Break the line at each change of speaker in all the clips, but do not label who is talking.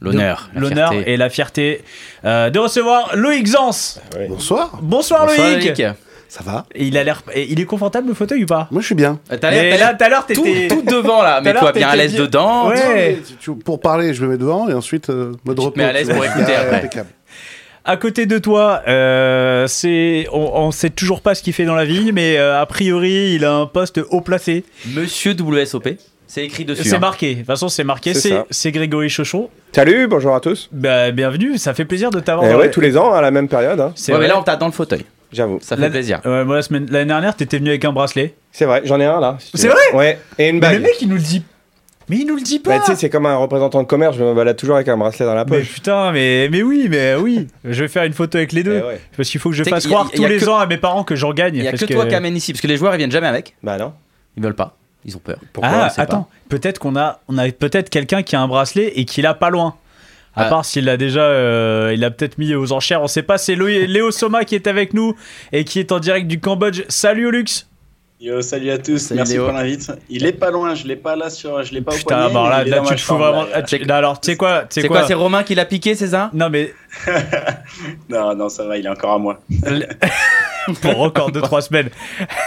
L'honneur.
de- l'honneur et la fierté euh, de recevoir Loïc Zans.
Bonsoir,
Bonsoir, Loïc.
ça va
Il a l'air, il est confortable le fauteuil ou pas
Moi je suis bien.
Euh, T'as
Mais
l'air
là, tout à l'heure,
tout,
t'étais
tout devant là, mais
l'heure,
toi, bien à
t'étais
l'aise
bien-
dedans.
Ouais.
Tu- tu- pour parler, je me mets devant et ensuite euh, mode
te
repos.
mets à l'aise pour écouter après.
Impeccable.
À côté de toi, euh, c'est on, on sait toujours pas ce qu'il fait dans la vie, mais euh, a priori, il a un poste haut placé.
Monsieur WSOP, c'est écrit dessus.
C'est
hein.
marqué. De toute façon, c'est marqué.
C'est
C'est
ça.
c'est Grégory Chauchon.
Salut, bonjour à tous.
Bah, bienvenue. Ça fait plaisir de t'avoir.
Eh
dans
ouais,
la-
tous les ans à la même période, hein,
C'est
Ouais, mais
vrai.
là, on t'a dans le fauteuil,
j'avoue.
ça fait
La-
plaisir.
Ouais, moi, la semaine l'année dernière, t'étais venu avec un bracelet.
C'est vrai, j'en ai un là. si tu
C'est
veux.
vrai
Ouais, et une
Mais le
bague.
mec, il nous le dit. Mais il nous le dit pas.
Bah, tu sais, c'est comme un représentant de commerce, je me balade toujours avec un bracelet dans la
mais
poche.
putain, mais mais oui, mais oui. Je vais faire une photo avec les deux
Eh ouais.
parce qu'il faut que je
Tu sais
fasse
qu'il y a-
croire
il y
tous
a
les
que-
ans à mes parents que j'en gagne.
Il y a que
parce
toi qui amène ici, parce que les joueurs ils viennent jamais avec,
Bah non.
ils veulent pas, ils ont peur.
Pourquoi
Ah,
sait pas.
attends, peut-être qu'on a, on a peut-être quelqu'un qui a un bracelet et qui l'a pas loin. À
Ah.
part s'il l'a déjà, euh, il l'a peut-être mis aux enchères, on sait pas. C'est Loï- Léo Soma qui est avec nous et qui est en direct du Cambodge. Salut Olux
Yo, salut à tous,
Salut
merci
Léo.
pour l'invite. Il est pas loin, je l'ai pas là sur, je l'ai pas au
Putain,
poignet,
alors là,
il est
là,
dans
tu
ma
te fous
chambre,
vraiment.
là.
ah, tu- là, alors, tu sais quoi, tu sais
C'est quoi,
quoi,
c'est Romain qui l'a piqué, c'est ça
Non mais
Non, non, ça va, il est encore à moi.
pour encore 2-3 semaines.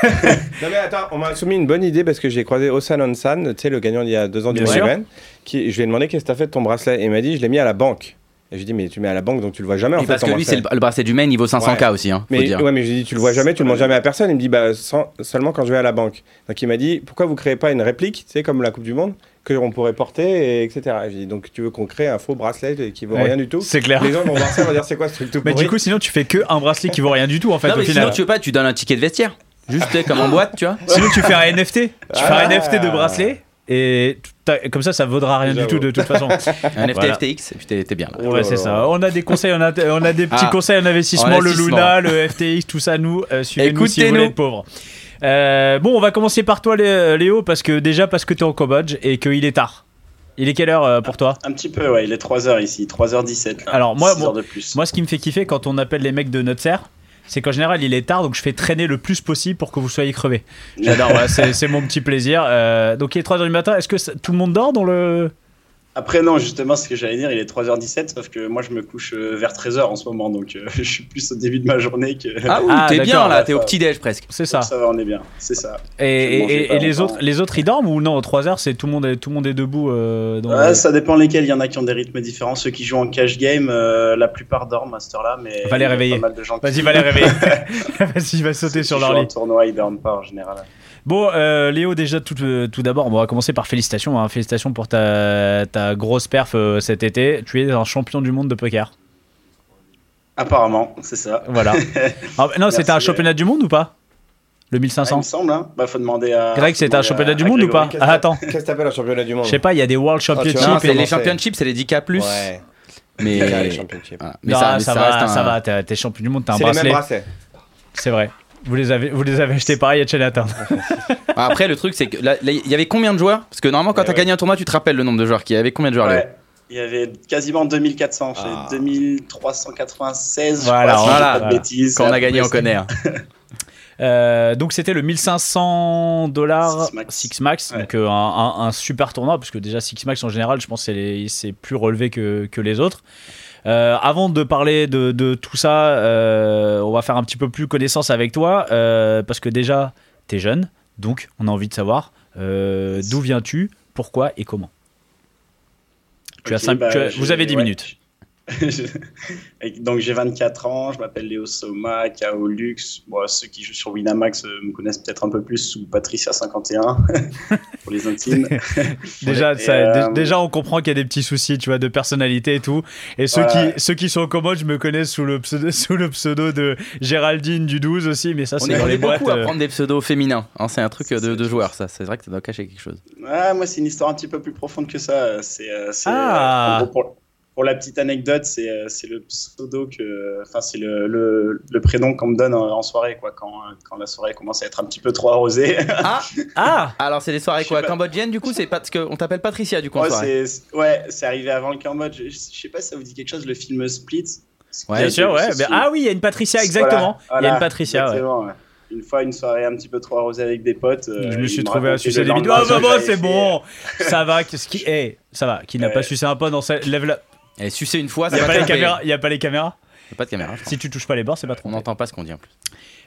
Non mais attends, on m'a soumis une bonne idée parce que j'ai croisé Osan Onsan, tu sais, le gagnant d'il y a deux ans du
Bien sûr.
Bremen, qui Je lui ai demandé qu'est-ce que t'as fait de ton bracelet et il m'a dit, je l'ai mis à la banque. Et je lui ai dit, mais tu le mets à la banque donc tu le vois jamais en
Et
fait.
Parce
ton
que lui,
bracelet.
c'est le, le bracelet du Maine, niveau 500k aussi, hein, faut
Mais,
dire.
ouais, mais je lui ai dit, tu le vois jamais, tu le demandes jamais à personne. Il me dit, bah, sans- seulement quand je vais à la banque. Donc il m'a dit, pourquoi vous créez pas une réplique, tu sais, comme la Coupe du Monde, que on pourrait porter, et, etc. Et j'ai dit, donc tu veux qu'on crée un faux bracelet qui vaut
Ouais,
rien du tout
C'est clair.
Les gens vont voir ça, vont dire, c'est quoi ce truc tout
Mais
pourri
du coup, sinon tu fais que un bracelet qui vaut rien du tout en fait
non,
au
mais
final.
sinon, tu veux pas, tu donnes un ticket de vestiaire. Juste tu sais, comme en boîte, tu vois.
Sinon, tu fais un NFT. Tu fais un
Ah.
NFT de bracelet et t'as- comme ça, ça vaudra rien du
J'avoue.
tout de toute façon.
Un
Voilà.
FTFTX, putain, t'es bien là.
Oh
ouais,
là
c'est
là.
ça. On a des conseils, on a, on a des petits
Ah.
conseils en investissement, le
Investissement.
Luna, le FTX, tout ça, nous, euh, suivez-nous si vous
Écoutez-nous.
voulez être pauvres. Euh, bon, on va commencer par toi, Lé- euh, Léo, parce que déjà parce que t'es en Cambodge et qu'il est tard. Il est quelle heure euh, pour toi
Un petit peu, ouais, il est 3h ici, 3h17.
Alors, moi, moi-
moi, de plus.
Moi, ce qui me fait kiffer quand on appelle les mecs de notre serre, c'est qu'en général, il est tard, donc je fais traîner le plus possible pour que vous soyez crevés. J'adore, ouais, c'est c'est mon petit plaisir. Euh, donc, il est 3h du matin. Est-ce que ça- tout le monde dort dans le.
Après, non, justement, ce que j'allais dire, il est 3h17, sauf que moi, je me couche euh, vers 13h en ce moment, donc euh, je suis plus au début de ma journée que.
Ah oui,
Ah,
t'es
d'accord.
bien là, t'es au petit-déj presque.
C'est ça.
Donc, ça va, on est bien, c'est ça.
Et,
Je mangeais
et- et
pas
les,
longtemps.
autres, les autres, ils dorment ou non 3h, c'est tout, le monde est- tout le monde est debout euh, dans
Ouais,
le-
ça dépend lesquels, il y en a qui ont des rythmes différents. Ceux qui jouent en cash game, euh, la plupart dorment à cette heure-là, mais.
Va les
il y a
réveiller.
Pas mal de gens qui-
Vas-y, va les réveiller. Vas-y, va
Ceux
sauter
qui
sur
jouent
leur
en
lit.
tournoi, ils dorment pas en général.
Bon, euh, Léo, déjà, tout, euh, tout d'abord, on va commencer par félicitations. hein. Félicitations pour ta, ta grosse perf euh, cet été. Tu es un champion du monde de poker.
Apparemment, c'est ça.
Voilà. Ah, non, c'était un
Merci,
championnat du monde ou pas Le
Ah, il
1500
me semble, hein. Bah, faut demander à.
Greg,
faut
c'était un
demander à-
championnat du
à
monde ou
Grégory.
pas Ah, attends.
Qu'est-ce que t'appelles un championnat du monde Ah,
Je sais pas, il y a des World
tu
Championships.
vois,
Non,
c'est
c'est les
lancé.
championships, c'est les 10K+.
Ouais,
Mais,
les championships.
Voilà.
Non, ça,
mais
va,
reste un-
ça va, t'es- t'es champion du monde, t'as un
C'est les mêmes
bracelet.
bracelets.
C'est vrai. Vous les avez, vous les avez achetés pareil à Chinatown.
Ah, Après, le truc, c'est que là, là, il y avait combien de joueurs Parce que normalement, quand
Eh
t'as
ouais.
gagné un tournoi, tu te rappelles le nombre de joueurs qu'il y avait. Combien de joueurs Léo
Ouais. Il y avait quasiment 2400,
Ah.
j'ai 2396, je
Voilà,
crois, si je dis
voilà.
pas de bêtises.
Quand on
C'est à
a
peu
gagné,
près
on connaît. hein.
Euh, donc c'était le 1500 dollars
Six Max.
Six Max,
Ouais.
donc euh, un, un- un super tournoi, parce que déjà Six Max en général, je pense que c'est les- c'est plus relevé que, que les autres. Euh, avant de parler de, de tout ça, euh, on va faire un petit peu plus connaissance avec toi, euh, parce que déjà, t'es jeune, donc on a envie de savoir euh, d'où viens-tu, pourquoi et comment. Tu as
Ok,
cinq-
bah,
tu as-
j'ai-
vous avez 10
ouais.
minutes.
Et Donc j'ai 24 ans, je m'appelle Léo Soma, K.O. Lux. Bon, ceux qui jouent sur Winamax euh, me connaissent peut-être un peu plus sous Patricia51 pour les intimes.
Déjà,
Et,
ça-
euh,
dé- déjà, on comprend qu'il y a des petits soucis, tu vois, de personnalité et tout. Et ceux,
Voilà.
qui, ceux qui sont commodes, je me connais sous le pseudo, sous le pseudo de Géraldine du 12 aussi, mais ça,
On
c'est
est
dans les boîtes.
beaucoup à
hein.
euh,
prendre des pseudos féminins. hein, c'est un truc de, de joueur, ça. C'est vrai que ça doit cacher quelque chose.
Ah, moi, c'est une histoire un petit peu plus profonde que ça. Euh, C'est, euh, c'est,
Ah.
euh, en gros, pour, pour la petite anecdote, c'est euh, c'est le pseudo que. Enfin, c'est le, le, le prénom qu'on me donne en, en soirée, quoi, quand, euh, quand la soirée commence à être un petit peu trop arrosée.
Ah,
Ah
alors c'est des soirées
Je sais
quoi
pas.
Cambodgiennes, du coup, c'est pas parce qu'on t'appelle Patricia, du coup, en
Ouais,
soirée.
c'est c'est- ouais, c'est arrivé avant le Cambodge. Je, je sais pas si ça vous dit quelque chose, le film Split.
Ouais,
Bien sûr, ouais. mais- ah oui, il y a une Patricia, exactement.
Voilà,
Il y a
voilà,
une Patricia, ouais.
exactement, ouais. Une fois, une soirée un petit peu trop arrosée avec des potes. euh,
Je me
ils
suis
m'ont
trouvé à
raconté
sucer
le
des bides.
lendemain
Oh,
que
maman,
j'avais
c'est
fait-
bon. Ça va, qu'est-ce qui. Eh, ça va, qui n'a pas
Ouais.
sucé un peu dans sa. Lève la.
Elle est sucée une fois,
Il n'y
ça
a
va
pas les
taper.
caméras. Il y a pas les caméras.
Y a pas de caméra. je crois.
Si tu touches pas les bords, c'est pas
On
trop.
n'entend pas ce qu'on dit en plus.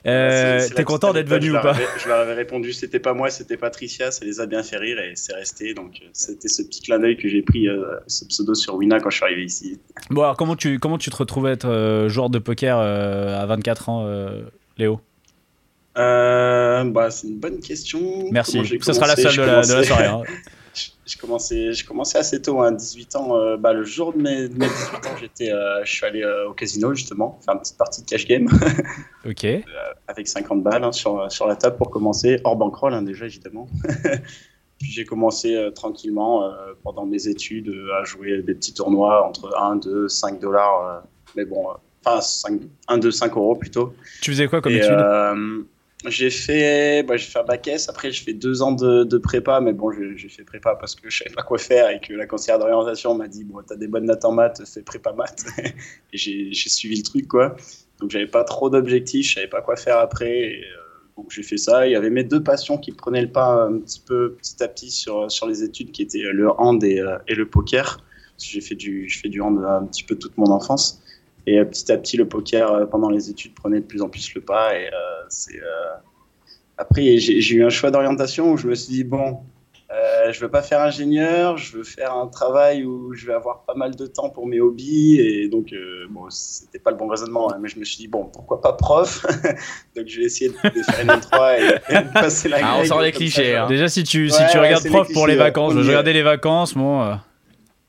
Euh,
C'est- c'est la
T'es content d'être
petite
venu ou
anecdote,
pas
je leur avais- Je leur avais répondu, c'était pas moi, c'était Patricia, ça les a bien fait rire et c'est resté. Donc euh, c'était ce petit clin d'œil que j'ai pris, euh, ce pseudo sur Wina quand je suis arrivé ici.
Bon, alors comment tu, comment tu te retrouves à être euh, joueur de poker euh, à 24 ans, euh, Léo
Euh, bah, c'est une bonne question.
Merci.
Comment j'ai
Ça sera la
commencé
seule de la, de la
Je
soirée. hein.
je, je commençais, je commençais assez tôt, hein, 18 ans. euh, bah, le jour de mes, de mes 18 ans, j'étais, euh, je suis allé euh, au casino justement, faire une petite partie de cash game
Ok.
euh, avec 50 balles hein, sur, sur la table pour commencer, hors bankroll hein, déjà évidemment. Puis j'ai commencé euh, tranquillement euh, pendant mes études euh, à jouer des petits tournois entre 1, 2, 5 dollars, euh, mais bon, euh, enfin 5, 1, 2, 5 euros plutôt.
Tu faisais quoi comme
Et,
étude
euh, j'ai fait, bah, j'ai fait un bac S. Après, j'ai fait deux ans de, de prépa, mais bon, j'ai j'ai fait prépa parce que je savais pas quoi faire et que la conseillère d'orientation m'a dit, bon, t'as des bonnes notes en maths, fais prépa maths. et j'ai j'ai suivi le truc, quoi. Donc, j'avais pas trop d'objectifs, je savais pas quoi faire après. et, euh, donc, j'ai fait ça. Il y avait mes deux passions qui prenaient le pas un petit peu, petit à petit, sur, sur les études, qui étaient le hand et, euh, et le poker. Parce que J'ai fait du, je fais du hand un petit peu toute mon enfance. Et euh, petit à petit, le poker euh, pendant les études prenait de plus en plus le pas. Et euh, c'est euh, après, j'ai j'ai eu un choix d'orientation où je me suis dit bon, euh, je veux pas faire ingénieur, je veux faire un travail où je vais avoir pas mal de temps pour mes hobbies. Et donc, euh, bon, c'était pas le bon raisonnement, hein, mais je me suis dit bon, pourquoi pas prof Donc, je vais essayer de, de faire une 3 et, et de passer la.
Ah, on
grille,
sort les
comme ça,
clichés,
je-
hein.
Déjà, si tu, si
Ouais,
tu
ouais,
regardes
c'est
prof
les
pour les
clichés,
vacances,
on
je
y est.
regardais les vacances, bon. euh,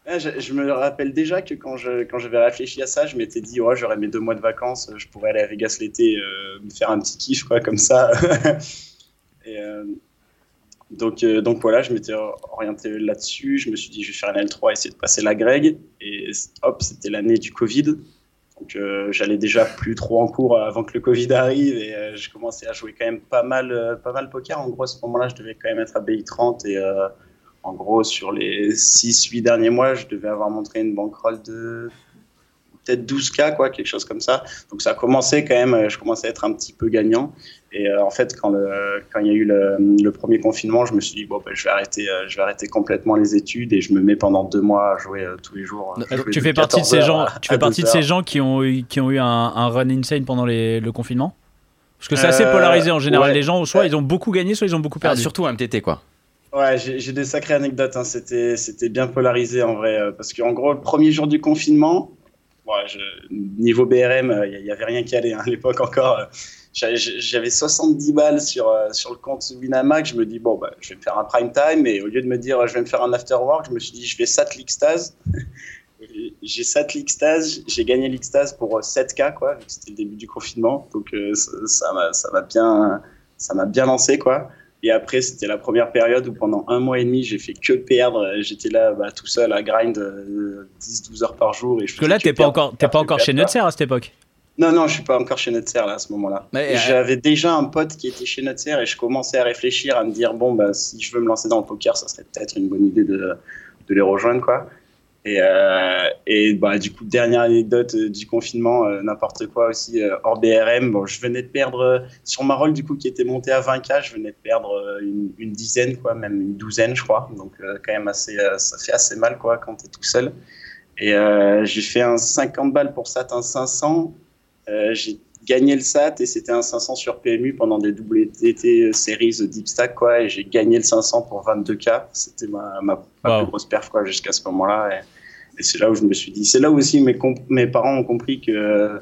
Ah, Je, je me rappelle déjà que quand je- quand j'avais réfléchi à ça, je m'étais dit, ouais, j'aurais mes deux mois de vacances, euh, je pourrais aller à Vegas l'été, euh, me faire un petit kiff, quoi, comme ça. Et, euh, donc, euh, donc voilà, je m'étais orienté là-dessus. Je me suis dit, je vais faire un L3, essayer de passer la Greg. Et hop, c'était l'année du Covid. Donc euh, j'allais déjà plus trop en cours avant que le Covid arrive et euh, je commençais à jouer quand même pas mal, euh, pas mal poker. En gros, à ce moment-là, je devais quand même être à BI30 et euh, en gros, sur les 6-8 derniers mois, je devais avoir montré une bankroll de peut-être 12K, quoi, quelque chose comme ça. Donc ça commençait quand même, euh, je commençais à être un petit peu gagnant. Et euh, en fait, quand, le, quand il y a eu le, le premier confinement, je me suis dit, bon, ben, je, vais arrêter, euh, je vais arrêter complètement les études et je me mets pendant deux mois à jouer euh, tous les jours. euh,
Donc,
jouer
tu
de
fais partie de
14
ces
heures
gens,
à-
tu
à
fais partie de
12
ces
heures.
gens qui ont eu, qui ont eu un, un run insane pendant les- le confinement Parce que c'est assez
Euh,
polarisé en général.
ouais.
les gens, soit
Ouais.
ils ont beaucoup gagné, soit ils ont beaucoup
Ah,
perdu.
surtout MTT, quoi.
Ouais, j'ai j'ai des sacrées anecdotes. hein. C'était, c'était bien polarisé en vrai. euh, Parce qu'en gros, le premier jour du confinement, ouais, je- niveau BRM, euh, il n'y avait rien qui allait hein, à l'époque encore. euh, J'avais j'avais 70 balles sur, euh, sur le compte Winamax. Je me dis, bon, bah, je vais me faire un prime time. Et au lieu de me dire, euh, je vais me faire un after work, je me suis dit, je vais sat l'Ixtase. j'ai sat l'Ixtase. J'ai gagné l'Ixtase pour euh, 7K, quoi, vu que c'était le début du confinement. Donc, euh, ça ça m'a ça m'a bien, ça m'a bien lancé, quoi. Et après, c'était la première période où pendant un mois et demi, j'ai fait que perdre. J'étais là bah, tout seul à grind euh, 10-12 heures par jour. Et je
Parce que là,
faisais
t'es pas
perdre,
encore, t'es
perdre,
pas encore
perdre,
chez
perdre.
Nutser à cette époque.
Non, non, je suis pas encore chez Nutser là, à ce moment-là.
Mais,
Et
euh,
J'avais déjà un pote qui était chez Nutser et je commençais à réfléchir, à me dire, bon, bah, si je veux me lancer dans le poker, ça serait peut-être une bonne idée de, de les rejoindre, quoi. Et, euh, et bah, du coup, dernière anecdote euh, du confinement, euh, n'importe quoi aussi, euh, hors BRM. Bon, je venais de perdre, euh, sur Marol, du coup, qui était monté à 20K, je venais de perdre euh, une, une, dizaine, quoi, même une douzaine, je crois. Donc, euh, quand même, assez, ça fait assez mal quoi, quand tu es tout seul. Et euh, j'ai fait un 50 balles pour SAT, un 500. Euh, j'ai gagné le SAT et c'était un 500 sur PMU pendant des doubles TT series Deep Stack, quoi. Et j'ai gagné le 500 pour 22K. C'était ma, ma, ma wow. plus grosse perf, quoi, jusqu'à ce moment-là. Et... Et c'est là où je me suis dit, c'est là où aussi mes, mes parents ont compris que euh,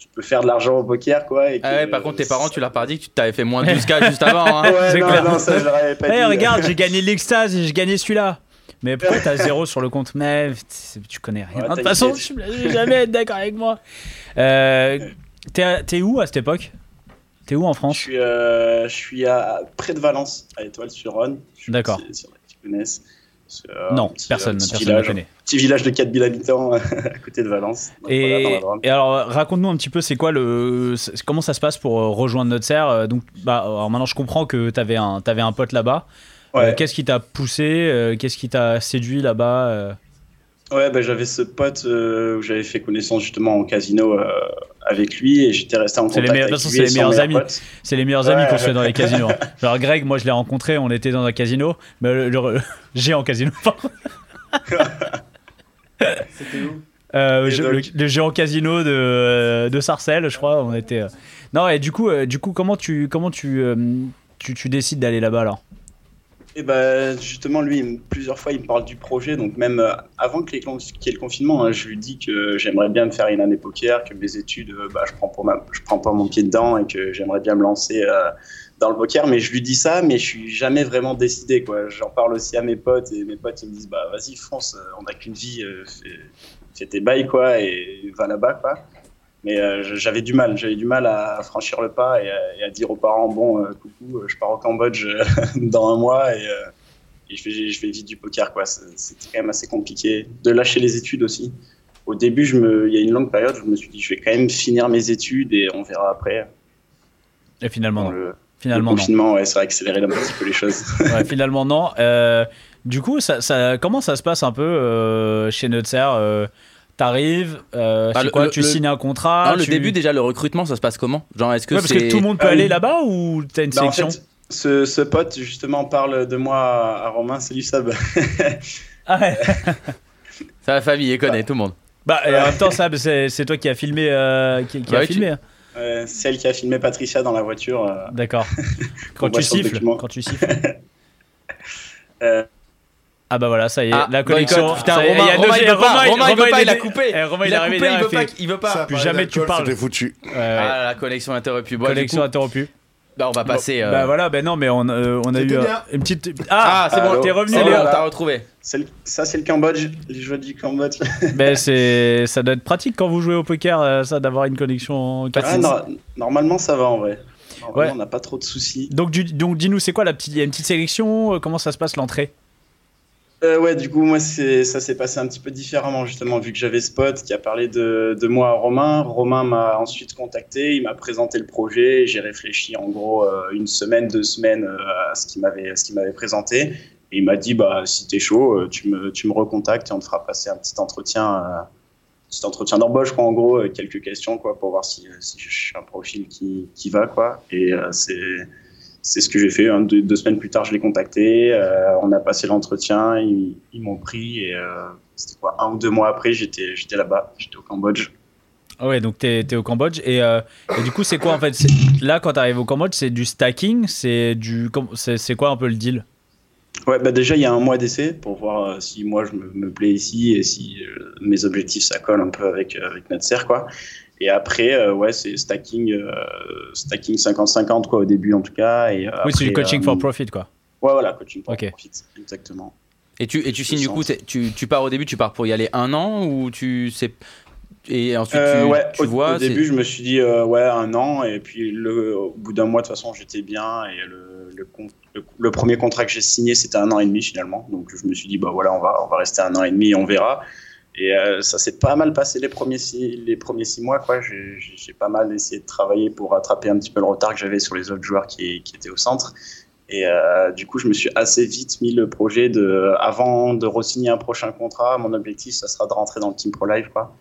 tu peux faire de l'argent au poker, quoi.
Euh,
Et que,
ah ouais, par contre, tes parents, tu leur as dit que tu t'avais fait moins de 12K juste avant. Hein.
Ouais, non, clair. non, ça, je leur avais pas
hey,
dit.
Eh,
euh.
regarde, j'ai gagné l'extase et j'ai gagné celui-là. Mais pourquoi t'as zéro sur le compte Mais tu connais rien.
Ouais,
de toute façon,
t'as
tu ne jamais être d'accord avec moi. Euh, T'es où à cette époque T'es où en France
je suis, euh, je suis, à, près de Valence, à Étoile-sur-Rhône.
D'accord.
Si, tu connaisses.
Euh, non, petit, personne,
petit
personne
village,
ne connaît.
Petit village de 4000 habitants à côté de Valence.
Donc et, voilà, dans la et, alors, raconte-nous un petit peu, c'est quoi le, comment ça se passe pour euh, rejoindre notre serre Donc, bah, alors maintenant, je comprends que tu avais un, avais un pote là-bas. Ouais. Euh, qu'est-ce qui t'a poussé euh, Qu'est-ce qui t'a séduit là-bas euh
Ouais, bah, j'avais ce pote euh, où j'avais fait connaissance justement en casino euh, avec lui et j'étais resté en contact
les
avec lui.
C'est les, meilleurs meilleur amis. C'est les meilleurs ouais, amis qu'on se fait dans les casinos. Hein. Genre Greg, moi je l'ai rencontré, on était dans un casino, mais le, le, le géant casino.
C'était où
euh, je, le, le, géant casino de, de, Sarcelles, je crois, on était. euh. Non et du coup, euh, du coup, comment tu comment tu euh, tu, tu, décides d'aller là-bas alors
et ben bah, justement, lui, plusieurs fois, il me parle du projet. Donc, même euh, avant qu'il y ait le confinement, hein, je lui dis que j'aimerais bien me faire une année poker, que mes études, euh, bah, je prends, pour ma... je prends pas mon pied dedans et que j'aimerais bien me lancer euh, dans le poker. Mais je lui dis ça, mais je suis jamais vraiment décidé. quoi. J'en parle aussi à mes potes et mes potes ils me disent bah vas-y, fonce, on n'a qu'une vie, euh, fais... fais, tes bails quoi et va là-bas quoi. Mais euh, j'avais du mal, j'avais du mal à franchir le pas et à, et à dire aux parents bon, euh, coucou, je pars au Cambodge euh, dans un mois et, euh, et je, vais, je vais vivre du poker quoi. C'était quand même assez compliqué de lâcher les études aussi. Au début, je me, il y a une longue période, je me suis dit je vais quand même finir mes études et on verra après.
Et finalement, non. Le, finalement, le
confinement,
non.
Ouais, ça a accéléré un petit peu les choses.
ouais, finalement non. Euh, du coup, ça, ça, comment ça se passe un peu euh, chez Nutzer T'arrives, euh, bah, quoi le, Tu le, signes un contrat
non,
tu...
Le début, déjà, le recrutement, ça se passe comment Genre, est-ce que
ouais, parce
est...
que tout le monde peut euh, aller là-bas ou t'as une
bah,
sélection
en fait, ce, ce, pote, justement, parle de moi à, à Romain, c'est lui Sab.
ah ouais
C'est la famille, il connaît bah. tout le monde.
Bah, et en même temps, Sab, c'est toi qui a filmé. Euh, qui,
Bah
qui ouais, a filmé. Tu...
Hein. celle qui a filmé Patricia dans la voiture. euh,
D'accord. quand, tu siffles, quand tu siffles.
euh,
Ah bah voilà, ça y est,
ah,
la connexion.
Putain, Romain, il y a Romain, il veut pas, Romain, il veut pas, il a coupé.
Eh, Romain, il,
a
coupé,
il veut pas, il veut pas.
Plus jamais tu parles.
C'était foutu.
Ah, la connexion interrompue. Bon,
connexion interrompue.
Bah, on va passer.
Bah voilà, ben non, mais on, on a eu une petite. Ah, c'est bon, t'es revenu,
Léon, t'as retrouvé.
Ça, Bah, c'est le Cambodge, les joueurs du Cambodge.
ben, c'est, ça doit être pratique quand vous jouez au poker, ça, d'avoir une connexion.
normalement, ça va en vrai. On n'a pas trop de soucis.
Donc, donc dis-nous, c'est quoi la petite, une petite sélection euh, Comment ça se passe l'entrée
euh, ouais, du coup, moi, c'est, ça s'est passé un petit peu différemment, justement, vu que j'avais Spot qui a parlé de, de moi à Romain. Romain m'a ensuite contacté, il m'a présenté le projet, j'ai réfléchi en gros euh, une semaine, deux semaines euh, à, ce qu'il m'avait, ce qu'il m'avait présenté. Et il m'a dit, bah, si t'es chaud, tu me, tu me recontactes et on te fera passer un petit entretien, euh, un petit entretien d'embauche, quoi, en gros, quelques questions, quoi, pour voir si, euh, si je suis un profil qui, qui va, quoi. Et euh, c'est c'est ce que j'ai fait. hein. Deux, deux, semaines plus tard, je l'ai contacté. Euh, on a passé l'entretien. Ils, ils m'ont pris. Et euh, c'était quoi Un ou deux mois après, j'étais, j'étais là-bas. J'étais au Cambodge.
Ah ouais, donc t'es, es au Cambodge. Et, euh, et du coup, c'est quoi en fait Là, quand t'arrives au Cambodge, c'est du stacking c'est, du, c'est, quoi un peu le deal
Ouais, bah déjà, il y a un mois d'essai pour voir euh, si moi je me, me plais ici et si euh, mes objectifs ça colle un peu avec, euh, avec notre serre, quoi. Et après, euh, ouais, c'est stacking, euh, stacking 50-50 quoi au début en tout cas. Et, euh,
oui, c'est du coaching for profit quoi.
Ouais, voilà, coaching for okay. profit, exactement.
Et tu, et tu signes du coup, tu, tu, pars au début, tu pars pour y aller un an ou tu sais. Et ensuite, tu,
Euh, ouais,
tu
au,
vois.
Au début, je me suis dit, euh, ouais, un an. Et puis, le, au bout d'un mois, de toute façon, j'étais bien. Et le, le, le, le, premier contrat que j'ai signé, c'était un an et demi finalement. Donc, je me suis dit, bah voilà, on va, on va rester un an et demi et on verra. Et euh, ça s'est pas mal passé les premiers six, les premiers six mois. quoi. J'ai pas mal essayé de travailler pour rattraper un petit peu le retard que j'avais sur les autres joueurs qui, qui étaient au centre. Et euh, du coup, je me suis assez vite mis le projet de, avant de re-signer un prochain contrat, mon objectif, ça sera de rentrer dans le Team Pro Live. Quoi.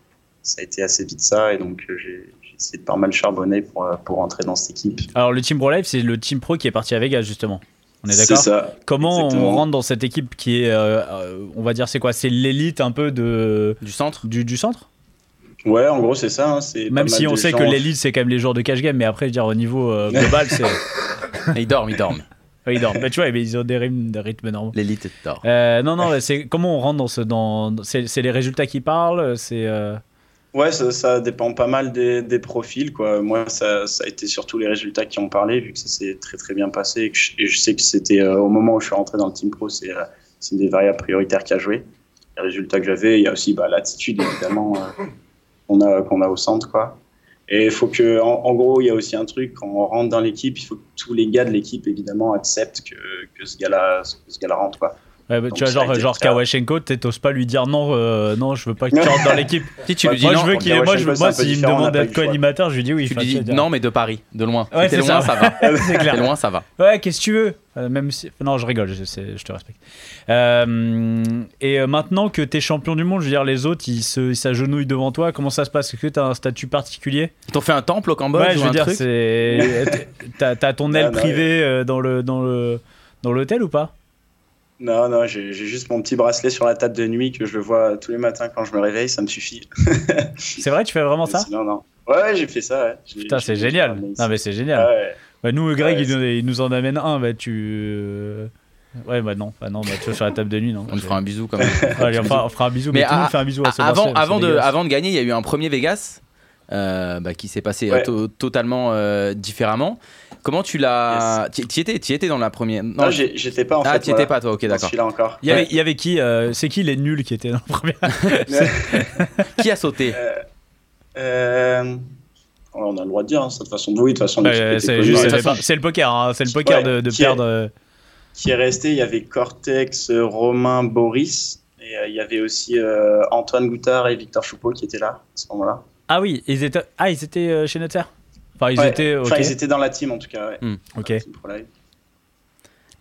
Ça a été assez vite ça, et donc euh, j'ai j'ai essayé de pas mal charbonner pour, euh, pour rentrer dans cette équipe.
Alors, le Team Pro Live, c'est le Team Pro qui est parti à Vegas, justement. On est
C'est
d'accord
ça.
Comment on
exactement.
rentre dans cette équipe qui est, euh, euh, on va dire, c'est quoi C'est l'élite un peu de,
Du centre
du, du centre
Ouais, en gros, c'est ça. hein, c'est
Même
pas mal
si on
de
sait
gens-
que l'élite, c'est quand même les joueurs de cash game, mais après, je veux dire, au niveau euh, global, c'est.
Ils dorment, ils dorment.
Ouais, ils dorment. Mais tu vois, mais ils ont des rythmes, des rythmes normaux.
L'élite dort.
Euh, non, non, c'est comment on rentre dans ce. Dans, c'est c'est les résultats qui parlent C'est. euh,
Ouais, ça, ça dépend pas mal des, des profils. Quoi. Moi, ça, ça a été surtout les résultats qui ont parlé, vu que ça s'est très très bien passé. Et, que je, et je sais que c'était euh, au moment où je suis rentré dans le Team Pro, c'est euh, c'est une des variables prioritaires qui a joué. Les résultats que j'avais, il y a aussi bah, l'attitude, évidemment, euh, qu'on a, qu'on a au centre. Quoi. Et il faut que, en, en gros, il y a aussi un truc, quand on rentre dans l'équipe, il faut que tous les gars de l'équipe, évidemment, acceptent que, que ce gars-là que ce gars-là rentre. Quoi.
ouais, bah,
Donc,
tu vois,
ça a
genre,
été
genre
le cas.
Kawashenko, t'sais, t'oses pas lui dire non, euh, non, je veux pas que tu rentres dans l'équipe.
Si tu
moi,
lui dis non,
je veux qu'il est. Moi, je veux-
Kawashenko, c'est
moi,
un peu
s'il me
différent, on
demande
n'a pas eu
d'être
le choix.
co-animateur, je lui dis oui.
Tu
enfin,
lui
tu
dis
vois.
non, mais de Paris, de loin.
Ouais,
si t'es
c'est
loin,
ça.
ça, va.
c'est
Si t'es
clair.
loin, ça va.
Ouais, qu'est-ce que tu veux Euh, Même si... Non, je rigole, je, sais- je te respecte. Euh, et euh, maintenant que t'es champion du monde, je veux dire, les autres, ils se- ils s'agenouillent devant toi. Comment ça se passe Est-ce que t'as un statut particulier
Ils t'ont fait un temple au Cambodge
Ouais, je
ou
veux
un
dire,
truc
c'est... t'as, t'as ton aile
Ah, Non, non,
privée euh, dans, le, dans, le, dans l'hôtel ou pas
Non, non, j'ai j'ai juste mon petit bracelet sur la table de nuit que je vois tous les matins quand je me réveille, ça me suffit.
C'est vrai, tu fais vraiment ça
Non, non. Ouais, ouais, j'ai fait ça. ouais. J'ai-
Putain,
j'ai-
c'est
j'ai
génial.
ramené
Non,
ici.
mais c'est génial.
Ah ouais.
Bah, nous, Greg,
Ouais,
il, nous, il nous en amène un. Bah, tu. euh, Ouais, bah non, bah, non bah, tu vois, sur la table de nuit, non.
On te fera un bisou quand même.
Ouais, on, fera, on fera un bisou, mais,
Mais
tout le
à-
monde fait un bisou à, ce
Ah, avant,
bracelet, c'est
avant, de,
dégueulasse.
avant de gagner, il y a eu un premier Vegas euh, bah, qui s'est passé euh,
Ouais.
to- totalement euh, différemment. Comment tu l'as. Tu tu y étais, tu y étais dans la première.
Non,
tu
j'ai- j'étais pas en fait.
ah, tu y étais pas toi, ok,
Je
d'accord.
suis là encore.
Il y, avait, il y avait qui euh, C'est qui les nuls qui étaient dans le premier
Qui a sauté
Euh, alors, on a le droit de dire hein, ça de toute façon. Oui, de toute façon, l'équipe
Euh,
était
C'est
connue.
juste-
De toute
c'est
façon,
pas- c'est le poker, hein, c'est le poker
Ouais,
de, de
qui est-
perdre. euh,
qui est resté, il y avait Cortex, euh, Romain, Boris, et euh, il y avait aussi euh, Antoine Goutard et Victor Choupeau qui étaient là à ce moment-là.
Ah oui, ils étaient, ah, ils étaient euh, chez Nutzer Enfin, ils
Ouais,
étaient. Ok. Hmm.
Enfin, ils étaient dans la team en tout cas. ouais.
Hmm.
ok.
Team Pro Live.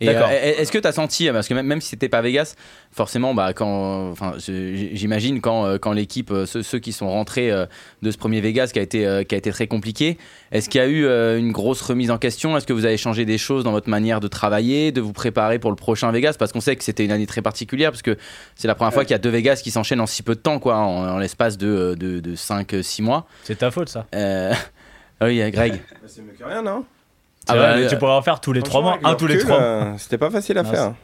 Et,
D'accord.
euh, Est-ce que tu as senti, parce que même, même si c'était pas Vegas, forcément, bah, quand, enfin, je- j'imagine quand, euh, quand l'équipe, euh, ceux, ceux qui sont rentrés euh, de ce premier Vegas qui a été, euh, qui a été très compliqué, est-ce qu'il y a eu euh, une grosse remise en question Est-ce que vous avez changé des choses dans votre manière de travailler, de vous préparer pour le prochain Vegas Parce qu'on sait que c'était une année très particulière, parce que c'est la
Euh.
première fois qu'il y a deux Vegas qui s'enchaînent en si peu de temps, quoi, en, en l'espace de, euh, de, 5-6 mois.
C'est ta faute ça.
Euh, ah oui, Greg.
C'est mieux que rien, non
C'est
Ah
vrai,
bah,
mais
euh,
tu pourrais en faire tous les trois mois, un tous les trois. mois.
mois. euh, C'était pas facile à
Non,
faire.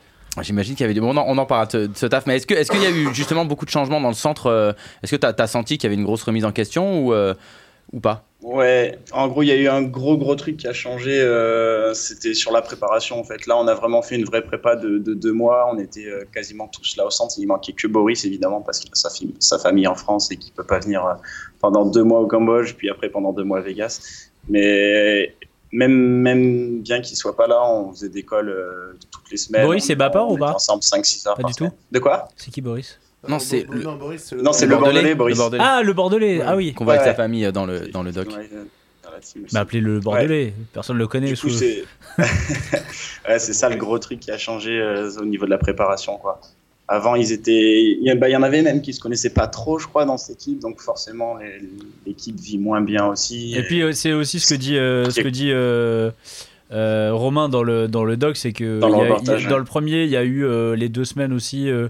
J'imagine qu'il y avait du. Bon, on en- on en parle de ce- de ce taf, mais est-ce qu'il est qu'il y a eu justement beaucoup de changements dans le centre euh, Est-ce que tu as, senti qu'il y avait une grosse remise en question ou, euh, ou pas
Ouais, en gros, il y a eu un gros, gros truc qui a changé. euh, C'était sur la préparation, en fait. Là, on a vraiment fait une vraie prépa de, de deux mois. On était euh, quasiment tous là au centre. Il manquait que Boris, évidemment, parce qu'il a sa, fi- sa famille en France et qu'il peut pas venir euh, pendant deux mois au Cambodge, puis après pendant deux mois à Vegas. Mais même, même bien qu'il soit pas là, on faisait des calls euh, toutes les semaines.
Boris,
On-
c'est Bapor
on
ou pas
était ensemble 5-6 heures
Pas
par
du
semaine. De quoi
C'est qui Boris
Non, c'est
Bo-
le-
non, Boris, c'est
Non, c'est le Bordelais, Boris.
Le Bordelais.
Ah, le Bordelais. Ah oui.
Qu'on voit avec
Ouais.
sa famille euh, dans le, dans le doc.
Ouais, euh, dans la team aussi.
Bah, appelez le Bordelais. Personne le connaît.
Du
sous-
coup, c'est Ouais, c'est ça le gros truc qui a changé euh, au niveau de la préparation. Quoi. Avant, ils étaient... il, y, en- bah, il y en avait même qui se connaissaient pas trop, je crois, dans cette équipe. Donc forcément, les- l'équipe vit moins bien aussi.
Et puis euh, c'est aussi ce que dit, euh, ce que dit euh, euh, Romain dans le, dans le doc, c'est que
Dans le
il y a- il y a-
reportage, hein. ouais.
dans le premier, il y a eu euh, les deux semaines aussi euh,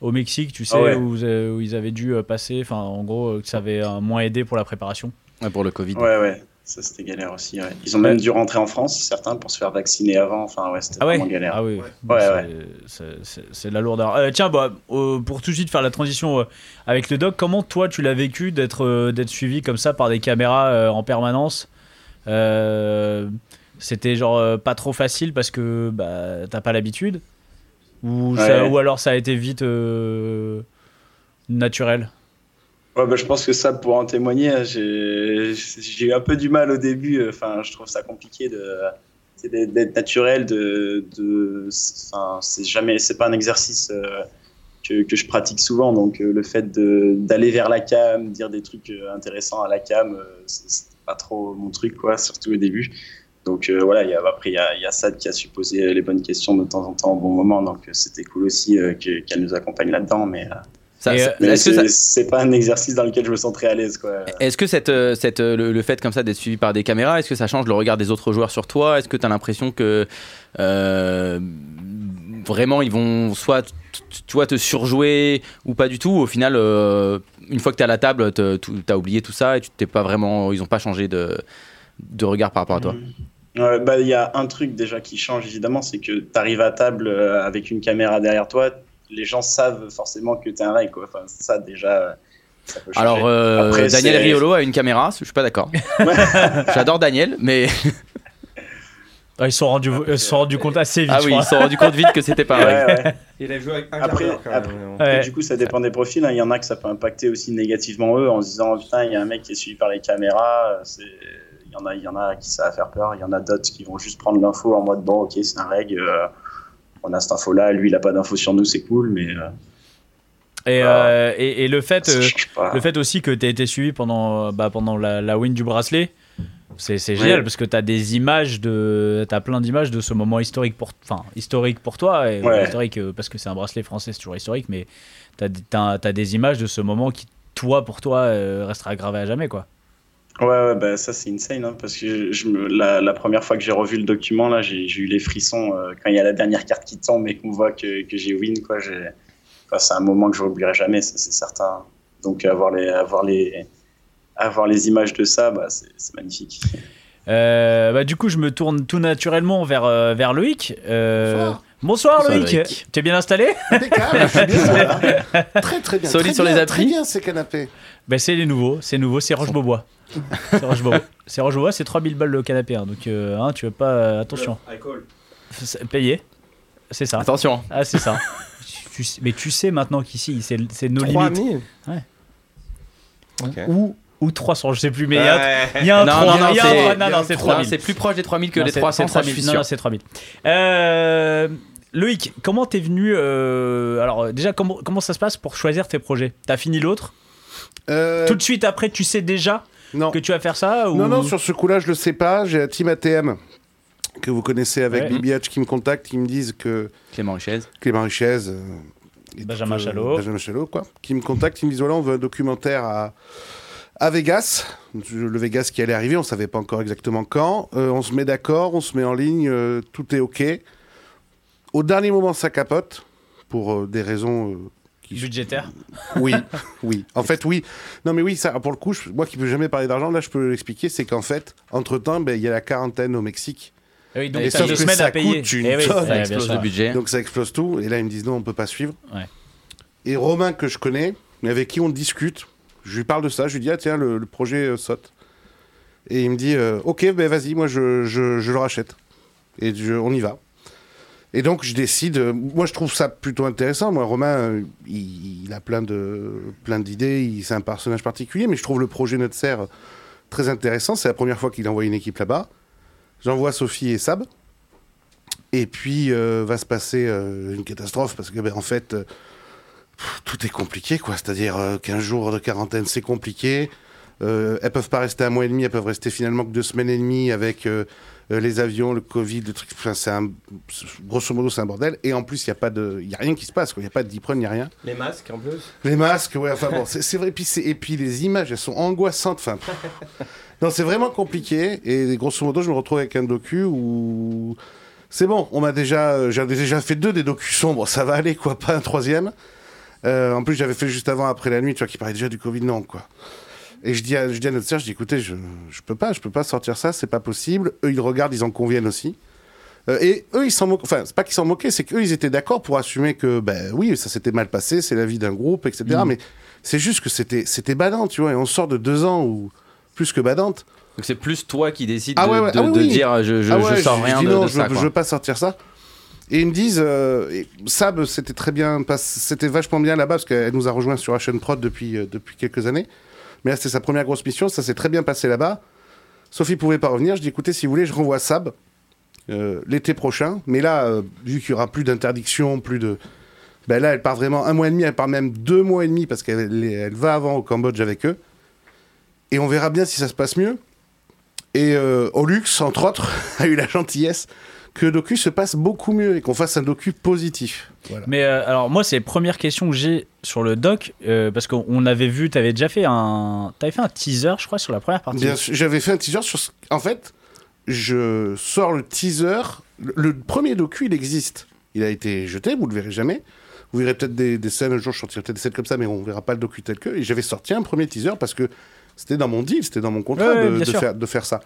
au Mexique, tu sais,
Ah ouais.
où, vous avez- où ils avaient dû euh, passer, enfin en gros, euh, que ça avait euh, moins aidé pour la préparation.
Ouais, pour le Covid.
Ouais, ouais. Ça, c'était galère aussi. ouais. Ils ont même dû rentrer en France, certains, pour se faire vacciner avant. Enfin, ouais, c'était
Ah ouais
vraiment galère.
Ah oui,
Ouais,
c'est-
ouais.
c'est- c'est- c'est de la lourdeur. Euh, tiens, bah, euh, pour tout de suite faire la transition euh, avec le doc, comment toi tu l'as vécu d'être euh, d'être suivi comme ça par des caméras euh, en permanence Euh, C'était genre euh, pas trop facile parce que bah, t'as pas l'habitude ou, ça-
Ouais.
ou alors ça a été vite euh, naturel
Ouais, bah, je pense que ça, pour en témoigner, hein, j'ai j'ai eu un peu du mal au début. euh, Enfin, je trouve ça compliqué de c'est d'être d'être naturel. De, de, enfin, c'est jamais, c'est pas un exercice euh, que, que je pratique souvent. Donc, euh, le fait de- d'aller vers la cam, dire des trucs euh, intéressants à la cam, euh, c'est c'est pas trop mon truc, quoi, surtout au début. Donc euh, voilà, il y a, après, il y, a, il y a Sad qui a su poser les bonnes questions de temps en temps au bon moment, donc euh, c'était cool aussi euh, que- qu'elle nous accompagne là-dedans, mais, euh,
Ça-
Et,
ça-
euh,
mais
Est-ce que, ça-
c'est c'est pas un exercice dans lequel je me sens très à l'aise. quoi.
est-ce que cette, euh, cette, euh, le, le fait comme ça d'être suivi par des caméras, est-ce que ça change le regard des autres joueurs sur toi Est-ce que tu as l'impression que euh, vraiment ils vont soit t- t- toi te surjouer ou pas du tout Au final, euh, une fois que tu es à la table, te- tout- t'as oublié tout ça et tu t'es pas vraiment, ils ont pas changé de, de regard par rapport à toi.
Ouais, bah, il y a un truc déjà qui change évidemment, c'est que tu arrives à table euh, avec une caméra derrière toi, les gens savent forcément que t'es un rey, quoi. Enfin, ça déjà, euh, ça peut changer.
Alors, euh,
Après,
Daniel
c'est-
Riolo a une caméra, je suis pas d'accord. J'adore Daniel, mais
Ah, ils se sont rendus ils se sont rendus compte assez vite.
ah
je
oui,
crois.
ils se sont rendus compte vite que c'était pas
Ouais,
vrai.
ouais.
Il a joué avec un
Après-
quart d'heure, quand
après-
même.
Ouais.
Et du coup, ça dépend des profils. hein. Il y en a que ça peut impacter aussi négativement eux en se disant oh, putain, il y a un mec qui est suivi par les caméras. euh, c'est- Il y en a, il y en a qui ça va faire peur. Il y en a d'autres qui vont juste prendre l'info en mode bon, ok, c'est un reg. euh, on a cette info là. Lui, il a pas d'info sur nous, c'est cool, mais euh,
Et, euh, et, et le fait,
Bah, ça
euh,
change pas.
le fait aussi que tu été suivi pendant, euh, bah, pendant la, la win du bracelet, c'est c'est génial
Ouais.
parce que tu as des images de, t'as plein d'images de ce moment historique pour, enfin historique pour toi, et,
Ouais.
historique euh, parce que c'est un bracelet français, c'est toujours historique, mais tu as, des images de ce moment qui toi pour toi euh, restera gravé à jamais quoi.
Ouais, ouais, bah ça c'est insane hein, parce que je, je me, la, la première fois que j'ai revu le document là, j'ai j'ai eu les frissons euh, quand il y a la dernière carte qui tombe et qu'on voit que, que j'ai win quoi. j'ai- Enfin, c'est un moment que je n'oublierai jamais, ça c'est certain. Donc avoir les avoir les avoir les images de ça, bah c'est c'est magnifique.
Euh, bah, du coup je me tourne tout naturellement vers, euh, vers Loïc. Euh, bonsoir,
Bonsoir,
Loïc,
Loïc.
t'es bien installé
Impeccable, je suis bien, voilà. Très très bien.
Solide
très
sur
bien,
les
Très
applis.
bien ces canapés.
Ben c'est les nouveaux, c'est nouveau, c'est Roche Beaubois. c'est Roche Beaubois. C'est Roche Beaubois, c'est 3000 balles le canapé. hein, donc euh, hein, tu veux pas. euh, attention. C'est Payé. C'est ça.
Attention,
Ah, c'est ça. Tu sais- mais tu sais maintenant qu'ici, c'est c'est nos limites.
3000
Ou, ou 300, je sais plus, mais il y a-
Ouais.
il y, a un
Non,
3,
non, non,
il y a un
c'est-
trois- non, non, c'est
Non,
3000.
c'est plus proche des 3000 que
Non,
les
c'est-
300,
c'est
ça, hein.
3000.
je suis
Non, non,
sûr.
c'est 3000. Euh, Loïc, comment t'es venu. euh, alors, déjà, comment, comment ça se passe pour choisir tes projets T'as fini l'autre
Euh,
Tout de suite après, tu sais déjà
non.
que tu vas faire ça ou...
non, non, sur ce coup-là, je le sais pas. J'ai la team ATM que vous connaissez avec
Ouais.
Bibi Hatch qui me contacte, qui me disent que
Clément Richez.
Clément Richez, euh, et
Benjamin
tout, euh,
Chalot.
Benjamin Chalot, quoi, qui me contacte, qui me disent voilà, on veut un documentaire à, à Vegas, le Vegas qui allait arriver, on savait pas encore exactement quand. Euh, on se met d'accord, on se met en ligne, euh, tout est ok. Au dernier moment, ça capote pour euh, des raisons. euh, qui-
Budgétaire.
Oui, oui. En fait, oui. Non, mais oui, ça, pour le coup, je- moi qui peux jamais parler d'argent, là, je peux l'expliquer. C'est qu'en fait, entre temps, il y a la quarantaine au Mexique.
Ah Oui, donc
Et
t'as
sauf
deux
que
semaines
ça
à payer.
coûte une
Eh oui,
tonne,
ouais,
ça
bien
Ça explose
sûr.
le budget.
Donc ça explose tout. Et là, ils me disent non, on peut pas suivre.
Ouais.
Et Romain, que je connais, mais avec qui on discute, je lui parle de ça. Je lui dis, ah tiens, le, le projet euh, saute. Et il me dit, euh, ok, ben vas-y, moi, je, je- je le rachète. Et je- on y va. Et donc, je décide. euh, moi, je trouve ça plutôt intéressant. Moi, Romain, euh, il, il a plein de plein d'idées. il- C'est un personnage particulier, mais je trouve le projet Notre Serre très intéressant. C'est la première fois qu'il envoie une équipe là-bas. J'envoie Sophie et Sab. Et puis euh, va se passer euh, une catastrophe parce que ben, en fait euh, pff, tout est compliqué quoi. C'est-à-dire euh, 15 jours de quarantaine c'est compliqué. Euh, elles peuvent pas rester un mois et demi, elles peuvent rester finalement que deux semaines et demie avec euh, euh, les avions, le Covid, le truc. Enfin, c'est un- c'est- grosso modo c'est un bordel. Et en plus il y a pas de, il y a rien qui se passe. quoi. Il y a pas de diprone, il y a rien.
Les masques en plus.
Les masques, ouais, enfin bon, c'est c'est vrai. Et puis, c'est- et puis les images, elles sont angoissantes. Enfin, pff. non, c'est vraiment compliqué. Et grosso modo, je me retrouve avec un docu où c'est bon, on m'a déjà, euh, j'avais déjà fait deux des docus sombres, ça va aller quoi, pas un troisième. Euh, en plus, j'avais fait juste avant, après la nuit, tu vois, qui parlait déjà du Covid, non quoi. Et je dis à, je dis à notre sœur, je dis écoutez, je, je peux pas, je peux pas sortir ça, c'est pas possible. Eux, ils regardent, ils en conviennent aussi. Euh, et eux, ils s'en moquent. Enfin, c'est pas qu'ils s'en moquaient, c'est qu'eux, ils étaient d'accord pour assumer que, ben oui, ça s'était mal passé, c'est la vie d'un groupe, etc. Mais c'est juste que c'était, c'était badant, tu vois. Et on sort de deux ans ou plus que badante.
Donc c'est plus toi qui décides
Ah
de,
ouais, ouais,
de-
ah oui,
de
oui.
dire je, je,
Ah
je
ouais,
sors
je- je
rien
dis
de,
non,
de
je,
ça.
veux-
quoi.
je veux pas sortir ça. Et ils me disent, euh, et Sab, c'était très bien, pas- c'était vachement bien là-bas parce qu'elle nous a rejoint sur Ocean Prod depuis, euh, depuis quelques années. Mais là, c'était sa première grosse mission, ça s'est très bien passé là-bas. Sophie pouvait pas revenir, je dis écoutez, si vous voulez, je renvoie Sab euh, l'été prochain. Mais là, euh, vu qu'il y aura plus d'interdiction, plus de. Ben là, elle part vraiment un mois et demi, elle part même deux mois et demi parce qu'elle elle va avant au Cambodge avec eux. Et on verra bien si ça se passe mieux. Et euh, Olux, entre autres, a eu la gentillesse que le docu se passe beaucoup mieux et qu'on fasse un docu positif. Voilà.
Mais euh, alors, moi, c'est les premières questions que j'ai sur le doc, euh, parce qu'on avait vu, tu avais déjà fait un, avais fait un teaser, je crois, sur la première partie.
Bien sûr, j'avais fait un teaser sur. ce- En fait, je sors le teaser. Le, le premier docu, il existe. Il a été jeté, vous le verrez jamais. Vous verrez peut-être des, des scènes un jour, je sortirai peut-être des scènes comme ça, mais on verra pas le docu tel que. Et j'avais sorti un premier teaser parce que c'était dans mon deal, c'était dans mon contrat
Ouais, ouais,
de,
bien
de
sûr.
faire, de faire ça.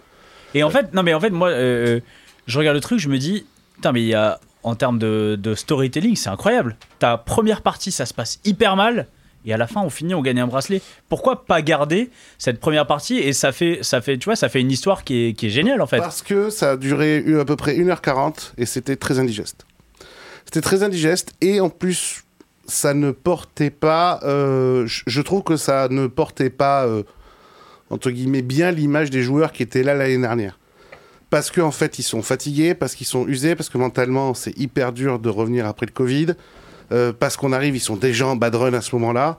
Et en fait, non, mais en fait, moi, euh, euh, je regarde le truc, je me dis, putain, mais il y a, en termes de, de storytelling, c'est incroyable. Ta première partie, ça se passe hyper mal. Et à la fin, on finit, on gagne un bracelet. Pourquoi pas garder cette première partie Et ça fait, ça fait, tu vois, ça fait une histoire qui est, qui est géniale en fait.
Parce que ça a duré eu à peu près 1h40 et c'était très indigeste. C'était très indigeste et en plus, ça ne portait pas. euh, je- je trouve que ça ne portait pas, euh, entre guillemets, bien l'image des joueurs qui étaient là l'année dernière. Parce qu'en fait, ils sont fatigués, parce qu'ils sont usés, parce que mentalement, c'est hyper dur de revenir après le Covid, euh, parce qu'on arrive, ils sont déjà en bad run à ce moment-là.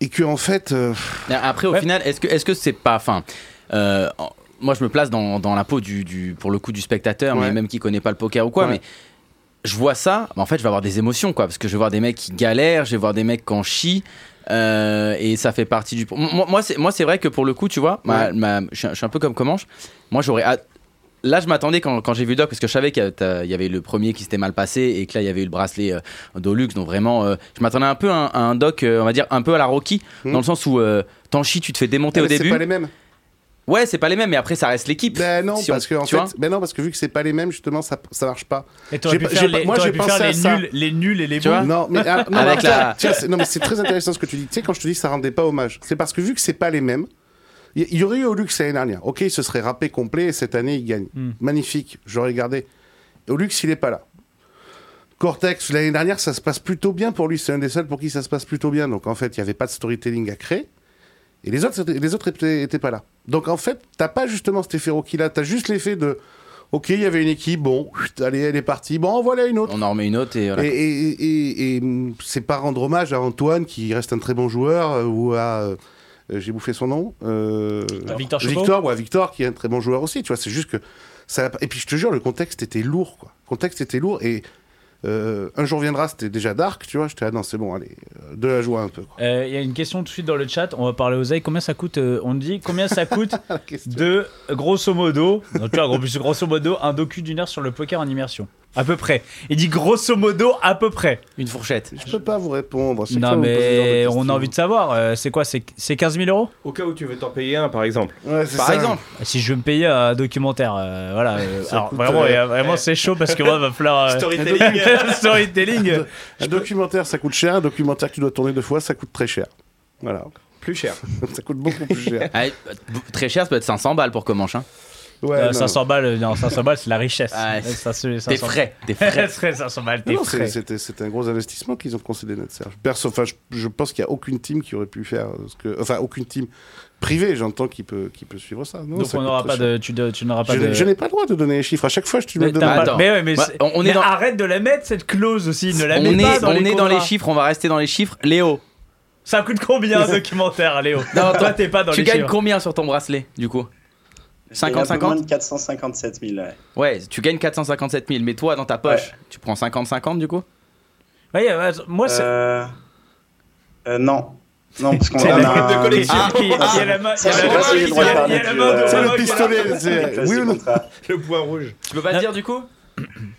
Et que en fait, euh,
Après, au
Ouais.
final, est-ce que est-ce que c'est pas, enfin, euh, en- moi je me place dans, dans la peau du, du- pour le coup du spectateur, mais
Ouais.
même qui connaît pas le poker ou quoi,
Ouais.
mais je vois ça, bah, en fait, je vais avoir des émotions, quoi, parce que je vais voir des mecs qui galèrent, je vais voir des mecs qui en chient. euh, et ça fait partie du. Moi, moi, c'est moi, c'est vrai que pour le coup, tu vois, ma-
Ouais.
ma- je, suis, un- je suis un peu comme Comanche. Moi, j'aurais. hâte- Là, je m'attendais quand, quand j'ai vu le Doc, parce que je savais qu'il y a- t'as- il y avait le premier qui s'était mal passé et que là, il y avait eu le bracelet euh, Dolux. Donc, vraiment, euh, je m'attendais un peu à un, à un Doc, euh, on va dire, un peu à la Rocky,
Mhm.
dans le sens où euh, t'en chies, tu te fais démonter au
Ah, c'est
début.
pas les mêmes.
Ouais, c'est pas les mêmes, mais après, ça reste l'équipe.
Ben non,
Si on-
parce que en
tu
fait,
vois
ben non, parce que vu que c'est pas les mêmes, justement, ça, ça marche pas.
Et t'aurais
J'ai
pu
pas-
faire
j'ai pas-
les,
moi,
t'aurais
j'ai
pu
pensé
faire
à
les
ça.
nuls, les nuls et les
Tu vois
bons.
Non, mais, ah, non, mais
Avec
tiens,
la-
tiens, c'est- non, mais c'est très intéressant ce que tu dis. Tu sais, quand je te dis que ça rendait pas hommage, c'est parce que vu que c'est pas les mêmes, il y, il y aurait eu Olux l'année dernière. Ok, il se serait râpé complet et cette année, il gagne.
Hmm.
Magnifique, j'aurais gardé. Olux, il est pas là. Cortex, l'année dernière, ça se passe plutôt bien pour lui. C'est un des seuls pour qui ça se passe plutôt bien. Donc en fait, il n'y avait pas de storytelling à créer. Et les autres, les autres étaient, étaient pas là. Donc en fait, t'as pas justement cet effet Rocky là. T'as juste l'effet de. Ok, il y avait une équipe, bon, chut, allez, elle est partie. Bon, en voilà une autre.
on en remet une autre et voilà.
Et, et- et- et, mm, c'est pas rendre hommage à Antoine, qui reste un très bon joueur, euh, ou à. euh, euh, J'ai bouffé son nom euh,
À Victor Chauveau.
Victor, ou à Victor, qui est un très bon joueur aussi. Tu vois, c'est juste que. Ça, et puis je te jure, le contexte était lourd, quoi. Le contexte était lourd, et. euh, un jour viendra, c'était déjà dark, tu vois. J'étais là, non, c'est bon, allez, euh, de la joie un peu. Quoi.
Euh, Il y a une question tout de suite dans le chat. On va parler aux ailes. Combien ça coûte euh, On dit combien ça coûte
La question.
de grosso modo, donc tu vois, gros- grosso modo, un docu d'une heure sur le poker en immersion. À peu près. Il dit grosso modo à peu près.
Une fourchette.
Je peux pas vous répondre. à chaque fois,
Non
vous me posez ce genre de
mais on a
questions.
envie de savoir. euh, c'est quoi C'est c'est 15 000 euros
Au cas où tu veux t'en payer un, par exemple.
Ouais, c'est
Par
ça.
exemple,
Ah, Si je veux me payer un documentaire, euh, voilà. euh,
Ça
alors
coûte,
vraiment,
euh,
il y a- vraiment c'est chaud parce que moi, il va falloir euh,
Storytelling.
storytelling.
Un documentaire, ça coûte cher. Un documentaire que tu dois tourner deux fois, ça coûte très cher. Voilà.
Plus cher.
ça coûte beaucoup plus cher.
Allez, très cher, ça peut être 500 balles pour Comanche. Hein.
Ouais,
Euh,
non.
500 balles, non, 500 balles, c'est la richesse.
Ah, c'est-
Ça, c'est-
T'es
500
frais, t'es
Frais,
frais.
frais, 500 balles,
Non,
t'es
non,
frais.
c'est- C'était c'était un gros investissement qu'ils ont concédé notre Serge. Perso, enfin, je, je pense qu'il n'y a aucune team qui aurait pu faire euh, ce que. Enfin, aucune team privée, j'entends, qui peut, qui peut suivre ça. Non,
Donc
ça
on
coûte
n'aura
très
pas
cher.
de, tu, de- tu n'auras pas
Je n'ai-
de.
Je n'ai pas le droit de donner les chiffres. À chaque fois, je te le
Mais, Bah,
demande.
t'as pas-
Attends.
mais ouais, mais
Ouais,
c'est-
on- on est
mais
dans-
arrête de la mettre cette clause aussi, ne la
On
mets pas
est,
dans
on
les
est dans les
contrats.
chiffres, on va rester dans les chiffres. Léo,
Ça coûte combien un documentaire, Léo
Non,
toi t'es pas dans
tu
les
gagnes
chiffres.
combien sur ton bracelet du coup
J'ai un peu
50-50?
moins de 457 000. ouais.
Ouais, tu gagnes 457 000, mais toi dans ta poche, tu prends 50-50 du coup
Ouais, ouais, moi, c'est.
Euh... euh, non. Non, parce qu'on
C'est
on
la
a
faute de
un-
collection.
Ah,
Il y a la main.
Ça,
il y a
je sais
la
pas
main
si j'ai le
qui-
droit de faire
il y a
des
la
petits,
main de-
euh,
C'est le
qui-
pistolet. c'est-
Classe
Oui
du
ou non
contrat.
Le point rouge.
Tu peux pas
Non.
dire du coup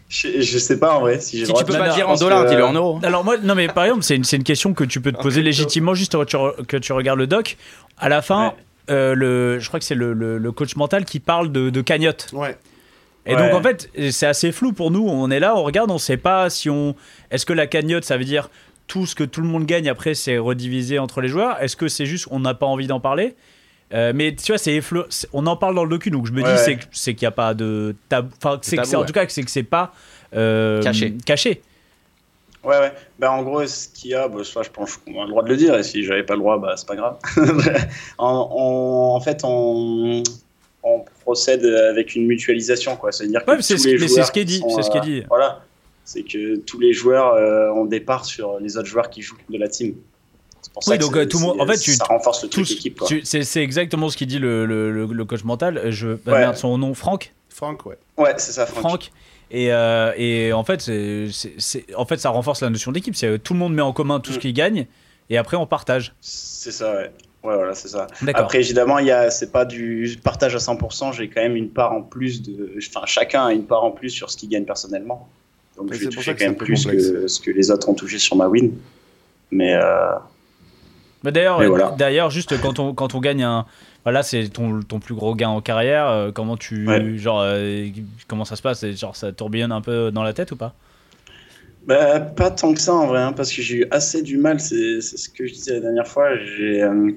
Je, je sais pas en vrai si j'ai
Si
le droit
tu peux
de-
pas
Je
dire en
pense
dollars,
que-
dis-le en euros. hein.
Alors moi, non mais par exemple, c'est une, c'est une question que tu peux te
En
poser
crypto.
légitimement juste avant que tu re- que tu regardes le doc. À la fin,
Ouais.
euh, le, je crois que c'est le, le- le coach mental qui parle de, de cagnotte.
Ouais.
Et
Ouais.
donc en fait, c'est assez flou pour nous. On est là, on regarde, on sait pas si on. Est-ce que la cagnotte, ça veut dire tout ce que tout le monde gagne après, c'est redivisé entre les joueurs Est-ce que c'est juste on n'a pas envie d'en parler Euh, mais tu vois, c'est efflo- c'est- on en parle dans le docu, donc je me dis
Ouais.
c'est que- c'est qu'il n'y a pas de tabou, enfin c'est que
tabou,
c'est- en
ouais.
tout cas que c'est que c'est pas euh,
Caché.
caché.
Ouais, ouais. Ben, en gros, ce qu'il y a, bah, ça, je pense qu'on a le droit de le dire. Et si j'avais pas le droit, bah, c'est pas grave. en, on- en fait, on, on procède avec une mutualisation, quoi. C'est-à-dire que
Ouais, mais c'est
tous
ce-
les
mais c'est
joueurs
ce qui est
qui
dit,
sont,
c'est ce qui est
euh,
dit.
Voilà. C'est que tous les joueurs euh, ont des parts sur les autres joueurs qui jouent de la team. pour
Oui,
ça que
donc,
c'est-
euh, tout le monde-
c'est-
en fait, tu-
ça renforce le truc
Tous-
équipe. quoi.
tu- c'est c'est exactement ce qu'il dit le, le- le- le coach mental. Je, bah,
Ouais.
merde, son nom, Franck.
Franck, ouais.
Ouais, c'est ça, Franck.
Franck. Et, euh, et en, fait, c'est- c'est- c'est- en fait, ça renforce la notion d'équipe. C'est, euh, Tout le monde met en commun tout ce
Mm.
qu'il gagne et après on partage.
C'est ça, ouais. Ouais, voilà, c'est ça.
D'accord.
Après, évidemment, il y a, c'est pas du partage à 100%, j'ai quand même une part en plus de. Enfin, chacun a une part en plus sur ce qu'il gagne personnellement. Donc,
Mais
je vais
c'est pour
toucher
ça que
quand même
c'est un peu
plus
complexe.
que ce que les autres ont touché sur ma win. Mais euh,
Mais d'ailleurs,
Mais
euh,
voilà.
d'ailleurs, juste quand on, quand on gagne un. Voilà, c'est ton, ton plus gros gain en carrière. euh, comment tu.
Ouais.
Genre, euh, comment ça se passe C'est- Genre, ça tourbillonne un peu dans la tête ou pas
bah, pas tant que ça en vrai, hein, parce que j'ai eu assez du mal, c'est, c'est ce que je disais la dernière fois. J'ai, euh,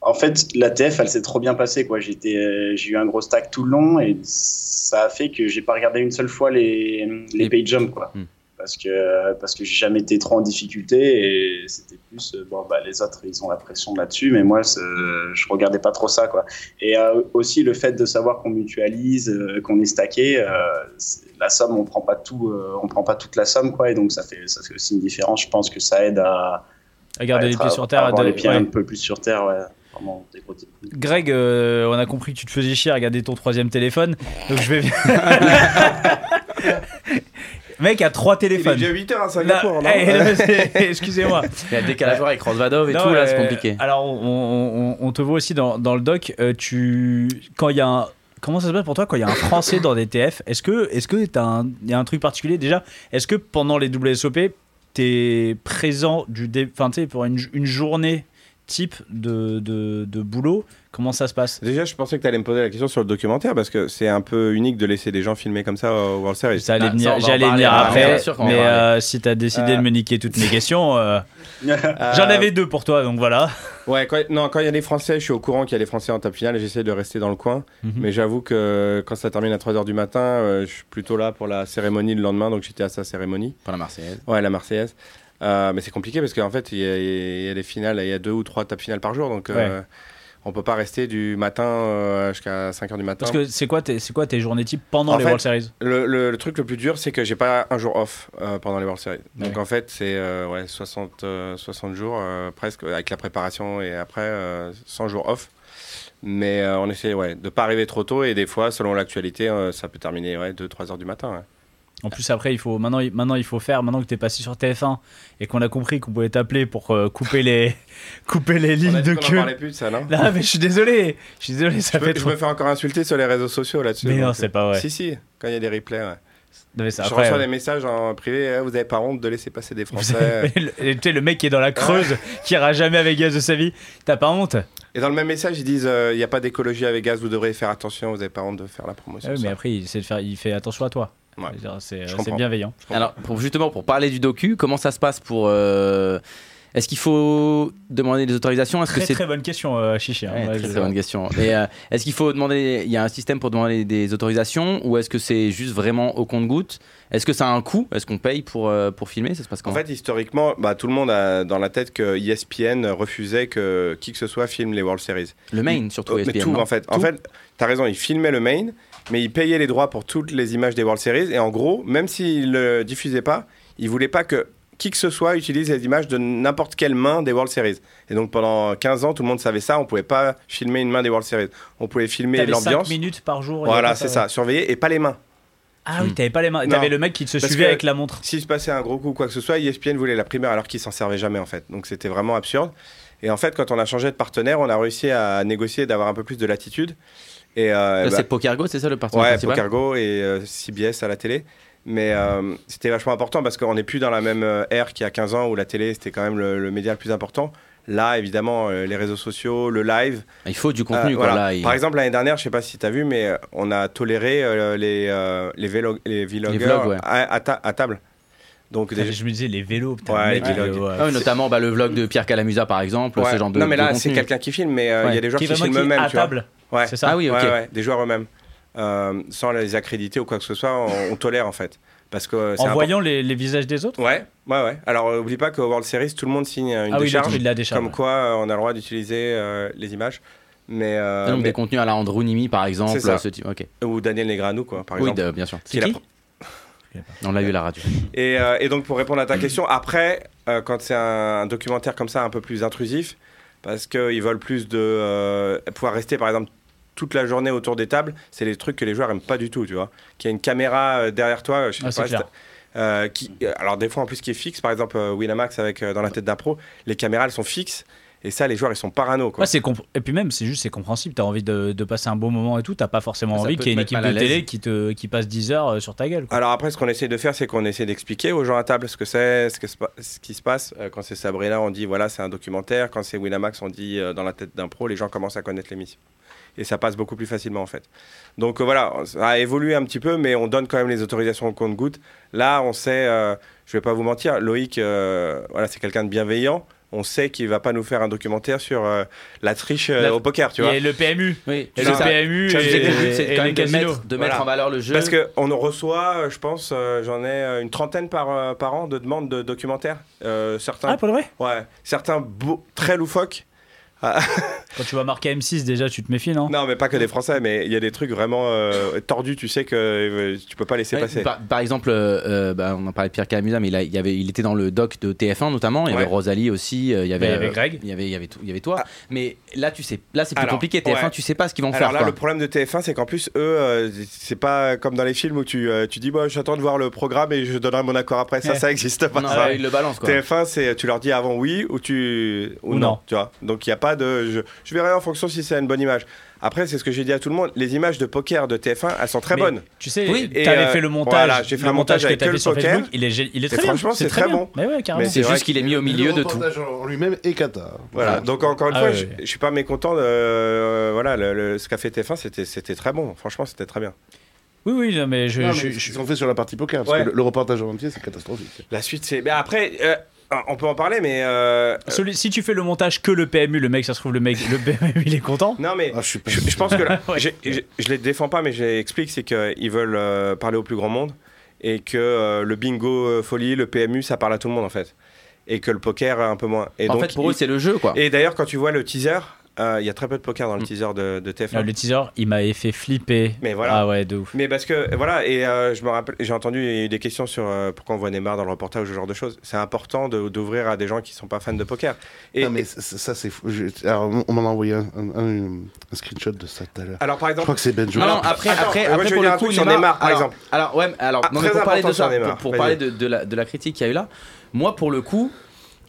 en fait, la TF, elle s'est trop bien passée, quoi. J'étais, euh, j'ai eu un gros stack tout le long et ça a fait que j'ai pas regardé une seule fois les, les,
Les-
pay jump, quoi.
Hmm.
Parce que, parce que j'ai jamais été trop en difficulté et c'était plus, euh, bon, bah, les autres, ils ont la pression là-dessus, mais moi, c'est- je regardais pas trop ça, quoi. Et euh, aussi le fait de savoir qu'on mutualise, euh, qu'on est stacké, euh, c'est- la somme, on prend pas tout, euh, on prend pas toute la somme, quoi. Et donc ça fait, ça fait aussi une différence. Je pense que ça aide à,
À garder
à
les
être-
pieds
à
sur terre. à
avoir
de-
les pieds
ouais.
un peu plus sur terre, ouais. Vraiment, des gros types.
Greg, euh, on a compris que tu te faisais chier à regarder ton troisième téléphone. Donc je vais. Mec a trois
Il est
téléphones.
déjà 8h à
Là-
Singapour, non
Eh, non, c'est- Excusez-moi.
Il y a le décalage horaire avec Rosvadov et
Non,
tout, là,
euh,
c'est compliqué.
Alors, on, on- on- on te voit aussi dans, dans le doc. euh, tu, quand il y a un- comment ça se passe pour toi quand il y a un Français dans des TF Est-ce que, est-ce que t'as un, il y a un truc particulier déjà Est-ce que pendant les WSOP, t'es présent du, dé- enfin, tu sais, pour une, une journée type de, de, de boulot Comment ça se passe
Déjà, je pensais que tu allais me poser la question sur le documentaire parce que c'est un peu unique de laisser des gens filmer comme ça au World Series.
ça allait
Ah, ça, on
venir,
va en
j'allais
parler,
venir
hein,
après,
bien sûr qu'on va en
mais
parler.
euh, si t'as décidé
Euh.
de me niquer toutes mes questions, euh, j'en
Euh,
avais deux pour toi, donc voilà.
Ouais, quand, non, quand il y a les Français, je suis au courant qu'il y a les Français en table finale et j'essaie de rester dans le coin.
Mhm.
Mais j'avoue que quand ça termine à 3h du matin, euh, je suis plutôt là pour la cérémonie le lendemain, donc j'étais à sa cérémonie.
Pour la Marseillaise.
Ouais, la Marseillaise. Euh, mais c'est compliqué parce qu'en fait, il y, a- il y a les finales, il y a deux ou trois tables finales par jour, donc euh, on peut pas rester du matin euh, jusqu'à 5h du matin.
Parce que c'est quoi, tes- c'est quoi tes journées types pendant
En
les
fait,
World Series
Le, le- le truc le plus dur, c'est que j'ai pas un jour off euh, pendant les World Series. Donc en fait, c'est euh, ouais, 60, euh, 60 jours euh, presque avec la préparation et après euh, 100 jours off. Mais euh, on essaie ouais, de pas arriver trop tôt et des fois, selon l'actualité, euh, ça peut terminer ouais, 2-3 heures du matin. ouais.
En plus, après, il faut, maintenant, il- maintenant, il faut faire, maintenant que t'es passé sur TF1 et qu'on a compris qu'on pouvait t'appeler pour euh, couper, les, couper les
On a
lignes
dit
de
qu'on en
queue.
parlait plus de ça, non
Non, mais je suis désolé, je suis désolé,
je,
ça fait
me, je
trop.
me fais encore insulter sur les réseaux sociaux là-dessus.
Mais
donc,
non,
euh,
c'est pas vrai.
Si, si, quand il y a des replays. ouais.
Non, mais c'est
Je
après,
reçois
euh,
des messages en privé, eh, vous avez pas honte de laisser passer des
vous
Français. euh.
savez, le- tu sais, le mec qui est dans la creuse, qui ira jamais à Vegas de sa vie, t'as pas honte
et dans le même message, ils disent, euh, il n'y a pas d'écologie avec gaz, vous devrez faire attention, vous avez pas honte de faire la promotion.
Ah oui,
ça.
Mais après, il, sait de faire, il fait attention à toi.
Ouais.
C'est-à-dire, C'est
Je
euh, c'est
comprends.
bienveillant.
Alors, pour- justement, pour parler du docu, comment ça se passe pour. euh, Est-ce qu'il faut demander des autorisations Est-ce que
Très
c'est
très bonne question, euh, Chichi. hein.
Ouais,
Ouais,
très,
je-
très bonne question. Et euh, est-ce qu'il faut demander, il y a un système pour demander des autorisations ou est-ce que c'est juste vraiment au compte-goutte Est-ce que ça a un coût Est-ce qu'on paye pour, euh, pour filmer Ça se passe
En
comment
fait, historiquement, bah, tout le monde a dans la tête que E ESPN refusait que qui que ce soit filme les World Series.
Le main surtout E
Euh, mais
ESPN,
tout,
non
en fait. En
Tout
fait, t'as raison, ils filmaient le main, mais ils payaient les droits pour toutes les images des World Series. Et en gros, même s'ils le diffusaient pas, ils voulaient pas que qui que ce soit utilise les images de n'importe quelle main des World Series. Et donc pendant 15 ans, tout le monde savait ça, on pouvait pas filmer une main des World Series. On pouvait filmer
T'avais 5
l'ambiance.
minutes par jour. il y a
Voilà,
pas
c'est
ouais.
ça, surveiller et pas les mains.
Ah oui, t'avais pas les mains.
Non.
T'avais le mec qui te
Parce
suivait
que-
avec la montre.
S'il se passait un gros coup ou quoi que ce soit, E ESPN voulait la primeur alors qu'ils s'en servaient jamais en fait. Donc c'était vraiment absurde. Et en fait, quand on a changé de partenaire, on a réussi à négocier d'avoir un peu plus de latitude. Et euh,
Là,
bah,
c'est Pokergo, c'est ça le partenaire
ouais,
principal
Pokergo et euh, CBS à la télé. Mais euh, c'était vachement important parce qu'on n'est plus dans la même euh, ère qu'il y a 15 ans où la télé c'était quand même le, le média le plus important. Là, évidemment, euh, les réseaux sociaux, le live.
Ah, Il faut du contenu
Euh,
quoi,
voilà.
là, il-
Par exemple, l'année dernière, je sais pas si tu as vu, mais euh, on a toléré euh, les, euh, les, vélo- les vlogueurs
vlogs, ouais.
à, à ta- à table. Donc,
Putain,
déjà-
Ah, Je me disais, les vélos, putain,
Ouais,
le mec,
les
il-
vélos.
ouais.
Ah oui, notamment bah, le vlog de Pierre Calamusa par exemple,
Ouais.
ce genre de
non mais
de
là c'est
contenu.
quelqu'un qui filme mais euh, il y a
Ouais.
des joueurs
Qui
qui,
est vraiment
filment
qui est
eux-mêmes
à
tu vois.
table.
Ouais.
C'est ça.
Ah oui, ok.
Ouais, ouais, des joueurs eux-mêmes Euh, sans les accréditer ou quoi que ce soit on, on tolère en fait parce que euh, c'est
En
impor-
voyant les, les visages des autres
ouais ouais ouais alors euh, oublie pas qu'au World Series tout le monde signe euh, une
Ah oui, le
décharge
truc de la décharge.
comme quoi euh, on a le droit d'utiliser euh, les images mais, euh,
Ah, Donc
mais-
des contenus à la Andrew Nimi par exemple,
C'est ça.
ce type. ok.
ou Daniel Negreanu quoi par
Oui,
exemple
de- bien sûr.
qui est la pr-
On l'a eu à la radio.
Et, euh, et donc, pour répondre à ta question, après, euh, quand c'est un, un documentaire comme ça, un peu plus intrusif, parce qu'ils veulent plus de euh, pouvoir rester, par exemple, toute la journée autour des tables, c'est les trucs que les joueurs aiment pas du tout, tu vois. Qu'il y a une caméra euh, derrière toi, euh, je sais
Ah, c'est
pas.
clair.
c'est- euh, qui, euh, alors des fois en plus qui est fixe, par exemple euh, Winamax avec euh, dans la tête d'un pro, les caméras elles sont fixes et ça les joueurs ils sont parano quoi.
Ouais, c'est compr- et puis même, c'est juste, c'est compréhensible. T'as envie de, de passer un bon moment et tout. T'as pas forcément
Ça
envie
peut
qu'il y ait
te mettre
une équipe
mal à
de télé
l'aise.
qui, te, qui passe 10 heures euh, sur ta gueule. quoi.
Alors après, ce qu'on essaie de faire, c'est qu'on essaie d'expliquer aux gens à table ce que c'est, ce, que se pa- ce qui se passe. Euh, quand c'est Sabrina, on dit voilà, c'est un documentaire. Quand c'est Winamax, on dit euh, dans la tête d'un pro, les gens commencent à connaître l'émission. Et ça passe beaucoup plus facilement en fait. Donc euh, voilà, ça a évolué un petit peu, mais on donne quand même les autorisations au compte-goutte. Là, on sait, euh, je vais pas vous mentir, Loïc, euh, voilà, c'est quelqu'un de bienveillant. On sait qu'il va pas nous faire un documentaire sur euh, la triche euh,
La-
au poker, tu vois.
Et le PMU.
Oui,
Et
c'est
le
ça.
PMU.
Ça,
et,
c'est le but,
c'est
et
quand
les
même de
casinos.
mettre, de mettre
Voilà.
en valeur le jeu.
Parce qu'on reçoit, euh, je pense, euh, j'en ai euh, une trentaine par, euh, par an de demandes de documentaires. Euh, certains,
Ah, pour le vrai
ouais, certains beaux- très loufoques. Ah.
Quand tu vas marquer M6, déjà, tu te méfies, non
Non, mais pas que des Français, mais il y a des trucs vraiment euh, tordus, tu sais que euh, tu peux pas laisser
Ouais,
passer.
Par, par exemple, euh, euh, bah, on en parlait de Pierre Calamusa, mais il, a- il y avait, il était dans le doc de TF1 notamment. Il y avait
Ouais.
Rosalie aussi. euh, il y avait,
il y avait
euh,
Greg.
Il y avait, il y avait, tout- il y avait toi.
Ah.
Mais là, tu sais, là c'est plus
Alors,
compliqué. TF1,
ouais.
tu sais pas ce qu'ils vont
Alors
faire.
là,
quoi.
le problème de TF1, c'est qu'en plus, eux, euh, c'est pas comme dans les films où tu, euh, tu dis, bah, j'attends de voir le programme et je donnerai mon accord après. Ça,
Ouais.
ça existe pas.
Non,
ça.
là, ils le balancent quoi.
TF1, c'est tu leur dis avant oui ou tu ou
Ou
non,
non.
tu vois. Donc il n'y a pas de je, je verrai en fonction si c'est une bonne image. Après c'est ce que j'ai dit à tout le monde, les images de poker de TF1, elles sont très
Mais
bonnes.
Tu sais,
Oui, et,
t'avais
euh,
fait le montage.
voilà, j'ai fait
le
un montage
montage que
avec
t'as
que
fait
le
sur
poker.
Facebook. Il est, gé- il est très
Et
bien.
franchement, c'est
très
très
bien.
bon.
Mais ouais,
Mais
carrément.
C'est
C'est
juste
vrai
qu'il est mis au milieu de tout.
reportage en lui-même et Kata.
Voilà. Donc encore une
Ah
fois,
ouais,
je,
ouais.
je suis pas mécontent de euh, voilà, le, le- ce qu'a fait TF1, c'était c'était très bon. Franchement, c'était très bien.
Oui, oui, non, mais je.
Non, mais
je-
ce
je-
qu'ils ont fait sur la partie poker, parce
Ouais.
que le, le reportage en entier, c'est catastrophique.
La suite c'est mais après euh, on peut en parler mais euh, euh,
Celui- si tu fais le montage que le PMU, le mec, ça se trouve, le mec, le PMU, il est content.
non mais
Ah, je suis pas.
je, je pense que là,
Ouais.
j'ai- j'ai- je les défends pas, mais je les explique, c'est qu'ils veulent euh, parler au plus grand monde et que euh, le bingo euh, folie, le PMU, ça parle à tout le monde en fait, et que le poker euh, un peu moins. Et
en
donc,
fait, pour eux,
ils-
c'est le jeu quoi.
Et d'ailleurs, quand tu vois le teaser, euh, il y a très peu de poker dans le
Mm.
teaser de, de TF1.
Ah, Le teaser, il m'avait fait flipper.
Mais voilà.
Ah ouais, de ouf.
Mais parce que voilà, et euh, je me rappelle, j'ai entendu il y a eu des questions sur euh, pourquoi on voit Neymar dans le reportage, ce genre de choses. C'est important de- d'ouvrir à des gens qui sont pas fans de poker. Et,
Non, mais ça, ça- ça, c'est fou. Je- Alors, on m'en a envoyé un, un- un- un screenshot de ça tout à l'heure.
alors par
Je
exemple,
crois que c'est Benjo.
Non, non, après,
Attends,
après,
moi,
après
je vais
pour
dire
le
un
coup,
truc sur Neymar, par
alors,
exemple.
Alors, ouais, mais alors,
Ah,
non, mais
très
pour parler de
important
ça,
sur Neymar,
pour, pour
vas-y.
parler de, de la, de la critique qu'il y a eu là, moi, pour le coup,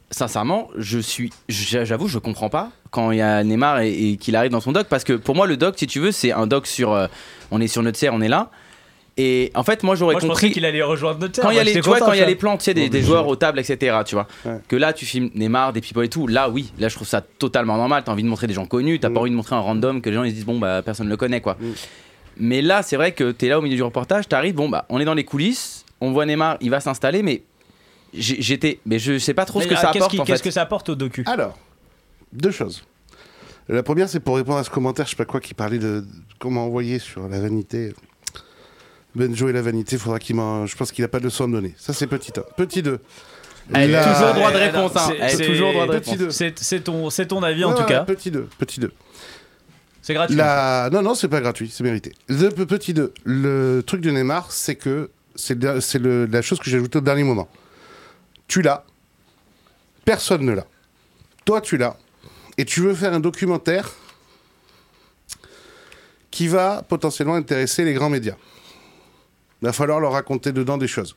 sincèrement, je suis, j'a- j'avoue, je comprends pas quand il y a Neymar et, et qu'il arrive dans son doc, parce que pour moi, le doc, si tu veux, c'est un doc sur, euh, on est sur notre serre, on est là, et en fait, moi, j'aurais
Moi, je pensais
compris.
qu'il allait rejoindre notre terre.
Quand il y a
Moi,
les,
j'étais
tu vois,
content,
quand il y a
tu
les plans, tu sais, des,
Non, mais
des
je-
joueurs aux tables, etc. Tu vois,
Ouais.
que là, tu filmes Neymar, des people et tout. Là, oui, là, je trouve ça totalement normal. T'as envie de montrer des gens connus, t'as
Mm.
pas envie de montrer un random que les gens ils se disent bon bah personne le connaît quoi.
Mm.
Mais là, c'est vrai que t'es là au milieu du reportage, t'arrives, bon bah on est dans les coulisses, on voit Neymar, il va s'installer, mais j'ai- j'étais, mais je sais pas trop
vois.
ce que
Mais,
ça
ah, qu'est-ce
apporte
qui-
en
Qu'est-ce
fait.
que ça apporte au docu
Alors, deux choses. La première, c'est pour répondre à ce commentaire, je sais pas quoi, qui parlait de, de comment envoyer sur la vanité. Benjo et la vanité, faudra qu'il m'en. Je pense qu'il a pas de leçon à me donner. Ça, c'est petit 1. Petit 2.
Elle est
Là-
toujours droit de
Eh,
réponse.
non,
hein.
c'est-
Elle
c'est-
est toujours droit de
Petit
réponse.
deux.
C'est c'est ton, c'est ton avis en
Ouais,
tout
ouais,
cas.
Petit 2. Petit 2.
C'est gratuit.
La- Non, non, c'est pas gratuit, c'est mérité. Le p- petit 2, le truc de Neymar, c'est que c'est le- c'est le- la chose que j'ai ajoutée au dernier moment. Tu l'as, personne ne l'a. Toi, tu l'as, et tu veux faire un documentaire qui va potentiellement intéresser les grands médias. Il va falloir leur raconter dedans des choses.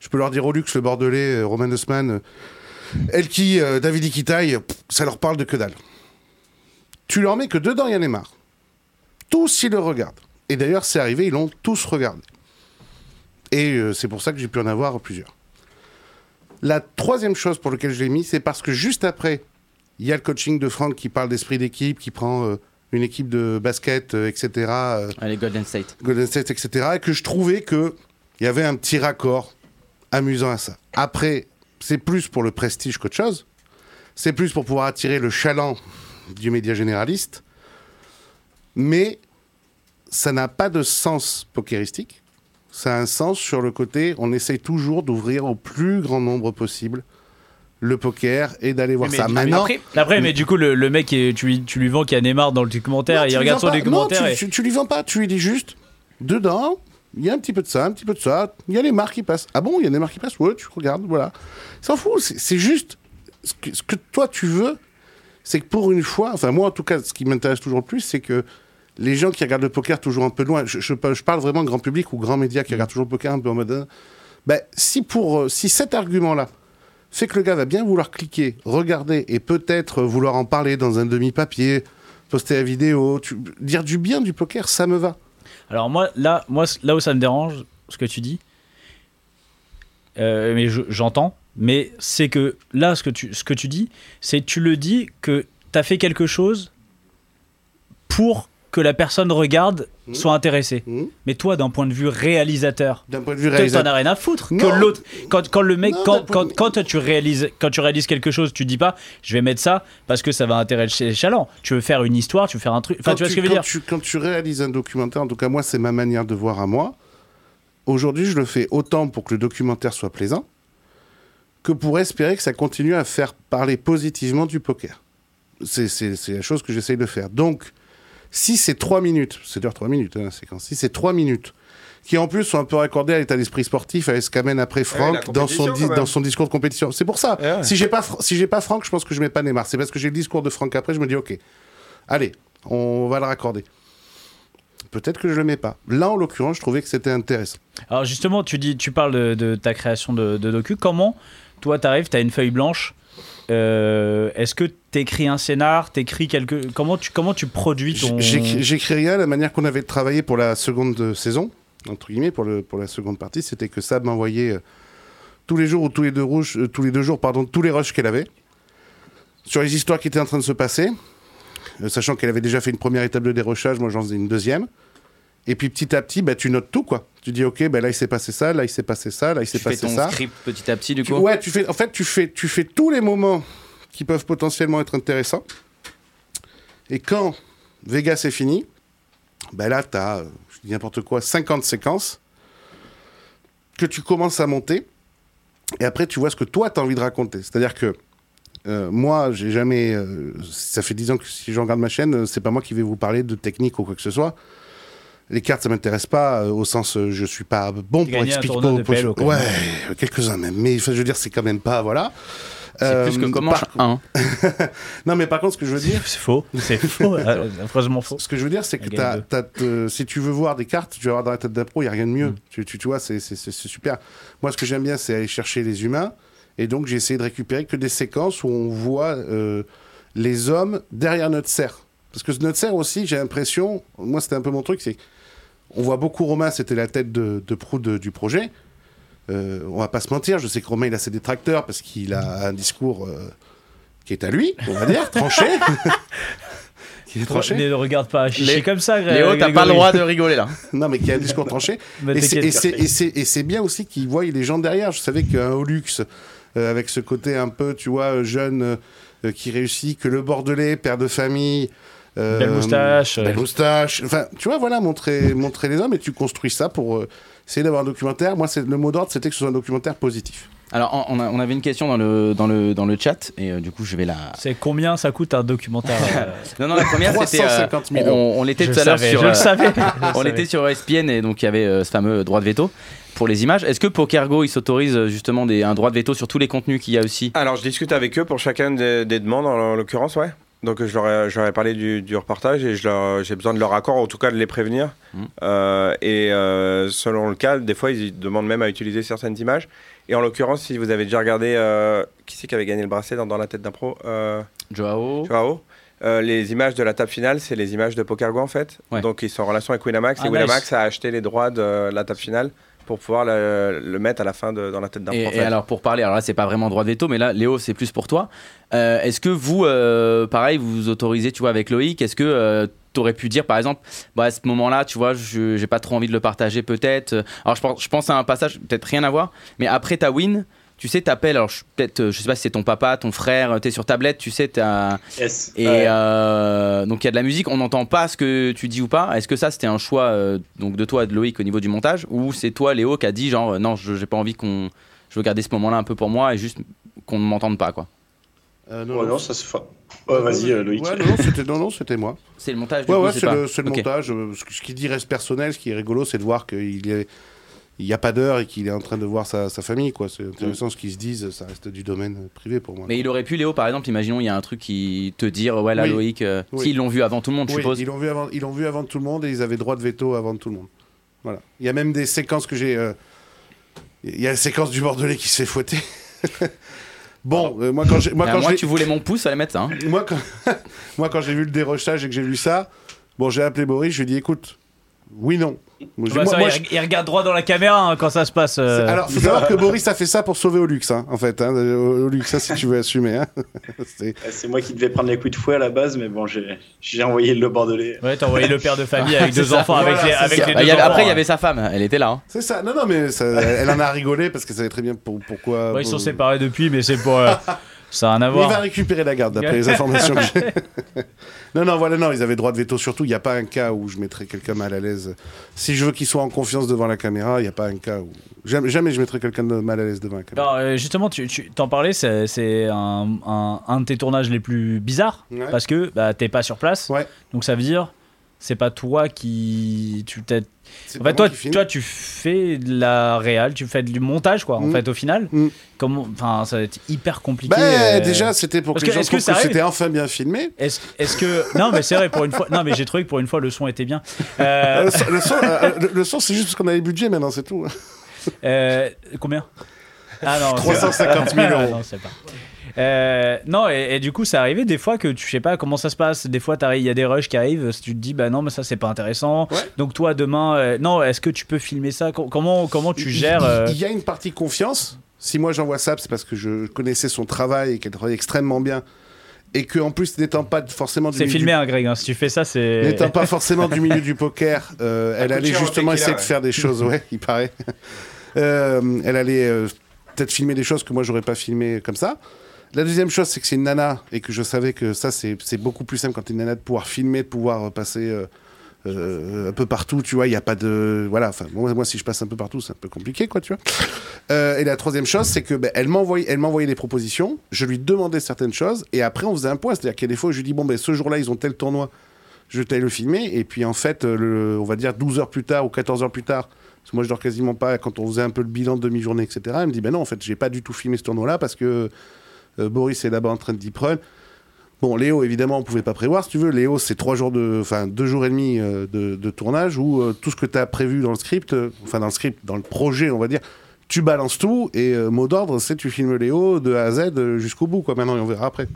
Je peux leur dire au luxe, le Bordelais, euh, Romain Haussmann, euh, Elki, euh, David Iquitaille, pff, ça leur parle de que dalle. Tu leur mets que dedans, il y en a marre. Tous, ils le regardent. Et d'ailleurs, c'est arrivé, ils l'ont tous regardé. Et euh, c'est pour ça que j'ai pu en avoir plusieurs. La troisième chose pour laquelle je l'ai mis, c'est parce que juste après, il y a le coaching de Franck qui parle d'esprit d'équipe, qui prend euh, une équipe de basket, euh, etc. euh,
Allez, Golden State.
Golden State, etc. Et que je trouvais que il y avait un petit raccord amusant à ça. Après, c'est plus pour le prestige qu'autre chose. C'est plus pour pouvoir attirer le chaland du média généraliste. Mais ça n'a pas de sens pokéristique. Ça a un sens sur le côté, on essaye toujours d'ouvrir au plus grand nombre possible le poker et d'aller voir
Mais-
ça.
mais
Maintenant,
Après,
Après, mais du coup, le, le mec, est- tu, lui- tu lui vends qu'il y a Neymar dans le
Non,
documentaire, et
tu
il
lui
regarde
vends
son
pas. Non,
documentaire.
tu,
et-
tu- tu lui vends pas, tu lui dis juste dedans, Il y a un petit peu de ça, un petit peu de ça. Il y a les marques qui passent. Ah bon, il y a des marques qui passent Ouais, tu regardes, voilà. S'en fout, c'est c'est juste ce que, ce que toi tu veux, c'est que pour une fois, enfin moi en tout cas, ce qui m'intéresse toujours le plus, c'est que les gens qui regardent le poker toujours un peu loin, je, je par- je parle vraiment grand public ou grand média
Mm.
qui regarde toujours le poker un peu en mode, euh, ben, si pour euh, si cet argument-là fait que le gars va bien vouloir cliquer, regarder et peut-être euh, vouloir en parler dans un demi-papier, poster la vidéo, tu- dire du bien du poker, ça me va.
Alors moi, là, moi, c- là où ça me dérange, ce que tu dis, euh, mais je- j'entends, mais c'est que là, ce que tu, ce que tu dis, c'est tu le dis que t'as fait quelque chose pour que la personne regarde,
Mhm.
soit intéressée.
Mhm.
Mais toi, d'un point de vue réalisateur,
D'un point de vue
Peut-être t'en
réalisateur.
as rien à foutre
Non.
que l'autre. Quand, quand le mec,
Non,
quand,
d'un point
quand,
de-
quand tu réalises, quand tu réalises quelque chose, tu dis pas, je vais mettre ça parce que ça va intéresser les chalands. Tu veux faire une histoire, tu veux faire un truc. Enfin,
Quand
tu vois ce que je veux
quand
dire.
tu- Quand tu réalises un documentaire, en tout cas moi c'est ma manière de voir à moi, aujourd'hui je le fais autant pour que le documentaire soit plaisant que pour espérer que ça continue à faire parler positivement du poker. C'est- C'est c'est la chose que j'essaye de faire. Donc, si c'est trois minutes, c'est dur trois minutes hein, la séquence, si c'est trois minutes, qui en plus sont un peu raccordées à l'état d'esprit sportif, à ce qu'amène après
Ah la
Franck dans, son
compétition,
dis-
quand même.
dans son discours de compétition. C'est pour ça.
Eh ouais.
Si j'ai pas, Fr- si j'ai pas Franck, je pense que je mets pas Neymar. C'est parce que j'ai le discours de Franck après, je me dis ok, allez, on va le raccorder. Peut-être que je le mets pas. Là, en l'occurrence, je trouvais que c'était intéressant.
Alors justement, tu dis, tu parles de, de ta création de, de docu. Comment toi, t'arrives, t'as une feuille blanche. euh, Est-ce que t'écris un scénar, t'écris quelque, comment tu comment tu produis
J-
ton
j'éc- J'écris rien. La manière qu'on avait travaillé pour la seconde euh, saison, entre guillemets, pour, le, pour la seconde partie, c'était que Sab m'envoyait euh, tous les jours ou tous les deux, rouges, euh, tous les deux jours pardon, tous les rushs qu'elle avait sur les histoires qui étaient en train de se passer, euh, sachant qu'elle avait déjà fait une première étape de dérochage, moi j'en faisais une deuxième. Et puis petit à petit, bah, tu notes tout quoi. Tu dis ok, bah, là il s'est passé ça, là il s'est passé ça, là il
Tu
s'est
fais
passé
ton
Bah, ça.
script petit à petit, du
Tu-
coup.
ouais, tu fais, en fait, tu fais, tu fais tous les moments qui peuvent potentiellement être intéressants. Et quand Vegas est fini, ben là, tu as, je dis n'importe quoi, 50 séquences que tu commences à monter. Et après, tu vois ce que toi, tu as envie de raconter. C'est-à-dire que euh, moi, j'ai jamais. euh, ça fait 10 ans que si je regarde ma chaîne, euh, c'est pas moi qui vais vous parler de technique ou quoi que ce soit. Les cartes, ça m'intéresse pas, euh, au sens, euh, je suis pas bon
T'as
pour
gagné un
expliquer.
tournoi de
pour-
PLO, quand
ouais,
même.
euh, quelques-uns même. Mais enfin, je veux dire, c'est quand même pas. Voilà.
C'est plus que
Euh,
comment
par-
1.
Non, mais par contre, ce que je veux dire,
C'est faux, c'est faux, euh, affreusement faux.
ce que je veux dire, c'est que
Un
t'as-
game
t'as, euh, si tu veux voir des cartes, tu vas voir dans la tête d'un pro, il n'y a rien de
Mm.
mieux. Tu, tu, tu vois, c'est, c'est- c'est- c'est super. Moi, ce que j'aime bien, c'est aller chercher les humains. Et donc, j'ai essayé de récupérer que des séquences où on voit euh, les hommes derrière notre serre. Parce que notre serre aussi, j'ai l'impression, moi, c'était un peu mon truc, c'est on voit beaucoup Romain, c'était la tête de, de proue de- du projet. Euh, on va pas se mentir, je sais que Romain, il a ses détracteurs parce qu'il a un discours euh, qui est à lui, on va dire, tranché. qui est tranché.
Ne regarde pas Chichi
Lé-
comme ça.
Léo, t'as
Grégory.
pas le droit de rigoler là.
Non, mais qui a un discours tranché.
Bah,
Et c'est-
t'inquiète.
et c'est- et c'est et c'est bien aussi qu'ils voient les gens derrière. Je savais qu'un Holux, euh, avec ce côté un peu, tu vois, euh, jeune, euh, euh, qui réussit, que le Bordelais, père de famille. euh,
Belle moustache, euh.
Belle moustache. Enfin, tu vois, voilà, montrer, montrer les hommes et tu construis ça pour euh, essayer d'avoir un documentaire. Moi, c'est- le mot d'ordre, c'était que ce soit un documentaire positif.
Alors, on- on, a- on avait une question dans le, dans le, dans le chat, et euh, du coup, je vais la.
C'est combien ça coûte un documentaire euh,
Non, non, la première, c'était. euh,
350 000 euros.
on on l'était
je
tout à l'heure
savais,
sur.
Je
euh,
le savais. je le
On
savais.
était sur E ESPN et donc il y avait euh, ce fameux droit de veto pour les images. Est-ce que Pokergo il s'autorise euh, justement des, un droit de veto sur tous les contenus qu'il y a aussi
Alors, je discute avec eux pour chacun des, des demandes, en l'occurrence, ouais. Donc, je leur ai, je leur ai parlé du, du reportage et je leur- j'ai besoin de leur accord, en tout cas de les prévenir.
Mm.
Euh, et euh, selon le cas, des fois, ils demandent même à utiliser certaines images. Et en l'occurrence, si vous avez déjà regardé, euh, qui c'est qui avait gagné le bracelet dans, dans la tête d'un pro Euh,
Joao
Joao Euh, les images de la table finale, c'est les images de Pokergo en fait.
Ouais.
Donc ils sont en relation avec Winamax
Ah,
et
nice.
Winamax a acheté les droits de la table finale pour pouvoir le, le mettre à la fin de- dans la tête
Ah,
d'un
et,
pro. en
et
fait.
alors pour parler, alors là c'est pas vraiment droit de veto, mais là Léo c'est plus pour toi. Euh, est-ce que vous, euh, pareil, vous vous autorisez, tu vois, avec Loïc Est-ce que tu aurais pu dire par exemple, bah, à ce moment-là, tu vois, je j'ai pas trop envie de le partager peut-être. euh, Alors je pense, je pense à un passage, peut-être rien à voir, mais après ta win. Tu sais, t'appelles, alors je- peut-être, euh, je sais pas si c'est ton papa, ton frère, euh, t'es sur tablette, tu sais, t'as,
Yes.
Et
Ouais.
euh, donc il y a de la musique, on n'entend pas ce que tu dis ou pas. Est-ce que ça c'était un choix euh, donc de toi et de Loïc au niveau du montage ou c'est toi Léo qui a dit genre euh, non je j'ai pas envie qu'on je veux garder ce moment-là un peu pour moi et juste qu'on ne m'entende pas quoi.
Euh,
Ouais, non, ça se fa- Ouais, vas-y, euh, Loïc.
Ouais, non, non, c'était- non, non, c'était moi.
C'est le montage du
Ouais,
coup,
ouais,
c'est
c'est
pas-
le, c'est le
Ok.
montage. euh, Ce ce qui dit reste personnel, ce qui est rigolo, c'est de voir qu'il n'y il y a pas d'heure et qu'il est en train de voir sa, sa famille. quoi. C'est
Mm.
intéressant ce qu'ils se disent, ça reste du domaine privé pour moi.
Mais il aurait pu, Léo, par exemple, imaginons, il y a un truc qui te dire, ouais, là,
Oui.
Loïc, euh,
Oui.
s'ils l'ont vu avant tout le monde, je
Oui,
suppose.
ils l'ont vu, avant- ils l'ont vu avant tout le monde et ils avaient droit de veto avant tout le monde. Voilà. Il y a même des séquences que j'ai. euh, Il y a la séquence du Bordelais qui s'est fouetté. bon, euh, moi quand j'ai. Moi,
Ah,
quand
moi,
j'ai-
tu voulais mon pouce, fallait mettre ça. hein.
moi, quand... moi, quand j'ai vu le dérochage et que j'ai vu ça, bon, j'ai appelé Boris, je lui ai dit écoute, oui, non. Moi, je- moi-
Bah, ça va,
moi,
il,
je-
reg- il regarde droit dans la caméra hein, quand ça se passe. euh.
Alors, faut savoir que Boris a fait ça pour sauver Olux, hein, en fait. Hein, Olux, ça, si tu veux assumer. hein. C'est-
Euh, C'est moi qui devais prendre les coups de fouet à la base, mais bon, j'ai j'ai envoyé le Bordelais.
Ouais, t'as envoyé le père de famille avec
C'est
deux
ça.
enfants, avec
Voilà,
les,
c'est
avec
ça.
les
Bah,
deux
il y avait-
enfants,
après, il y
hein.
avait sa femme, elle était là. hein.
C'est ça. Non, non, mais ça- elle en a rigolé parce que savait très bien pour, pourquoi.
Bon, Bah, ils sont
euh,
séparés depuis, mais c'est pour. euh, ça a un à
Mais Il va
voir.
récupérer la garde, d'après les informations que j'ai. non, non, voilà, non, ils avaient droit de veto surtout. Il n'y a pas un cas où je mettrais quelqu'un mal à l'aise. Si je veux qu'il soit en confiance devant la caméra, il n'y a pas un cas où. Jamais, jamais je mettrais quelqu'un de mal à l'aise devant la caméra.
Alors, euh, justement, tu, tu- t'en parlais, c'est, c'est un, un- un de tes tournages les plus bizarres
Ouais.
parce que bah, t'es pas sur place.
Ouais.
Donc ça veut dire, c'est pas toi qui. Tu t'es-
C'est
En
pas
fait, toi,
moi qui filme.
toi, tu fais de la réal, tu fais du montage, quoi, en
Mm.
fait, au final.
Mm.
Comment- Enfin, ça va être hyper compliqué.
Ben,
euh,
déjà, c'était pour que,
parce
les
que-
gens
est-ce que
trouvent
ça
que
arrive
c'était enfin bien filmé.
Est-ce, est-ce que. Non, mais c'est vrai, pour une fois. Non, mais j'ai trouvé que pour une fois, le son était bien. Euh,
Euh, le son- le son, euh, le- le son, c'est juste parce qu'on a les budgets maintenant, c'est tout.
Euh, combien Ah non,
350 000 euros.
non, c'est pas. Euh, non et, et du coup ça arrivait des fois que tu sais pas comment ça se passe des fois t'arrives- il y a des rushs qui arrivent tu te dis bah non mais ça c'est pas intéressant
Ouais.
donc toi demain euh, non est-ce que tu peux filmer ça Com- comment comment tu
Il-
gères
il-
euh,
Il y a une partie confiance. Si moi j'envoie ça, c'est parce que je connaissais son travail et qu'elle travaillait extrêmement bien. Et que, en plus, n'étant pas forcément du
c'est
milieu du
filmé hein, Greg hein, si tu fais ça c'est
N'étant pas forcément du milieu du poker, euh, elle
de
allait
tir en
justement
tequila,
essayer de
ouais.
faire des choses, ouais, il paraît. Euh, elle allait euh, peut-être filmer des choses que moi j'aurais pas filmé comme ça. La deuxième chose, c'est que c'est une nana et que je savais que ça, c'est c'est beaucoup plus simple quand t'es une nana de pouvoir filmer, de pouvoir euh, passer euh, euh, un peu partout, tu vois. Il n'y a pas de. Voilà, enfin, moi, moi, si je passe un peu partout, c'est un peu compliqué, quoi, tu vois. Euh, et la troisième chose, c'est que ben, elle m'envoyait, elle m'envoyait des propositions. Je lui demandais certaines choses et après on faisait un point. C'est-à-dire qu'il y a des fois, où je lui dis bon ben ce jour-là ils ont tel tournoi, je t'allais le filmer et puis en fait, euh, le, on va dire 12 heures plus tard ou 14 heures plus tard. Parce que moi je dors quasiment pas quand on faisait un peu le bilan de demi-journée, etc. Elle me dit ben non en fait j'ai pas du tout filmé ce tournoi-là parce que euh, Boris est là-bas en train de deep run. Bon, Léo, évidemment, on pouvait pas prévoir, si tu veux. Léo, c'est trois jours de, enfin, deux jours et demi euh, de, de tournage où euh, tout ce que tu as prévu dans le script, euh, enfin, dans le script, dans le projet, on va dire, tu balances tout et euh, mot d'ordre, c'est tu filmes Léo de A à Z euh, jusqu'au bout, quoi. Maintenant, et on verra après.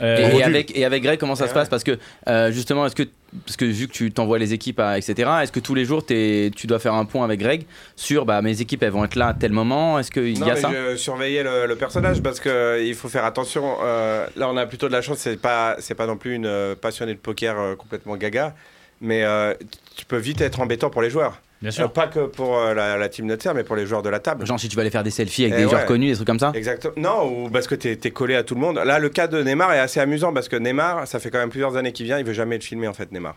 Euh,
Et,
Bon,
et
module.
avec, et avec Greg, comment ça se passe Parce que euh, justement, est-ce que, parce que vu que tu t'envoies les équipes, à, etc., est-ce que tous les jours t'es- tu dois faire un point avec Greg sur bah, mes équipes, elles vont être là à tel moment Est-ce qu'il
Non,
y a
mais
ça
je surveillais le, le personnage parce que euh, il faut faire attention. euh, là, on a plutôt de la chance. C'est pas, c'est pas non plus une euh, passionnée de poker euh, complètement gaga, mais euh, tu peux vite être embêtant pour les joueurs.
bien
Euh,
sûr
pas que pour euh, la, la team Nutser, mais pour les joueurs de la table.
Genre, si tu vas aller faire des selfies avec
Eh
des
ouais.
joueurs connus, des trucs comme ça
Exactement. Non, ou parce que t'es es collé à tout le monde. Là, le cas de Neymar est assez amusant parce que Neymar, ça fait quand même plusieurs années qu'il vient, il veut jamais être filmé en fait, Neymar.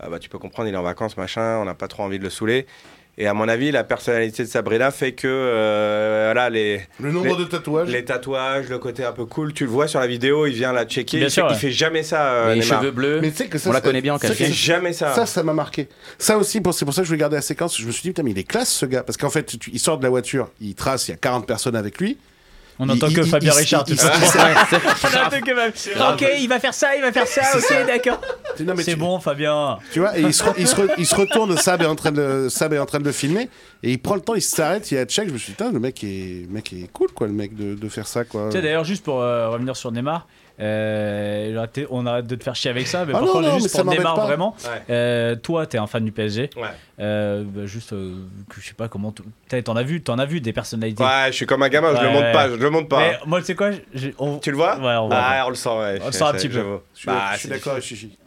Ah bah, tu peux comprendre, il est en vacances, machin, on n'a pas trop envie de le saouler. Et à mon avis, la personnalité de Sabrina fait que euh, voilà, les,
Le
nombre
de tatouages.
les tatouages, le côté un peu cool, tu le vois sur la vidéo, il vient la checker.
Bien
il,
sûr,
fait, il
ouais.
fait jamais ça, euh,
Les
Neymar.
cheveux bleus
Mais tu sais que ça,
On la
c'est-
connaît bien en
ça,
Il fait
cachette.
c'est-
jamais ça.
Ça, ça m'a marqué. Ça aussi, pour- c'est pour ça que je regardais la séquence. Je me suis dit, putain, mais il est classe ce gars. Parce qu'en fait, tu- il sort de la voiture, il trace, il y a 40 personnes avec lui.
on
Il-
entend
il-
que
il-
Fabien
il-
Richard
il-
tout ça.
il-
On entend que Fabien- ok il va faire ça il va faire ça ok d'accord
Non, mais
c'est
tu-
bon Fabien
Tu vois, et il se, re- il se re- il se retourne, Sab est, en train de, le- Sab est en train de le filmer, et il prend le temps, il s'arrête, il a check. Je me suis dit, putain, le mec est, le mec est cool, quoi, le mec, de, de faire ça, quoi.
Tu sais, d'ailleurs, juste pour euh, revenir sur Neymar, euh, j'aurais été- on arrête de te faire chier avec ça, mais
Ah
par
non,
contre,
non, mais
juste
ça
pour Neymar,
m'embête pas.
vraiment,
Ouais.
euh, toi, t'es un fan du PSG,
Ouais.
euh, bah, juste, euh, que je sais pas comment, t- t'as- t'en as vu, t'en as vu des personnalités.
Ouais, je suis comme un gamin, je le
Ouais.
monte pas, je le monte pas.
Mais moi, tu sais quoi, j'ai- on-
Tu le vois
Ouais, on va.
Ah, on le sent, ouais.
On le sent un
Je-
petit peu.
j'avoue.
je suis,
Bah,
je suis
c'est
d'accord avec Chichi.
difficile.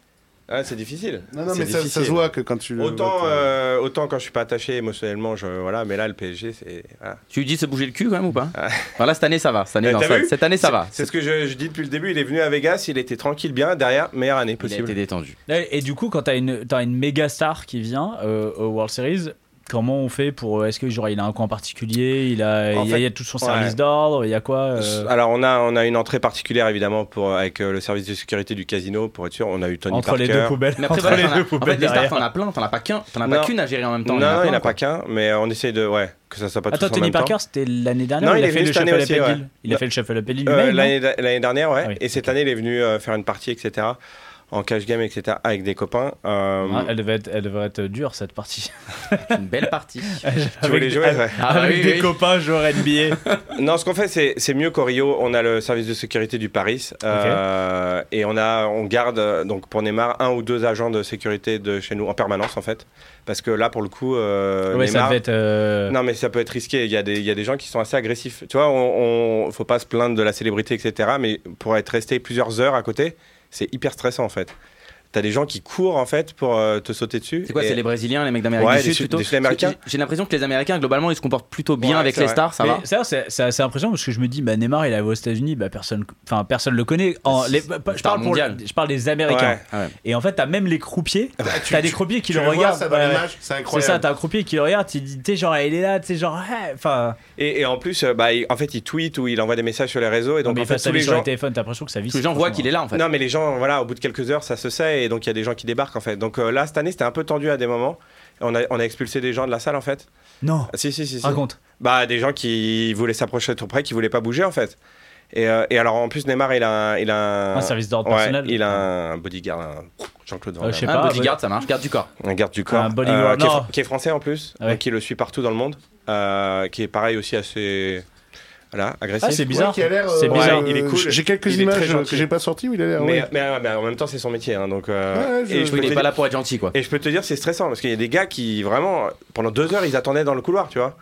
Ouais, Ah, c'est difficile.
Non, non,
C'est
mais ça, ça
difficile.
se voit que quand tu le.
Autant,
ouais, t'as-
euh, autant quand je suis pas attaché émotionnellement, je, voilà, mais là le PSG c'est. voilà.
Tu lui dis de se bouger le cul quand même ou pas Enfin, Là, cette année, ça va. Cette année,
Ah. Eh,
non,
t'as
ça-
vu
cette année, ça va.
C'est ce que je, je dis depuis le début. Il est venu à Vegas, il était tranquille, bien derrière, meilleure année
Il a
possible.
été détendu.
Et et du coup, quand t'as une, t'as une méga star qui vient euh, au World Series, Comment on fait pour. Est-ce que genre, il a un coin particulier il a, il, y a, il y a tout son service d'ordre Il y a quoi euh,
Alors, on a, on a une entrée particulière, évidemment, pour, avec euh, le service de sécurité du casino, pour être sûr. On a eu Tony
Entre
Parker.
les deux poubelles.
Mais après,
entre
voilà,
les
t'en as-
deux
en fait,
poubelles
les stars,
derrière.
t'en as plein, t'en as pas qu'un, t'en as
Non.
pas qu'une à gérer en même temps.
Non,
plein,
il n'y en a
quoi.
pas qu'un, mais on essaie de. Ouais, que ça soit pas
Attends,
tous en même
Tony
temps.
Parker, c'était l'année dernière
Non,
ou il,
il
a
est
fait
venu cette
le chef
année
à la
aussi,
Pale
ouais.
Deal Il a fait le chef à la Pale Deal
Euh,
lui-même. non
L'année l'année dernière, ouais.
Ah oui,
Et cette année, il est venu euh, faire une partie, etc. En cash game, etc. Avec des copains. Euh,
Ah, elle, devait être, elle devait être dure cette partie.
Une belle partie.
tu veux les jouer ouais.
Ah, bah
avec
oui,
des
oui.
copains joueurs NBA.
Non, ce qu'on fait, c'est c'est mieux qu'au Rio. On a le service de sécurité du Paris. euh, et on, a, on garde, euh, donc pour Neymar, un ou deux agents de sécurité de chez nous en permanence, en fait. Parce que là, pour le coup, euh,
ouais, ça
Neymar-
devait être. euh,
Non, mais ça peut être risqué. Il y, a des, il y a des gens qui sont assez agressifs. Tu vois, on, on- faut pas se plaindre de la célébrité, etc. Mais pour être resté plusieurs heures à côté, c'est hyper stressant, en fait. T'as des gens qui courent, en fait, pour euh, te sauter dessus.
C'est quoi,
Et-
c'est les Brésiliens, les mecs d'Amérique
Ouais,
du
les
Sud
Sud-
plutôt
des Sud-Américains.
Parce que J'ai l'impression que les Américains, globalement, ils se comportent plutôt bien
Ouais,
avec
c'est
les
vrai.
stars, ça
mais
va.
ça, c'est c'est assez impressionnant parce que je me dis, bah, Neymar, il est allé aux États-Unis, bah, personne, enfin, personne le connaît. En-
C'est-
les- bah, je,
star
parle pour,
mondial.
je parle des Américains.
Ouais.
Ah ouais.
Et en fait, t'as même les croupiers. t'as des croupiers qui
Tu
le,
vois,
regardent.
ça dans
ouais.
l'image, c'est
C'est
incroyable.
ça, t'as un croupier qui le regarde, il dit, t'es genre, il est là, t'es genre, eh, enfin.
Et, et en plus, euh, bah, il- en fait, il tweet ou il envoie des messages sur les réseaux. Et
Non,
donc,
mais
en fait,
face à
tous
lui
les
sur
gens.
les téléphones, t'as l'impression que ça vit.
Tous les gens voient qu'il est là, en fait.
Non, mais les gens, voilà, au bout de quelques heures, ça se sait. Et donc, il y a des gens qui débarquent, en fait. Donc euh, là, cette année, c'était un peu tendu à des moments. On a, on a expulsé des gens de la salle, en fait.
Non,
Ah, Si, si, si. si.
raconte.
Bah, des gens qui voulaient s'approcher trop près, qui voulaient pas bouger, en fait. Et, euh, et alors, en plus, Neymar, il a un. Il a
Un service d'ordre
Ouais,
personnel.
Il a un bodyguard, un Jean-Claude Van
Euh,
Damme.
je sais
Un
pas,
bodyguard, ça marche, garde du corps.
un garde du corps. Euh,
Un bodyguard,
qui, est,
non.
fr- qui est français en plus,
Ouais.
donc qui le suit partout dans le monde. euh, qui est pareil aussi assez. Voilà, agressif.
Ah, c'est bizarre.
Ouais, qui a l'air, euh,
C'est bizarre.
Ouais, il est cool.
J'ai quelques
Il est très
images euh,
gentil.
que j'ai pas sorties où il a l'air.
Mais,
Ah ouais.
mais, mais en même temps, c'est son métier. hein, donc, euh,
Ouais, je-
et,
je
peux
Il
te
est
dire-
pas là pour être gentil, quoi.
et je peux te dire, c'est stressant parce qu'il y a des gars qui vraiment, pendant deux heures, ils attendaient dans le couloir, tu vois.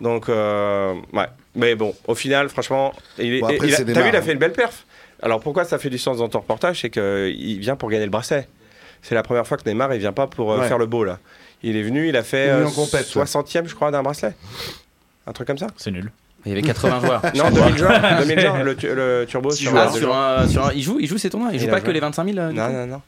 Donc, euh, ouais. Mais bon, au final, franchement, il est-
Bon, après,
il a-
c'est des
t'as vu, il a
marres,
fait une belle perf. Alors pourquoi ça fait du sens dans ton reportage C'est qu'il vient pour gagner le bracelet. C'est la première fois que Neymar, il vient pas pour euh,
Ouais.
faire le beau, là. Il est venu, il a fait
Il est venu
euh,
en compète, ouais.
60e, je crois, d'un bracelet. Un truc comme ça
C'est nul.
Il y avait 80 joueurs.
Non, 2000 joueurs, 2000 joueurs, le, tu- le turbo sur,
Ah,
euh, deux
sur
joueurs.
un, sur un- il joue, il joue ses tournois. Il
Il
joue
a
pas
joué.
que les 25 000. euh, du
Non,
coup.
non, non.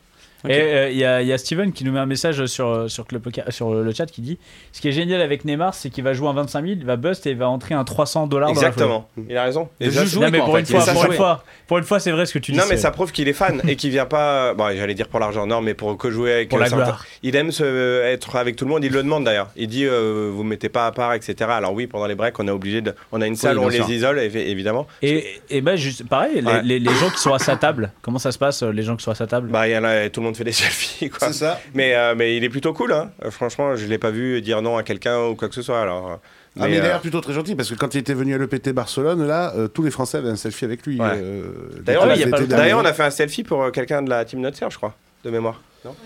Et euh, il y, a- il y a Steven qui nous met un message sur, euh, sur, Club Poker- sur le chat qui dit Ce qui est génial avec Neymar, c'est qu'il va jouer un 25 000, il va bust et il va entrer un 300 dollars dans la foulée. Hmm.
Exactement. Il a raison.
De
Et ça,
jeu
c'est-
joué,
Non, mais
quoi, en
pour une
fait, il
fois,
a
pour
joué.
une fois, pour une fois, c'est vrai ce que tu dis.
Non, mais
c'est-
ça prouve qu'il est fan et qu'il vient pas. Bon, j'allais dire pour l'argent, non, mais pour que jouer avec.
Pour
euh,
la
certains-
gloire.
Il aime se, euh, être avec tout le monde. Il le demande d'ailleurs. Il dit, euh, vous mettez pas à part, etc. Alors oui, pendant les breaks, on est obligé de. On a une salle,
bien
où on les
sûr.
isole, évi- évidemment.
Et, et bah, juste, pareil, les-
Ouais.
les, les gens qui sont à sa table, comment ça se passe, euh, les gens qui sont à sa table
Bah, il y en a- tout le monde fait des selfies, quoi.
C'est ça.
Mais, euh, mais il est plutôt cool. Hein. Euh, Franchement, je l'ai pas vu dire non à quelqu'un ou quoi que ce soit. Alors. euh,
Ah, mais il a
euh,
l'air plutôt très gentil parce que quand il était venu à l'EPT Barcelone, là, euh, tous les Français avaient un selfie avec lui.
Ouais.
euh,
D'ailleurs,
l'été- l'été
il y a pas longtemps.
dernier.
D'ailleurs, on a fait un selfie pour euh, quelqu'un de la team Nutser, je crois, de mémoire. Non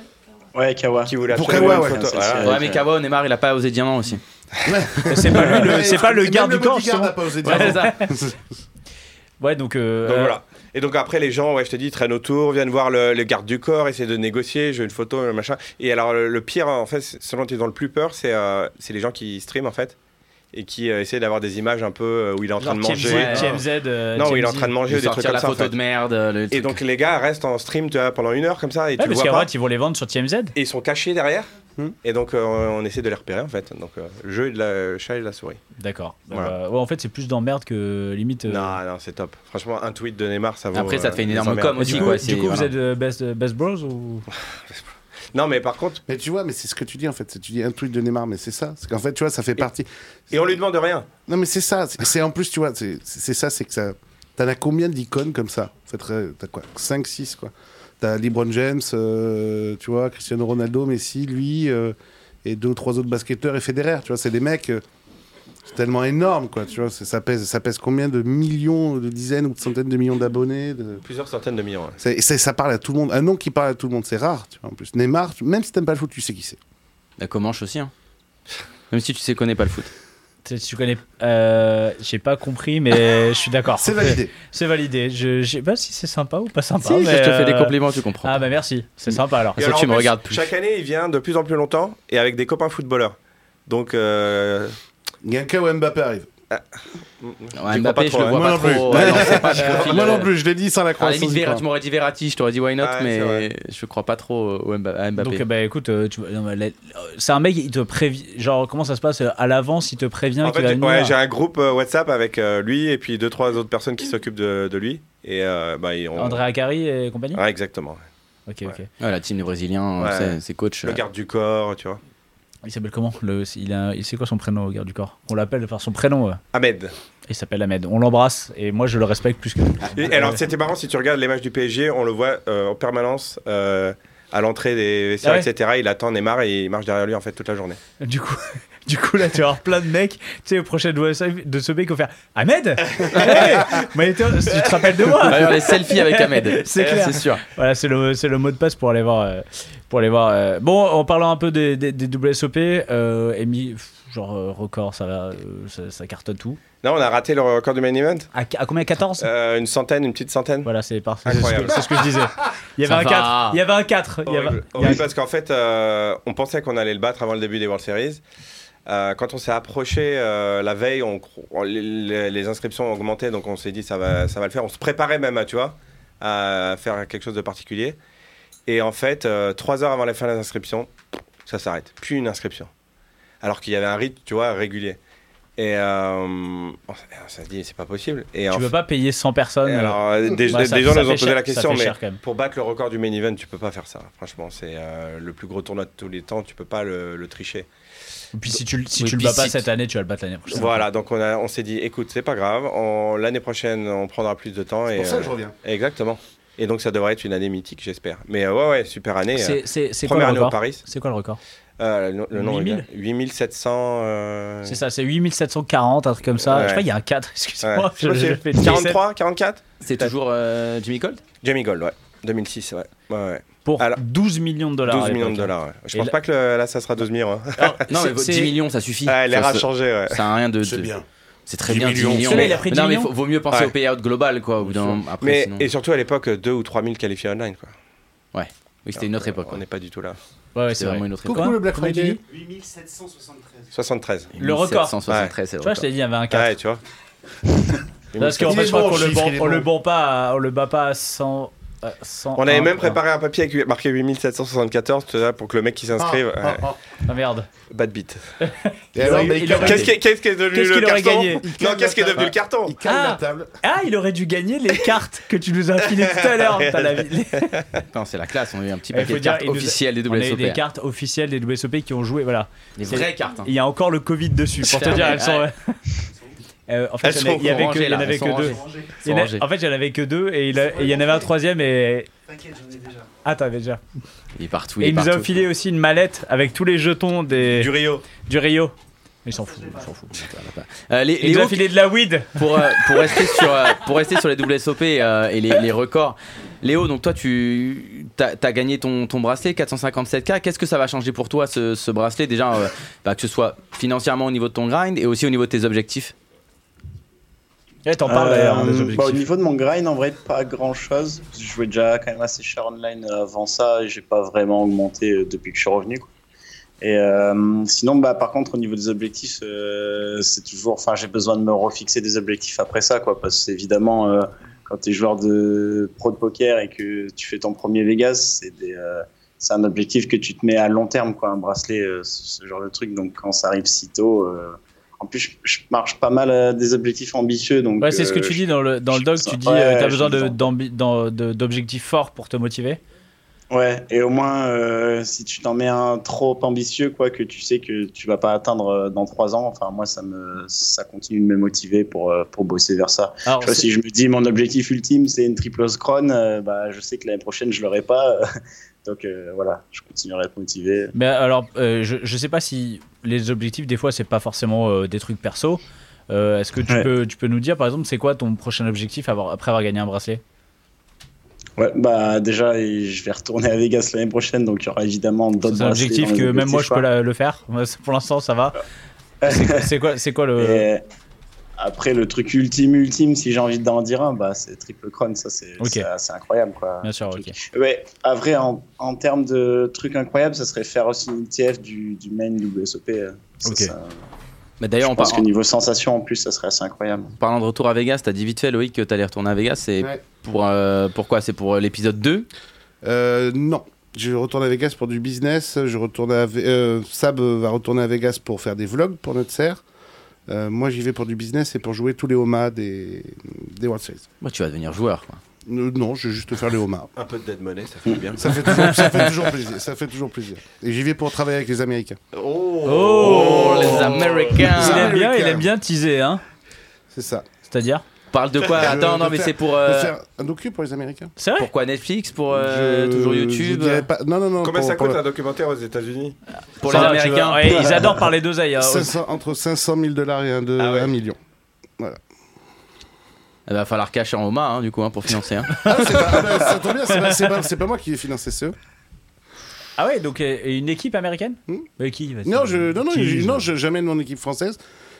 Ouais, Kawa.
Qui voulait
Pour
absolument
Kawa,
une
ouais.
photo.
C'est-
Voilà.
c'est-
Ouais, mais Kawa, Neymar, il a pas osé dire non aussi.
C'est pas lui, le- c'est pas le
Même
garde du corps.
bodyguard
justement.
n'a pas osé dire
Ouais,
non.
c'est ça.
Ouais, donc. euh,
Donc
euh,
voilà. Et donc après, les gens, ouais, je te dis, traînent autour, viennent voir le, le garde du corps, essaient de négocier, je veux une photo, le machin. Et alors, le, le pire, en fait, c'est- selon ils ont le plus peur, c'est euh, c'est les gens qui stream, en fait, et qui euh, essaient d'avoir des images un peu euh, où il est en train de
genre
manger.
TMZ,
Ouais.
TMZ, euh,
Non, où il est en
TMZ.
train de manger, ou des trucs
sortir
comme
la
ça. en
photo
fait.
de merde. le
Et
truc.
donc, les gars restent en stream tu vois, pendant une heure comme ça, et
Ouais,
tu le
parce
vois
qu'à
pas.
droite, ils vont les vendre sur TMZ.
Et ils sont cachés derrière.
Hmm.
Et donc, euh, on essaie de les repérer, en fait. Donc, euh, le jeu est de la le chat et de la souris.
D'accord. Bah,
Voilà.
bah, ouais, en fait, c'est plus d'emmerde que limite. euh,
Non, non, c'est top. Franchement, un tweet de Neymar, ça vaut.
Après, ça te fait une
les
énorme
emmerdes.
com aussi,
Du coup,
quoi.
du
c'est-
coup, vous
voilà.
êtes euh, best, best Bros ou
Non, mais par contre,
Mais tu vois, mais c'est ce que tu dis en fait. c'est- Tu dis un tweet de Neymar, mais c'est ça. C'est qu'en fait, tu vois, ça fait partie.
et on lui demande rien.
Non, mais c'est ça. C'est c'est en plus, tu vois, c'est c'est ça, c'est que ça. T'en as combien d'icônes comme ça En fait, euh, t'as quoi 5, 6, quoi. T'as LeBron James, euh, tu vois, Cristiano Ronaldo, Messi, lui, euh, et deux ou trois autres basketteurs et Federer, tu vois, c'est des mecs. euh, c'est tellement énorme, quoi, tu vois. c'est- Ça pèse, ça pèse combien de millions, de dizaines ou de centaines de millions d'abonnés de-
Plusieurs centaines de millions. hein.
C'est- c'est- ça parle à tout le monde. Un nom qui parle à tout le monde, c'est rare, tu vois, en plus. Neymar, tu- même si t'aimes pas le foot, tu sais qui c'est.
La Comanche aussi. hein. Même si tu sais connais pas le foot.
tu, tu connais euh, J'ai pas compris, mais je suis d'accord.
C'est validé.
C'est validé. Je je sais pas si c'est sympa ou pas sympa.
Si, je
mais,
te fais des
euh,
compliments, tu comprends.
Ah bah merci, c'est sympa alors.
Ah,
Et
ça,
alors,
tu
en
me regardes plus.
Chaque année, il vient de plus en plus longtemps et avec des copains footballeurs. Donc, euh,
Il y a un cas où Mbappé arrive.
Ouais, Mbappé, je le
Moi
vois Ah. pas
non plus.
trop. hein. Ouais, non, c'est pas mon profil,
Moi
euh,
non plus, je l'ai dit sans la
À la
croissance.
limite,
du
Verratti,
point.
tu m'aurais dit Verratti, je t'aurais dit why not,
Ouais, c'est
mais
vrai.
je crois pas trop euh, au Mba- à Mbappé.
Donc, bah, écoute, euh, tu vois, non, mais la- c'est un mec, il te prévient. Genre, comment ça se passe euh, À l'avance, il te prévient
En
qu'il
fait,
va
j'ai-
venir.
ouais, j'ai un groupe euh, WhatsApp avec euh, lui et puis deux, trois autres personnes qui s'occupent de, de lui. Et euh, bah, ils ont-
André Acari et compagnie
Ouais, exactement.
Ok,
ouais.
ok.
Ouais, la team des Brésiliens,
Ouais.
c'est- c'est coach. euh.
Le garde du corps, tu vois.
Il s'appelle comment le, il a, il- C'est quoi son prénom au garde du corps On l'appelle par son prénom. euh.
Ahmed.
Il s'appelle Ahmed. On l'embrasse et moi je le respecte plus que.
Et alors, c'était marrant, si tu regardes les matchs du PSG, on le voit euh, en permanence euh, à l'entrée des vestiaires,
Ah ouais
etc. Il attend Neymar et il marche derrière lui en fait toute la journée.
Du coup, du coup là, tu vas avoir plein de mecs, tu sais, au prochain de de ce mec, qui vont faire Ahmed Hey Mais tu tu te rappelles de
On va
moi
faire les selfies avec Ahmed.
C'est clair.
C'est sûr.
Voilà, c'est le, c'est le mot de passe pour aller voir. euh, pour aller voir euh. Bon, en parlant un peu des, des, des WSOP, euh, Amy, pff, genre euh, record, ça, va, euh, ça, ça cartonne tout.
Là, on a raté le record du main event.
À, à combien 14
Euh, une centaine, une petite centaine.
Voilà, c'est parfait. C'est ce,
Incroyable.
que- c'est ce que je disais. Il y
Ça
avait un
va.
4. Il y avait un 4. Il y avait,
Horrible.
il y
Horrible,
avait-
parce qu'en fait, euh, on pensait qu'on allait le battre avant le début des World Series. Euh, quand on s'est approché euh, la veille, on, cro- on- les, les inscriptions ont augmenté, donc on s'est dit ça va, ça va le faire. On se préparait même, hein, tu vois, à faire quelque chose de particulier. Et en fait, euh, trois heures avant la fin des inscriptions, ça s'arrête. Plus une inscription. Alors qu'il y avait un rythme, tu vois, régulier. Et euh, on s'est- on s'est dit, c'est pas possible. Et en
tu veux pas payer 100 personnes.
et
euh,
Alors, euh, des,
bah,
des-
ça-
des gens
ça
nous ont
fait
posé
cher-
la
ça
question,
fait
mais
cher quand même.
pour battre le record du main event, tu peux pas faire ça. Franchement, c'est euh, le plus gros tournoi de tous les temps, tu peux pas le, le tricher.
Et Puis si tu, le- si
Oui,
tu le
puis
bats pas
si-
cette année, tu vas le battre l'année prochaine.
Voilà, donc on, a- on s'est dit, écoute, c'est pas grave, on- l'année prochaine, on prendra plus de temps.
C'est
et,
pour ça que je
euh,
reviens.
Exactement. Et donc ça devrait être une année mythique, j'espère. Mais euh, ouais, ouais, super année. euh,
C'est- C'est c'est quoi le
première année au
record
Paris.
C'est quoi le record
Euh, le, le nom
8000.
est bien. 8700. euh,
C'est ça, c'est 8740, un truc comme ça.
Ouais.
Je crois qu'il y a un 4,
ouais.
excusez-moi.
Je sais pas
je-
si-
je fais 17.
43, 44
C'est
Peut-être.
toujours euh, Jimmy Colt
Jamie Gold, ouais. 2006, ouais. ouais, ouais.
Pour
Alors,
12 millions de dollars. à
12 millions de
l'époque. hein.
dollars. ouais. Je
Et
pense
là-
pas que le- là, ça sera 12 millions. hein.
Non, mais
C'est- c'est-
10 millions, ça suffit.
Ah,
Ça
l'air a
se-
changé, ouais.
Ça a rien de.
C'est
de-
bien.
C'est très
10
bien, 10
millions.
millions.
Celui-là, il a pris
Mais non,
10
mais
millions
faut- vaut mieux penser
Ouais.
au payout global, quoi, au bout d'un moment. Après,
mais,
sinon.
Et surtout à l'époque, 2 ou 3 000 qualifiés online. Quoi.
Oui, c'était une autre époque.
On n'est pas du tout là.
Ouais, ouais,
C'est
c'est
vraiment
vrai.
une autre
Coucou,
époque.
le Black
Comment tu
Friday.
dis
73.
Le record.
773, c'est
Tu
le
vois, je
record.
t'ai dit, il y avait un 4.
Ah Ouais, tu vois.
Parce qu'en
Il
fait,
est
je crois
bon,
qu'on
le
le,
chiffre,
ban-
il est
on le
bon.
ban pas, à- on le bat pas à 100. euh, 100
On avait même préparé un papier avec marqué 8774 tu vois, pour que le mec qui s'inscrive.
Ah,
ouais.
ah, ah.
Ah merde.
Bad beat.
Et alors,
aurait-
mais
il
il calme-
aurait-
Qu'est-ce qui est, qu'est-ce qui est devenu
Qu'est-ce
le
qu'il aurait
carton
gagné
Non, qu'est-ce qui est devenu
Ouais.
le carton
il calme
Ah.
la table.
Ah, il aurait dû gagner les cartes que tu nous as filées tout à l'heure. T'as la vie-
Putain, C'est la classe, on a eu un petit
Eh, faut
paquet de
dire,
cartes
il nous a-
officielles des
On a eu des
WSOP.
cartes officielles des WSOP qui ont joué. Voilà.
hein. Des
C'est-
vraies cartes. hein.
Il y a encore le Covid dessus. Pour te
Ah,
dire,
mais-
elles sont. Euh, en fait,
Elles
il y en a-
sont
il y avait que,
rangées,
il y en
là,
avait
elles
que
sont
deux.
rangées.
Il y en a- en fait, il y en avait que deux et il, a- et il y en avait un troisième et. Ah, t'avais déjà.
Il est partout.
et il nous a
partout.
filé aussi une mallette avec tous les jetons des...
Du
du...
Rio. Ah,
Rio. Mais il s'en fout, il s'en fout.
Euh, les-
Il nous a
Léo,
filé de la weed.
pour, euh, pour, rester sur, euh, pour rester sur les WSOP euh, et les, les records, Léo, donc toi, tu as, gagné ton, ton bracelet 457K. Qu'est-ce que ça va changer pour toi, ce, ce bracelet Déjà, euh, bah, que ce soit financièrement au niveau de ton grind et aussi au niveau de tes objectifs.
Eh, t'en parles
Euh,
d'ailleurs des
bah, au
objectifs.
niveau de mon grind, en vrai, pas grand chose. Je jouais déjà quand même assez cher online euh, avant ça et j'ai pas vraiment augmenté euh, depuis que je suis revenu. quoi. Et euh, sinon, bah, par contre, au niveau des objectifs, euh, c'est toujours. Enfin, j'ai besoin de me refixer des objectifs après ça, quoi. Parce qu'évidemment, euh, quand tu es joueur de pro de poker et que tu fais ton premier Vegas, c'est des, euh, c'est un objectif que tu te mets à long terme, quoi. Un bracelet, euh, ce, ce genre de truc. Donc, quand ça arrive si tôt. euh, en plus, je, je marche pas mal à des objectifs ambitieux. Donc,
Ouais, c'est ce que
euh,
tu
je-
dis dans le, dans le doc.
je-
Tu dis
ouais,
euh, t'as
je
besoin de-
comprends.
d'ambi- d'en- de- d'objectifs forts pour te motiver.
Ouais, et au moins, euh, si tu t'en mets un trop ambitieux, quoi, que tu sais que tu vas pas atteindre euh, dans trois ans, enfin, moi, ça me, ça continue de me motiver pour, euh, pour bosser vers ça.
Alors,
Tu vois,
c'est-
si je me dis, mon objectif ultime, c'est une triple scron, bah, je sais que l'année prochaine, je l'aurai pas. euh, donc, euh, voilà, je continuerai à être motivé.
Mais alors, euh, je, je sais pas si les objectifs, des fois, c'est pas forcément euh, des trucs perso. Euh, Est-ce que tu,
Ouais.
peux, tu peux nous dire, par exemple, c'est quoi ton prochain objectif avoir- après avoir gagné un bracelet
Ouais, bah, déjà, et je vais retourner à Vegas l'année prochaine, donc il y aura évidemment d'autres
C'est un
bracelets
objectif
dans les
que même moi
objectifs,
je peux
quoi.
la- le faire. Moi, c'est- Pour l'instant, ça va. C'est quoi- C'est quoi, c'est quoi le.
Et après, le truc ultime, ultime, si j'ai envie d'en dire un, bah, c'est triple crown, ça, c'est
Ok.
c'est- c'est incroyable, quoi.
Bien sûr,
Le
ok.
truc. Ouais, à vrai, en, en termes de trucs incroyables, ça serait faire aussi une TF du, du main WSOP. euh. Ça,
Ok.
ça-
Bah, D'ailleurs,
je
en,
pense
par-
que niveau sensation, en plus, ça serait assez incroyable.
en parlant de retour à Vegas, t'as dit vite fait, Loïc, que t'allais retourner à Vegas. C'est
Ouais.
pour, euh, pourquoi C'est pour euh, l'épisode 2
Euh, non. Je retourne à Vegas pour du business. Je retourne à Ve- euh, Sab euh, va retourner à Vegas pour faire des vlogs pour notre serre. Euh, moi, j'y vais pour du business et pour jouer tous les homas des, des World Series.
Moi, tu vas devenir joueur. quoi.
Euh, non, je vais juste faire les homas.
Un peu de dead money, ça fait bien.
Ça fait, toujours, ça fait toujours plaisir. Ça fait toujours plaisir. Et j'y vais pour travailler avec les Américains.
Oh, les Américains
Il aime bien, il
Américain.
aime bien teaser, hein.
C'est ça.
C'est-à-dire
Parle de quoi
Je-
Attends, non,
de
mais
faire-
c'est pour.
Je
euh,
vais faire un docu pour les Américains.
C'est vrai
Pourquoi Netflix Pour euh,
Je-
toujours
je
YouTube
dirais pas- Non, non, non.
Combien
pour-
ça
pour-
coûte un documentaire aux États-Unis
Pour les
Ça va, tu
Américains
vois. Ouais, ils adorent parler d'oseille. hein.
500 entre 500 000 dollars et un, de,
Ah ouais.
un million.
Il Eh ben, va falloir cash en Oma, hein, du coup, hein, pour financer. hein.
Ah, c'est pas, ah, bah, ça tombe bien, c'est pas, c'est pas- c'est pas moi qui ai financé ce.
Ah ouais, donc euh, une équipe américaine
Hmm.
Mais qui vas-y.
Non, je, non, non,
Qui,
je- non, je- j'amène mon équipe française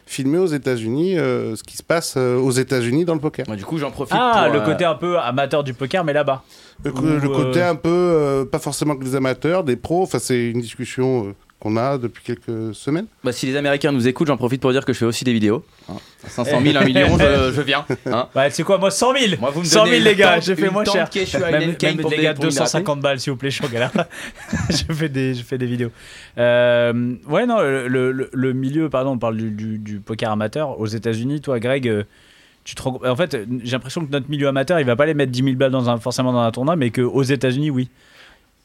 filmer aux États-Unis euh, ce qui se passe euh, aux États-Unis dans le poker.
Moi, du coup, j'en profite.
Ah,
pour,
le
euh,
côté un peu amateur du poker, mais là-bas.
Le, co-
Ou,
le
euh,
côté un peu, euh, pas forcément que des amateurs, des pros, enfin, c'est une discussion euh, qu'on a depuis quelques semaines.
Bah, si les Américains nous écoutent, j'en profite pour dire que je fais aussi des vidéos.
Ah.
hein. 500 000, 1 million, je, je viens. hein.
Ouais, c'est Bah, quoi, moi 100 000
Moi, vous me
100
donnez
000, les
une
gars,
tente-
j'ai fait
une
moins
tente
cher.
Quechua
Même,
Island Cane
même
pour
les
des-
gars,
pour une hydrater.
250 balles, s'il vous plaît, je suis en galère. je, fais des, je fais des vidéos. Euh, ouais, non, le, le- le milieu, pardon, on parle du, du- du poker amateur. Aux États-Unis, toi, Greg, euh, tu te rends- En fait, euh, j'ai l'impression que notre milieu amateur, il va pas les mettre 10 000 balles dans un, forcément dans un tournoi, mais qu'aux États-Unis, oui.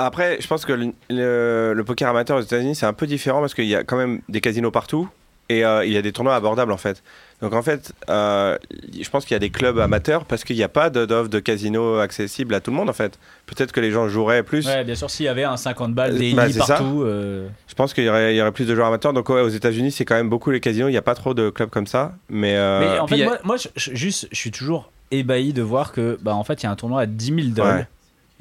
Après, je pense que le, le- le poker amateur aux États-Unis, c'est un peu différent parce qu'il y a quand même des casinos partout et euh, il y a des tournois abordables en fait. Donc en fait, euh, je pense qu'il y a des clubs amateurs parce qu'il n'y a pas de- d'offre de casino accessible à tout le monde en fait. Peut-être que les gens joueraient plus.
Ouais, bien sûr, s'il y avait un 50 balles, des
Bah,
lits
c'est ça.
partout. euh,
Je pense qu'il y aurait, il y aurait plus de joueurs amateurs. Donc ouais, aux États-Unis, c'est quand même beaucoup les casinos. Il n'y a pas trop de clubs comme ça. Mais, euh,
Mais en
puis
fait,
y a-
moi, moi, je, je- juste, je suis toujours ébahi de voir que, bah, en fait, il y a un tournoi à 10 000 dollars.
Ouais.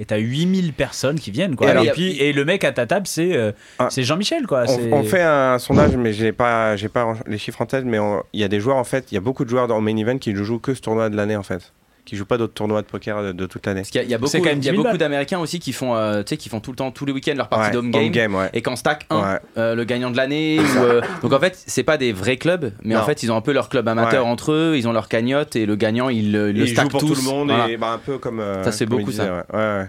Et t'as 8000 personnes qui viennent,
Et
quoi.
alors-
Et, puis, et le mec à ta table, c'est euh,
Ah.
c'est Jean-Michel, quoi. c'est-
On, on fait un sondage, mais j'ai pas, j'ai pas les chiffres en tête, mais on- il y a des joueurs en fait, il y a beaucoup de joueurs dans le main event qui ne jouent que ce tournoi de l'année en fait, qui jouent pas d'autres tournois de poker de, de toute l'année.
Parce qu'il y a- il y a beaucoup,
C'est quand même
il y a
10 000
beaucoup
balles.
d'Américains aussi qui font, euh, tu sais, qui font tout le temps, tous les week-ends leur partie
Ouais,
d'home
home
game.
ouais.
Et qu'en stack 1,
Ouais.
euh, le gagnant de l'année. ou, euh, donc en fait, c'est pas des vrais clubs, mais en
Non.
fait, ils ont un peu leur club amateur
Ouais.
entre eux, ils ont leur cagnotte et le gagnant, il, le- il
Ils
le
jouent
stack
pour
tous.
tout le monde
Voilà.
et bah, un peu comme. euh,
Ça, c'est
comme il
beaucoup,
disait,
ça.
ouais. Ouais, ouais.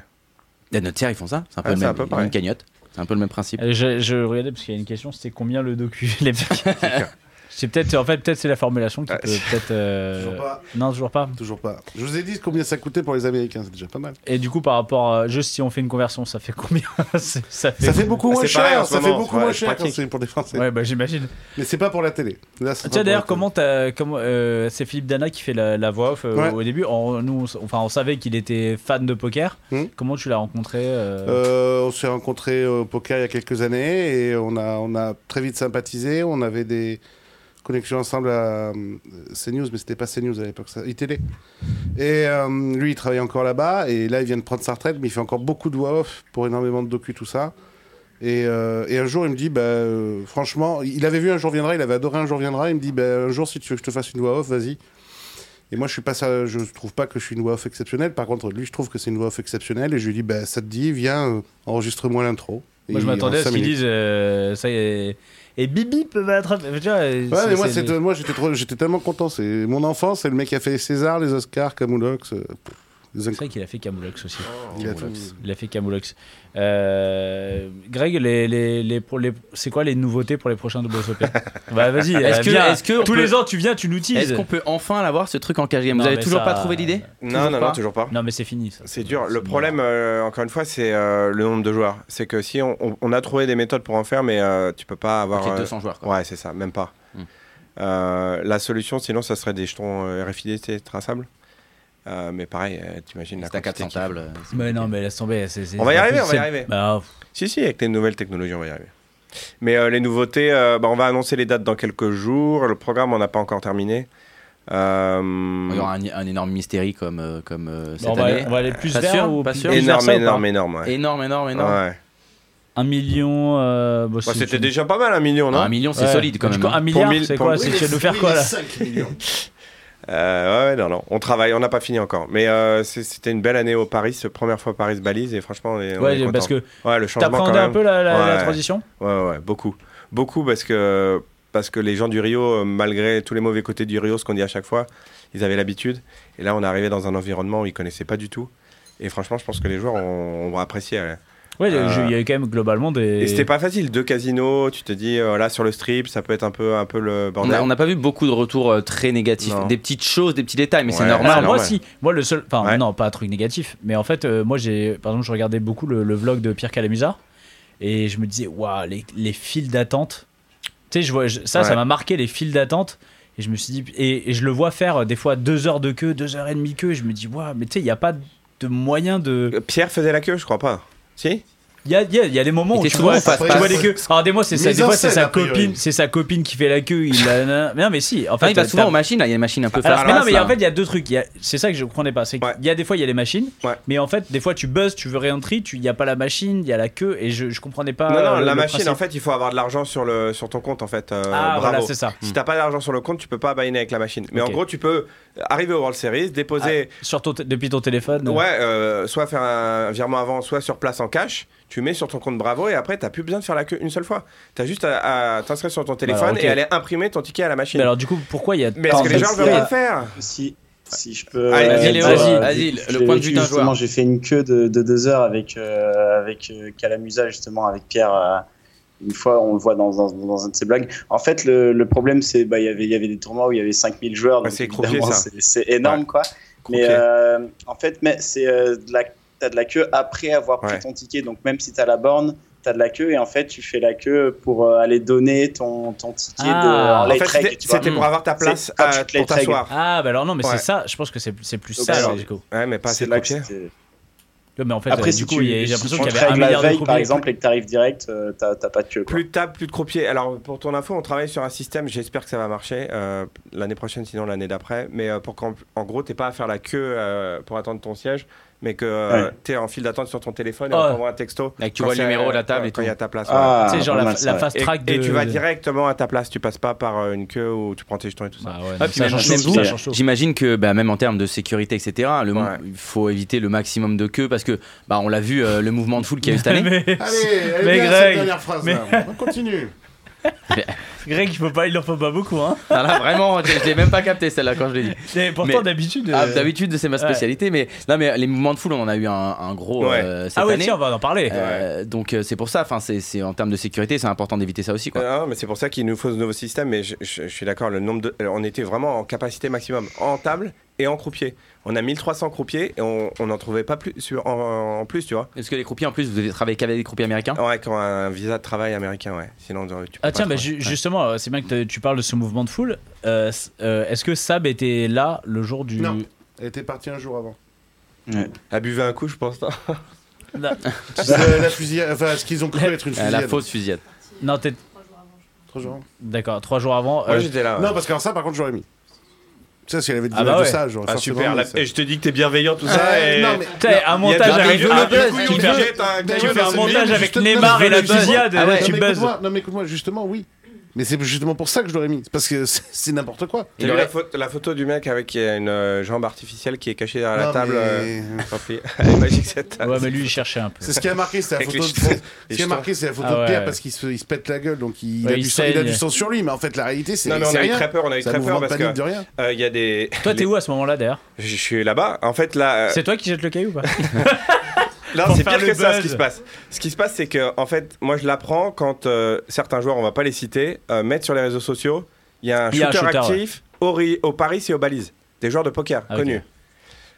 Les notaires, ils font ça. C'est un peu
Ouais,
le
c'est
même.
un peu
ils ont une
pareil.
cagnotte. C'est un peu le même principe.
Euh, Je, je regardais parce qu'il y a une question, c'était combien le docu, les mecs C'est peut-être, en fait, peut-être c'est la formulation qui
Ah,
peut peut-être. euh,
Toujours pas.
Non, toujours pas.
Toujours pas. Je vous ai dit combien ça coûtait pour les Américains, c'est déjà pas mal.
Et du coup, par rapport, à, juste si on fait une conversion, ça fait combien C'est- Ça fait.
Ça fait beaucoup
Ah,
moins
c'est pareil en
cher,
ce
ça fait
moment,
beaucoup
ouais,
moins
je
cher quand
pratique.
c'est pour des Français.
Ouais, bah j'imagine.
Mais c'est pas pour la télé. Là, ce sera
Ah, Tu sais
pour
d'ailleurs
la télé.
comment t'as- comment euh, c'est Philippe Dana qui fait la, la voix off euh,
Ouais.
au début. On, nous, on s- enfin, on savait qu'il était fan de poker.
Hmm.
Comment tu l'as rencontré euh,
Euh, on s'est rencontrés au poker il y a quelques années et on a, on a très vite sympathisé. On avait des connexions ensemble à euh, CNews, mais c'était pas CNews à l'époque, ça- ITD. Et euh, lui, il travaille encore là-bas et là, il vient de prendre sa retraite, mais il fait encore beaucoup de voix-off pour énormément de docu, tout ça. Et, euh, et un jour, il me dit, bah, euh, franchement, il avait vu Un jour viendra, il avait adoré Un jour viendra. Il me dit, bah, un jour, si tu veux que je te fasse une voix off, vas-y. Et moi, je suis pas ça, je trouve pas que je suis une voix off exceptionnelle. Par contre, lui, je trouve que c'est une voix off exceptionnelle. Et je lui dis, bah, ça te dit, viens, euh, enregistre-moi l'intro.
Moi, je
Et en
m'attendais à ce
cinq
qu'ils
minutes.
disent euh, ça y est. Et Bibi peut m'attraper. Tu vois, euh,
Ouais, mais moi,
c'est-
c'est- moi, j'étais trop- j'étais tellement content. C'est mon enfance, c'est le mec qui a fait les César, les Oscars, Camoulox. euh, pff, les
C'est
inc-
vrai qu'il a fait Camoulox aussi.
il a tout-
Il a fait Camoulox. Euh, Greg, les, les, les, pour les, c'est quoi les nouveautés pour les prochains WSOP Bah vas-y,
Est-ce
euh,
que-
viens.
est-ce que on
tous
peut-
les ans tu viens, tu nous teases.
Est-ce qu'on peut enfin l'avoir ce truc en cash game
Non,
Vous avez
mais
toujours
ça-
pas trouvé l'idée
Non, non,
pas
non, toujours pas.
Non mais c'est fini. ça.
C'est dur. Le
bon.
problème, euh, encore une fois, c'est euh, le nombre de joueurs. C'est que si on, on- on a trouvé des méthodes pour en faire, mais euh, tu peux pas avoir.
Ok,
euh,
200 joueurs. Quoi.
Ouais, c'est ça, même pas.
Hmm.
Euh, la solution, sinon, ça serait des jetons euh, RFID tu sais, traçables. Euh, mais pareil, euh, t'imagines la
C'est à
quantité
400
qu'il faut.
tables. euh, c'est
Mais non,
compliqué.
mais laisse tomber. c'est- c'est-
On va y arriver, on va y
c'est-
arriver.
Bah,
Si, si, avec les nouvelles technologies, on va y arriver. Mais euh, les nouveautés, euh, bah, on va annoncer les dates dans quelques jours. Le programme, on n'a pas encore terminé. Euh,
Il y aura un, un énorme mystérie comme, euh, comme euh, cette
Bah, on, va,
année.
on va aller plus
Pas
vers
sûr,
ou
pas
plus hein.
sûr.
vers
énorme,
ça ou pas
énorme, énorme. ouais.
Énorme, énorme, énorme.
Ouais.
Un million. euh, bon,
Bah,
Oh, c'est-
C'était déjà pas mal, un million, non
Un million, c'est
Ouais.
solide quand
Du
même.
coup,
hein.
Un milliard,
Pour mille-
c'est
pour
quoi
mille-
C'est tu vas nous faire quoi là
Euh, ouais, ouais, non, non. On travaille, on n'a pas fini encore. Mais euh, c'est- c'était une belle année au Paris, ce première fois Paris se balise et franchement, on est, on est
Ouais,
content.
parce que
ouais, le changement quand
t'appréhendais un
même.
peu la, la- la
Ouais.
transition
Ouais, ouais, beaucoup, beaucoup parce que parce que les gens du Rio, euh, malgré tous les mauvais côtés du Rio, ce qu'on dit à chaque fois, ils avaient l'habitude. Et là, on est arrivé dans un environnement où ils connaissaient pas du tout. Et franchement, je pense que les joueurs ont, ont apprécié. Euh,
Ouais, euh, il y avait quand même globalement des.
Et c'était pas facile. Deux casinos, tu te dis, euh, là sur le strip, ça peut être un peu, un peu le bordel.
On n'a pas vu beaucoup de retours euh, très négatifs. Non. Des petites choses, des petits détails, mais ouais, c'est normal.
Alors, moi,
normal.
si. Moi, le seul. Enfin, ouais. non, pas un truc négatif. Mais en fait, euh, moi, j'ai. Par exemple, je regardais beaucoup le, le vlog de Pierre Calamusa. Et je me disais, waouh, les, les, files d'attente. Tu sais, je vois, je, ça, ouais. ça m'a marqué, les files d'attente. Et je me suis dit. Et, et, je le vois faire euh, des fois deux heures de queue, deux heures et demie de queue. Et je me dis, waouh, mais tu sais, il n'y a pas de moyen de.
Euh, Pierre faisait la queue, je crois pas. Si
il y a, y, a, y a, des moments où tu vois, passe, tu vois les queues. Alors des, mois, c'est sa, des fois, c'est sa copine, c'est sa copine qui fait la queue. Il a... mais non, mais si. En fait,
non, il va souvent aux machines. Il y a une machine un peu.
Alors, mais non, mais là. en fait, il y a deux trucs. A... C'est ça que je comprenais pas. C'est qu'il ouais. y a des fois, il y a les machines. Ouais. Mais en fait, des fois, tu buzzes, tu veux réentrer, tu, il y a pas la machine, il y a la queue, et je, je comprenais pas. euh,
Non, non, le, la le machine. Principe. En fait, il faut avoir de l'argent sur le sur ton compte en fait. Euh,
ah,
bravo.
voilà, c'est ça.
Si t'as pas d'argent sur le compte, tu peux pas baïner avec la machine. Mais en gros, tu peux arriver au World Series, déposer
sur depuis ton téléphone. euh.
Ouais, euh, soit faire un virement avant, soit sur place en cash tu mets sur ton compte Bravo et après, t'as plus besoin de faire la queue une seule fois. T'as juste à, à t'inscrire sur ton téléphone alors, okay. et aller imprimer ton ticket à la machine.
Bah, Mais alors, du coup, pourquoi il y a.
Mais est-ce que les gens veulent le faire
si, si je peux.
Allez, Léo, vas-y, le point de vue d'un joueur.
Euh, J'ai fait une queue de, de deux heures avec, euh, avec euh, Calamusa, justement, avec Pierre. Euh, une fois, on le voit dans, dans, dans, un de ses blagues. En fait, le, le problème, c'est bah, y avait, y avait des tournois où il y avait 5000 joueurs.
Ouais,
c'est énorme, ouais. quoi. Croqué. Mais euh, en fait, c'est euh, de la tu de la queue après avoir pris ouais. ton ticket. Donc même si tu as la borne, tu as de la queue et en fait tu fais la queue pour euh, aller donner ton, ton ticket
euh,
ah, de, en, en
fait, C'était pour avoir ta place à, pour t'asseoir.
Ah bah alors non mais ouais. c'est ça, je pense que c'est plus Donc, ça alors,
du coup. Ouais mais pas assez de
mais en fait, Après, euh, si du coup, j'ai l'impression qu'il y avait un
la
milliard
veille,
de
par exemple, et que tu arrives direct, euh, t'as pas de queue. Quoi.
Plus de table, plus de croupiers. Alors, pour ton info, on travaille sur un système, j'espère que ça va marcher euh, l'année prochaine, sinon l'année d'après. Mais euh, pour qu'en gros, t'es pas à faire la queue euh, pour attendre ton siège, mais que ouais. t'es en file d'attente sur ton téléphone et oh. on t'envoie un texto. euh,
Et que tu vois le numéro de la table et
quand il y a ta place.
Ah, ouais. C'est genre la, la fast track
et, de... et tu vas directement à ta place, tu passes pas par euh, une queue où tu prends tes jetons et tout ça.
Bah
Ah,
J'imagine que même en termes de sécurité, etc., il faut éviter le maximum de queues parce que bah, on l'a vu euh, le mouvement de foule qu'il y a eu cette année.
mais, Allez, allez mais bien, Greg, cette dernière phrase mais... là. On continue.
Greg, il, faut pas, il en faut pas beaucoup. Hein.
Non, là, vraiment, je l'ai même pas capté celle-là quand je l'ai dit.
Et pourtant, d'habitude. Euh...
Ah, d'habitude, c'est ma spécialité. Ouais. Mais, non, mais les mouvements de foule, on en a eu un, un gros
ouais.
euh, cette
ah, ouais,
année.
Tiens, on va en parler.
Euh, donc, c'est pour ça, enfin, c'est en termes de sécurité, c'est important d'éviter ça aussi. Quoi.
Non, mais c'est pour ça qu'il nous faut ce nouveau système. Mais je, je, je suis d'accord, le nombre de, on était vraiment en capacité maximum en table et en croupier. On a 1300 croupiers et on n'en trouvait pas plus sur, en, en, plus, tu vois. Ah
Est-ce que les croupiers en plus, vous devez travailler qu'avec des croupiers américains
Ouais, qui ont un visa de travail américain, ouais. Sinon, tu peux
ah tiens, bah, ju justement, c'est bien que tu parles de ce mouvement de foule. Euh, euh, Est-ce que Sab était là le jour du...
Non, elle était partie un jour avant.
Ouais. Elle buvait un coup, je pense.
la, la fusillade, enfin, ce qu'ils ont cru
Euh,
être une fusillade.
La fausse fusillade.
Non, t'es...
Trois jours avant.
D'accord, trois jours avant.
Moi, euh... j'étais là. Ouais.
Non, parce que alors, ça, par contre, j'aurais mis. Ça, si elle avait dit ah bah ouais. ça, genre,
ah super. La... Et je te dis que t'es bienveillant, tout ça.
Ah,
et...
Non, mais... T'sais, un montage avec Tu fais un montage avec Neymar et la fusillade, ah ouais.
tu
buzzes.
Non, mais écoute-moi, justement, oui. Mais c'est justement pour ça que je l'aurais mis. Parce que c'est n'importe quoi.
Il y a la, faute, la, photo du mec avec une euh, jambe artificielle qui est cachée derrière non, la table. Mais... Euh, Magic 7.
Ouais, mais lui, il cherchait un peu.
C'est ce qui a marqué, c'est la, photo... ce marqué, la photo ah ouais. de Pierre parce qu'il se, se, pète la gueule. Donc il, ouais, il, a, il, du sang, il a, du sang, sur lui. Mais en fait, la réalité, c'est.
Non, mais on a eu
rien.
très peur. On a eu très peur parce que. De rien. Euh, y a des...
Toi, t'es où à ce moment-là d'ailleurs
Je suis là-bas. En fait, là. euh,
C'est toi qui jette le caillou ou pas
Là, c'est pire que buzz. ça ce qui se passe. Ce qui se passe, c'est que, en fait, moi je l'apprends quand euh, certains joueurs, on va pas les citer, euh, mettent sur les réseaux sociaux, il y a un shooter, a un shooter actif ouais. au, ri, au, Paris et aux balises. Des joueurs de poker ah, connus. Okay.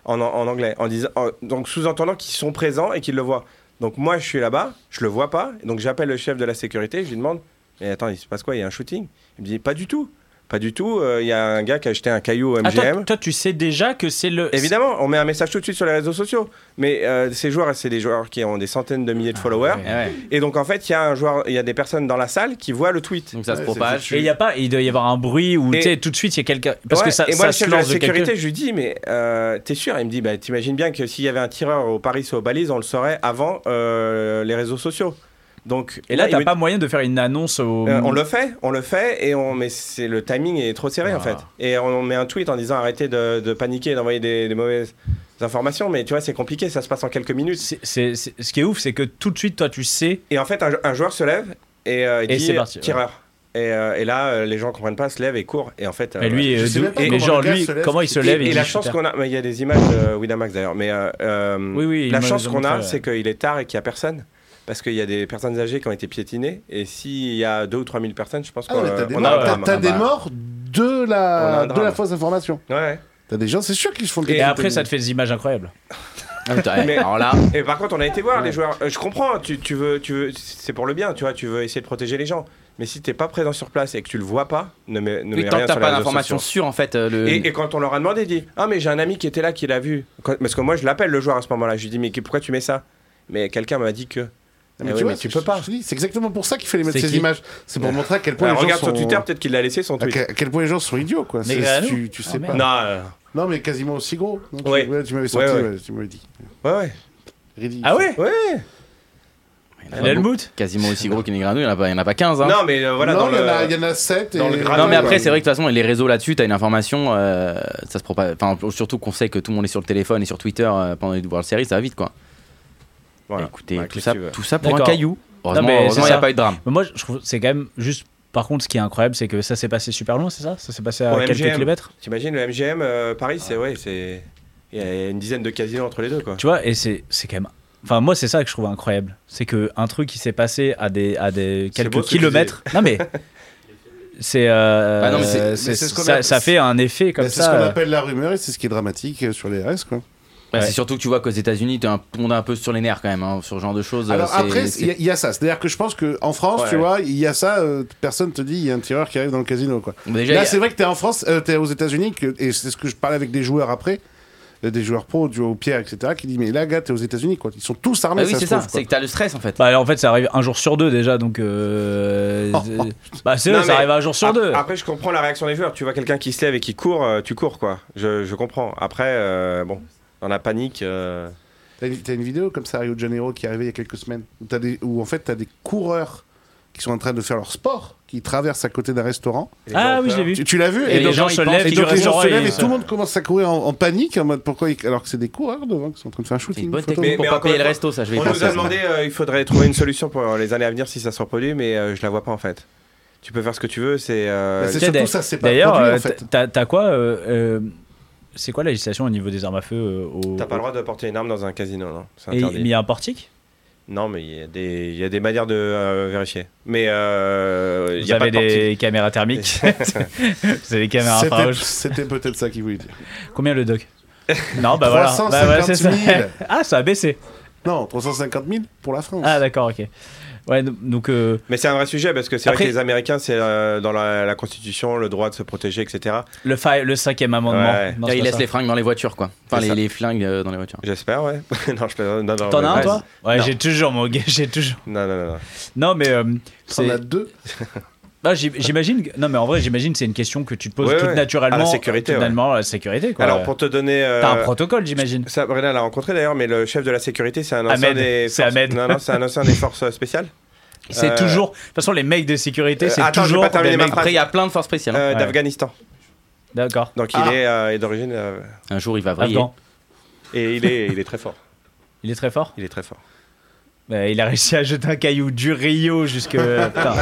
En, en, anglais. En disant, en, donc sous-entendant qu'ils sont présents et qu'ils le voient. Donc moi je suis là-bas, je le vois pas, donc j'appelle le chef de la sécurité, je lui demande Mais attends, il se passe quoi Il y a un shooting Il me dit Pas du tout. Pas du tout. Il euh, y a un gars qui a acheté un caillou au MGM. Ah,
toi, toi, tu sais déjà que c'est le.
Évidemment, on met un message tout de suite sur les réseaux sociaux. Mais euh, ces joueurs, c'est des joueurs qui ont des centaines de milliers de followers. Ah, ouais, ouais. Et donc, en fait, il y a un joueur, il y a des personnes dans la salle qui voient le tweet.
Donc ça ouais, se propage.
Et il y a pas, il doit y avoir un bruit ou tout de suite il y a quelqu'un. Parce que ça,
et moi,
ça se
lance
de
sécurité, quelques... je lui dis, mais euh, t'es sûr Il me dit, bah, t'imagines bien que s'il y avait un tireur au Paris ou au Balise, on le saurait avant euh, les réseaux sociaux. Donc,
et là, tu t'as pas moyen de faire une annonce au.
Euh, on le fait, on le fait, et on, mais c'est le timing est trop serré ah. en fait. Et on met un tweet en disant arrêtez de, de paniquer et d'envoyer des, des, mauvaises informations, mais tu vois, c'est compliqué, ça se passe en quelques minutes.
C est, c est, c est, ce qui est ouf, c'est que tout de suite, toi, tu sais.
Et en fait, un, un joueur se lève et, euh, et dit parti, tireur. Ouais. Et, euh, et là, euh, les gens comprennent pas, se lèvent et courent. Et en fait, euh,
Mais lui,
voilà.
euh,
sais
d'où-
même pas
mais
comment
genre
le gars
lui,
se lève.
comment il se
Et-
lève
et,
il
la
dit,
chance
putain.
qu'on a, Ah, mais il y a des images de Winamax d'ailleurs, mais euh, euh,
Oui, oui, il
la
m'a-
chance
ils ont
qu'on
montré,
a,
ouais.
c'est qu'il est tard et qu'il y a personne. Parce qu'il y a des personnes âgées qui ont été piétinées. Et s'il y a 2 ou 3 000 personnes, je pense
Ah
qu'on
non, mais t'as des
euh, on
morts,
a un
t'as-
drame.
t'as
Ah
des
bah.
morts de
On a
la,
un
de
drame.
la fausse information.
Ouais.
T'as des gens, c'est sûr qu'ils se font le
Et
calcul.
après, ça te fait des images incroyables.
Mais-
Ah Alors là,
Et par contre, on a été voir les joueurs. Euh, Je comprends, tu, tu veux, tu veux, c'est pour le bien, tu vois, tu veux essayer de protéger les gens. Mais si t'es pas présent sur place et que tu le vois pas, ne mets, ne
oui,
mets
tant
rien
que t'as
sur les
pas
réseaux
d'informations
sociaux.
sûres, en fait, euh, le.
Et, et quand on leur a demandé, il dit Ah, mais j'ai un ami qui était là, qui l'a vu. Quand- parce que moi, je l'appelle le joueur à ce moment-là. Je lui dis Mais que- pourquoi tu mets ça Mais quelqu'un m'a dit que.
Ah, mais
Eh
tu,
oui,
vois,
mais tu
c'est-
peux pas.
je te dis, C'est exactement pour ça qu'il fallait mettre
C'est
ces
qui
images. C'est pour montrer à quel point
Bah,
les gens
regarde
sont.
sur Twitter, peut-être qu'il l'a laissé son
à
tweet.
quel- à quel point les gens sont idiots, quoi. C'est-
Grano
Tu, tu sais
Ah,
pas. Non.
merde.
Non, euh,
mais quasiment aussi gros. Non, tu-
Ouais.
ouais, tu m'avais sorti,
ouais.
ouais, tu m'avais dit.
ouais, ouais.
Ridicule.
Ah ouais
Ouais.
Il y en a pas beaucoup.
Helmut
Quasiment aussi gros qu'une Negreanu, il n'y en, a pas- il y en a pas 15. Hein.
Non, mais euh, voilà,
non,
dans
il y, en a-
le.
il y en a 7.
dans
et...
le grade-
Euh, Non, mais
ouais,
après,
ouais.
c'est vrai que de toute façon, les réseaux là-dessus, t'as une information, euh, ça se propage. Enfin, surtout qu'on sait que tout le monde est sur le téléphone et sur Twitter euh, pendant les World Series, ça va vite quoi.
Voilà.
Écoutez,
Bah,
tout,
qu'est-ce
ça,
que tu veux
tout ça pour un
D'accord.
caillou. Heureusement,
mais c'est
heureusement, il n'y a
ça.
pas eu de drame.
Mais moi, je trouve que c'est quand même juste. Par contre, ce qui est incroyable, c'est que ça s'est passé super loin, c'est ça Ça s'est passé à
Au
quelques
MGM.
kilomètres
T'imagines, le MGM euh, Paris, c'est. Ouais, c'est. Il y a une dizaine de casinos entre les deux, quoi.
Tu vois, et c'est c'est quand même. Enfin, moi, c'est ça que je trouve incroyable. C'est que un truc qui s'est passé à des, à des
C'est
quelques
beau ce que tu
kilomètres. Non, mais. C'est. euh,
Ah non, mais c'est-
euh,
Bah mais
c'est-
c'est ce qu'on
ça,
appelle-
ça fait un effet
Bah,
comme
c'est ce qu'on
ça. euh.
appelle la rumeur et c'est ce qui est dramatique euh, sur les RS. Quoi.
Bah,
Ouais.
C'est surtout que tu vois qu'aux États-Unis, t'es un- on est un peu sur les nerfs quand même, hein, sur ce genre de choses.
Alors
euh, c'est-
après,
c'est-
il y, a- il y a ça. C'est-à-dire que je pense qu'en France,
Ouais.
tu vois, il y a ça. euh, personne te dit il y a un tireur qui arrive dans le casino. Quoi.
Déjà, il
Là,
y a-
c'est vrai que t'es en France, euh, t'es aux États-Unis, que- et c'est ce que je parlais avec des joueurs après, euh, des joueurs pros, du haut Pierre, etc., qui disent Mais là, gars, t'es aux États-Unis, quoi. Ils sont tous
Bah
armés,
oui,
ça
c'est
se
ça,
trouve, quoi.
c'est que t'as le stress en fait.
Bah, en fait, ça arrive un jour sur deux déjà, donc. euh, c'est- bah, c'est
Non,
vrai, ça
mais
arrive un jour sur
Ap-
deux.
Après, je comprends la réaction des joueurs. Tu vois quelqu'un qui se lève et qui court, euh, tu cours quoi. Je, je comprends. Après, euh, bon, dans la panique. euh,
T'as une, t'as une vidéo comme ça, à Rio de Janeiro, qui est arrivée il y a quelques semaines, où, t'as des, où en fait, t'as des coureurs qui sont en train de faire leur sport, qui traversent à côté d'un restaurant.
les
Ah
gens
oui,
ont
je l'ai
peur.
vu.
Tu, tu l'as vu
Et, les
donc-
gens se lèvent
et
du
donc les gens
restaurant
se lèvent
et-
et tout le monde commence à courir en, en panique en mode pourquoi ils- alors que c'est des coureurs devant qui sont en train de faire un
C'est
shooting.
une bonne
photo.
technique
Mais-
pour
mais
pas
encore
payer
une
le
fois,
resto, ça je vais
On
faire
nous a
ça.
demandé, euh, il faudrait trouver une solution pour les années à venir si ça se reproduit, mais euh, je la vois pas en fait. Tu peux faire ce que tu veux, c'est. euh,
Bah, c'est
Tu sais,
surtout
d'a-
ça, c'est pas
D'ailleurs,
produit, en
euh,
fait.
t'as t'as quoi euh, euh, C'est quoi la législation au niveau des armes à feu euh, au-
T'as pas le droit de porter une arme dans un casino, non C'est
Et- mais
interdit.
il y a un portique
Non, mais il y, a des- il y a des manières de euh, vérifier. Mais euh, il
Vous
y a pas
avez
de portique.
des caméras thermiques Vous avez des caméras
C'était-
infrarouges
C'était peut-être ça qu'il voulait dire.
Combien le doc Non, bah voilà. Bah, voilà, c'est
350 000.
ça. Ah, ça a baissé.
Non, 350 000 pour la France.
Ah, d'accord, ok. Ouais, donc. euh,
Mais c'est un vrai sujet parce que c'est vrai
Après-
que les Américains, c'est euh, dans la, la Constitution le droit de se protéger, etc.
Le, fi- le cinquième amendement.
Ouais.
Non,
Là,
c'est
il
pas
laisse
ça.
les fringues dans les voitures quoi. Enfin,
C'est
les,
ça.
les flingues euh, dans les voitures.
J'espère, ouais. non, je plaisante. Non, non,
T'en as un,
mais-
toi Ouais,
Non.
Ah, j'ai toujours, mon gars, j'ai toujours.
Non, non, non. non.
Non, mais. euh,
On
c'est-
a deux.
Ah, j'im- j'imagine. que- Non, mais en vrai, j'imagine que c'est une question que tu te poses
Ouais,
toute
ouais.
naturellement.
À la sécurité,
Tout
ouais.
naturellement, à la sécurité, quoi.
Alors, pour te donner. euh,
T'as un protocole, j'imagine.
Sabrina l'a rencontré d'ailleurs, mais le chef de la sécurité, c'est un ancien
Ahmed.
des.
C'est
forces-
Ahmed.
Non, non, c'est un ancien des forces spéciales.
C'est
euh,
toujours. De toute façon, les mecs de sécurité,
euh,
c'est
attends, je vais
toujours.
pas terminer
des
ma
mecs-
Après, il y a plein de forces spéciales. hein.
euh,
Ouais.
D'Afghanistan.
D'accord.
Donc, il
Ah.
est, euh, est d'origine. euh,
Un jour, il va vriller.
Afghan.
et il est, il est très fort.
Il est très fort.
Il est très fort.
Bah, il a réussi à jeter un caillou du Rio jusque. euh, Putain,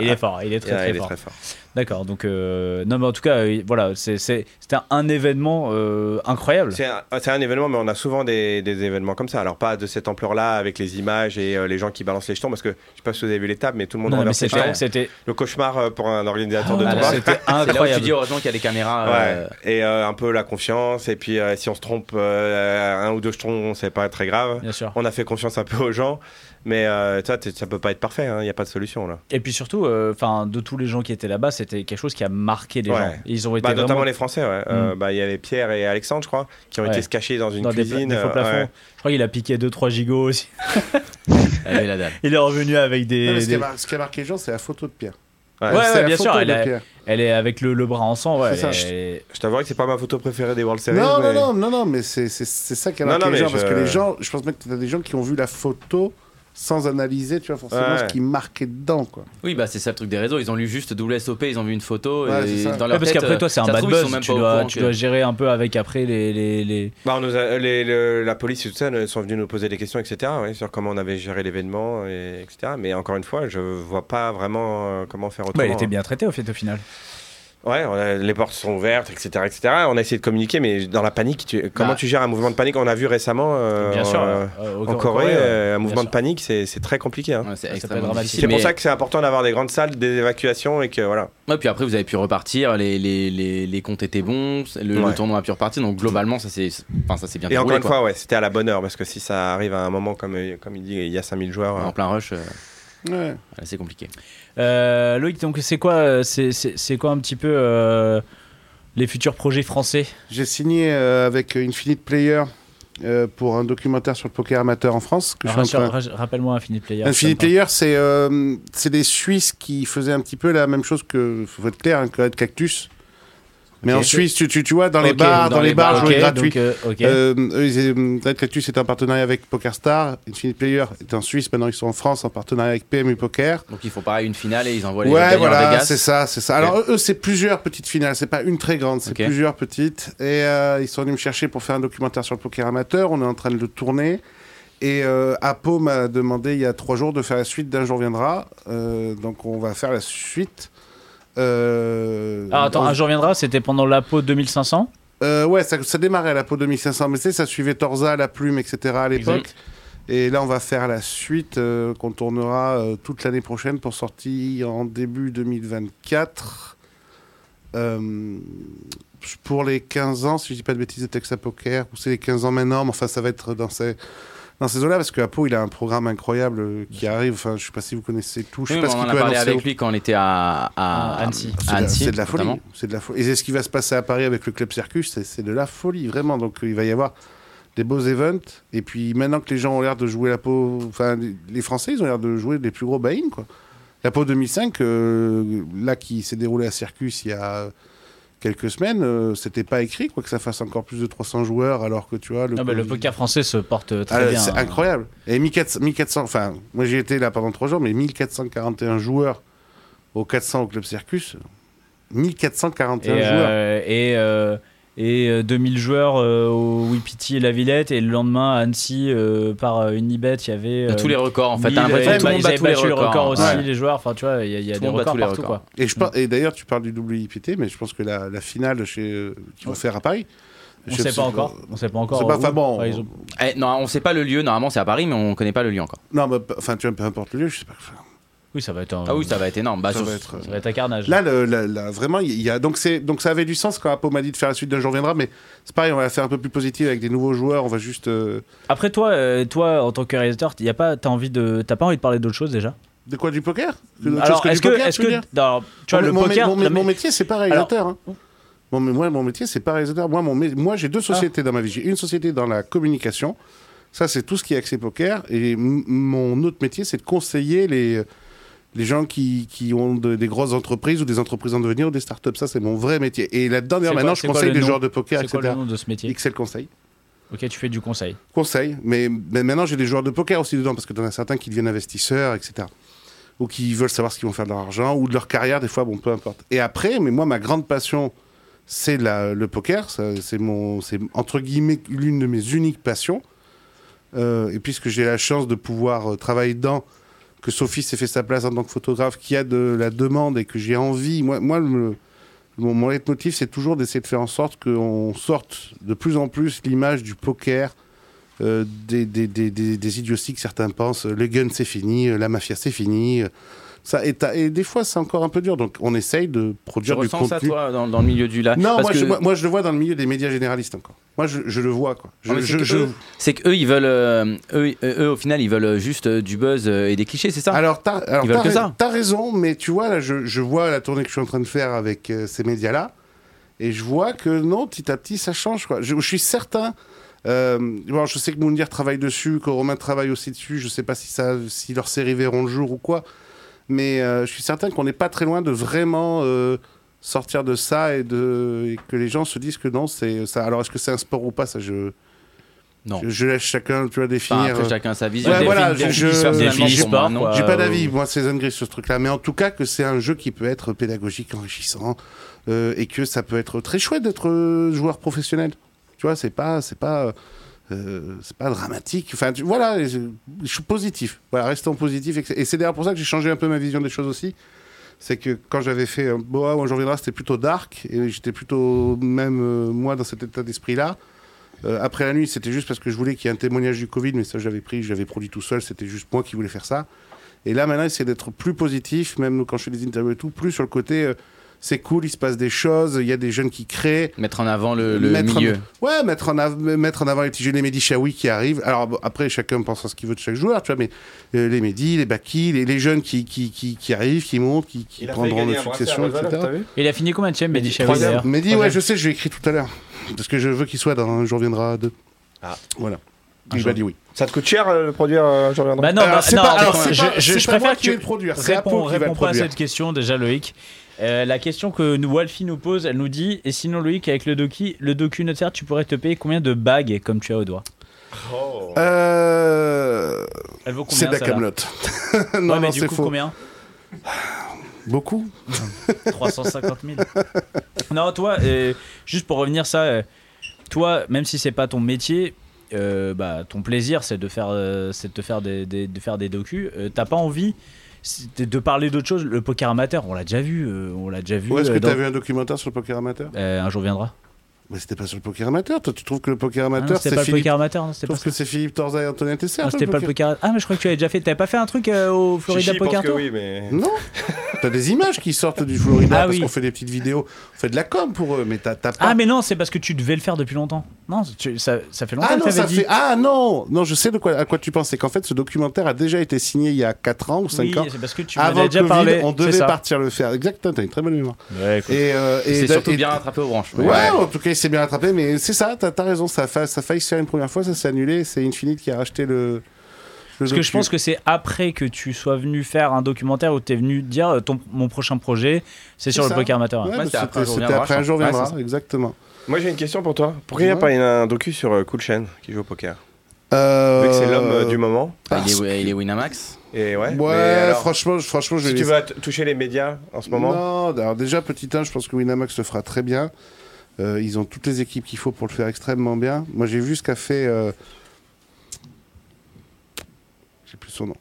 il est fort, il est très
Ah,
très
il
fort.
est très fort.
D'accord, donc. euh, Non, mais en tout cas, euh, voilà, c'est- c'est- c'était un, un événement euh, incroyable.
C'est un, c'est un événement, mais on a souvent des, des événements comme ça. Alors, pas de cette ampleur-là, avec les images et euh, les gens qui balancent les jetons, parce que je sais pas si vous avez vu les tables, mais tout le monde
Non, mais
renverse les
c'était.
jetons.
c'était-
Le cauchemar euh, pour un organisateur de
Ah,
tournoi.
C'était
C'est là où tu dis
incroyable.
heureusement qu'il y a des caméras.
Ouais.
euh,
Et euh, un peu la confiance. Et puis, euh, si on se trompe euh, un ou deux jetons, c'est pas très grave.
Bien sûr.
On a fait confiance un peu aux gens, mais euh, ça, t'es- ça peut pas être parfait. hein, Il n'y a pas de solution là.
Et puis surtout, euh, enfin, de tous les gens qui étaient là-bas, c'était quelque chose qui a marqué les
Ouais.
gens. Ils ont été
Bah,
vraiment Hmm.
notamment les Français. ouais. Euh, bah, Il y avait Pierre et Alexandre, je crois, qui ont
Ouais.
été se cacher dans une
dans des, pla-
cuisine.
des faux
euh,
plafonds.
ouais.
Je crois qu'il a piqué 2-3 gigots aussi.
elle est la dalle.
Il est revenu avec des.
Non, mais ce, qui
des-
a mar- ce qui a marqué les gens, c'est la photo de Pierre.
Ouais,
Ouais,
C'est
ouais,
la
bien
photo
sûr.
de
Elle, a-
Pierre.
elle est avec le, le bras en sang. Ouais,
C'est
elle
ça.
est-
Je t'avouerai que c'est pas ma photo préférée des World Series.
Non,
mais-
non, non, non, non, mais c'est c'est- c'est ça qui a
Non,
marqué
non,
les
mais
gens. Parce
je-
que les gens, je pense même que t'as des gens qui ont vu la photo sans analyser, tu vois, forcément
Ouais.
ce qui marquait dedans, quoi.
Oui, bah c'est ça le truc des réseaux. Ils ont lu juste WSOP, ils ont vu une photo.
Ouais,
et
c'est ça.
dans
Ouais,
leur
parce
tête, euh,
qu'après toi, c'est
ça
un
se
bad
trouve, ils sont
buzz.
même
Tu
pas au
dois,
courant
tu
que-
dois gérer un peu avec après les. les, les-
Bah, on nous a- les- le- la police et tout ça ne- sont venus nous poser des questions, etc., ouais, sur comment on avait géré l'événement, et, etc. Mais encore une fois, je vois pas vraiment euh, comment faire
Bah,
autrement.
il était bien traité au fait au final.
Ouais, on a- les portes sont ouvertes, etc., etc. On a essayé de communiquer, mais dans la panique, tu- comment
Bah.
tu gères un mouvement de panique On a vu récemment euh,
bien
en,
sûr.
euh,
euh, au-
en
au
Corée, euh, un
bien
mouvement de
sûr.
panique, c'est c'est très compliqué. hein.
Ouais, c'est
peut
extrêmement
être dramatique.
difficile,
C'est pour
mais-
ça que c'est important d'avoir des grandes salles, des évacuations et que voilà.
Ouais, puis après, vous avez pu repartir, les, les, les, les comptes étaient bons, le, le
Ouais.
tournoi a pu repartir, donc globalement, ça s'est enfin, ça s'est bien
Et encore
déroulé.
une
quoi.
fois, ouais, c'était à la bonne heure parce que si ça arrive à un moment comme, euh, comme il dit, il y a 5000 joueurs. euh,
En plein rush, euh,
Ouais.
voilà, c'est compliqué.
Euh, Loïc, donc c'est quoi, euh, c'est, c'est- c'est quoi un petit peu euh, les futurs projets français
J'ai signé euh, avec Infinite Player euh, pour un documentaire sur le poker amateur en France. Que je suis en
Rassure-
train-
ra- Rappelle-moi Infinite Player.
Infinite
ça me
Player, c'est euh, c'est des Suisses qui faisaient un petit peu la même chose que, faut être clair, hein, que Red Cactus. Mais
Ok.
en Suisse, tu, tu, tu vois, dans les
Ok,
bars, dans, les bars, jouer
ok,
gratuit.
donc, euh, ok.
Euh, eux, ils- euh, Red Cactus est en partenariat avec PokerStar. Infinite Player est en Suisse, maintenant ils sont en France en partenariat avec PMU Poker.
Donc ils font pareil une finale et ils envoient les
Ouais,
gagnants à
voilà,
Vegas.
c'est ça, c'est ça. Alors eux, eux, c'est plusieurs petites finales, c'est pas une très grande, c'est
Ok.
plusieurs petites. Et euh, ils sont venus me chercher pour faire un documentaire sur le poker amateur. On est en train de le tourner. Et euh, Apo m'a demandé il y a trois jours de faire la suite d'un jour viendra. Euh, donc on va faire la suite. Euh,
Ah, attends,
on-
un jour viendra, c'était pendant la peau 2500
Euh, ouais, ça, ça démarrait à la peau 2500, mais tu sais, ça suivait Torza, la plume, etc. à l'époque. Et là, on va faire la suite euh, qu'on tournera euh, toute l'année prochaine pour sortie en début 2024. Euh, pour les 15 ans, si je dis pas de bêtises, de Texas Poker, ou c'est les 15 ans maintenant, mais enfin, ça va être dans ces, dans ces eaux-là, parce que Apo, il a un programme incroyable euh, qui arrive. Enfin, je sais pas si vous connaissez tout, je
Oui,
sais
mais
pas ce
on
qu'il
en a
peut
parlé
annoncer.
avec
au-
lui quand on était à, à-
À Annecy.
Ah, c'est de
à
la-
Annecy,
C'est de la folie.
notamment.
C'est de la folie. Et ce qui va se passer à Paris avec le club Circus, c'est- c'est de la folie, vraiment. Donc il va y avoir des beaux events. Et puis maintenant que les gens ont l'air de jouer la peau, enfin les- les Français, ils ont l'air de jouer les plus gros buy-in, quoi. La peau 2005, euh, là qui s'est déroulée à Circus il y a quelques semaines, euh, c'était pas écrit quoi que ça fasse encore plus de 300 joueurs, alors que tu vois le
Non, bah, le
Covid-
poker français se porte
ah,
très bien.
C'est
hein.
incroyable. Et 1400, 1400 enfin, moi j'y étais là pendant trois jours, mais 1441 joueurs au 400 au Club Circus. 1441
Et,
joueurs.
euh, et, euh, et, euh, 2000 joueurs euh, au Wipiti et la Villette, et le lendemain à Annecy, euh, par euh, Unibet, il y avait. euh,
Tous les records, en fait.
mille-
T'as l'impression que
ils
tout le monde
avaient
bat tous les
battu le
records. hein.
record aussi,
Ouais.
les joueurs. Enfin, tu vois, il y a, il y a
Tout
des
le monde bat
records
tous les
partout. Mm.
records.
Quoi.
Et, je par- et d'ailleurs, tu parles du WIPT, mais je pense que la, la finale chez, euh, qu'ils vont faire à Paris.
On
je
sait
sais
pas encore. On sait pas encore.
C'est pas-
où.
enfin bon,
Ouais, ils ont-
Eh, non, on sait pas le lieu. Normalement, c'est à Paris, mais on connaît pas le lieu encore.
Non, mais p- enfin, tu vois, peu importe le lieu, je sais pas. enfin,
Oui, ça va être un.
Ah oui, ça va être énorme. Bah,
ça
sur-
va être, euh,
Ça va être un carnage.
Là, le- la- la- vraiment, il y a donc c'est donc ça avait du sens quand Apo m'a dit de faire la suite d'un jour viendra, mais c'est pareil, on va la faire un peu plus positive avec des nouveaux joueurs, on va juste euh,
Après toi, euh, toi en tant que réalisateur, y a pas, t'as envie de, t'as pas envie de parler d'autre chose déjà
de quoi du poker Que d'autre chose
Alors
du
est-ce que,
poker,
est-ce
tu veux
que,
dire
alors, tu vois
Mon-
le
mon,
poker,
mon-
non, mais-
mon métier, c'est pas réalisateur. hein. Mon- moi, mon métier, c'est pas réalisateur. Moi, mon mé- moi j'ai deux
Ah.
sociétés dans ma vie. J'ai une société dans la communication. Ça, c'est tout ce qui est accès poker. Et m- mon autre métier, c'est de conseiller les, les gens qui, qui ont de- des grosses entreprises ou des entreprises en devenir ou des startups. Ça, c'est mon vrai métier. Et là-dedans,
C'est
d'ailleurs, maintenant,
quoi-
je
c'est quoi
conseille
le
des
nom
joueurs de poker,
c'est quoi le
etc.
nom de ce métier
XL Conseil.
Ok, tu fais du conseil.
Conseil. Mais, mais maintenant, j'ai des joueurs de poker aussi dedans parce que t'en as certains qui deviennent investisseurs, etc. Ou qui veulent savoir ce qu'ils vont faire de leur argent ou de leur carrière, des fois, bon, peu importe. Et après, mais moi, ma grande passion, c'est la- le poker. Ça, C'est mon, c'est entre guillemets l'une de mes uniques passions. Euh, et puisque j'ai la chance de pouvoir euh, travailler dedans, que Sophie s'est fait sa place en tant que photographe, qu'il y a de la demande et que j'ai envie, moi, moi le- mon, mon leitmotiv, c'est toujours d'essayer de faire en sorte qu'on sorte de plus en plus l'image du poker, euh, des, des, des, des- des idioties que certains pensent. euh, Le gun, c'est fini, euh, la mafia, c'est fini. euh, Ça, et, t'as- et des fois, c'est encore un peu dur. Donc, on essaye de
Tu
produire du
ressens
contenu.
ça, toi, dans, dans le milieu du là
Non,
Parce
moi,
que-
je, moi, moi, je le vois dans le milieu des médias généralistes encore. Moi, je, je le vois, quoi. Je,
Non, mais c'est
je-
que
je-
eux- C'est qu'eux, ils veulent. euh, eux, eux, eux, au final, ils veulent juste euh, du buzz euh, et des clichés, c'est ça
Alors, t'as, alors,
Ils veulent
t'as
que
rais-
ça.
t'as raison, mais tu vois, là, je, je vois la tournée que je suis en train de faire avec euh, ces médias-là, et je vois que non, petit à petit, ça change, quoi. Je, je suis certain. euh, bon, je sais que Moundir travaille dessus, que Romain travaille aussi dessus. Je sais pas si, ça, si leurs séries verront le jour ou quoi, mais euh, je suis certain qu'on n'est pas très loin de vraiment euh, sortir de ça et, de, et que les gens se disent que non, c'est ça. Alors, est-ce que c'est un sport ou pas Ça, je.
Non.
Je, je laisse chacun, tu vois, définir.
Enfin, après,
euh,
chacun sa vision.
Ouais,
Delphine-
voilà,
Delphine,
je-
personnellement,
je-
pour
je-
moi,
pas,
non.
quoi.
J'ai
Euh,
pas d'avis, moi, c'est gris sur ce truc-là. Mais en tout cas, que c'est un jeu qui peut être pédagogique, enrichissant, euh, et que ça peut être très chouette d'être euh, joueur professionnel. Tu vois, c'est pas, c'est pas, euh, c'est pas dramatique. Enfin, tu- voilà, et je, je suis positif. Voilà, restons positif. Et c'est- Et c'est d'ailleurs pour ça que j'ai changé un peu ma vision des choses aussi. C'est que quand j'avais fait euh, Boa où j'en reviendrai, c'était plutôt dark, et j'étais plutôt même euh, moi dans cet état d'esprit-là. Euh, après la nuit, c'était juste parce que je voulais qu'il y ait un témoignage du Covid, mais ça j'avais pris, j'avais produit tout seul, c'était juste moi qui voulais faire ça. Et là, maintenant, c'est d'être plus positif, même quand je fais des interviews et tout, plus sur le côté, euh, c'est cool, il se passe des choses, il y a des jeunes qui créent.
Mettre en avant le, le
Mettre en-
milieu.
Ouais, mettre en, av- mettre en avant les petits jeux, les Mehdi Chaoui qui arrivent. Alors bon, après, chacun pense à ce qu'il veut de chaque joueur, tu vois, mais euh, les Mehdi, les Baki, les, les jeunes qui, qui, qui, qui arrivent, qui montent, qui, qui prendront leur succession, etc.
Il a fini combien de Mehdi Chaoui
Troisième.
d'ailleurs
Mehdi, ouais,
Troisième.
je sais, je l'ai écrit tout à l'heure. Parce que je veux qu'il soit dans Je reviendra à deux.
Ah.
Voilà.
Un
Il
jour.
m'a dit oui.
Ça te coûte cher euh, le produire, euh, je reviendrai.
Bah non,
alors,
bah,
c'est
non,
pas,
mais
alors,
quand
c'est
même,
pas-
je, je-
c'est
je
pas
préfère
moi
que
qui vais
tu
le produire. C'est Apo qui
réponds,
va
réponds
le
pas à
produire.
cette question déjà Loïc. Euh, la question que nous Walfi nous pose, elle nous dit et sinon Loïc avec le docu, le docu notaire, tu pourrais te payer combien de bagues comme tu as au doigt
Oh.
Euh,
Elle vaut
C'est
combien
de la
celle-là
Camelot.
Ouais,
non,
mais
non,
du
c'est
coup
faux.
combien
Beaucoup.
350 000. non, toi, euh, juste pour revenir ça, euh, toi, même si c'est pas ton métier, euh, bah, ton plaisir, c'est de faire, euh, c'est de faire des, des- de faire des docus. Euh, T'as pas envie c'est de parler d'autre chose Le poker amateur, on l'a déjà vu, euh, on l'a déjà vu.
Où est-ce
euh,
que
dans-
t'as vu un documentaire sur le poker amateur
Euh, un jour viendra.
Mais c'était pas sur le poker amateur. Toi, tu trouves que le poker
Ah non,
amateur,
c'était
c'est
pas le
Philippe.
poker amateur, non,
Tu
c'était pas,
trouves
ça.
que c'est Philippe Torza et Antonin Tesser
Non,
toi,
c'était
le
pas le poker. Ah, mais je crois que tu avais déjà fait. T'avais pas fait un truc euh, au Florida
Chichi pense
Poker
que
Tour
oui, mais.
Non T'as des images qui sortent du Florida
Ah
parce
oui.
qu'on fait des petites vidéos. On fait de la com pour eux, mais t'as t'as pas.
Ah, mais non, c'est parce que tu devais le faire depuis longtemps. Non, tu- ça, ça fait longtemps
Ah
que
non,
t'avais
ça
dit.
fait... ah non, non, je sais de quoi, à quoi tu penses. C'est qu'en fait, ce documentaire a déjà été signé il y a 4 ans ou 5
Oui,
ans.
c'est parce que tu m'en
Avant
avais
le
déjà
Covid,
parlé.
on
c'est
devait
ça.
partir le faire. Exactement, t'as une très bonne mémoire.
Ouais, écoute.
Et, euh, et
C'est
d'a-
surtout
et-
bien rattrapé aux branches.
Ouais, en tout cas, il s'est bien rattrapé, mais c'est ça, t'as as raison, ça a, fa- ça a failli se faire une première fois, ça s'est annulé, c'est Infinite qui a racheté le.
Parce que je pense que c'est après que tu sois venu faire un documentaire où tu es venu dire euh, ton, mon prochain projet, c'est sur
C'est
le
ça. bah,
poker amateur. hein.
Ouais,
c'était
c'était après un jour
c'était
viendra,
après un
je
jour
crois. Ouais,
viendra,
c'est
exactement.
Moi j'ai une question pour toi. Pourquoi il n'y a
Ouais.
pas une- un docu sur euh, Cool Shen qui joue au poker
Euh,
Vu que c'est l'homme euh, du moment.
Ah, il,
parce
est, il est Winamax.
Et ouais. mais
Ouais,
alors,
franchement, je- franchement, je
Si
vais
tu vas t- toucher les médias en ce moment.
Non, alors déjà, petit 1, je pense que Winamax le fera très bien. Euh, ils ont toutes les équipes qu'il faut pour le faire extrêmement bien. Moi, j'ai vu ce qu'a fait. euh, J'ai plus son nom.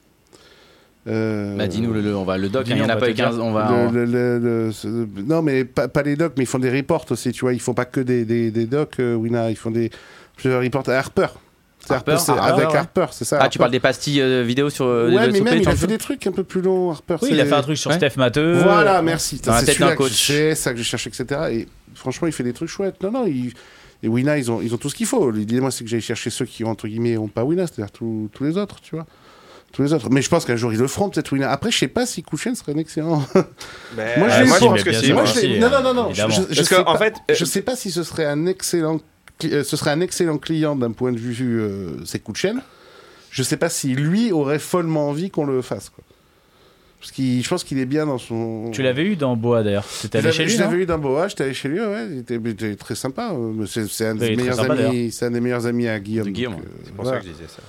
Euh,
Bah, dis-nous, le, le- on va le doc. hein,
Dis-nous,
Il n'y en
on
a
va
pas
te
eu 15. On va. on-
le- le- le- le- ce- non, mais pas, pas les docs, mais ils font des reports aussi, tu vois. Ils font pas que des, des, des docs, euh, Wina. Ils font des plusieurs reports à Harper. C'est
Harper,
c'est-
Harper,
avec
ouais.
Harper, c'est ça.
Ah, tu
Harper.
parles des pastilles euh, vidéo sur. euh,
Ouais,
de-
mais
sur
même, il a
Patreon,
fait des trucs un peu plus longs, Harper.
Oui, il a
c'est-
fait un truc sur
Ouais.
Steph Matteux.
Voilà, merci.
Dans la
C'est
tête d'un
celui-là que
coach.
je sais, ça que je cherche, etc. Et franchement, il fait des trucs chouettes. Non, non, il... et Wina, ils ont, ils ont tout ce qu'il faut. L'idée, moi, c'est que j'aille chercher ceux qui, entre guillemets, ont pas Wina, c'est-à-dire tous tous les autres, tu vois. Tous les autres. Mais je pense qu'un jour, ils le feront, peut-être Wina. Après, je sais pas si Kouchen serait un excellent.
Mais,
Moi, je l'ai eu pour-
Ben, pense que
bien
si.
sûr.
moi,
moi,
je l'ai-
aussi,
Non, non,
euh,
non, non. Je,
évidemment.
je- je
Parce
sais
que, en
pas-
fait, euh,
je sais pas si ce serait un excellent, cli- euh, ce serait un excellent client d'un point de vue, euh, c'est Kouchen. Je sais pas si lui aurait follement envie qu'on le fasse, quoi. Parce qu'il, je pense qu'il est bien dans son.
Tu l'avais eu dans Boa d'ailleurs. C'était
Je l'avais-
allé chez lui.
Je
non
l'avais eu dans Boa, j'étais allé chez lui, ouais, il était, il était très sympa. euh, C'est c'est un,
Ouais, il
des
est très
meilleurs
sympa,
amis- c'est un des meilleurs amis à Guillaume.
De Guillaume,
donc, euh,
C'est pour
voilà.
ça que je disais ça.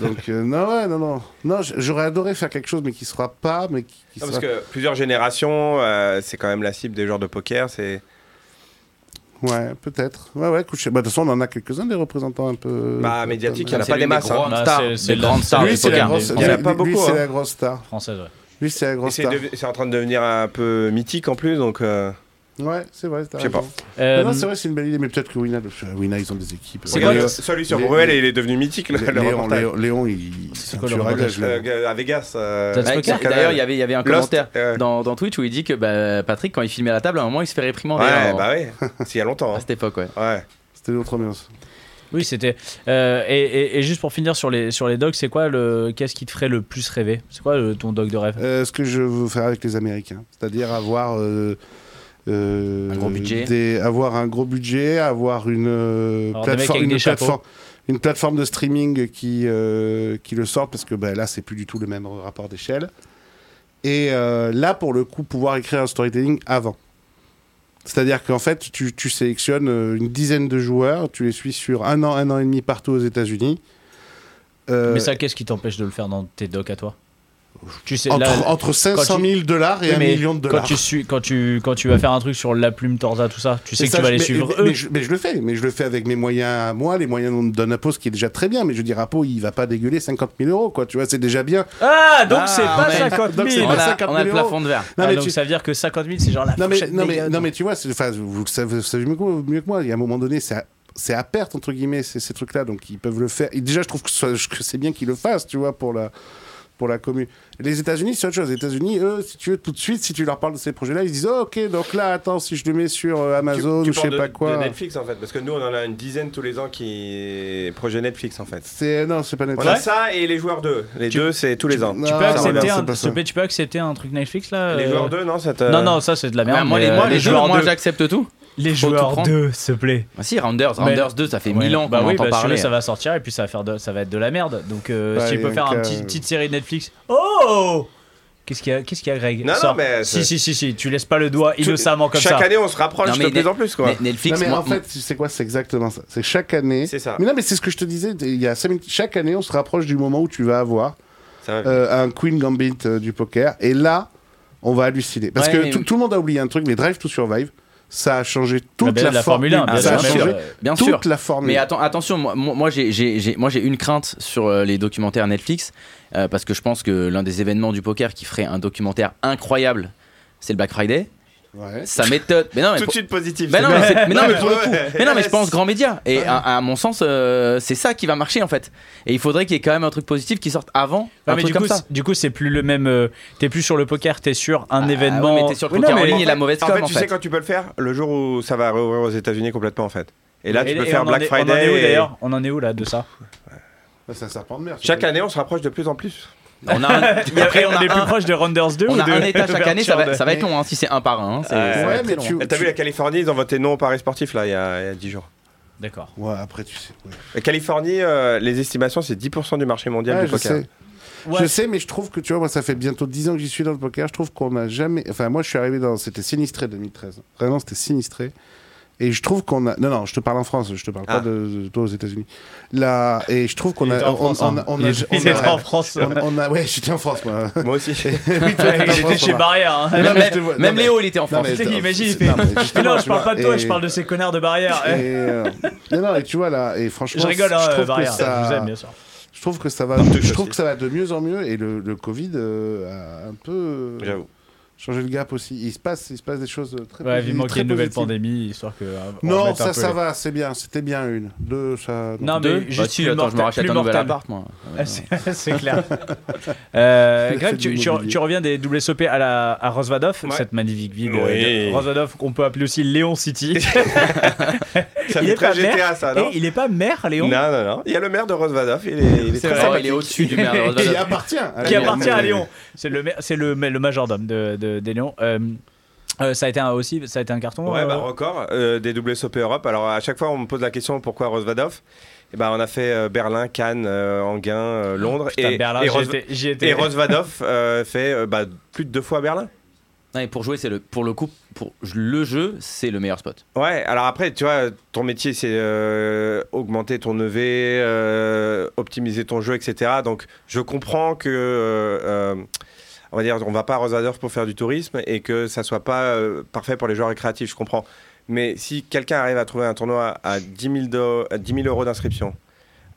Donc, euh, non, ouais, non, non. Non, j- j'aurais adoré faire quelque chose, mais qui ne sera pas. Mais qui, qui
Non, Ah,
sera...
parce que plusieurs générations, euh, c'est quand même la cible des joueurs de poker. C'est
Ouais, peut-être. Ouais, ouais, écoute, je- bah, de toute façon, on en a quelques-uns des représentants un peu.
bah, médiatique, il n'y en
Comme
a
c'est
pas
lui,
des masses.
gros,
hein.
grandes
Bah,
stars,
c'est-
des
c'est
grandes
la-
stars
Lui,
du
c'est
poker.
la, grosse...
Il y en a
lui-
pas
Lui,
beaucoup,
c'est
hein.
la grosse star.
Française, ouais.
Lui, c'est la
Et
grosse
C'est
star.
devenu- c'est en train de devenir un peu mythique en plus, donc euh,
Ouais, c'est vrai. t'as
Je sais pas.
raison.
Euh,
Ah, Non, non, c'est vrai, c'est une belle idée, mais peut-être que Wina, euh, Wina, ils ont des équipes.
C'est
Regarde,
quoi
Regarde,
euh,
celui sur
les-
Bruel, il est devenu mythique, le, le
Léon,
reportage.
Léon, Léon, il.
C'est quoi
tu
le
ragas,
reportage
je l'ai-
Euh, à Vegas. euh,
That's
Ouais,
Poker.
sur
Bah, D'ailleurs,
Canal.
il y avait, il y avait un
Lost,
commentaire
euh,
dans, dans Twitch où il dit que bah, Patrick, quand il filmait à la table, à un moment, il se fait réprimander
Ouais,
en-
bah oui, c'est il y a longtemps.
à
hein.
cette époque. Ouais.
Ouais.
C'était une autre ambiance.
Oui, c'était. euh, et, et- et juste pour finir sur les, sur les docs, c'est quoi le. Qu'est-ce qui te ferait le plus rêver C'est quoi euh, ton doc de rêve
Euh, ce que je veux faire avec les Américains, c'est-à-dire avoir euh, euh,
Un gros budget.
des- avoir un gros budget, avoir une euh,
Alors, des mecs
plateforme,
avec
une
des chapeaux.
plateforme, une plateforme de streaming qui euh, qui le sort parce que ben, là c'est plus du tout le même rapport d'échelle. Et euh, là pour le coup pouvoir écrire un storytelling avant. C'est-à-dire qu'en fait, tu, tu sélectionnes euh, une dizaine de joueurs, tu les suis sur un an, un an et demi partout aux États-Unis. Euh,
Mais ça, qu'est-ce qui t'empêche de le faire dans tes docs à toi tu sais,
entre,
là-
entre 500
tu-
000 dollars et
Oui,
1
mais
million de dollars.
Quand tu, suis, quand, tu, quand tu vas faire un truc sur la plume Torza, tout ça, tu sais
Et
que
ça,
tu vas
je-
les
mais-
suivre
mais,
eux.
mais je, mais je le fais, mais je le fais avec mes moyens à moi, les moyens dont me donne Apo, ce qui est déjà très bien. Mais je veux dire, Apo, il va pas dégueuler 50 000 euros, quoi. Tu vois, c'est déjà bien.
Ah, donc
Ah,
c'est
on
pas
est-
50
donc
000
c'est
On
pas
a,
50
on a le
000 euros.
plafond de verre.
Non,
Ah,
mais
donc
tu-
ça veut dire que 50 000, c'est genre la
Non mais,
fourchette
non,
des
mais,
gars.
non, mais tu vois, c'est- enfin, vous le savez, vous savez mieux que moi- mieux que moi, il y a un moment donné, c'est à, c'est à perte, entre guillemets, ces, ces trucs-là, donc ils peuvent le faire. Et déjà, je trouve que, ça- que c'est bien qu'ils le fassent, tu vois, pour la, pour la commune. Les États-Unis, c'est autre chose. Les États-Unis, eux, si tu veux, tout de suite, si tu leur parles de ces projets-là, ils disent Oh, Ok, donc là, attends, si je le mets sur euh, Amazon ou je sais
parles de-
pas quoi.
De Netflix en fait, parce que nous on en a une dizaine tous les ans qui projet Netflix en fait.
c'est non, c'est pas
On
Netflix.
a ça et les joueurs 2. Les
Tu-
deux c'est tous les ans.
Non,
Tu peux,
ça
accepter
revient,
un,
c'est pas
s'il te
ça.
plaît, tu peux accepter un truc Netflix là
Les
euh,
joueurs 2 non ça te-
Non, non, ça c'est de la merde.
Ah, moi,
mais,
les,
euh,
moi, les deux,
joueurs
moi,
deux-
j'accepte tout.
les
faut tout
joueurs
prendre.
2, s'il te plaît.
Ah, si, Rounders,
Mais-
Rounders 2, ça fait 1000 ans qu'on
bah oui,
entend
bah,
parler.
celui-là, ça va sortir et puis ça va, faire de- ça va être de la merde. Donc euh,
Ouais,
si tu peux
donc,
faire une
euh,
petite série Netflix. Oh Qu'est-ce qu'il y, a- qu'est-ce qu'il y a, Greg
Non,
Sors.
non, mais
Si,
c'est-
si, si, si, tu laisses pas le doigt
Tout-
innocemment comme
Chaque
ça.
année on se rapproche
Non, mais
de
il est-
plus en plus quoi.
Ne- Netflix,
Non, mais
moi-
en fait, tu sais quoi, c'est exactement ça. C'est chaque année.
C'est ça.
Mais non, mais c'est ce que je te disais. Il y a cinq minutes, chaque année, on se rapproche du moment où tu vas avoir
Ça va.
euh, un Queen Gambit euh, du poker. Et là, on va halluciner. Parce
Ouais,
que
mais-
tout, tout le monde a oublié un truc, mais Drive to Survive, ça a changé toute
Ah, ben,
la,
la Formule
formule.
1, bien
ça
sûr,
a
bien
changé
sûr.
bien
toute
sûr.
la formule.
Mais atten- attention, moi, moi moi, j'ai- j'ai j'ai- moi, j'ai une crainte sur euh, les documentaires Netflix, euh, parce que je pense que l'un des événements du poker qui ferait un documentaire incroyable, c'est le Black Friday.
Ouais.
Ça m'étonne. Mais non, mais
Tout de
pour-
suite positif.
mais
c'est
non,
bien.
mais, c'est- mais non, mais pour le coup.
Ouais.
Mais non, mais je pense grand média. Et à, à mon sens, euh, c'est ça qui va marcher en fait. Et il faudrait qu'il y ait quand même un truc positif qui sorte avant.
Ouais,
un
Ah, mais
truc
du
comme
coup,
ça.
c'est- du coup, c'est plus le même. euh, t'es plus sur le poker, t'es sur un
Ah,
événement.
ouais, mais t'es sur le
Oui,
poker
non,
en
mais-
ligne et la mauvaise
En
com,
fait,
en
tu
fait.
sais quand tu peux le faire Le jour où ça va réouvrir aux États-Unis complètement en fait. Et là, tu
et-
peux
et
faire
on en
Black
est-
Friday.
On en est où
et-
d'ailleurs On en est où là de ça
C'est un serpent de mer.
Chaque année, on se rapproche de plus en plus.
On a un- après, on
est
a
plus
un,
proche de Rounders 2
on
ou
a
de
un état chaque année. Ça va, ça va être
Mais-
long hein, si c'est un par un. hein, c'est-
Ouais,
ça va
Ouais,
être
mais
très
tu.
long, hein.
Eh, T'as
tu-
vu la Californie, ils ont voté non au paris sportif là, il y a, il y a 10 jours.
D'accord.
Ouais, après, tu sais. ouais.
La Californie, euh, les estimations, c'est 10% du marché mondial
Ouais,
du
je
poker.
sais. Je sais, mais je trouve que, tu vois, moi, ça fait bientôt 10 ans que j'y suis dans le poker. Je trouve qu'on n'a jamais. Enfin, moi, je suis arrivé dans. C'était sinistré 2013. Vraiment, c'était sinistré. Et je trouve qu'on a. Non, non, je te parle en France, je te parle
Ah.
pas de, de toi aux États-Unis. Là, et je trouve qu'on
Il
a.
était en
on-
France,
on
hein.
a- on
Il
a-
est-
on
il était
a-
en France.
on a- on a- Ouais, j'étais en France, moi.
Moi aussi.
Oui, toi, t'es en
J'étais
France,
chez
on a-
Barrière. hein.
Non,
Même,
mais je te vois.
même
Non, mais-
Léo, il était en
Non,
France.
mais-
Putain, imagine, il
non,
fait-
mais justement,
non, je
tu vois,
parle pas de toi,
et-
je parle de ces connards de barrière.
et, euh, non, non, et tu vois là, et franchement,
Je rigole,
je
hein,
trouve que
barrière. Je vous
ça,
aime, bien sûr.
je trouve que ça va,
Dans le truc
je trouve
aussi.
que ça va de mieux en mieux, et le, le Covid euh, a un peu euh,
J'avoue.
changé le gap aussi. Il se passe, il se passe des choses euh, très.
Ouais,
positives,
vivement qu'il y ait
très
une nouvelle
positives.
pandémie, histoire que. euh, on
Non,
remette un
ça,
peu
ça
les-
va, c'est bien, c'était bien une, deux, ça.
Non, mais
Deux
juste
Bah, si,
plus
attends, je me
mortel-
rachète
plus
un nouvel
mortel.
appart, moi.
Ah, c'est- C'est clair. Euh,
La
Greg,
fête
tu,
du
tu-
mobilier.
tu reviens des WSOP à, la, à Rosvadov,
Ouais.
cette magnifique ville. de-
Oui.
de Rosvadov, qu'on peut appeler aussi Léon City.
Ça
Il
fait
est pas
très
maire.
GTA, ça,
Et
non
il est pas maire, Léon
Non, non, non. Il y a le maire de Rosvadov, il est, il est
C'est
très
vrai,
sympa.
il est au-dessus du maire. de
Qui
Rotterdam.
appartient à
qui
Léon.
appartient à Léon. C'est le, maire- c'est le, mais le majordome de, de, des Léons. Euh, euh, ça a été un, aussi, ça a été un carton.
Ouais,
euh,
bah, record euh, des WSOP Europe. Alors, à chaque fois, on me pose la question pourquoi Rosvadov Et ben, on a fait euh, Berlin, Cannes, euh, Enghien, euh, Londres.
putain,
et,
Berlin,
et,
j'y
Ros-
étais- j'y étais.
et Rosvadov euh, fait euh, bah, plus de deux fois Berlin.
Non, et pour jouer, c'est le, pour le coup, pour le jeu, c'est le meilleur spot.
Ouais, alors après, tu vois, ton métier, c'est euh, augmenter ton EV, euh, optimiser ton jeu, etc. Donc, je comprends que, euh, euh, on va dire, on va pas à Rosador pour faire du tourisme et que ça soit pas euh, parfait pour les joueurs récréatifs, je comprends. Mais si quelqu'un arrive à trouver un tournoi à 10 000, do- à 10 000 euros d'inscription,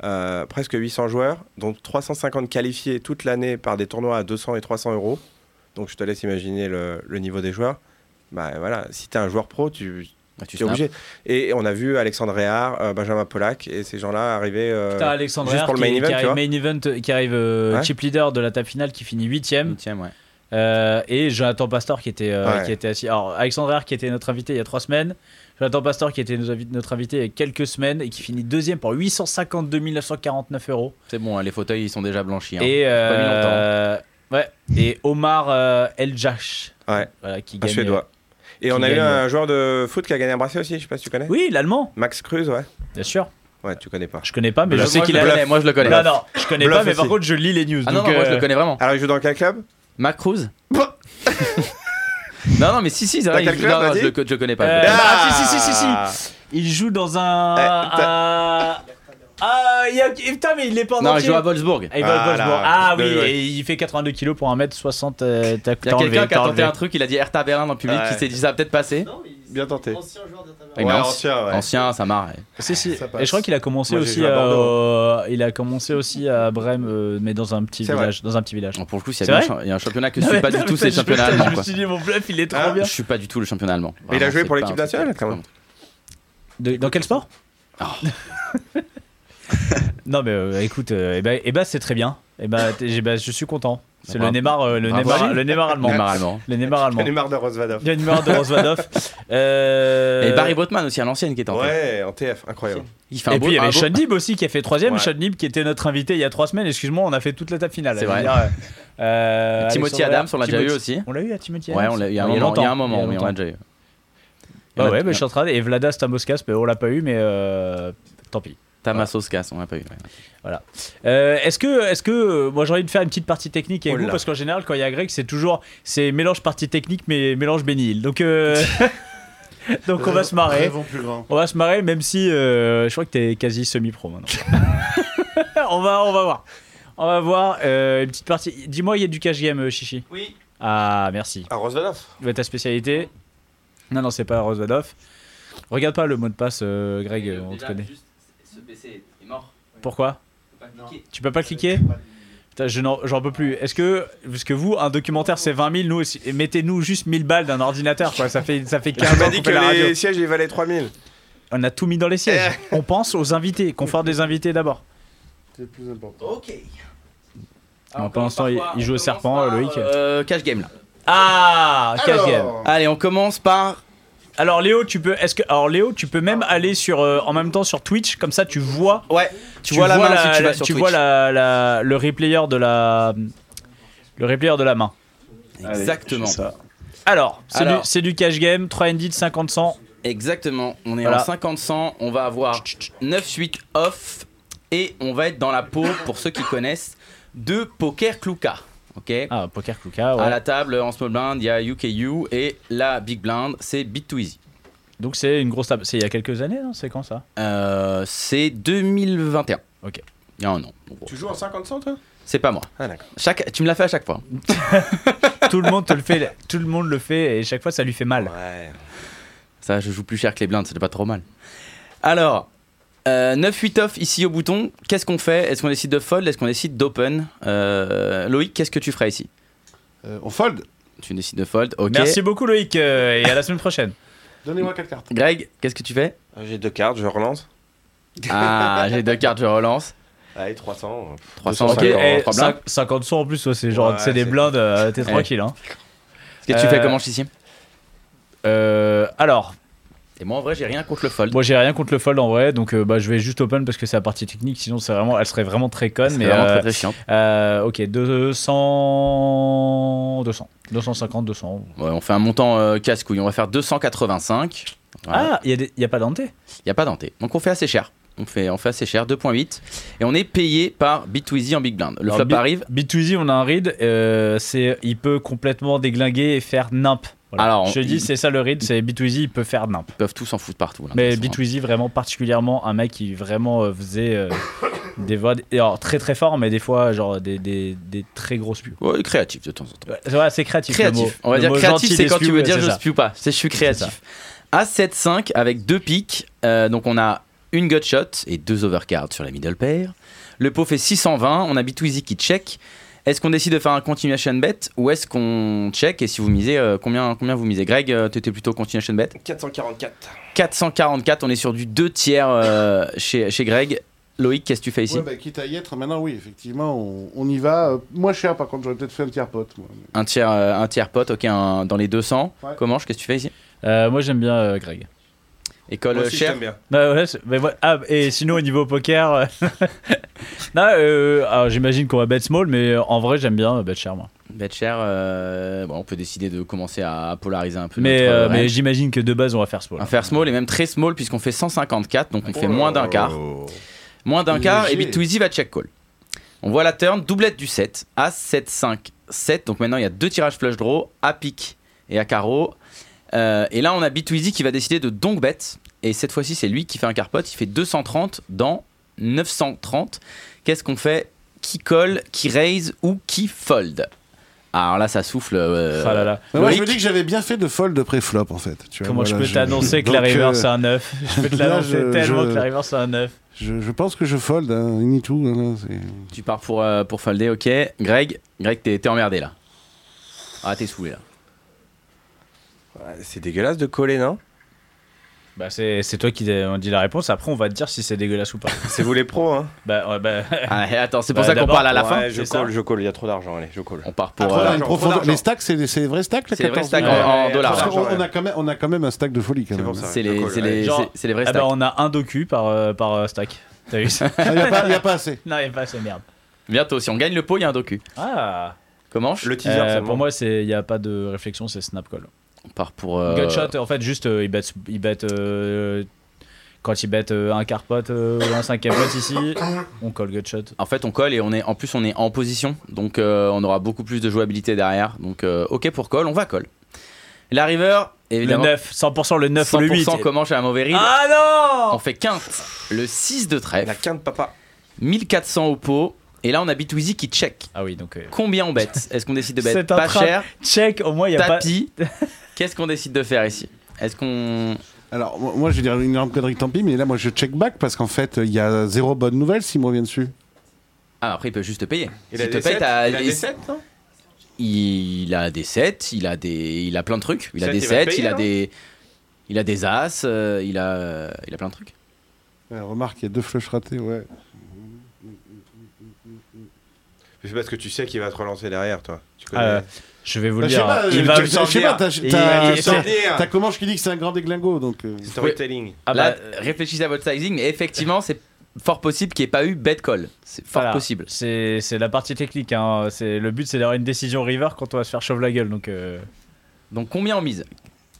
euh, presque 800 joueurs, dont 350 qualifiés toute l'année par des tournois à 200 et 300 euros, donc je te laisse imaginer le, le niveau des joueurs, bah voilà, si tu es un joueur pro, tu,
Ah,
tu es
tu snaps.
obligé. Et on a vu Alexandre Réard, euh, Benjamin Pollack et ces gens-là arriver. euh,
T'as Alexandre
juste
Herr
pour le
qui,
main event,
qui
tu
arrive,
vois.
main event, euh, qui arrive euh,
Ouais.
chip leader de la table finale, qui finit 8ème.
Huitième, ouais.
et Jonathan Pastor qui était, euh,
Ouais.
qui était assis. Alors, Alexandre Herr qui était notre invité il y a 3 semaines. Jonathan Pastor qui était nos invi- notre invité il y a quelques semaines et qui finit deuxième pour 852 949 euros.
C'est bon, hein, les fauteuils, ils sont déjà blanchis. hein.
Et,
pas mis longtemps,
euh, ouais, et Omar euh, El Jash.
Ouais.
Voilà, qui
un
gagne. euh,
Suédois. Et
Qui
on a eu
gagne,
un joueur de foot qui a gagné un bracelet aussi, je sais pas si tu connais.
Oui, l'allemand,
Max Cruz, ouais.
bien sûr.
Ouais, tu connais pas.
Je connais pas, mais
Moi,
je sais
je
qu'il
le
a.
connais, moi, je le connais.
Non, non, je connais
Bluff
pas, mais par
aussi.
contre, je lis les news.
Ah non,
donc,
non, moi, je
euh,
le connais vraiment.
Alors, il joue dans quel club
Mac Cruz Non, non, mais si, si, c'est vrai.
T'as
il-
Bah. quel club,
non, non,
vas-y
je le co- je le connais pas.
Euh,
je le connais
ah,
Ah
si, si, si, si, si. Il joue dans
Eh,
un. Ah, ah, il y a- eh, putain, mais il est pas
pas.
en
Non, il
entier.
joue à Wolfsburg.
Ah, il va à
Voilà.
Wolfsburg. Ah oui,
Ouais, ouais.
et il fait 82 kilos pour 1m60. euh,
Il y
t'as-
a
t'as
quelqu'un
enlevé,
qui a
t'as
tenté
enlevé.
un truc, il a dit Hertha Berlin dans le public,
Ouais.
qui s'est dit ça va peut-être passer.
Bien tenté.
Ouais, mais
Ouais,
anci-
ancien, ouais.
Ancien, ça marre. ouais.
Si, si.
Ça passe.
Et je crois qu'il a commencé
Moi, j'ai
aussi.
joué à
euh,
Bordeaux.
il a commencé aussi à Brême, euh, mais dans un petit
C'est
village. Dans un petit village.
Bon, pour le coup, s'il y
C'est
a bien
vrai
un cha- il y a un championnat que je suis pas du tout, c'est le
Je-
championnat
putain,
allemand.
Je me
quoi.
suis dit, mon bluff, il est trop
Hein
bien.
Je suis pas du tout le championnat allemand.
Mais il a
Vraiment,
joué
c'est
pour
pas
l'équipe
un truc
nationale,
qui
quand même.
De- dans quel sport Oh. Non, mais euh, écoute, euh, eh ben, eh ben, c'est très bien. Eh ben, t'es- j'ai- ben, je suis content. C'est le
Bravo.
Neymar, euh, le,
Bravo.
Neymar, le Neymar allemand.
Neymar allemand.
Le Neymar allemand.
J'en ai marre de Rosvadov.
Le Neymar de Rosvadov. Euh,
Et Barry Botman aussi à l'ancienne qui est en tête.
Ouais, en TF, incroyable.
Il fait un
et
beau-
puis il y
un
avait
beau-
Sean Dib aussi qui a fait troisième.
Ouais.
Sean Dib qui était notre invité il y a trois semaines. Excuse-moi, on a fait toute la table finale.
C'est
Je veux
vrai.
dire, euh,
Timothy
Alexandre-
Adams, on l'a déjà eu
Timothy-
aussi.
On l'a eu à Timothy
Ouais,
Adams
on l'a- il y a un
Il y a
moment, il y a un
longtemps.
moment,
Il y a
oui, on l'a
longtemps.
déjà eu.
Ah
Il y en a-
ouais, mais je suis en train de... Et Vlada Stamoskas, mais on l'a pas eu, mais euh, tant pis.
Tamasoskas, on l'a pas eu. ouais.
Euh, est-ce que, est-ce que, euh, moi j'ai envie de faire une petite partie technique avec
Oh
vous
là.
parce qu'en général quand il y a Greg c'est toujours c'est mélange partie technique mais mélange bénil. Donc euh, donc on va se marrer.
Rêvons plus grand.
On va se marrer même si euh, je crois que t'es quasi semi-pro maintenant. on va on va voir. On va voir euh, une petite partie. Dis-moi il y a du cash game euh, Chichi. Oui. Ah merci.
Ah, Rosvadov
Ouais, Ta spécialité. Non non c'est pas Rosvadov. Regarde pas le mot de passe euh, Greg euh, on te connaît.
Ce BC est mort.
Pourquoi Tu peux pas cliquer Putain, je n'en- j'en peux plus. Est-ce que, parce que vous, un documentaire c'est 20 000, nous, aussi- mettez-nous juste 1000 balles d'un ordinateur, quoi. Ça fait, ça fait 15 ans
m'a
qu'on
dit
fait
que
la radio.
les Eh. sièges, ils valaient 3000.
On a tout mis dans les sièges. On pense aux invités, confort des invités d'abord.
C'est le plus important.
Ok.
Alors, pour l'instant, il- il joue au serpent, Loïc.
Euh, cash game là.
Ah, cash game.
Allez, on commence par.
Alors Léo, tu peux, est-ce que, alors Léo, tu peux
Ah.
même aller sur, euh, en même temps sur Twitch, comme ça tu vois,
Ouais, tu, vois la main si tu vas sur
tu
Twitch.
vois la, la- le replayer de la, le replayer de la main.
Allez,
Exactement.
je fais ça.
Alors, c'est du,
Alors.
c'est du cash game, 3 and 50 100.
Exactement. On est
Voilà.
en 50-100. On va avoir 9-8 off. Et on va être dans la peau, pour ceux qui connaissent, de Poker Kluka. Ok
Ah, poker Kuka, ouais.
À la table, en small blind, il y a UKU. Et la big blind, c'est Bit Too Easy.
Donc c'est une grosse table. C'est il y a quelques années, non C'est quand ça
Euh, c'est 2021.
Ok.
Il y a un an. en gros.
Tu joues en 50 cents, toi
C'est pas moi.
Ah, d'accord.
Chaque... Tu me l'as fait à chaque fois.
Tout le monde te le fait. Tout le monde le fait et chaque fois ça lui fait mal.
Ouais.
Ça, je joue plus cher que les blindes, c'était pas trop mal. Alors, euh, 9-8 off ici au bouton. Qu'est-ce qu'on fait Est-ce qu'on décide de fold Est-ce qu'on décide d'open Euh, Loïc, qu'est-ce que tu feras ici
Euh, on fold.
Tu décides de fold, ok.
Merci beaucoup Loïc euh, et à la semaine prochaine.
Donnez-moi quatre cartes.
Greg, qu'est-ce que tu fais
Euh, J'ai deux cartes, je relance.
Ah, j'ai deux cartes, je relance.
Allez, 300. euh,
300, ok.
Ok,
250,
eh,
on prend
cin-
blindes.
50 sous en plus, ouais, c'est genre
Ouais,
c'est des
c'est-
blindes. euh, T'es
Ouais.
tranquille. Hein.
Qu'est-ce que tu
Euh,
fais comment ici
Euh, alors,
Et moi, en vrai, j'ai rien contre le fold.
moi j'ai rien contre le fold en vrai, donc euh, bah, je vais juste open parce que c'est la partie technique. Sinon, c'est vraiment, elle serait vraiment très conne.
C'est
Mais
vraiment
euh,
très, très chiant.
euh, ok, 200, 200, 250, 200.
Ouais, on fait un montant euh, casse-couille. On va faire 285. Voilà.
Ah, il y a des- il y a pas d'anté.
Il n'y a pas d'anté. Donc on fait assez cher. On fait, on fait assez cher, 2.8. Et on est payé par Bitwizy en big blind. Le
Alors,
flop
Bi-
arrive.
B2Z, on a un read, euh, c'est, il peut complètement déglinguer et faire nimp. Voilà.
Alors, on-
je dis,
il-
c'est ça le read, c'est B2Z, il peut faire nimp.
Ils peuvent tous s'en foutre partout. là, hein. de
Mais
toute façon.
B2Z, vraiment particulièrement, un mec qui vraiment euh, faisait euh, des voix et alors, très très fort, mais des fois, genre des, des, des très gros spews.
Ouais, créatif de temps en temps.
euh, Ouais, c'est vrai, c'est créatif. le mot.
Créatif. On va
Le
dire
mot
créatif,
gentil
c'est
des
quand tu
spews,
veux
ouais,
dire
c'est
je
ça.
spue pas. C'est je suis créatif. À 7-5 avec deux pics. euh, donc on a une gut shot et deux overcards sur la middle pair. Le pot fait 620. On a Bitwizy qui check. Est-ce qu'on décide de faire un continuation bet ou est-ce qu'on check Et si vous misez, euh, combien, combien vous misez Greg, euh, t'étais plutôt continuation bet
444.
444, on est sur du 2 tiers euh, chez, chez Greg. Loïc, qu'est-ce que tu fais ici
Ouais, bah, quitte à y être, maintenant, oui, effectivement, on, on y va. Euh, moins cher, par contre, j'aurais peut-être fait un tiers pote. Moi.
un, tiers, euh, un tiers pote, ok, un- dans les 200.
Ouais.
Comment Qu'est-ce que tu fais ici
Euh, moi, j'aime bien euh, Greg.
École
Moi
euh,
aussi,
chère
j'aime bien.
Bah ouais, c'est- mais ouais, ah, et sinon, au niveau poker, euh, non, euh, alors, j'imagine qu'on va bet small, mais euh, en vrai, j'aime bien euh, bet cher, moi.
Bet cher, euh, on peut décider de commencer à polariser un peu.
Mais,
notre,
euh,
euh,
mais
range.
j'imagine que de base, on va faire small.
un faire small et même très small puisqu'on fait 154, donc on fait moins d'un quart. Moins d'un
Léger.
quart et Bit2Easy va check call. On voit la turn, doublette du 7, à 7, 5, 7. Donc maintenant il y a deux tirages flush draw, à pique et à Caro. Euh, et là, on a Bitweezy qui va décider de donc bet. Et cette fois-ci, c'est lui qui fait un carpote. Il fait 230 dans 930. Qu'est-ce qu'on fait Qui colle, qui raise ou qui fold Ah, alors là, ça souffle. euh,
Ah là là.
Mais moi, je
Loïc.
me dis que j'avais bien fait de fold de pré-flop en fait. Tu vois,
Comment je
voilà,
peux t'annoncer que
Donc,
la river
euh,
c'est un 9 Je peux te
là,
l'annoncer
je-
tellement
je-
que la river c'est un 9.
je, je pense que je fold, hein, ni tout. hein, c'est-
Tu pars pour, euh, pour folder, ok. Greg, Greg t'es t'es emmerdé là. Ah, t'es saoulé là.
C'est dégueulasse de coller, non
Bah c'est c'est toi qui dé- on dit la réponse, après on va te dire si c'est dégueulasse ou pas.
C'est vous les pros, hein
bah, ouais, bah,
Ah, et attends, c'est pour
Bah,
ça qu'on
d'abord,
parle à la
Ouais,
fin.
je
c'est ça.
colle, je colle, il y a trop d'argent, allez, je colle.
On part pour.
Trop
euh,
d'argent,
trop
profondeur.
d'argent.
Les stacks, c'est les, c'est les vrais stacks là,
c'est les vrais
14
stacks en,
Ouais,
en
ouais,
dollars.
Parce
ouais.
là.
qu'on- on, a quand même, on a quand même un stack de folie quand
C'est
même. hein.
pour ça.
Euh, C'est
je
les,
colle,
c'est
ouais.
les,
Genre-
c'est- c'est les vrais
ah bah,
stacks.
on a un docu par, euh, par euh, stack. T'as vu ça
Ah,
Il n'y a, pas- Ah, y a pas assez.
Non, il a pas, c'est merde.
Bientôt, si on gagne le pot, il y a un docu.
Ah
Comment
Le teaser,
Euh,
c'est
Pour moi, il n'y a pas de réflexion, c'est snap call.
On part pour. euh,
Gutshot, en fait, juste, euh, il bet, il bet, euh, quand il bet euh, un carpot euh, ou un 5 pot ici, on call gutshot.
En fait, on colle et on est, en plus, on est en position. Donc, euh, on aura beaucoup plus de jouabilité derrière. Donc, euh, ok pour call, on va call. La river,
Le
évidemment.
9, 100% le 9 ou le 8.
100% comment chez un mauvais read.
Ah
On
non
fait quinte. Le 6 de trèfle.
La quinte papa.
1400 au pot. Et là, on a Bitwizy qui check.
Ah oui, donc. euh,
Combien on bête Est-ce qu'on décide de bet
C'est un
pas
trap.
cher
check, au moins, il n'y a pas.
Tapis Qu'est-ce qu'on décide de faire ici Est-ce qu'on.
Alors, moi, moi, je vais dire une énorme connerie, tant pis, mais là, moi, je check back parce qu'en fait, il y a zéro bonne nouvelle s'il me revient dessus.
Ah, après, il peut juste te payer.
Il
S'il
a
te
des
paye,
sept,
t'as-
il a des sept, non
Il a des 7, il a des il a plein de trucs, il a
Sept,
des
il va
7,
payer,
il a
non
des il a des as, euh, il a il a plein de trucs.
Ouais,
Euh,
remarque, il y a deux flushs ratés, ouais.
C'est parce que tu sais qu'il va te relancer derrière, toi. Tu connais.
Ah, je vais vous le
Bah, je sais
dire. hein.
pas,
il
euh,
va
tu-
me
je sais
sortir.
pas, t'as-
Il-
t'as-
il-
t'as-
sortir.
T'as comment je qui dis que c'est un grand déglingo, donc. euh,
Storytelling. euh,
Ah bah,
Là, réfléchissez à votre sizing, mais effectivement, c'est fort possible qu'il n'y ait pas eu bet call. C'est fort
voilà.
possible.
C'est c'est la partie technique. Hein. C'est- Le but, c'est d'avoir une décision river quand on va se faire shove la gueule. Donc, euh,
Donc combien on mise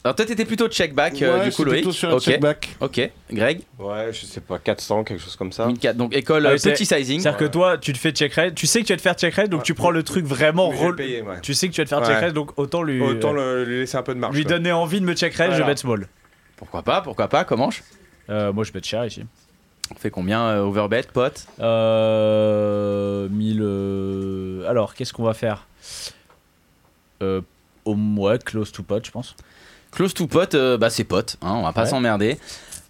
Alors toi t'étais plutôt check back euh,
ouais,
du coup
c'est
Loïc.
plutôt sur un
OK.
check back.
OK. Greg,
Ouais, je sais pas, 400, quelque chose comme ça.
1004. Donc école
Ah oui,
euh,
c'est-
petit sizing.
C'est-à-dire que toi, tu te fais check raise. Tu sais que tu vas te faire check raise, donc
Ouais.
tu prends le truc vraiment.
Mais je vais le
rel-
payer, ouais.
Tu sais que tu vas te faire
Ouais.
check raise, donc autant lui.
Autant le- lui laisser un peu de marge.
lui
quoi.
donner envie de me check raise, je
Voilà.
vais être small.
Pourquoi pas Pourquoi pas Comment je-
Euh, moi, je vais être cher ici.
On fait combien euh, overbet pote
Euh, 1000. euh, Alors, qu'est-ce qu'on va faire euh, Au moins, close to pot, je pense.
Close to pot, euh, bah c'est pote, hein, on va pas
Ouais.
s'emmerder.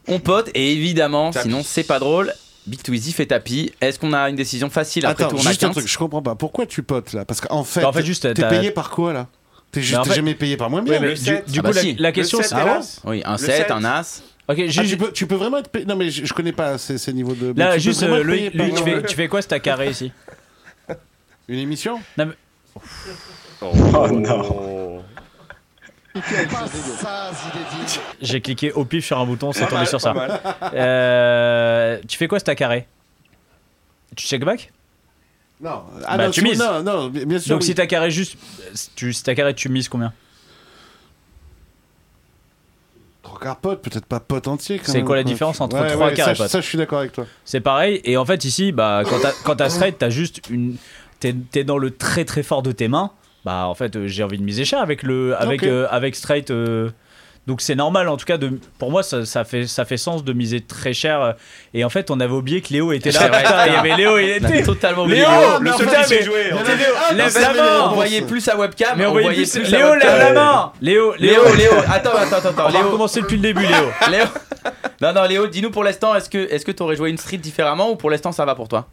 On pote et évidemment,
Tapis.
sinon c'est pas drôle. Big to Easy fait tapis. Est-ce qu'on a une décision facile après
Attends,
tour on a
juste un
15?
truc, je comprends pas. Pourquoi tu potes là Parce qu'en fait,
Bah, en fait, juste,
t'es
t'as-
payé par quoi là T'es juste
en
t'es
fait-
jamais payé par moins bien.
Ouais, mais
là.
le 7.
Du
Ah
coup,
bah
la,
si.
la question, c'est. Ah bon
Oui, un
Le
7,
sept.
un as.
Ok,
Ah,
juste-
tu, peux, tu peux vraiment être payé. Non, mais je, je connais pas ces, ces niveaux de. mais tu
Là,
peux
juste,
vraiment
euh,
être
Loïc,
payé par-
Loïc, tu, fais, tu fais quoi si t'as carré ici
Une émission
Oh non.
J'ai cliqué au pif sur un bouton, c'est tombé sur ça. Euh, tu fais quoi si t'as carré Tu check back
Non. Ah,
Bah,
non,
tu
si-
mises.
Non, non, bi- bien sûr.
Donc
oui.
si t'as carré juste. euh, si Tu, si t'as carré, tu mises combien
Trois quarts pote, peut-être pas pote entier quand
C'est
même,
quoi la différence entre trois quarts
ça,
et pote
Ça, je suis d'accord avec toi.
C'est pareil. Et en fait, ici, bah, quand t'as- quand t'as straight, t'as juste une. T'es t'es dans le très très fort de tes mains. Bah, en fait, euh, j'ai envie de miser cher avec, le, avec,
Ok.
euh, avec straight. euh, donc c'est normal en tout cas de pour moi ça, ça fait ça fait sens de miser très cher euh, et en fait on avait oublié que Léo était là
C'est vrai,
Putain, il y
putain.
avait Léo il
On a
était
totalement oublié.
Léo,
Léo.
le
seul
putain,
qui sait
mais-
jouer,
mais
hein.
Léo, lève
ça,
la
mais Léo,
On
main
voyait plus sa webcam.
Mais on voyait plus
sa
Léo
webcam.
lève la main Léo Léo
euh, Léo, Léo, attends, attends, attends,
On
attends,
va
Léo,
recommencer depuis le début Léo
Léo. Non, non, Léo, dis-nous pour l'instant, est-ce que, est-ce que t'aurais joué une street différemment ou pour l'instant ça va pour toi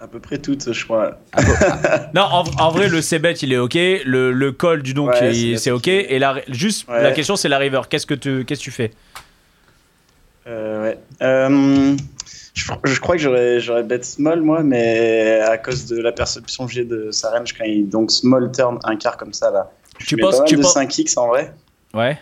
À peu près toutes, je crois.
Non, en, en vrai, le c il est ok. Le, le call du don,
Ouais,
qui-
c'est la
c'est ok.
petite-
Et la, juste,
Ouais.
la question, c'est la river. Qu'est-ce que tu, qu'est-ce que tu fais
Euh, ouais. Euh, je, je crois que j'aurais, j'aurais bet small, moi, mais à cause de la perception que j'ai de sa range quand il. Donc, small turn, un quart comme ça, là.
Tu
mets
penses-
pas mal
tu
de
penses-
5x en vrai.
Ouais.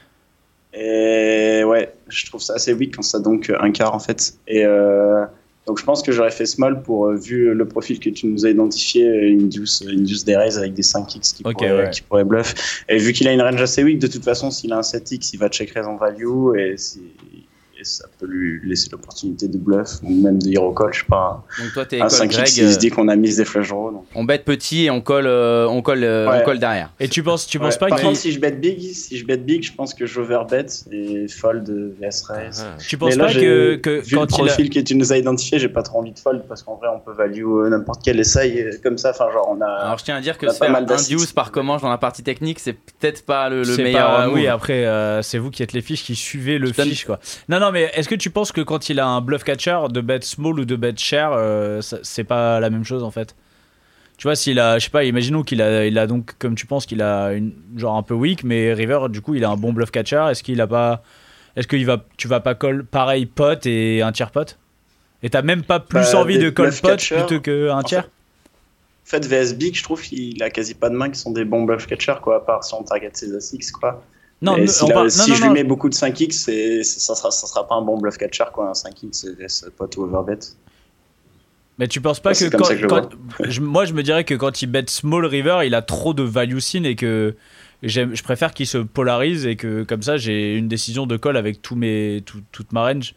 Et ouais, je trouve ça assez weak quand ça donc euh, un quart en fait. Et euh, donc je pense que j'aurais fait small pour, euh, vu le profil que tu nous as identifié, euh, une deuce, une deuce des raises avec des 5x qui,
Ok,
pourrait,
ouais.
euh, qui pourrait bluff. Et vu qu'il a une range assez weak, de toute façon, s'il a un 7x, il va check raise en value. Et, si- et ça peut lui laisser l'opportunité de bluff ou même de hero call, je sais pas.
Donc toi, t'es
à
école
5
Greg,
il se
euh,
dit qu'on a mis des flash draw. donc.
on bête petit et on colle, euh, on colle, euh,
Ouais.
on colle derrière.
Et tu penses, tu penses
Ouais.
pas
Par
qu'il-
contre, si je bet big, si je bet big, je pense que j'overbet et fold euh, vs raise.
Ah,
tu penses
Mais là,
pas
j'ai-
que, que
vu le
quand il a-
profil que tu nous as identifié, j'ai pas trop envie de fold parce qu'en vrai, on peut value euh, n'importe quel essai euh, comme ça. Enfin, genre, on a.
Alors je tiens à dire que
on a
se
pas
faire
mal
un
d'assists.
deuce par commande dans la partie technique, c'est peut-être pas le, le
c'est
meilleur.
pas-
euh,
oui,
move.
après, euh, c'est vous qui êtes les fiches qui suivez le
Je donne-
fiche, quoi. Non, non, mais est-ce que tu penses que quand il a un bluff catcher, de bet small ou de bet share, euh, ça- c'est pas la même chose en fait Tu vois, s'il a, je sais pas, imaginons qu'il a, il a donc, comme tu penses, qu'il a une, genre un peu weak, mais River, du coup, il a un bon bluff catcher. Est-ce qu'il a pas. Est-ce que va, tu vas pas call pareil pot et un tiers pot Et t'as même pas plus
Bah,
envie
des
de call
bluff
pot
catchers,
plutôt qu'un tiers
En fait, VS Big, je trouve qu'il a quasi pas de mains qui sont des bons bluff catchers, quoi, à part si on target ses As-X, quoi.
Non,
Et
ne-
si,
on
là,
parle-
si
non, non,
je
non.
lui mets beaucoup de 5X, c'est- c'est- ça sera, ça sera pas un bon bluff catcher, quoi, un 5X VS pot ou overbet.
Mais tu penses pas
Ouais,
que
c'est comme
quand,
ça que je le
quand- je- moi je me dirais que quand il bet small river, il a trop de value sin et que j'aime- je préfère qu'il se polarise et que comme ça j'ai une décision de call avec tous mes tout- toute ma range.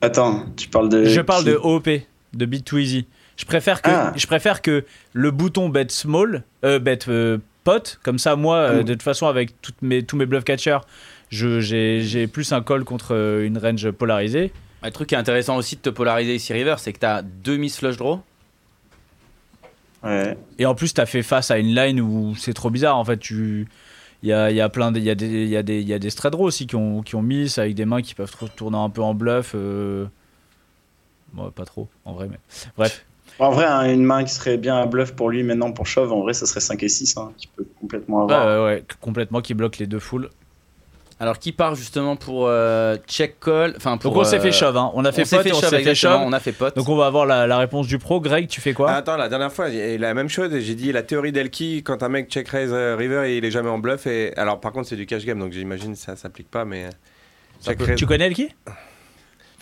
Attends, tu parles de.
je parle
qui
de OOP, de bit too easy. Je préfère que
Ah.
je préfère que le bouton bet small, euh, bet euh, pot, comme ça moi euh,
Mm.
de toute façon avec toutes mes tous mes bluff catchers, je j'ai j'ai plus un call contre euh, une range polarisée.
Le truc qui est intéressant aussi de te polariser ici river, c'est que t'as deux miss flush draw.
Ouais.
Et en plus, t'as fait face à une line où c'est trop bizarre. En fait, tu. Il y a, il y a plein de, il y a des, il y a des, il y a des straight draws aussi qui ont, qui ont miss avec des mains qui peuvent trop tourner un peu en bluff. euh. Bon, pas trop, en vrai, mais. Bref.
En vrai, hein, une main qui serait bien à bluff pour lui maintenant pour shove, en vrai, ça serait 5 et 6, hein, tu peux complètement avoir.
Ouais, ouais, Bah, ouais, complètement qui bloque les deux foules.
Alors qui part justement pour euh, check call, enfin pour.
Donc, on s'est
euh,
fait shove, hein. On a
on
fait
s'est
pot,
fait
on
shove,
s'est fait
exactement,
shove.
on a fait pote.
Donc, on va avoir la, la réponse du pro. Greg, tu fais quoi
Attends, la dernière fois, j'ai- la même chose, et j'ai dit la théorie d'Elki, quand un mec check raise euh, river, il est jamais en bluff. Et... Alors par contre, c'est du cash game, donc j'imagine que ça s'applique pas, mais. euh, Check, raise,
Tu connais le qui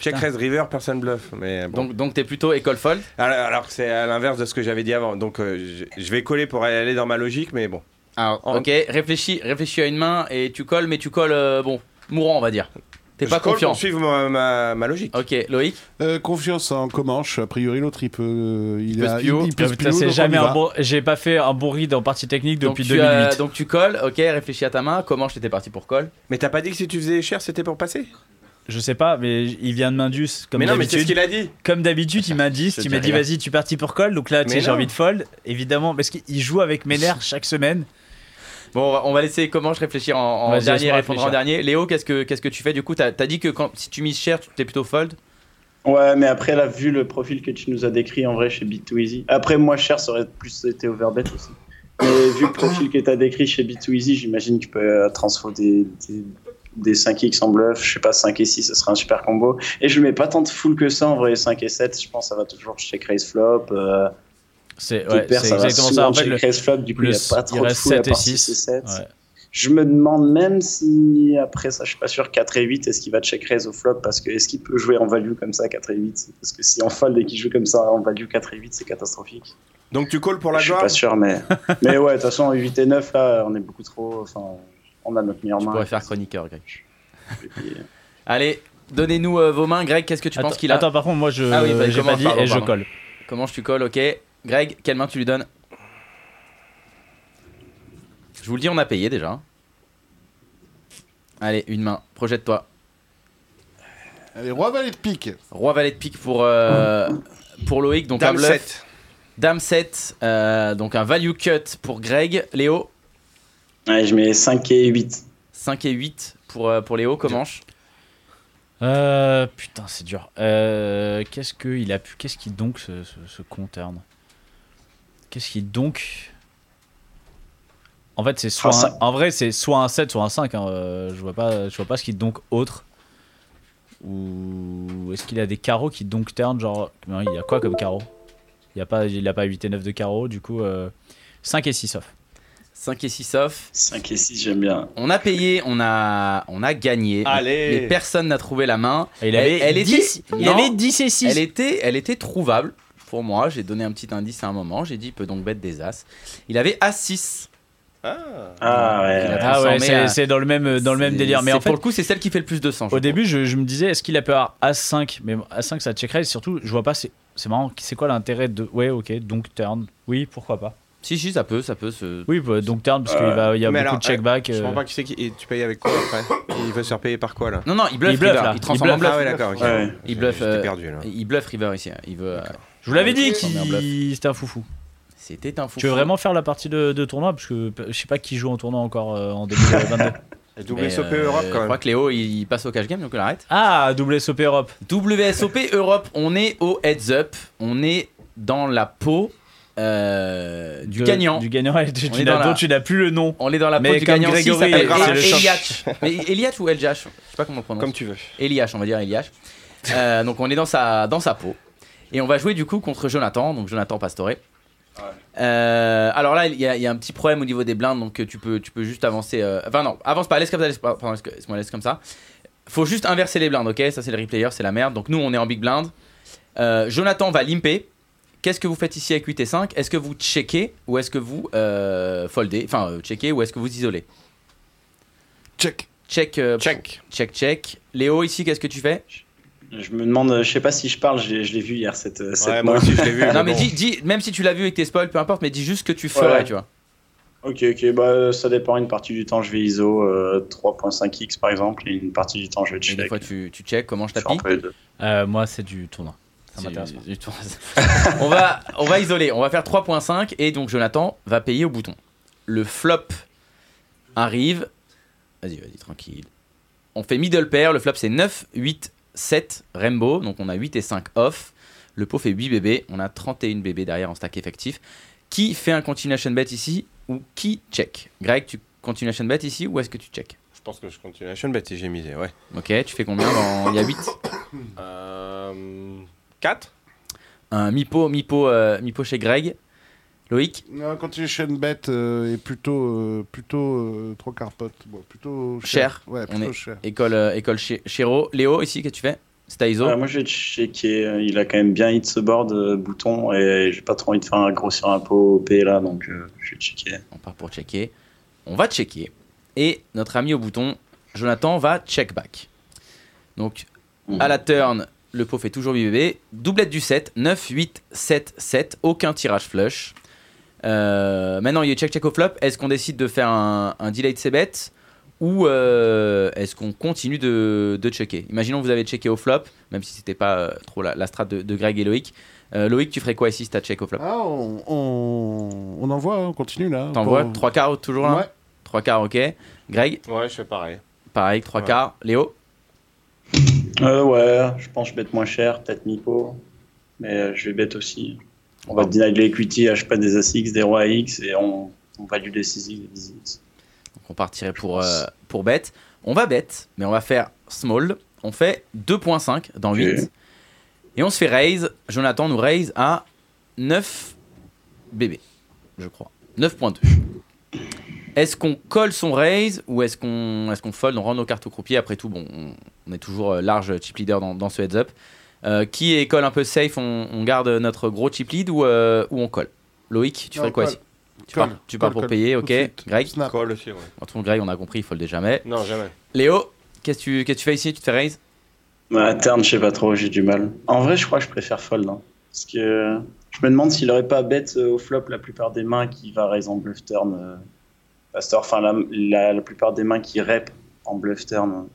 check raise river, personne bluff. Mais euh, bon.
donc donc t'es plutôt école fold.
Alors, alors que c'est à l'inverse de ce que j'avais dit avant, donc euh, je- je vais coller pour aller dans ma logique, mais bon.
Alors,
En-
Ah, ok, réfléchis, réfléchis à une main et tu colles, mais tu colles euh, bon mourant on va dire. T'es
Je
pas
colle
confiant.
pour suivre ma, ma- ma logique.
Ok, Loïc.
Euh, confiance en Comanche. A priori, l'autre, il peut. euh, Il,
peut
a-
se pio.
il- il peut se
Putain,
pio,
c'est
donc on
jamais
y va.
un bon. J'ai pas fait un bon read en partie technique depuis
donc, tu,
2008.
euh, donc tu colles, ok, réfléchis à ta main. Comment je t'étais parti pour colle
Mais t'as pas dit que si tu faisais cher, c'était pour passer
Je sais pas, mais il vient de Mindus. Comme
Mais non, mais
d'habitude.
c'est ce qu'il a dit
Comme d'habitude, il m'indice,
Je
tu
dis
m'as dit
rien.
vas-y, tu partis pour call. Donc là, tu sais,
Mais
j'ai
non.
envie de fold, évidemment, parce qu'il joue avec mes nerfs chaque semaine.
Bon, on va- on va laisser comment je réfléchir en, en
Vas-y,
dernier,
laisse-moi
répondre en
réfléchir.
dernier. Léo, qu'est-ce que qu'est-ce que tu fais du coup T'as t'as dit que quand, si tu mises cher, tu t'es plutôt fold.
Ouais. mais après, là, vu le profil que tu nous as décrit, en vrai, chez B2Easy. Après, moi, cher, ça aurait plus été overbet aussi. Mais vu le profil que tu as décrit chez B2Easy, j'imagine que tu peux euh, transfo des, des, des 5X en bluff. Je sais pas, 5 et 6, ce serait un super combo. Et je mets pas tant de full que ça, en vrai, 5 et 7. Je pense que ça va toujours check raise flop. Euh,
C'est
deux
ouais,
paires,
c'est
ça va
exactement ça. En
souvent
fait, le-
check raise flop. Du coup,
le-
il n'y a pas
il
trop de
reste
full à
7 et
part
6.
6 et 7.
ouais.
Je me demande même si après ça, je suis pas sûr, 4 et 8, est-ce qu'il va check raise au flop Parce que est-ce qu'il peut jouer en value comme ça, 4 et 8 Parce que si en fold et qu'il joue comme ça en value 4 et 8, c'est catastrophique.
Donc tu colles pour la
je suis
gloire
pas sûr, mais, mais ouais, de toute façon, 8 et 9, là, on est beaucoup trop. Enfin, on a notre meilleure
Tu
main.
pourrais faire chroniqueur, Greg.
Et puis, euh,
Allez, donnez-nous euh, vos mains. Greg, qu'est-ce que tu
Attends,
penses qu'il a
Attends, par contre, moi, je
Ah oui, bah,
j'ai pas
commence,
dit
pardon,
et je
pardon.
colle.
Comment je tu colles Ok. Greg, quelle main tu lui donnes Je vous le dis, on a payé déjà. Allez, une main. Projette-toi.
Allez, roi valet de pique.
Roi valet de pique pour euh, pour Loïc. Donc un
Dame
bluff.
7.
Dame 7. euh, donc un value cut pour Greg. Léo.
ouais, je mets 5 et 8.
5 et 8 pour, euh, pour Léo, Comanche.
Euh, putain, c'est dur. Euh, qu'est-ce qu'il a pu. Qu'est-ce qui donc se, se, se concerne Qu'est-ce qui donc. En fait, c'est soit.
Ah,
un-
ça-
En vrai, c'est soit un 7, soit un 5. hein, euh, Je vois pas, je vois pas ce qui donc autre. Ou est-ce qu'il a des carreaux qui donc turn Genre. Non, il y a quoi comme carreau il a, pas, il a pas 8 et 9 de carreaux, du coup. 5 et 6 off.
5 et 6 off.
5 et 6, j'aime bien.
On a payé, on a, on a gagné.
Allez.
Mais personne n'a trouvé la main.
Et il avait,
Elle- elle
10,
était-
il
non,
avait 10 et 6.
Elle était, elle était trouvable pour moi. J'ai donné un petit indice à un moment. J'ai dit, il peut donc bête des As. Il avait As 6.
Ah ouais.
Il a
Ah ouais,
transformé
c'est-
à-
c'est dans le même, dans le même
C'est-
délire. Mais
c'est-
en fait,
pour le coup, c'est celle qui fait le plus de sang. je
au début, je, je me disais, est-ce qu'il a peur A5 Mais A5, ça checkerait. Et surtout, je vois pas, c'est c'est marrant. C'est quoi l'intérêt de. Ouais, ok, donc turn. Oui, pourquoi pas.
pense. Si, si, ça peut, ça peut. se-
Oui, bah, donc turn, parce qu'il va- il y a
Euh, mais
beaucoup
alors, eh,
de checkback.
Je
euh,
comprends pas qui c'est qui. et Tu payes avec quoi après Il veut se faire payer par quoi là
Non, non, il bluffe.
Il bluffe,
River.
là.
Il
Il
transforme en
bluffe.
bluff.
Ah ouais, d'accord. ok.
Ouais.
J'ai-
Il bluffe,
J'étais
euh,
perdu là.
Il bluffe River ici. hein. Il veut. euh,
Je vous l'avais dit,
Ok. Sans blabla.
qu'il- c'était un foufou.
C'était un fou.
Tu veux vraiment faire la partie de, de tournoi Parce que je sais pas qui joue en tournoi encore euh, en 2022.
Mais,
WSOP
euh,
Europe
Je
quand
crois
même.
que Léo il il passe au cash game donc on l'arrête.
ah, WSOP Europe.
WSOP Europe, on est au heads up, on est dans la peau euh, du
De-
gagnant.
Du gagnant, et tu,
On
tu
est
n'as-
dans la-
dont tu n'as plus le nom.
On est dans la peau
Mais
du
comme
gagnant. Si, il
Grégory,
s'appelle
euh,
Eliash.
c'est le
Eliash. Mais Eliash ou Eljash Je sais pas comment on prononce.
Comme tu veux.
Eliash, on va dire Eliash. Euh, donc on est dans sa, dans sa peau. Et on va jouer du coup contre Jonathan, donc Jonathan Pastore. Euh, alors là, il y, a- il y a un petit problème au niveau des blindes, donc euh, tu peux, tu peux juste avancer. euh, Enfin non, avance pas, laisse comme ça, laisse, pas- pardon, laisse- laisse-moi laisse comme ça. Faut juste inverser les blindes, ok Ça c'est le replayer, c'est la merde. Donc nous, on est en big blind. Euh, Jonathan va limper. Qu'est-ce que vous faites ici avec 8 et 5 Est-ce que vous checkez ou est-ce que vous euh, foldez Enfin, euh, checkez ou est-ce que vous isolez
Check.
Check, euh,
Check.
check, check. Léo, ici, qu'est-ce que tu fais
Je me demande, euh, je sais pas si je parle, je l'ai je l'ai vu hier cette, euh, cette
Ouais, moi aussi je l'ai vu.
Non mais
bon.
dis, dis, même si tu l'as vu et que t'es spoil, peu importe, mais dis juste ce que tu ferais,
Ouais.
tu vois.
Ok, ok, bah ça dépend. Une partie du temps, je vais ISO euh, 3.5x par exemple, et une partie du temps, je vais
Et
check.
des fois tu, tu check comment je
Je suis un
tapis.
peu les deux.
Euh, moi, c'est du tournoi. Ça
C'est-
m'intéresse pas.
du tout. on, va, on va isoler, on va faire 3.5 et donc Jonathan va payer au bouton. Le flop arrive. Vas-y, vas-y, tranquille. On fait middle pair, le flop c'est 9, 8, 7, rainbow, donc on a 8 et 5 off. Le pot fait 8 bébés, on a 31 bébés derrière en stack effectif. Qui fait un continuation bet ici ou qui check Greg, tu continuation bet ici ou est-ce que tu check
Je pense que je continue la chaîne, bah t'es misé, ouais.
Ok, tu fais combien dans... Il y a 8
Euh, 4
Un mi-pot, mi-pot, euh, mi-pot chez Greg. Loïc
Non, continuation bet euh, est plutôt, euh, plutôt euh, trop carpote. Bon, plutôt cher.
Cher.
Ouais,
On
plutôt
est-
cher.
École, euh, école chez Chéro. Léo, ici, qu'est-ce que tu fais C'est à ISO.
Ouais, Euh, moi je vais checker, euh, il a quand même bien hit ce board euh, bouton et j'ai pas trop envie de faire un gros sur un pot OP là donc euh, je vais checker.
On part pour checker. On va checker. Et notre ami au bouton, Jonathan, va check back. Donc,
Mhm.
à la turn, le pot fait toujours bébé. Doublette du 7, 9, 8, 7, 7. Aucun tirage flush. Euh, maintenant, il y a check-check au flop. Est-ce qu'on décide de faire un, un delay de ses bêtes ou euh, est-ce qu'on continue de, de checker Imaginons que vous avez checké au flop, même si c'était pas euh, trop la, la strat de, de Greg et Loïc. Euh, Loïc, tu ferais quoi ici si t'as check au flop
Ah, on, on, on envoie, hein, on continue là.
T'envoies
Pour-
3 quarts toujours là
Ouais.
3 quarts, ok. Greg,
Ouais, je fais pareil.
pareil, 3
Ouais.
quarts. Léo,
Euh, ouais, je pense que je bête moins cher, peut-être Mipo, mais euh, je vais bête aussi. On va deny l'equity, je sais pas des ASX, des rois X et on, on value des 6x, des 10x.
donc on partirait pour, euh, pour bet. On va bet, mais on va faire small. On fait 2.5 dans
Ok.
8. Et on se fait raise. Jonathan nous raise à 9 bébés, je crois. 9.2. Est-ce qu'on colle son raise ou est-ce qu'on est qu'on fold On rend nos cartes au croupier. Après tout, bon, on, on est toujours euh, large chip leader dans, dans ce heads up. Euh, qui est colle un peu safe on, on garde notre gros chip lead ou, euh, ou on colle Loïc, tu
Non,
ferais quoi
colle.
ici Tu pars,
Colle,
tu pars
colle,
pour
colle,
payer,
tout
ok.
de suite.
Greg,
Snap.
Call aussi, ouais.
en tout cas, Greg, on a compris, il foldait jamais.
Non, jamais.
Léo, qu'est-ce que tu, qu'est-ce que tu fais ici Tu te fais raise
Bah, turn, je sais pas trop, j'ai du mal. En vrai, je crois que je préfère fold. hein. Parce que euh, je me demande s'il aurait pas bête euh, au flop la plupart des mains qui va raise en bluff turn. euh, Pastor, enfin la, la, la plupart des mains qui rep en bluff turn.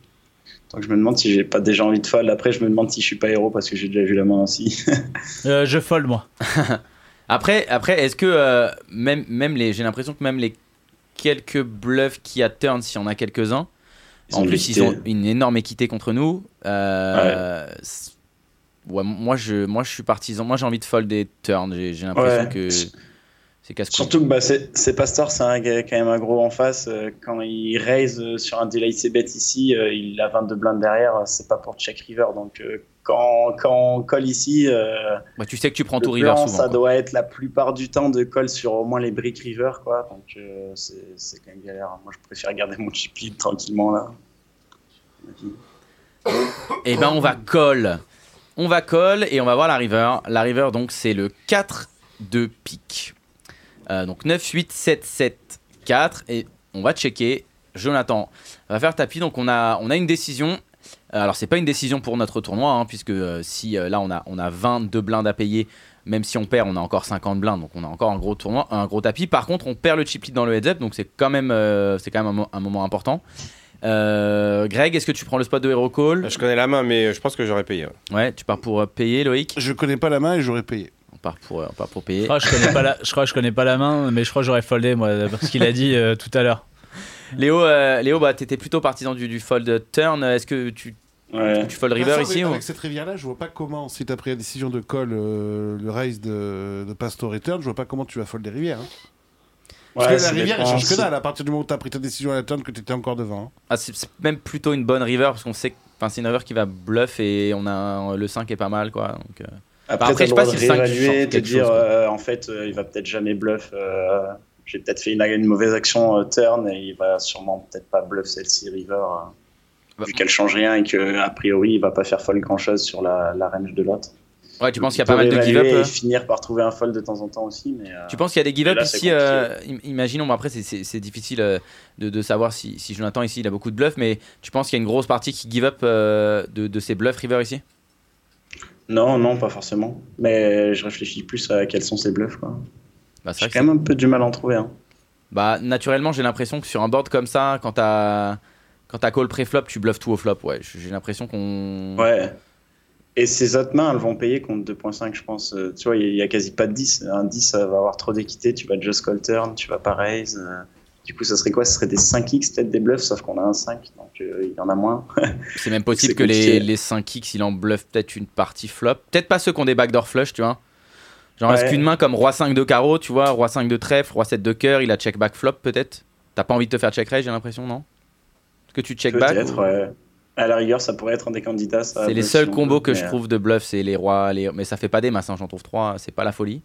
Donc je me demande si j'ai pas déjà envie de fold. Après, je me demande si je suis pas héros parce que j'ai déjà vu la main aussi.
Euh, je fold, moi.
Après, après est-ce que euh, même, même les, j'ai l'impression que même les quelques bluffs qui a turn, s'il y en a quelques-uns, en plus ils ont une énorme équité contre nous. Euh, c'est- ouais, moi, je, moi je suis partisan, moi j'ai envie de fold des turns, j'ai, j'ai l'impression
Ouais.
que c'est casse-cou.
Surtout que bah, c'est c'est Pastor, c'est un gars quand même un gros en face. euh, Quand il raise euh, sur un delay ses bêtes ici, euh, il a 22 blindes derrière. euh, C'est pas pour check river. Donc euh, quand, quand on colle ici, euh,
Ouais, Bah, tu sais que tu prends
le
tout river
plan,
souvent.
ça
quoi.
doit être la plupart du temps de colle sur au moins les brick river. Quoi. Donc euh, c'est c'est quand même galère. Moi, je préfère garder mon chip lead tranquillement là.
Eh ben on va call. On va call et on va voir la river. La river donc c'est le 4 de pique. Euh, donc 9, 8, 7, 7, 4 et on va checker. Jonathan va faire tapis, donc on a, on a une décision. Euh, Alors c'est pas une décision pour notre tournoi, hein, puisque euh, si euh, là on a, on a 22 blindes à payer, même si on perd, on a encore 50 blindes, donc on a encore un gros tournoi, un gros tapis. Par contre, on perd le chip lead dans le heads up, donc c'est quand même, euh, c'est quand même un, mo- un moment important. Euh, Greg, est-ce que tu prends le spot de Hero Call
Je connais la main, mais euh, je pense que j'aurais payé. ouais.
Ouais, tu pars pour euh, payer, Loïc.
Je connais pas la main et j'aurais payé.
On part pour, euh, on part pour payer.
Je crois, que Ah, je, connais pas la, je crois que je connais pas la main, mais je crois que j'aurais foldé, moi, parce qu'il a dit euh, tout à l'heure.
Léo, euh, Léo, bah t'étais plutôt partisan du, du fold turn. Est-ce que tu,
Ouais.
tu fold river
Ah, ça,
ici
avec,
ou-
avec cette rivière-là, je vois pas comment, si t'as pris la décision de call euh, le raise de, de Pastor Return, je vois pas comment tu vas fold des rivières. hein. Parce
Ouais,
que
ça
la rivière, elle
dépend.
change que dalle à partir du moment où t'as pris ta décision à la turn que t'étais encore devant. hein.
Ah, c'est c'est même plutôt une bonne river parce qu'on sait que enfin, c'est une river qui va bluff et on a un- le 5 est pas mal quoi. Donc, euh, Après,
Après, après
je
je
sais pas
pas
si le cinq change
réévaluer, te
quelque
dire
chose, quoi.
euh, en fait, euh, il va peut-être jamais bluff. euh, J'ai peut-être fait une, une mauvaise action euh, turn et il va sûrement peut-être pas bluff celle-ci river. euh,
Bah.
Vu qu'elle change rien et que a priori il va pas faire fold grand chose sur la, la range de l'autre.
Ouais, tu penses qu'il y a
Plutôt
pas mal de give up. euh
réévaluer Et finir par trouver un fold de temps en temps aussi, mais. euh,
Tu penses qu'il y a des give up
Là, c'est
ici euh, im- Imaginons, bon, après c'est- c'est c'est difficile euh, de, de savoir si, si Jonathan ici il a beaucoup de bluffs, mais tu penses qu'il y a une grosse partie qui give up euh, de, de ses bluffs river ici
Non, non, pas forcément. Mais je réfléchis plus à quels sont ses bluffs. quoi.
bah, c'est
J'ai
vrai que
quand même un peu du mal à en trouver. hein.
Bah naturellement j'ai l'impression que sur un board comme ça, quand t'as quand t'as call pré-flop, tu bluffes tout au flop. Ouais, J- j'ai l'impression qu'on.
Ouais. Et ces autres mains, elles vont payer contre 2.5, je pense. Euh, tu vois, il n'y a quasi pas de 10. Un 10, ça va avoir trop d'équité. Tu vas just call turn, tu vas pas raise. euh. Du coup, ça serait quoi Ce serait des 5x, peut-être des bluffs, sauf qu'on a un 5, donc euh, il y en a moins.
C'est même possible
C'est
que les,
compliqué.
les 5x il en bluffe peut-être une partie flop. Peut-être pas ceux qui ont des backdoor flush, tu vois. Genre est-ce
Ouais.
qu'une main comme roi 5 de carreau, tu vois, roi 5 de trèfle, roi 7 de cœur, il a check back flop peut-être T'as pas envie de te faire check raise, j'ai l'impression, non Est-ce que tu check back
Peut-être,
ou-
ouais. À la rigueur, ça pourrait être un des candidats. ça,
C'est les
bluff,
seuls
Ah, bah, si on
combos
peut,
que je
mais,
trouve de bluff, c'est les rois, les... mais ça fait pas des masses, hein, j'en trouve 3, c'est pas la folie.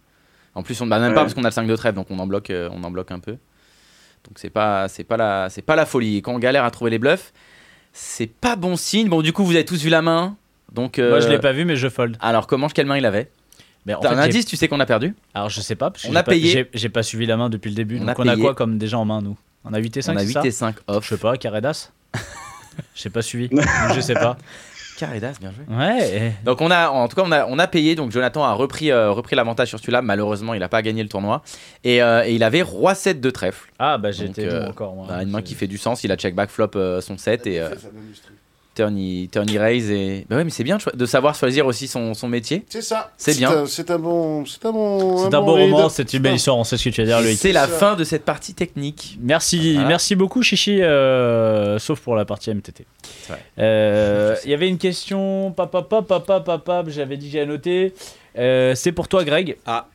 En plus, on ne bat même pas
Ouais.
parce qu'on a le 5 de trèfle, donc on en bloque, euh, on en bloque un peu. Donc c'est pas, c'est pas, la, c'est pas la folie. Et quand on galère à trouver les bluffs, c'est pas bon signe. Bon, du coup, vous avez tous vu la main. Donc, euh,
Moi, je l'ai pas vu, mais je fold.
Alors, comment, quelle main il avait
Mais en
T'as
fait,
un
j'ai-
indice, tu sais qu'on a perdu.
Alors, je sais pas, parce que
On
j'ai
a
pas-
payé.
j'ai- J'ai pas suivi la main depuis le début.
On
donc,
a
on a
payé.
quoi comme déjà en main, nous On a 8 et 5,
on a
c'est
8
ça
et 5
Je
off.
sais pas, Caredas J'ai pas suivi. je sais pas.
Carré d'as, bien joué.
Ouais.
Donc on a, en tout cas, on a, on a payé. Donc Jonathan a repris, euh, repris l'avantage sur celui-là. Malheureusement, il n'a pas gagné le tournoi. Et, euh, et il avait roi 7 de trèfle.
Ah, bah, j'étais
Donc, euh,
bon encore, moi.
Bah, une main qui
C'est-
fait du sens, il a check back flop euh, son set et euh,
C'est ça, l'industrie.
turn, he, turn he raise et bah ouais mais c'est bien de cho- de savoir choisir aussi son, son métier.
C'est ça.
C'est bien.
un- C'est un bon. C'est un bon.
C'est un bon roman,
lead-up.
c'est une belle histoire, on sait ce que tu vas dire, Loïc.
C'est
ça.
la fin de cette partie technique.
Merci,
Voilà.
merci beaucoup Chichi, euh, sauf pour la partie MTT.
vrai.
Euh, Il y avait une question, papa, papa, papa, papa, j'avais dit que j'ai noté. Euh, c'est pour toi Greg.
Ah.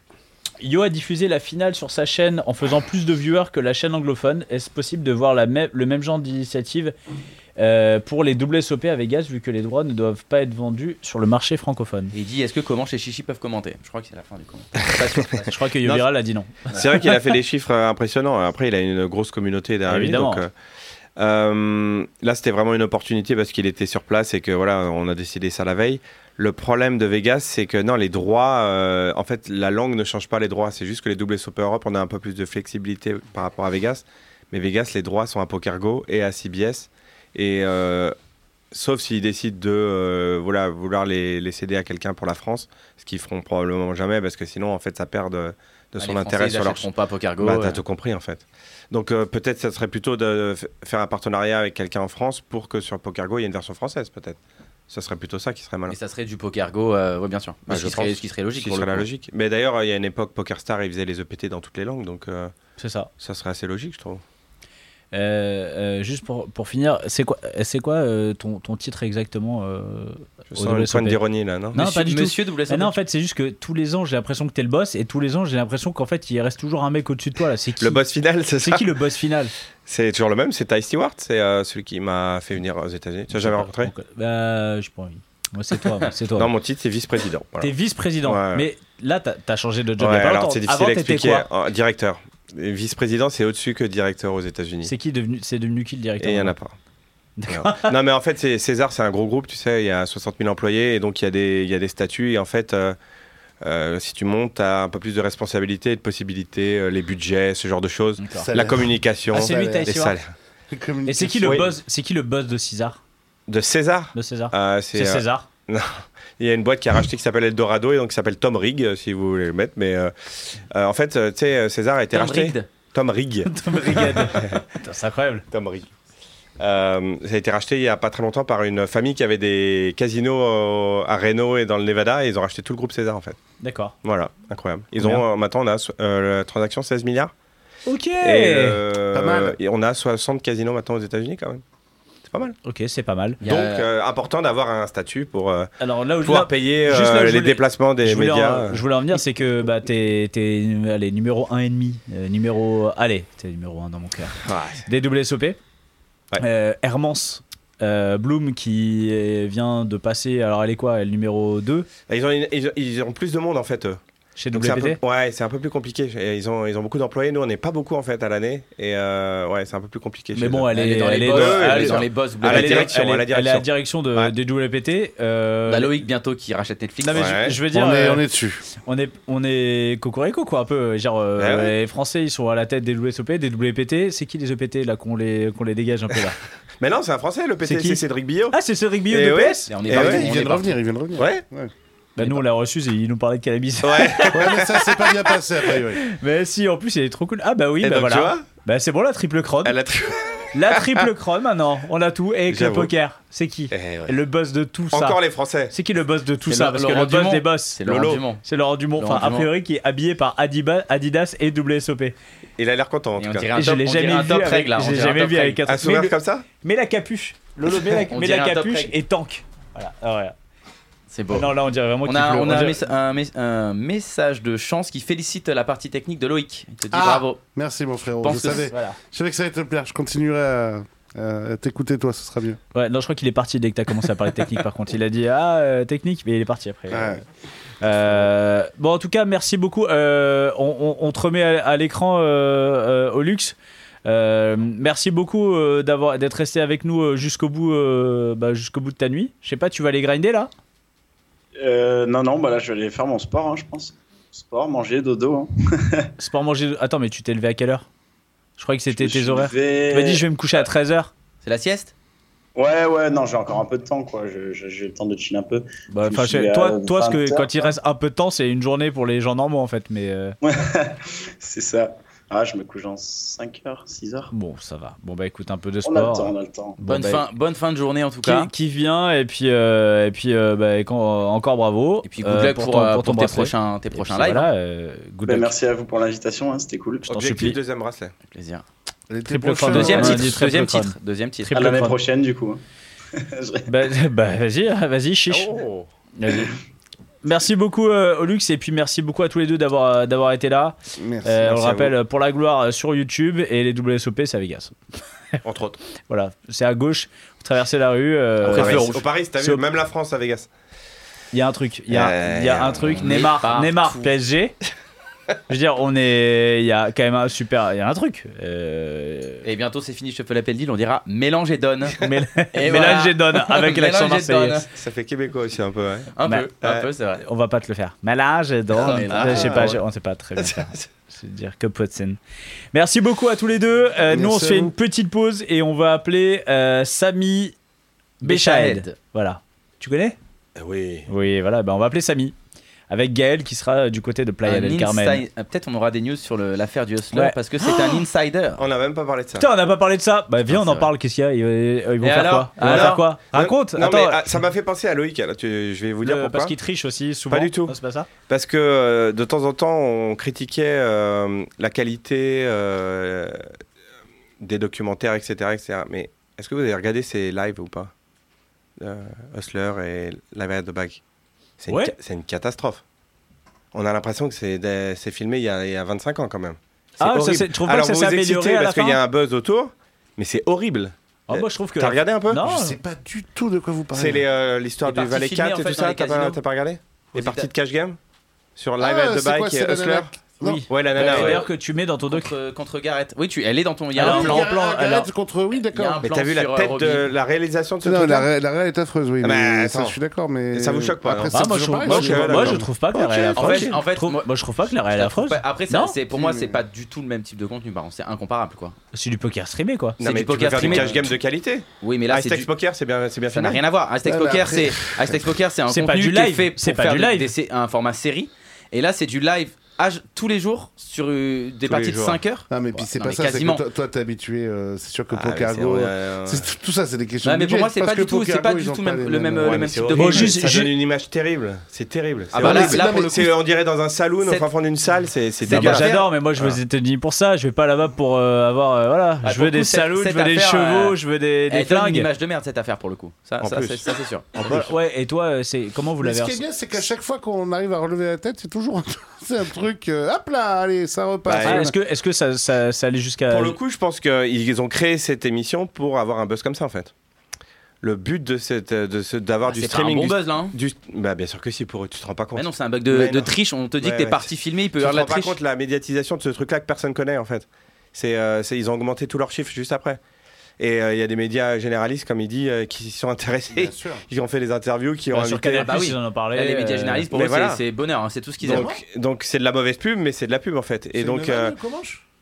Yo a diffusé la finale sur sa chaîne en faisant plus de viewers que la chaîne anglophone. Est-ce possible de voir la mê- le même genre d'initiative euh, pour les WSOP à Vegas vu que les droits ne doivent pas être vendus sur le marché francophone
Et il dit est-ce que comment chez Chichi peuvent commenter Je crois que c'est la fin du commentaire. Pas sûr, pas sûr.
Je crois que Yo
Non,
Viral a dit non.
C'est vrai qu'il a fait des chiffres euh, impressionnants. Après, il a une grosse communauté derrière lui,
Évidemment.
donc, euh, euh, là, c'était vraiment une opportunité parce qu'il était sur place et que voilà, on a décidé ça la veille. Le problème de Vegas, c'est que non, les droits, euh, en fait, la langue ne change pas les droits. C'est juste que les WSOP Europe, on a un peu plus de flexibilité par rapport à Vegas. Mais Vegas, les droits sont à Pokergo et à CBS. Et euh, sauf s'ils décident de euh, voilà, vouloir les, les céder à quelqu'un pour la France, ce qu'ils feront probablement jamais parce que sinon, en fait, ça perd de, de
Bah,
son
les Français,
intérêt
ils
sur leur
achèteront pas Pokergo.
bah,
euh.
t'as tout compris en fait. Donc euh, peut-être ça serait plutôt de f- faire un partenariat avec quelqu'un en France pour que sur Pokergo il y ait une version française peut-être. Ça serait plutôt ça qui serait malin.
Mais ça serait du Pokergo, euh, ouais, bien sûr.
Bah,
ce,
je
qui serait,
pense.
ce qui serait logique.
Ce qui
pour le
serait la
coup.
logique. Mais d'ailleurs euh, il y a une époque PokerStar ils faisaient les EPT dans toutes les langues donc euh,
C'est ça.
ça serait assez logique je trouve.
Euh, euh, juste pour, pour finir, c'est quoi, c'est quoi euh, ton, ton titre exactement euh,
Je
Au
sens une
WSOP.
pointe d'ironie là non
Non,
Monsieur-
pas du tout.
Monsieur WSOP.
Ah non, en fait, c'est juste que tous les ans, j'ai l'impression que t'es le boss, et tous les ans, j'ai l'impression qu'en fait, il reste toujours un mec au-dessus de toi. Là, c'est qui
Le boss final c'est
C'est
ça
qui le boss final
C'est toujours le même c'est Ty Stewart c'est euh, celui qui m'a fait venir aux États-Unis. Tu l'as jamais rencontré
Donc, euh, Bah, j'ai pas envie. Moi, c'est toi. moi, c'est toi.
Non mon titre c'est vice-président. voilà.
T'es vice-président.
Ouais.
Mais là, t'as as changé de job. il y a
Ouais,
pas
alors
longtemps.
c'est difficile
Avant,
à
t'étais
expliquer.
quoi
Euh, Directeur. Et Vice-président c'est au-dessus que directeur aux États-Unis.
C'est qui devenu C'est devenu qui le directeur Ah,
Et il n'y en a pas. Non. Non, mais en fait, c'est- César, c'est un gros groupe, tu sais, il y a 60 000 employés et donc il y a des, il y a des statuts. Et en fait, euh, Euh, si tu montes, à un peu plus de responsabilités et de possibilités, euh, les budgets, ce genre de choses,
Salaire.
la communication,
Ah, c'est lui, t'as
les
essayé.
salaires.
Et c'est qui le
Oui.
boss C'est qui le boss de César
De César
De César
Euh,
C'est
euh,
César.
Il y a une boîte qui a racheté qui s'appelle Eldorado et donc qui s'appelle Tom Rigg, euh, si vous voulez le mettre. Mais euh, euh, en fait, euh, tu sais, euh, César a été racheté. Tom Rigg.
Tom Brigade. Putain, C'est incroyable.
Tom Rigg. Euh, ça a été racheté il n'y a pas très longtemps par une famille qui avait des casinos euh, à Reno et dans le Nevada et ils ont racheté tout le groupe César en fait.
D'accord.
Voilà, incroyable. Ils
Combien
ont euh, maintenant on a so- euh, la transaction 16 milliards
Ok.
et, euh,
Pas mal.
et on a 60 casinos maintenant aux États-Unis quand même. C'est pas mal.
Ok, c'est pas mal.
Donc euh, important d'avoir un statut pour euh,
Alors là où je
pouvoir
voulais-
payer
juste là,
euh,
je
les
voulais-
déplacements des
je voulais,
médias.
en, je voulais en venir, c'est que bah, t'es, t'es allez, numéro 1,5, euh, numéro. Allez, t'es numéro 1 dans mon cœur.
Ouais.
DWSOP. Euh, Hermance. euh, Bloom qui est- vient de passer. Alors elle est quoi Elle est numéro 2
Bah, Ils ont, une- ils, ont, ils ont plus de monde en fait. eux.
chez
Donc c'est un
WPT
peu- ouais, c'est un peu plus compliqué. Et Ils ont, ils ont beaucoup d'employés. Nous, on n'est pas beaucoup en fait à l'année. Et euh, ouais, c'est un peu plus compliqué.
Mais
chez
bon,
eux.
elle est,
Elle est dans
elle
les
est
boss,
dans-
elle est
elle
dans
est-
les boss.
à
elle
la
est-
direction,
elle est-
à la
elle est à la direction de,
Ouais.
des WPT. euh,
Bah, Loïc bientôt qui rachète Netflix.
Non mais
Ouais.
je, je veux dire,
On est,
euh,
on est dessus.
on est, on est cocorico quoi un peu. Genre euh,
Ah ouais.
les Français ils sont à la tête des WSOP, des WPT. C'est qui les EPT là qu'on les, qu'on les dégage un peu là
Mais non, c'est un français, le
C'est
PT,
qui
c'est Cédric Billot.
Ah c'est Cédric Billot
Eh
de
ouais.
PS
Et on est
Eh
Ah
parti,
ouais,
on
ils
est
viennent
parti.
revenir, ils viennent revenir.
Ouais.
Bah nous on l'a reçu, c'est- il nous parlait de cannabis.
Ouais.
Ouais, mais ça, c'est pas bien passé, a priori.
Mais si en plus il est trop cool. Ah bah oui,
Et
bah
Eh donc, tu
voilà.
vois,
Bah c'est bon la triple crone.
elle a tri-
La triple crone maintenant, on a tout. Et avec le
J'avoue.
poker, c'est qui
Eh ouais.
Le boss de tout ça.
Encore les Français.
C'est qui le boss de tout
C'est
ça
Laurent
Parce que le boss
Dumont.
des boss,
C'est Laurent
Lolo.
Dumont.
c'est Laurent Dumont,
Laurent
enfin a
Dumont.
priori qui est habillé par Adiba- Adidas et WSOP.
Il a l'air content en
Et
tout
on
cas.
dirait un
Et je
top,
l'ai
on dirait
jamais
un
vu
top
avec-
règle là. on
je l'ai
dirait un
jamais
top
vu
règle.
avec un
Un
truc. Mais,
sourire
le-
comme ça
mais la capuche, Lolo, mais la,
On
mais la
dirait un top
capuche
règle.
et tank. Voilà, ah ouais.
C'est beau.
Non, là on dirait vraiment
On
qu'il
a,
pleut.
on a un,
dirait-
messa- un mes- un message de chance qui félicite la partie technique de Loïc. Il te dit
Ah.
bravo.
Merci, mon frérot.
Pense
Je
que-
savais,
Voilà.
je savais que ça allait te plaire. Je continuerai à, à t'écouter, toi, ce sera mieux.
Ouais, non, je crois qu'il est parti dès que t'as commencé à parler technique. Par contre, il a dit ah euh, technique, mais il est parti après.
Ouais.
Euh, bon, en tout cas, merci beaucoup. Euh, on, on- on te remet à, à l'écran euh, euh, au luxe. Euh, merci beaucoup euh, d'avoir d'être resté avec nous euh, jusqu'au bout, euh, bah, jusqu'au bout de ta nuit. Je sais pas, tu vas aller grinder là
Euh, non, non, bah là, je vais aller faire mon sport, hein, je pense. Sport, manger, dodo. Hein.
Sport manger. Attends, mais tu t'es levé à quelle heure Je croyais que c'était
Je me
tes
suis
horaires.
levé-
Tu m'as dit je vais me coucher à 13h.
C'est la sieste
Ouais, ouais, non, j'ai encore un peu de temps, quoi. Je- je- J'ai le temps de chiller un peu.
Bah,
Je
enfin,
suis
je-
à
toi, toi ce que,
20h,
quand il
quoi.
reste un peu de temps, c'est une journée pour les gens normaux en fait. Mais euh,
C'est ça. Ah, je me couche en 5 heures, 6 heures.
bon, ça va. Bon, bah écoute, un peu de
On a le
sport.
temps, on a le temps.
Bon,
bonne,
bah,
fin, bonne fin de journée en tout
qui,
cas.
qui vient et puis euh, et puis euh, bah, quand- encore bravo
Et puis
euh,
good luck pour,
ton-
euh,
pour
pour
ton
tes
bracelet.
prochains, tes
Et
prochains
puis,
lives.
voilà, euh, good
Bah,
luck.
merci à vous pour l'invitation, hein, c'était cool.
Je t'en
Objectif
supplie.
deuxième bracelet.
Avec plaisir.
L'été
Triple
prochain,
crowd.
Deuxième
euh,
on a
titre,
dit très
deuxième
peu crâne.
titre, deuxième titre.
À
Triple
l'année
crâne.
prochaine, du coup. hein. Je-
Bah, bah, vas-y, vas-y, chiche.
Oh.
Vas-y. Merci beaucoup euh, Olux et puis merci beaucoup à tous les deux d'avoir euh, d'avoir été là.
Merci.
Euh, on le
merci à
rappelle euh, pour la gloire euh, sur YouTube et les WSOP c'est à Vegas.
Entre autres.
Voilà, c'est à gauche, vous traversez la rue, euh,
Au Paris,
il
au Paris, t'as
C'est
vu,
au-
même la France à Vegas.
y a un truc, il y a, il y a un truc
on est
Neymar,
partout.
Neymar PSG. Je veux dire, on est il y a quand même un super, il y a un truc. Euh,
Et bientôt c'est fini, je te fais l'appel d'île, on dira mélange et donne.
mais
Et
mélange
voilà.
et donne avec
Mélange
l'accent
et
marseillais.
donne.
Ça fait québécois aussi un peu. ouais.
Un
Mais-
peu, un
Ouais.
peu, c'est vrai.
On va pas te le faire. Malage et
Ah,
dans.
mais
Je sais
là,
pas,
ouais.
je- on sait pas très bien faire. Je veux dire que Potsen. Merci beaucoup à tous les deux. Euh, nous, on
Merci
se
à
fait
vous.
une petite pause et on va appeler euh, Samy Béchaed.
Béchaed.
Voilà. Tu connais
Ah Oui.
Oui, voilà. ben on va appeler Samy avec Gaël qui sera euh, du côté de Playa
Un
del Carmen.
inside- ah, Peut-être on aura des news sur le- l'affaire du hustler
Ouais. Ah.
parce que c'est un insider.
On n'a même pas parlé de ça.
Putain, on n'a pas parlé de ça. Bah viens,
Ah,
on
c'est
en
vrai.
parle. Qu'est-ce qu'il y a Ils euh, ils vont
Et
faire
alors
quoi Ils vont
Alors
faire quoi
Non,
Raconte.
non,
Attends.
mais, ah, ça m'a fait penser à Loïc. alors, tu- je vais vous dire
le-
pourquoi.
parce qu'il triche aussi souvent.
Pas du tout.
Non, c'est pas ça.
Parce que euh, de temps en temps, on critiquait euh, la qualité euh, des documentaires, etc. etc. Mais est-ce que vous avez regardé ces lives ou pas Euh, Hustler et Live at the Bag. C'est une
Ouais.
ca- c'est une, catastrophe. On a l'impression que c'est des- c'est filmé il y, a, il y a 25 ans quand même. C'est
Ah, ça
horrible.
s'est- tu trouves pas
Alors
que ça
vous
s'est
vous excitez
amélioré à la
parce qu'il y
fin
a un buzz autour, mais c'est horrible.
Ah, moi, je trouve que.
T'as regardé un peu
Non.
Je sais pas du tout de quoi vous parlez.
C'est les, euh, l'histoire
Les
du
parties
Valet
filmées,
4
en
et
fait,
tout
dans
ça,
les
t'as pas,
casinos.
t'as pas regardé
Aux
Les
Éta-
parties de cash game Sur Live
Ah,
at the
c'est quoi,
Bike
c'est
et
la
Hustler
nana
Oui.
Ouais, la nana.
D'ailleurs
ouais.
que tu mets dans ton doc.
Contre, euh, contre Gareth. Oui, tu, elle est dans ton. Il y
Elle est
a
en
un plan.
plan. alors.
contre. Oui,
Il y a un
d'accord.
Mais
plan
t'as vu la
sur, euh,
tête
Robbie.
de la réalisation de ce
Non,
truc
la, ré- la réelle est affreuse, oui.
Ah,
mais
mais
ça,
attends.
je suis d'accord, mais.
Ça vous choque pas,
Après,
non
ça,
Ah,
c'est
moi, je
toujours pareil,
trouve, moi,
c'est
je-
Ok,
toujours
moi, je
pareil.
trouve pas que la
Ok,
réelle est
en
affreuse.
fait- en fait,
Je trouve-
moi-
moi, je trouve pas que la
Je
réelle est
la
affreuse.
trouve pas- Après,
Non. Hmm.
ça, c'est pour moi, c'est pas du tout le même type de contenu, par contre. C'est incomparable, quoi.
C'est du poker streamé, quoi.
c'est
Non, mais
du
tu peux
poker
faire du
streamé.
cash game de qualité.
Oui, mais là,
Ice
c'est
Tex
du-
Poker, c'est bien c'est bien
Ça n'a
filmé.
rien à voir. Aztec
Ouais, mais
Poker,
après-
c'est Aztec Poker, c'est un
C'est
contenu
pas du
qui est
live,
fait pour
c'est pas
faire
du
de-
live.
des sé- un format série. Et là, c'est du live à- tous les jours sur euh, des
Tous les
parties de
jours.
5 heures.
Non, Ah, mais puis
Ouais,
c'est
non,
pas
mais
ça, c'est que
quasiment.
toi- toi, t'es habitué, euh, c'est sûr que
Ah, mais
Poker
c'est-
Go,
ouais,
euh,
ouais, ouais.
c'est- tout- Tout ça, c'est des questions
Ouais, mais
de
pour
budget,
moi, c'est
parce
pas
que
du tout-
Poker
c'est pas
Go,
du
ils ont
tout
pas les
même- le
mêmes,
même, euh,
ouais.
le même-
mais
type
c'est
de
horrible.
Bon, juste-
ça
j'ai-
donne une image terrible. C'est terrible.
Ah
C'est
bah là,
horrible.
là, pour le coup-
c'est on dirait dans un saloon, au
Cette-
fin fond d'une salle, c'est c'est
Cette-
Bah, moi,
dégueulasse.
affaire-
j'adore, mais moi je veux des États-Unis pour ça. Je vais pas là-bas pour euh, avoir. euh, voilà,
Ah,
je
pour
veux
le
des
coup, cette-
salauds, je
cette
veux des
affaire,
chevaux,
euh,
je veux des, des
Elle donne une
flingues.
image de merde cette affaire pour le coup. Ça,
En
ça,
plus.
c'est ça, c'est sûr.
Voilà, ouais, et toi, euh, c'est comment vous
Mais
l'avez
ce qui est
reçu
bien, c'est qu'à chaque fois qu'on arrive à relever la tête, c'est toujours un, c'est un truc. euh, hop là, allez, ça
Bah,
repasse.
Ah, Est-ce que, est que ça, ça, ça allait jusqu'à.
Pour le coup, je pense qu'ils ont créé cette émission pour avoir un buzz comme ça, en fait. Le but de cette, de ce, d'avoir
Ah,
du
c'est pas
streaming,
un bon
du-
buzz là. hein.
du, bah bien sûr que si pour eux, tu te rends pas compte.
Mais non,
tu
c'est un bug
Mais
de, de
non.
triche. On te dit
Ouais,
que t'es
ouais.
parti filmer, il peut y
te
avoir
rends
de la
pas
triche.
compte la médiatisation de ce truc-là que personne connaît, en fait. C'est, euh, c'est- ils ont augmenté tous leurs chiffres juste après. Et euh, il y a des médias généralistes, comme il dit, euh, qui s'y sont intéressés,
Bien sûr.
qui ont fait des interviews, qui ont
Bah, sur
invité-
Canal+,
Ah, bah oui.
ils en ont parlé.
Là, les médias
euh,
généralistes, pour
mais
eux, c'est-
voilà.
c'est bonheur, hein, c'est tout ce qu'ils aiment.
Donc, donc c'est de la mauvaise pub, mais c'est de la pub en fait. Et donc, euh,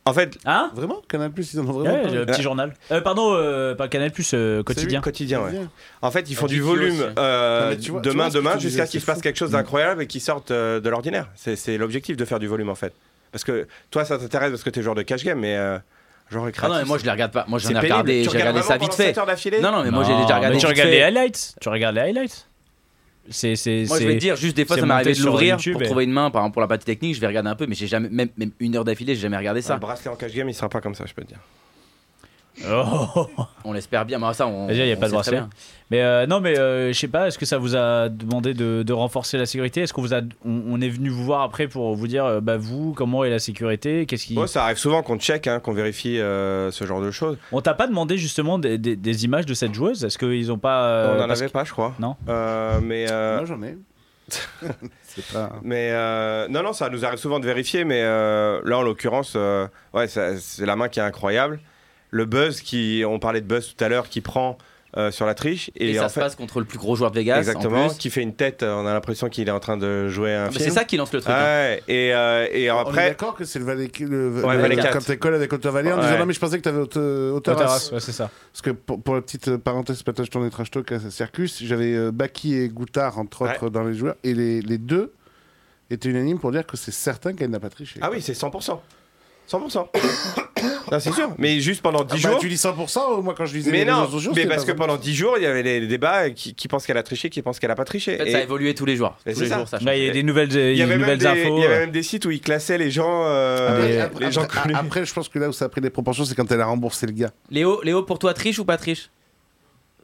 en fait,
Hein
Vraiment Canal Plus, ils en ont vraiment.
Ouais,
parlé
le petit journal. Euh, pardon, euh, pas Canal Plus, euh, quotidien.
quotidien, ouais.
Bien.
En fait, ils font
Ah,
du
Kikyo
volume
aussi.
euh,
Non, mais tu vois- tu vois
demain,
ce que
demain,
tu disais,
jusqu'à ce qu'il
c'est
se passe
fou. Mm.
quelque chose d'incroyable et qu'ils sortent euh, de l'ordinaire. C'est- C'est l'objectif de faire du volume en fait. Parce que toi, ça t'intéresse parce que t'es joueur de cash game, mais euh, genre
Ah
créatif.
non, mais moi je les regarde pas. Moi
c'est
j'en ai
pénible.
regardé,
Tu
j'ai
regardes
regardé ça
vraiment
vite
pendant
fait.
sept heures d'affilée
Non, non, mais moi j'ai
Non,
déjà regardé.
mais tu
vite
regardes
fait.
les highlights. Tu regardes les highlights. C'est. c'est-
Moi, je
c'est-
vais te dire, juste des fois,
c'est
ça m'est arrivé
monté
de
sur
l'ouvrir
YouTube
pour
et-
trouver une main, par exemple, pour la partie technique, je vais regarder un peu, mais j'ai jamais, même, même une heure d'affilée, j'ai jamais regardé
ça.
ça.
Le bracelet en cash game, il sera pas comme ça, je peux te dire.
Oh.
On l'espère bien, mais ça, on.
Déjà, il y a
on
pas de
sait très
bracelet.
bien.
Mais euh, non, mais euh, je sais pas, est-ce que ça vous a demandé de, de renforcer la sécurité Est-ce qu'on vous a, on, on est venu vous voir après pour vous dire, euh, bah vous, comment est la sécurité Qu'est-ce qui
Moi, ça arrive souvent qu'on check, hein, qu'on vérifie euh, ce genre de choses.
On t'a pas demandé justement des, des- des images de cette joueuse Est-ce qu'ils ont pas euh,
On en
parce
avait pas, je crois.
Non.
Euh, mais euh,
Moi, j'en ai. c'est pas.
Mais euh, non, non, ça nous arrive souvent de vérifier, mais euh, là, en l'occurrence, euh, ouais, ça- c'est la main qui est incroyable. Le buzz qui, on parlait de buzz tout à l'heure, qui prend euh, sur la triche et,
Et, ça
en
se
fait,
passe contre le plus gros joueur de Vegas. en
exactement,
plus.
qui fait une tête. euh, On a l'impression qu'il est en train de jouer à un
Ah, mais
film.
C'est ça qui lance le truc. hein.
Ouais, et, euh, et
On est
après,
d'accord que c'est le valet. Le,
Ouais,
le-
valet
le-
quatre.
Quand t'es collé avec Otto Valet en disant
Ouais.
non, mais je pensais que t'avais Otto Otto
Otto
Arras.
Arras, ouais, c'est ça.
Parce que pour, pour la petite euh, parenthèse patage tournée trash talk à Circus, j'avais euh, Baki et Goutard entre
Ouais.
autres dans les joueurs et les, les deux étaient unanimes pour dire que c'est certain qu'elle n'a pas triché.
ah oui, c'est 100%. 100%. Non, c'est sûr. Mais juste pendant 10
Ah bah,
jours.
tu dis 100% moi quand je disais
Mais
les
non,
réseaux sociaux,
mais
c'était
parce que
pas
pendant 10 jours, il y avait les les débats euh, qui, qui pensent qu'elle a triché, qui pensent qu'elle a pas triché.
En fait,
Et-
ça a évolué tous les jours.
Et
Tous
c'est
les
ça.
jours, ça
Là, Bah, il y a
change.
des nouvelles, il
Il y,
y a
avait même
des nouvelles
des,
infos.
il y avait
euh. Ah,
même des sites où ils classaient les gens, euh,
Après,
les
après,
gens
après-
connus.
après, je pense que là où ça a pris des proportions, c'est quand elle a remboursé le gars.
Léo, Léo, pour toi, triche ou pas triche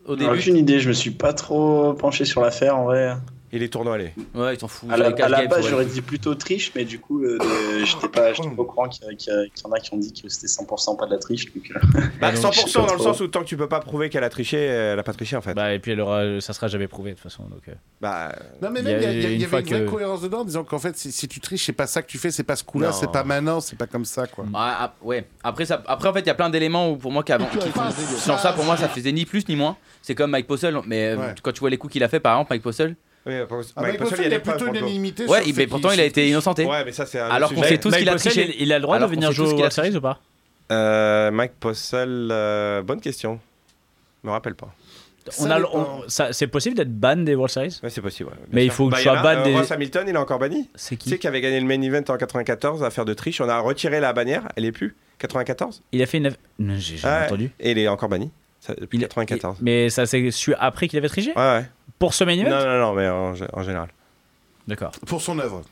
Au
J'ai
début
aucune idée, je me suis pas trop penché sur l'affaire en vrai.
Et les tournois, allez.
Ouais, ils s'en foutent.
À la,
les cash
à la
games,
base,
ouais.
j'aurais dit plutôt triche, mais du coup, euh, de- j'étais pas, j'étais pas au courant qu'il y, a- qu'il y a- qu'il y en a qui ont dit que c'était 100% pas de la triche. Donc, euh,
Bah,
Ah
donc,
100%
je
dans
sais
le
pas.
sens où tant que tu peux pas prouver qu'elle a triché, elle a pas triché en fait. Bah,
Bah, et puis elle aura, ça sera jamais prouvé de toute façon. Donc, euh.
euh,
Non, mais
Il
même,
y
il y,
a-
a- il y a- il y
une fois
avait une vraie
que-
cohérence dedans en disant qu'en fait, si, si tu triches, c'est pas ça que tu fais, c'est pas ce coup-là,
Non.
c'est pas maintenant, c'est pas comme ça quoi.
Ouais, ah, ouais. Après, ça, après, en fait, il y a plein d'éléments où, pour moi, qu'avant, qui font- sans ça, pour moi, ça faisait ni plus ni moins. C'est comme Mike Postle, mais euh,
Ouais.
quand tu vois les coups qu'il a fait, par exemple, Mike Postle,
oui, pour-
Ah, Mike
Mike Postle,
Postle, il y a
des preuves
plutôt
pour
une
le coup.
unanimité.
ouais,
sur
il-
le
mais
fait
pourtant,
qu'il-
il a été innocenté.
Ouais, mais ça, c'est un
Alors
autre
qu'on
sujet.
sait tout ce qu'il a
Mike Postel,
triché.
Il, il a le droit
Alors
de
qu'on
venir
sait
jouer
tous
au
qu'il a
World Series ou pas
Euh, Mike Postle, euh, bonne question. Je me rappelle pas.
Ça
On a,
dépend.
on- ça- c'est possible d'être ban des World Series
Mais c'est possible. ouais, bien
Mais il
sûr.
faut que
Bah,
je
y en
sois
a,
ban
euh,
des-
Ross Hamilton, il est encore banni.
C'est qui
Tu sais qu'il avait gagné le main event en 94 à faire de triche. On a retiré la bannière, elle est plus. 94
Il a fait une. Non, J'ai jamais
Ouais.
entendu.
Et il est encore banni. Ça, depuis
Il-
94.
il- mais ça s'est su après qu'il avait triché
Ouais, ouais.
Pour ce main event
Non, non, non, mais en, gé- en général.
D'accord.
Pour son œuvre.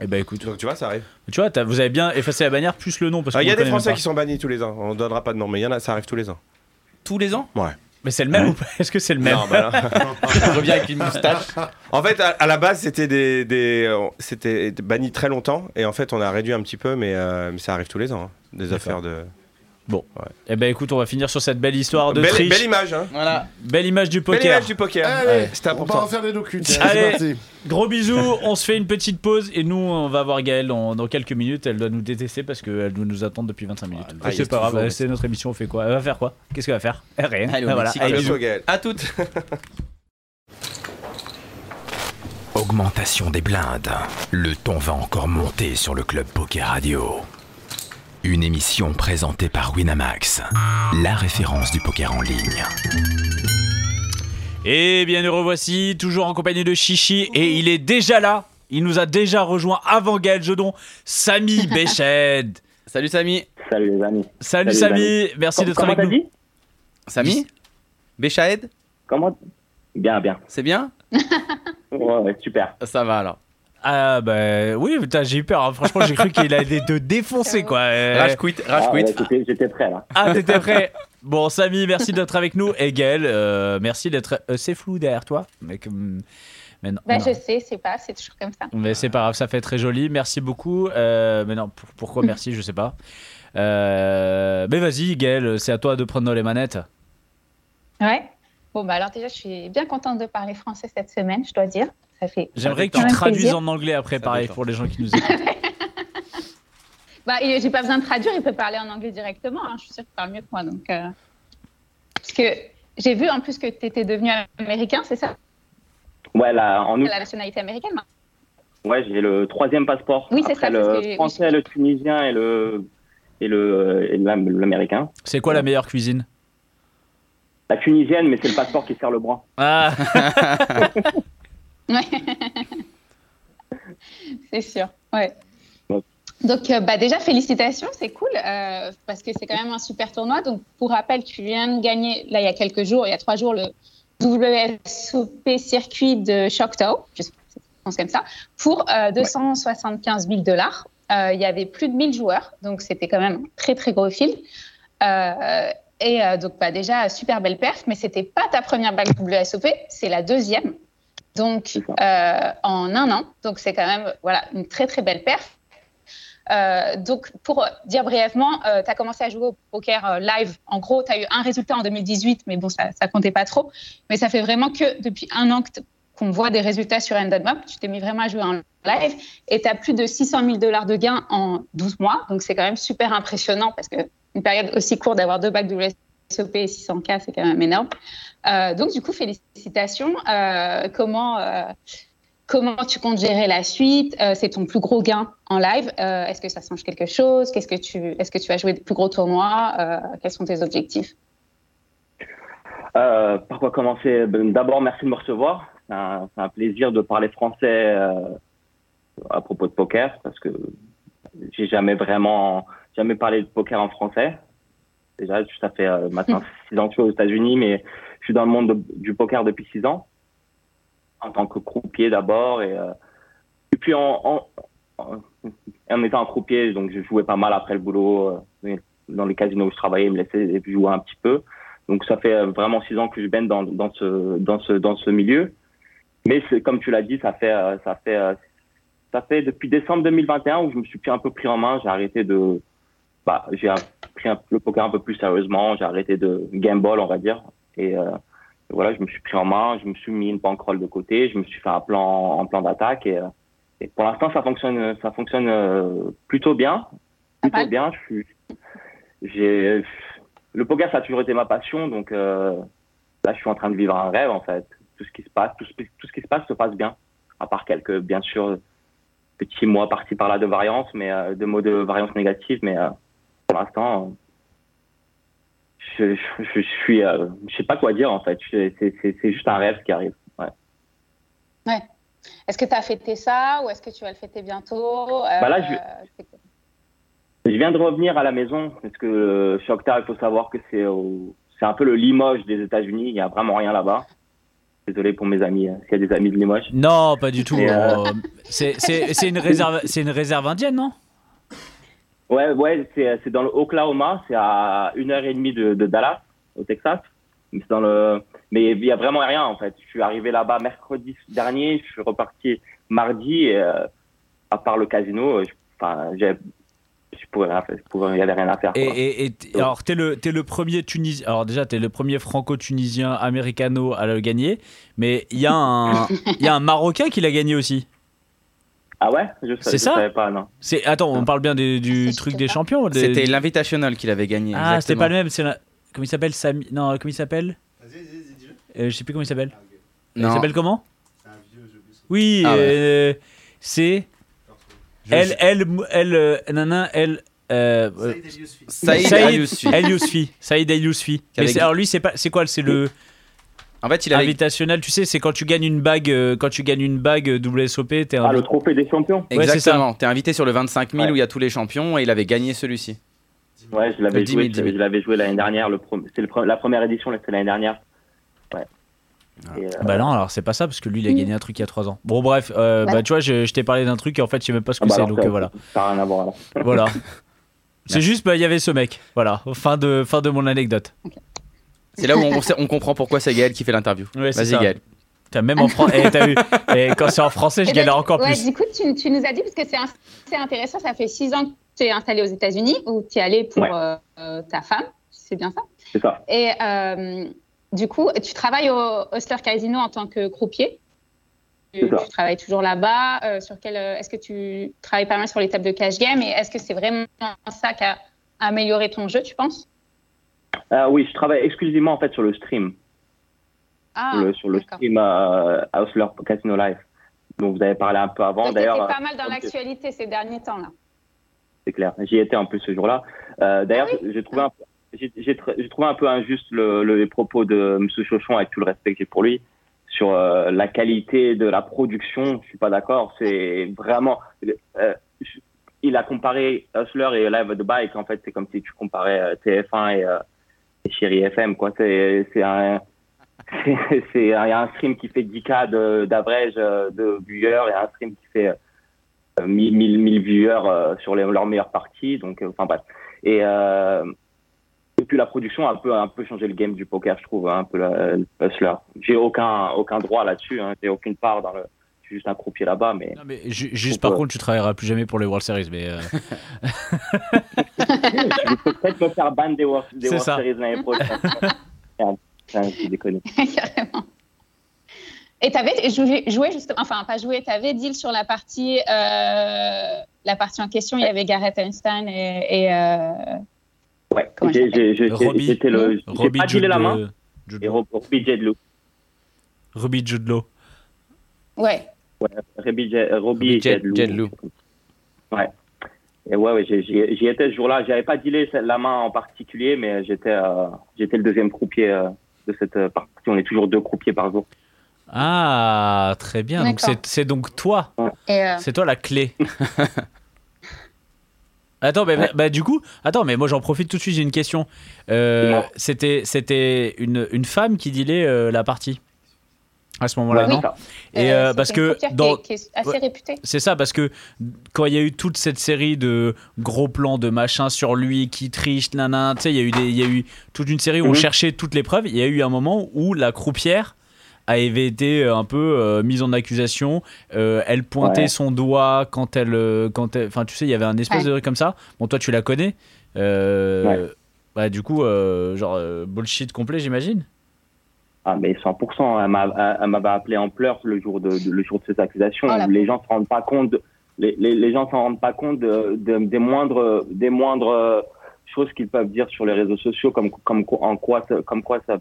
Et bah écoute.
Donc tu vois, ça arrive.
Tu vois, t'as- vous avez bien effacé la bannière plus le nom. parce
Euh, Il
qu'on
y a
le
des
connaît même
Français
pas.
qui sont bannis tous les ans. On donnera pas de nom, mais il y en a, ça arrive tous les ans.
tous les ans,
Mais c'est le même ou pas Est-ce que c'est le même
Non, bah non.
je reviens avec une moustache.
en fait, à, à la base, c'était des, des- euh, c'était banni très longtemps, et en fait, on a réduit un petit peu, mais, euh, mais ça arrive tous les ans. hein, des affaires de.
Bon. Eh ben écoute, on va finir sur cette belle histoire de
belle,
triche.
belle image, hein.
Voilà.
Belle image du poker.
Belle image du poker.
Allez,
C'était
on va
important.
en faire des docus. tiens,
Allez.
C'est parti.
Gros bisous, on se fait une petite pause et nous on va voir Gaëlle dans, dans quelques minutes. Elle doit nous détester parce qu'elle doit nous attendre depuis 25 minutes.
Ah,
c'est
yes,
pas grave,
toujours,
euh, c'est notre émission, on fait quoi Elle va faire quoi Qu'est-ce qu'elle va faire Eh, Rien.
Allez, au
Ah, voilà.
Mexique.
Allez,
Le
bisous.
saut, Gaël.
À toutes.
Augmentation des blindes. Le ton va encore monter sur le Club Poker Radio. Une émission présentée par Winamax, la référence du poker en ligne.
Et Eh bien nous revoici, toujours en compagnie de Chichi et il est déjà là. Il nous a déjà rejoint avant Gaël Jodon, Samy Béched.
Salut Samy.
Salut les amis.
Salut,
Salut,
Samy, merci d'être
Comment
avec
t'as
nous.
dit
Samy Béchaed
Comment Bien, bien.
C'est bien
Ouais, ouais, super.
Ça va alors.
Ah bah oui, putain, j'ai eu peur. hein. Franchement, j'ai cru qu'il allait te défoncer quoi. Euh,
Rage quit, rage
Ah,
quit.
ouais, j'étais- J'étais prêt là.
Ah, t'étais prêt Bon, Samy, merci d'être avec nous. Et Gaël, euh, merci d'être. euh, c'est flou derrière toi. Mais, comme- mais non.
Bah,
non.
je sais, c'est pas, c'est toujours comme ça.
Mais c'est pas grave, ça fait très joli. Merci beaucoup. Euh, mais non, pour- pourquoi merci Je sais pas. Euh, mais vas-y, Gaël, c'est à toi de prendre les manettes.
Ouais. Bon, bah alors déjà, je suis bien contente de parler français cette semaine, je dois dire. Ça fait.
J'aimerais que
détend.
tu
Avec
traduises
plaisir.
en anglais après,
Ça
pareil,
détend.
pour les gens qui nous écoutent.
Bah, il- j'ai pas besoin de traduire, il peut parler en anglais directement. hein, Je suis sûre qu'il parle mieux que moi. Donc, euh, Parce que j'ai vu en plus que tu étais devenu américain, c'est ça
Ouais, là, en août,
La nationalité américaine maintenant.
ouais, j'ai le troisième passeport.
Oui, c'est
Après
ça, parce que-
le
oui,
français, le tunisien et le et le et l'am- l'américain.
C'est quoi la meilleure cuisine
La tunisienne, mais c'est le passeport qui serre le bras.
Ah
Ouais. c'est sûr, ouais.
Ouais.
Donc, euh, bah, déjà, félicitations, c'est cool, euh, parce que c'est quand même un super tournoi. Donc, pour rappel, tu viens de gagner, là, il y a quelques jours, il y a trois jours, le WSOP circuit de Choctaw, je pense comme ça, pour euh, 275 000 dollars. Euh, il y avait plus de 1000 joueurs, donc c'était quand même un très, très gros field. Euh, et euh, donc, bah, déjà, super belle perf, mais c'était pas ta première bague WSOP, c'est la deuxième. Donc,
C'est
euh, en un an. Donc, c'est quand même voilà, une très, très belle perf. Euh, donc, pour dire brièvement, tu as commencé à jouer au poker euh, live. En gros, tu as eu un résultat en 2018, mais bon, ça, ça comptait pas trop. Mais ça fait vraiment que depuis un an que t- qu'on voit des résultats sur Ended Map. Tu t'es mis vraiment à jouer en live et tu as plus de 600 000 dollars de gains en 12 mois. Donc, c'est quand même super impressionnant parce que une période aussi courte d'avoir deux bacs de WSOP et 600K, c'est quand même énorme. Euh, donc, du coup, félicitations. Euh, comment, euh, comment tu comptes gérer la suite Euh, C'est ton plus gros gain en live. Euh, Est-ce que ça change quelque chose Qu'est-ce que tu Est-ce que tu vas jouer de plus gros tournois Euh, Quels sont tes objectifs
Euh, par quoi commencer Ben, D'abord, merci de me recevoir. C'est un, c'est un plaisir de parler français euh, à propos de poker parce que j'ai jamais vraiment jamais parlé de poker en français. Déjà, ça fait euh, maintenant six ans que je suis aux États-Unis, mais je suis dans le monde de- du poker depuis six ans en tant que croupier d'abord et, euh, et puis en, en, en- en étant un croupier, donc je jouais pas mal après le boulot euh, dans les casinos où je travaillais, ils me laissaient jouer un petit peu. Donc ça fait euh, vraiment six ans que je baigne dans, dans ce dans ce dans ce milieu. Mais c'est- comme tu l'as dit, ça fait euh, ça fait euh, ça fait depuis décembre 2021 où je me suis pris un peu pris en main. J'ai arrêté de bah j'ai un- pris un- le poker un peu plus sérieusement. J'ai arrêté de gamble on va dire. Et euh, voilà, je me suis pris en main. Je me suis mis une bankroll de côté. Je me suis fait un plan un plan d'attaque et, euh, et pour l'instant ça fonctionne ça fonctionne euh, plutôt bien plutôt
mal.
bien. Je suis j'ai le poker ça a toujours été ma passion donc euh, là je suis en train de vivre un rêve en fait tout ce qui se passe tout ce, tout ce qui se passe se passe bien à part quelques bien sûr petits mois partis par là de variance mais euh, de mots de variance négative mais euh, pour l'instant euh, je, je, je suis euh, je sais pas quoi dire en fait Je- c'est c'est- c'est juste un rêve qui arrive ouais.
Est-ce que tu as fêté ça ou est-ce que tu vas le fêter bientôt Euh,
Bah là, je-
c'est-
Je viens de revenir à la maison parce que euh, Choctaw, il faut savoir que c'est au- c'est un peu le Limoges des États-Unis. Il n'y a vraiment rien là-bas. Désolé pour mes amis, euh, s'il y a des amis de Limoges.
Non, pas du tout.
Et, euh,
euh, C'est c'est- c'est une, réserve- c'est une réserve indienne, non
Ouais, ouais, c'est c'est dans le Oklahoma. C'est à une heure et demie de, de Dallas, au Texas. Mais c'est dans le, mais il n'y a vraiment rien en fait. Je suis arrivé là-bas mercredi dernier. Je suis reparti mardi. Et, euh, à part le casino, euh, je- enfin, j'ai- je pouvais rien faire. je pouvais- Il y avait rien à faire.
Et,
quoi.
et- et t- alors, t'es le, t'es le premier Tunisien. Alors, déjà, t'es le premier franco-tunisien américano à le gagner. Mais il y, a un- il y a un Marocain qui l'a gagné aussi.
Ah ouais Je sais-
C'est
je
ça
savais pas, non.
C'est, attends, on parle bien des- du truc des champions. des-
C'était l'Invitational qu'il avait gagné.
Ah, c'était
exactement.
pas le même. C'est la- Comment il s'appelle Sami... Non, comment il s'appelle Euh, Je sais plus comment il s'appelle. Il
Non.
s'appelle comment Oui,
Ah ouais.
euh, c'est.
Je-
Elle, elle, elle, euh, nanana, elle. euh,
Saïd
Saïd-
Al Yousfi.
El Yousfi. Saïd El Yousfi. Mais
Avec-
c'est- Alors lui, c'est pas, c'est quoi C'est le.
En fait, il avait-
invitational. Tu sais, c'est quand tu gagnes une bague, euh, quand tu gagnes une bague WSOP, t'es un.
Ah, le trophée des champions
Ouais, c'est ça.
Exactement. T'es invité sur le 25 000 où il y a tous les champions et il avait gagné celui-ci.
Ouais, je l'avais
10
joué,
000, 10 000.
je l'avais joué l'année dernière. Le pro- c'est le pre- la première édition, c'était l'année dernière. Ouais. Et, euh, Mm.
Bah non, alors c'est pas ça parce que lui il a gagné un truc il y a 3 ans. Bon, bref, euh, bah tu vois, je, je t'ai parlé d'un truc et en fait, je sais même pas ce que
ah, bah
c'est
alors,
donc
ça-
euh, voilà.
Ça n'a rien à voir. alors.
Voilà. c'est juste, bah il y avait ce mec. Voilà, fin de, fin de mon anecdote.
C'est là où on, on comprend pourquoi c'est Gaël qui fait l'interview.
Ouais, c'est
Vas-y
ça.
Gaël.
T'as même en français. t'as vu Et quand c'est en français, je
Eh ben,
Et donc,
galère encore
eh ben, ouais,
plus.
Du coup, tu, tu nous as dit, parce que c'est un- c'est intéressant, ça fait six ans que tu es installé aux États-Unis, où tu es allé pour
Ouais.
euh, euh, ta femme, c'est bien ça.
C'est ça.
Et euh, du coup, tu travailles au Hustler Casino en tant que croupier. Tu,
C'est ça.
tu travailles toujours là-bas. euh, sur quel, euh, est-ce que tu travailles pas mal sur les tables de cash game et est-ce que c'est vraiment ça qui a amélioré ton jeu, tu penses
Ah oui, je travaille exclusivement en fait sur le stream,
Ah,
sur le, sur le
d'accord.
stream euh, Hustler Casino Live. Donc vous avez parlé un peu avant.
Donc, t'étais
D'ailleurs,
pas mal dans
euh,
l'actualité ces derniers temps-là.
C'est clair. J'y étais un peu ce jour-là. Euh, D'ailleurs, j'ai trouvé un peu- j'ai- j'ai tr- j'ai trouvé un peu injuste le- le- les propos de M. Chauchon, avec tout le respect que j'ai pour lui, sur euh, la qualité de la production. Je suis pas d'accord. C'est vraiment. euh, je- il a comparé Hustler et Live at the Bike. En fait, c'est comme si tu comparais euh, TF1 et, euh, et Chéri FM. Quoi. C'est c'est un. c'est- C'est un, il y a un stream qui fait 10K de- d'average euh, de viewers et un stream qui fait euh, 1000, 1000, 1000 viewers euh, sur les- leurs meilleures parties. Donc, euh, enfin bref. Et, euh, et puis la production a un peu, un peu changé le game du poker, je trouve, hein, un peu la- le hustler. J'ai aucun, aucun droit là-dessus, hein, j'ai aucune part dans le. Je suis juste un croupier là-bas, mais.
Non, mais ju- juste par
Pourquoi
contre, tu travailleras plus jamais pour les World Series. Mais euh,
je peux peut-être me faire ban des World, des
C'est
World
ça.
Series l'année prochaine. Merde, putain, j'ai déconné.
Carrément. Et t'avais joué, joué justement, enfin pas joué, t'avais deal sur la partie, euh, la partie en question. Il y avait Gareth Einstein et, et, euh,
Ouais,
Comment
j'ai-
il
j'ai- j'ai-
Robbie-
j'ai- j'étais le. J'ai
Robbie
pas dealé
Jude
la
de-
main.
Jude
Et
Law.
Rob- Robbie J. de Lou.
Ruby Jude Law.
ouais.
Robbie J- euh, Robbie
Robbie
J.
J-
de Lou.
J. de Lou.
Ouais. Et ouais, ouais, j'ai- j'y j'y étais ce jour-là. J'avais pas dealé celle- la main en particulier, mais j'étais euh, j'étais le deuxième croupier euh, de cette euh, partie. On est toujours deux croupiers par jour.
Ah, très bien. Donc
D'accord.
c'est- c'est donc toi.
Et, euh,
C'est toi la clé. attends, mais, bah, du coup, attends, mais moi j'en profite tout de suite. J'ai une question. Euh,
Dis-moi.
c'était c'était une, une femme qui dealait euh, la partie à ce moment-là,
Ouais,
non
c'est ça.
Et
euh,
euh, parce
c'est
que
une croupière
dans
qui, est, qui est assez
Ouais.
réputée.
c'est ça parce que quand il y a eu toute cette série de gros plans de machin sur lui qui triche, nanan, tu sais, il y a eu des, il y a eu toute une série où on
Mhm.
cherchait toutes les preuves. Il y a eu un moment où la croupière avait été euh, un peu euh, mise en accusation. Euh, elle pointait
Ouais.
son doigt quand elle, euh, quand, elle- enfin, tu sais, il y avait un espèce
Ouais.
de truc comme ça. Bon, toi, tu la connais. Euh, Bah, du coup, euh, genre euh, bullshit complet, j'imagine.
Ah, mais 100%. Elle m'a- elle m'avait appelé en pleurs le jour de, de- le jour de ces accusations.
Oh la
les gens ne se rendent pas compte. de- les, les, les gens s'en rendent pas compte de- de- des moindres des moindres euh, choses qu'ils peuvent dire sur les réseaux sociaux, comme comme quoi- en quoi ça- comme quoi ça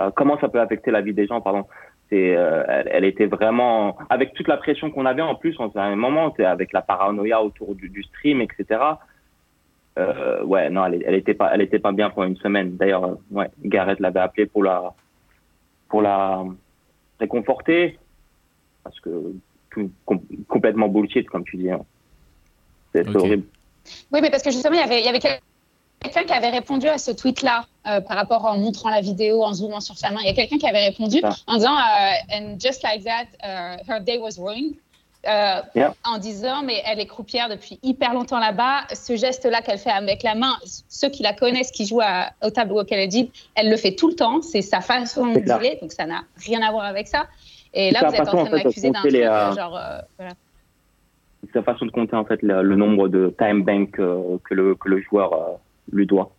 euh, comment ça peut affecter la vie des gens. Pardon. C'est euh, elle, elle était vraiment avec toute la pression qu'on avait en plus en un moment, c'est avec la paranoïa autour du, du stream, etc. Euh, ouais, non, elle, elle était pas, elle était pas bien pendant une semaine. D'ailleurs, euh, ouais, Gareth l'avait appelé pour la, pour la réconforter, parce que tout, com- complètement bullshit comme tu dis. hein. C'est
Ok.
horrible.
Oui, mais parce que justement, il y avait, il y avait quel- quelqu'un qui avait répondu à ce tweet-là euh, par rapport en montrant la vidéo, en zoomant sur sa main. Il y a quelqu'un qui avait répondu
Ah.
en disant euh, And just like that, euh, her day was ruined. Euh,
Yeah.
En disant, mais elle est croupière depuis hyper longtemps là-bas. Ce geste-là qu'elle fait avec la main, ceux qui la connaissent, qui jouent à, au tableau auquel elle dit, elle le fait tout le temps. C'est sa façon de
C'est clair.
dealer, donc ça n'a rien à voir avec ça. Et
C'est
là,
sa
vous êtes en
façon,
train
en
de
fait, de
m'accuser d'un
tromper
truc,
les,
euh,
euh,
genre. euh, voilà.
sa façon de compter en fait le, le nombre de time bank euh, que, le, que le joueur euh, lui doit.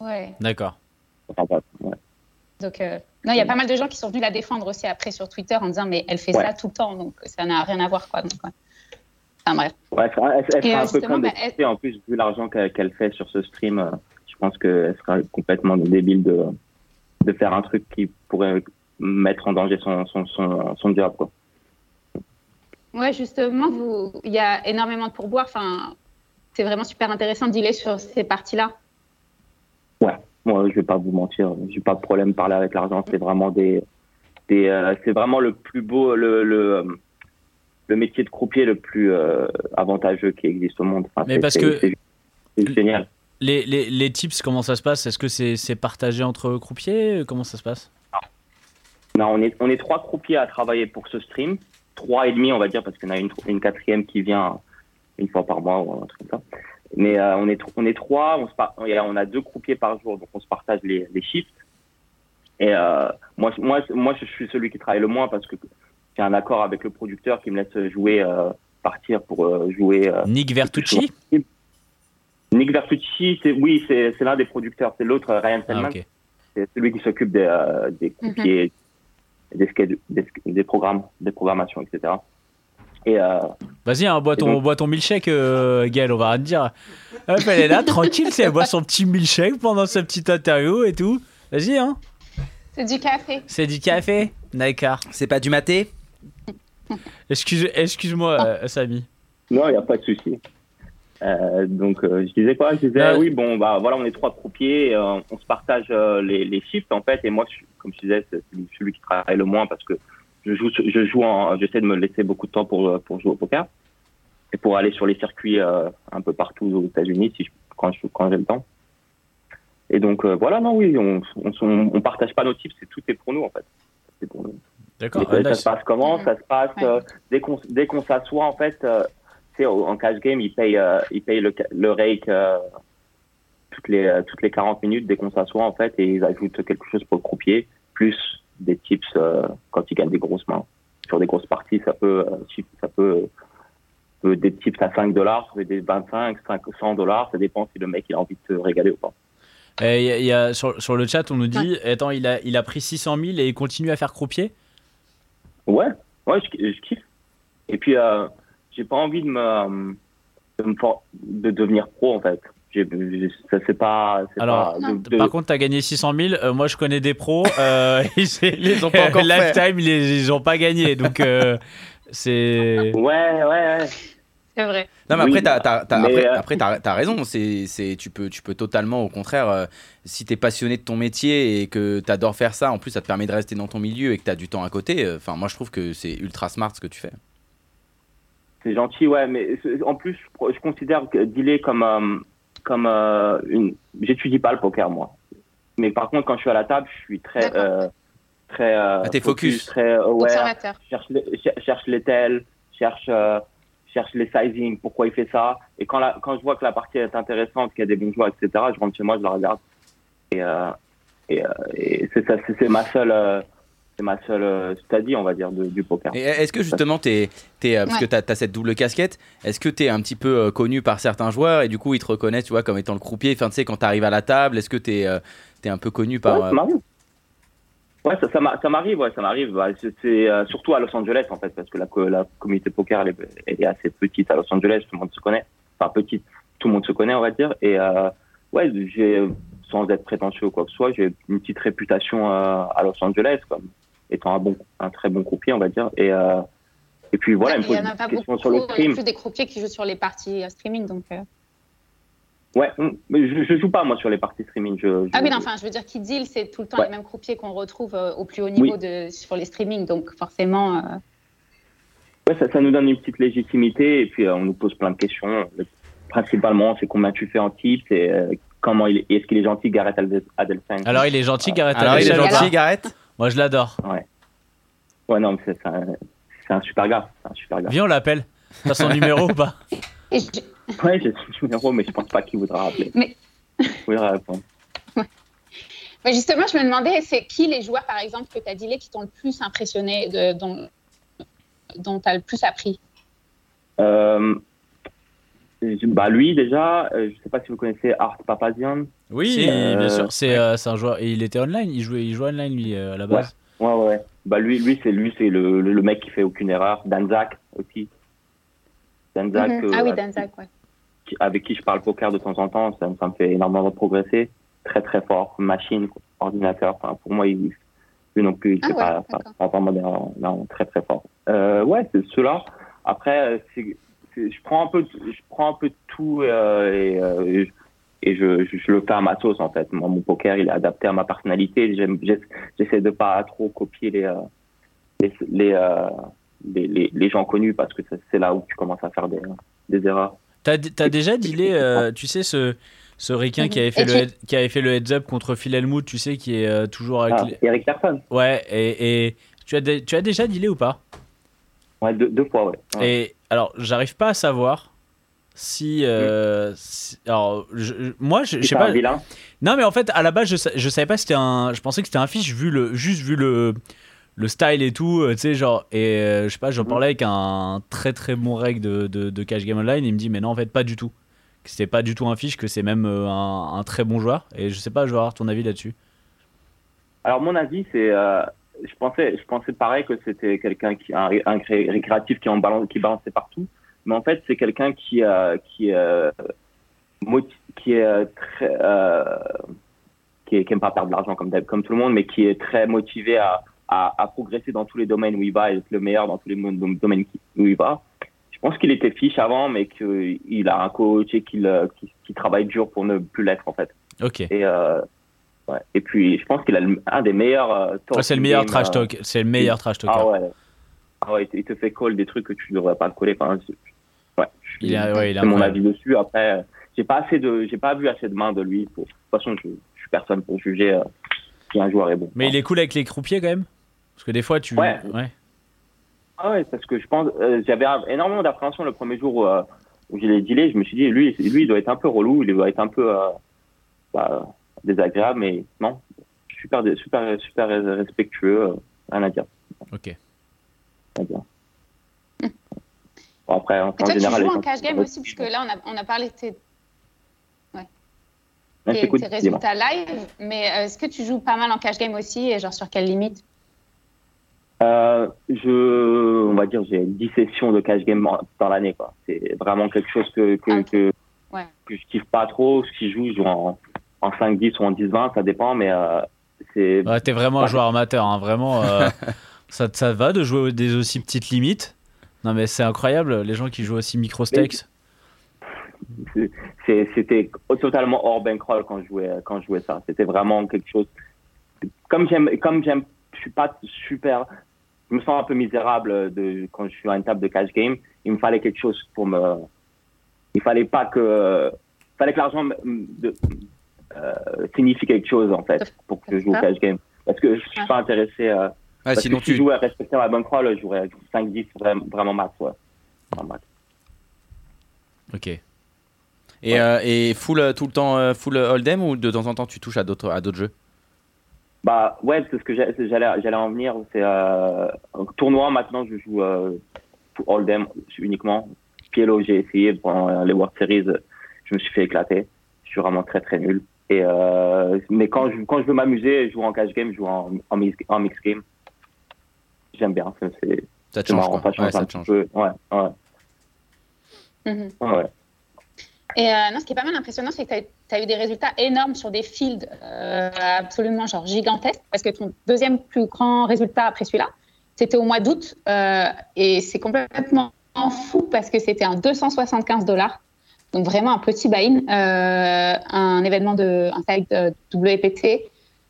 Ouais.
D'accord.
Enfin, bref, ouais.
Donc, euh, non, il y a pas mal de gens qui sont venus la défendre aussi après sur Twitter en disant mais elle fait
Mm. Ouais.
ça tout le temps, donc ça n'a rien à voir quoi. Donc, ouais. Enfin Ah, bref.
Ouais, elle sera, elle- elle
Et, euh,
sera un peu
justement,
con de
bah, elle-
quitter. En plus, vu l'argent qu'elle qu'elle fait sur ce stream, euh, je pense qu'elle sera complètement débile de, de faire un truc qui pourrait mettre en danger son, son, son, son job. Quoi.
Ouais, justement, vous, il y a énormément de pourboires. Enfin, c'est vraiment super intéressant d'y aller sur ces parties-là.
Ouais, moi je vais pas vous mentir, j'ai pas de problème de parler avec l'argent. C'est vraiment des, des euh, c'est vraiment le plus beau, le, le, euh, le métier de croupier le plus euh, avantageux qui existe au monde. Enfin,
Mais
c'est-
parce
c'est-
que-
c'est- c'est génial.
Les, les, les tips, comment ça se passe Est-ce que c'est c'est partagé entre croupiers Comment ça se passe
Non, on est, on est trois croupiers à travailler pour ce stream. Trois et demi, on va dire, parce qu'on a une, une quatrième qui vient une fois par mois ou un truc comme ça. Mais euh, on, est, tro- on est trois, on, se par- et on a deux croupiers par jour, donc on se partage les, les shifts. Et euh, moi, je- moi, je- moi, je suis celui qui travaille le moins parce que j'ai un accord avec le producteur qui me laisse jouer, euh, partir pour euh, jouer. euh,
Nick Vertucci
Nick Vertucci, c'est- oui, c'est c'est l'un des producteurs, c'est l'autre, euh, Ryan Selman.
Ah, ok.
C'est celui qui s'occupe des, euh, des croupiers, des, schedu- des, sch- des programmes, des programmations, etc. Et euh,
Vas-y, hein, bois,
Et
ton,
donc-
bois ton milkshake, euh, Gaël, on va rien te dire. Hop, elle est là, tranquille, c'est- elle boit son petit milkshake pendant sa petite interview et tout. Vas-y, hein.
C'est du café.
C'est du café D'accord.
C'est pas du maté
Excuse- Excuse-moi,
Ah.
euh, Samy.
non, il n'y a pas de souci. Euh, donc, euh, je disais quoi Je disais,
Euh,
oui, bon, bah voilà, on est trois croupiers, euh, on se partage euh, les, les shifts, en fait. Et moi, je suis- comme je disais, c'est celui- celui qui travaille le moins parce que je joue, je joue en, j'essaie de me laisser beaucoup de temps pour, euh, pour jouer au poker et pour aller sur les circuits euh, un peu partout aux États-Unis si je, quand je, quand j'ai le temps. Et donc euh, voilà, non, oui, on, on, on, on partage pas nos tips, c'est tout est pour nous en fait. C'est pour nous.
D'accord,
Et
ah,
ça, ça
nice.
se passe comment
Mhm.
Ça se passe
Ouais.
euh, dès qu'on dès qu'on s'assoit en fait, euh, tu sais, au- en cash game, ils payent euh, ils payent le, ca- le rake euh, toutes les euh, toutes les 40 minutes dès qu'on s'assoit en fait et ils ajoutent quelque chose pour le croupier plus des tips euh, quand ils gagnent des grosses mains sur des grosses parties, ça peut euh, chi- ça peut, euh, peut des tips à 5 dollars, des 25, 5, 100 dollars, ça dépend si le mec il a envie de se régaler ou pas.
Et eh, y a- y a- sur, sur le chat, on nous dit Attends, il a, il a pris 600 000 et il continue à faire croupier
Ouais, ouais, je, je kiffe. Et puis, euh, j'ai pas envie de me, de me for- de devenir pro en fait. J'ai- j'ai- Ça c'est pas, c'est
Alors,
pas-
non,
de- de-
Par contre, t'as gagné 600 000. euh, moi, je connais des pros. euh, ils,
Ils ont pas encore fait.
Lifetime, ils, ils ont pas gagné. Donc, euh, c'est.
ouais, ouais, ouais.
C'est vrai.
Non, mais
Oui,
après, t'as, t'as- t'as-
mais,
après,
euh,
après, t'as- t'as raison. C'est, c'est, tu, peux, tu peux totalement, au contraire, euh, si t'es passionné de ton métier et que t'adores faire ça, en plus, ça te permet de rester dans ton milieu et que t'as du temps à côté. euh, Enfin, moi, je trouve que c'est ultra smart ce que tu fais.
C'est gentil, ouais, mais c'est- en plus, je pro- je considère que dealer comme, euh, comme euh, une. J'étudie pas le poker, moi. Mais par contre, quand je suis à la table, je suis très.
D'accord.
euh, très euh,
Ah, t'es focus.
Très euh, aware.
Observateur.
cherche les, cher- cherche les tels, cherche, euh, cherche les sizing, pourquoi il fait ça. Et quand, la, quand je vois que la partie est intéressante, qu'il y a des bons joueurs, etc., je rentre chez moi, je la regarde. Et, euh, et, euh, et c'est ça, c'est c'est ma seule, euh, c'est ma seule euh, study, on va dire, de- du poker.
Et est-ce que justement, t'es, t'es, euh, parce
Ouais.
que t'as, t'as cette double casquette, est-ce que t'es un petit peu euh, connu par certains joueurs et du coup, ils te reconnaissent, tu vois, comme étant le croupier Enfin, tu sais, quand t'arrives à la table, est-ce que t'es, euh, t'es un peu connu par.
ouais,
euh,
ça m'arrive. Ouais, ça, ça m'a- ça m'arrive, ouais, ça m'arrive. Bah, c'est- c'est, euh, surtout à Los Angeles, en fait, parce que la, co- la communauté poker, elle est, elle est assez petite à Los Angeles, tout le monde se connaît. Enfin, petite, tout le monde se connaît, on va dire. Et euh, ouais, j'ai, sans être prétentieux ou quoi que ce soit, j'ai une petite réputation euh, à Los Angeles, comme étant un, bon, un très bon croupier, on va dire. Et, euh, et puis voilà,
Ouais,
il me pose
Ah, y en a
des
pas
questions
beaucoup.
sur le
Il y a
crime.
plus des croupiers qui jouent sur les parties euh, streaming, donc. euh.
Ouais, mais je, je joue pas, moi, sur les parties streaming. Je, je-
Ah oui, non, enfin, je veux dire qui deal, c'est tout le temps
Ouais.
les mêmes croupiers qu'on retrouve euh, au plus haut niveau de, sur les streamings, donc forcément. euh,
Ouais, ça, ça nous donne une petite légitimité et puis euh, on nous pose plein de questions. Le- Principalement, c'est combien tu fais en type et euh, comment il est-ce qu'il est gentil Gareth Adel- Adelstein
Alors, il est gentil, Gareth.
Alors, il est
Alexandre.
Alors-
gentil, Gareth
Ah, Moi, je l'adore.
Ouais, non, mais c'est c'est un, c'est un super gars, c'est un super gars.
Viens, on l'appelle. T'as son numéro ou pas
et je-
Ouais, j'ai son numéro, mais je pense pas qu'il voudra rappeler.
Mais-
Il voudra répondre.
Mais justement, je me demandais, c'est qui les joueurs, par exemple, que tu as dealé qui t'ont le plus impressionné, de, dont, dont tu as le plus appris
Euh, Bah lui déjà, euh, je sais pas si vous connaissez Art Papazian.
Oui,
Euh,
bien sûr. C'est euh, c'est un joueur. Et il était online. Il jouait, il jouait online lui euh, à la base.
Ouais ouais. Bah lui lui c'est lui c'est le, le, le mec qui fait aucune erreur. Danzak aussi. Danzak.
Mhm.
euh,
Ah oui,
avec-
Danzak, ouais.
qui- avec qui je parle poker de temps en temps, ça, ça me fait énormément progresser. Très très fort, machine, quoi, ordinateur. Enfin, pour moi, il, lui non plus, il
Ah
fait
ouais,
pas, pas,
d'accord.
pas vraiment des- non, très très fort. Euh, ouais, c'est cela. Après, euh, c'est- c'est- je prends un peu, de- je prends un peu de tout euh, et, euh, et je- et je, je, je le fais à ma sauce en fait. Moi, mon poker, il est adapté à ma personnalité. J'aime- j'ess- J'essaie de pas trop copier les euh, les les, euh, les, les- les gens connus parce que c'est- c'est là où tu commences à faire des, des erreurs.
T'as t'as déjà dealé, euh, tu sais, ce, ce requin qui, avait fait
Et
le
tu-
head- qui avait fait le heads up contre Phil Elmout, tu sais, qui est euh, toujours avec.
Ah, Eric Larson.
Ouais, et, et tu, as dé- tu as déjà dealé ou pas
Ouais, deux, deux fois, ouais. Ouais.
Et alors, j'arrive pas à savoir si. euh, si- alors, je- je- moi, je, je
Mm. Si
sais
t'as
pas.
un vilain.
Non, mais en fait, à la base, je, sa- je savais pas si c'était un. Je pensais que c'était un fiche, vu le, juste vu le, le style et tout, euh, tu sais, genre. Et euh, je sais pas, j'en
Mm.
parlais avec un très très bon règle de, de, de Cash Game Online, il me dit, mais non, en fait, pas du tout. Que c'était pas du tout un fiche, que c'est même euh, un, un très bon joueur. Et je sais pas, je vais avoir ton avis là-dessus.
Alors mon avis, c'est, euh, je pensais, je pensais pareil que c'était quelqu'un qui, un, ré- un cré- récréatif qui en balance, qui balançait partout, mais en fait c'est quelqu'un qui, euh, qui, euh, moti- qui est euh, très, euh, qui, est- qui aime pas perdre de l'argent comme d'hab- comme tout le monde, mais qui est très motivé à, à, à progresser dans tous les domaines où il va et être le meilleur dans tous les mo- domaines qui- où il va. Je pense qu'il était fiche avant, mais qu'il a un coach et qu'il euh, qu'il- qu'il travaille dur pour ne plus l'être en fait.
Ok.
Et, euh, ouais. et puis, je pense qu'il a le- un des meilleurs. euh,
Ah, c'est le
talking
meilleur
game,
trash
euh,
talk. C'est le meilleur trash talker.
Ah ouais. Ah ouais, il te- il te fait call des trucs que tu devrais pas coller. Enfin, je- ouais, je-
Il a- ouais, il a
c'est mon
incroyable.
avis dessus. Après, euh, j'ai pas assez de, j'ai pas vu assez de mains de lui. Pour, de toute façon, je, je suis personne pour juger euh, si un joueur est bon.
Mais il est cool avec les croupiers quand même Parce que des fois, tu.
Ouais.
ouais.
Ah ouais, parce que je pense, euh, j'avais un- énormément d'appréhension le premier jour où, euh, où je l'ai dealé. Je me suis dit, lui, lui, il doit être un peu relou, il doit être un peu euh, bah, désagréable, mais non, super, super, super respectueux, euh, rien à dire.
Ok.
Rien à dire. Bon, après, en,
Et
en
toi, tu
général, les
joues en
gens-
cash game aussi, puisque là, on a, on a parlé de tes,
Ouais,
tes-
t'écoutes,
tes
dis-moi.
résultats live, mais euh, est-ce que tu joues pas mal en cash game aussi et genre sur quelle limite
Euh, je, on va dire, j'ai 10 sessions de cash game en- dans l'année. quoi. C'est vraiment quelque chose que, que,
Ah,
que,
Ouais.
que je kiffe pas trop. Si je joue, je joue en, en 5-10 ou en 10-20, ça dépend, mais euh, c'est.
Ouais, t'es vraiment un
Ouais.
joueur amateur, hein, vraiment. euh, ça, te- ça te va de jouer des aussi petites limites Non, mais c'est incroyable, les gens qui jouent aussi micro stakes.
c'est- c'était totalement hors bankroll quand je jouais quand je jouais ça. C'était vraiment quelque chose. Comme j'aime, comme j'aime, je suis pas super. Je me sens un peu misérable de quand je suis à une table de cash game. Il me fallait quelque chose pour me. Il fallait pas que. Il fallait que l'argent me- me- de- euh, signifie quelque chose en fait pour que je joue au cash game. Parce que je suis pas intéressé. euh, parce
Ah, sinon
que si
tu-
je jouais à respecter ma bankroll, je jouerais 5-10 vraiment, vraiment max. Ouais. Vraiment max.
Ok. Et,
euh, et full euh, tout le temps euh, full euh, hold'em ou de temps en temps tu touches à d'autres à d'autres jeux
Bah ouais, parce que ce que j'ai- j'allais j'allais en venir, c'est euh, en tournoi maintenant je joue euh, pour Hold'em uniquement. Pielo j'ai essayé pendant euh, les World Series, euh, je me suis fait éclater. Je suis vraiment très très nul. Et euh, mais quand je quand je veux m'amuser, je joue en cash game, je joue en, en, mix, en mix game. J'aime bien, c'est- c'est
Ça te
c'est
change,
marrant,
quoi.
ça change
Ouais, ça
un
te
petit peu. Ouais, ouais,
Mhm.
ouais, ouais.
Et euh, non, ce qui est pas mal impressionnant, c'est que tu as, eu des résultats énormes sur des fields euh, absolument genre gigantesques, parce que ton deuxième plus grand résultat après celui-là, c'était au mois d'août, euh, et c'est complètement fou parce que c'était en 275 dollars. Donc vraiment un petit buy-in, euh, un événement de un site de WPT,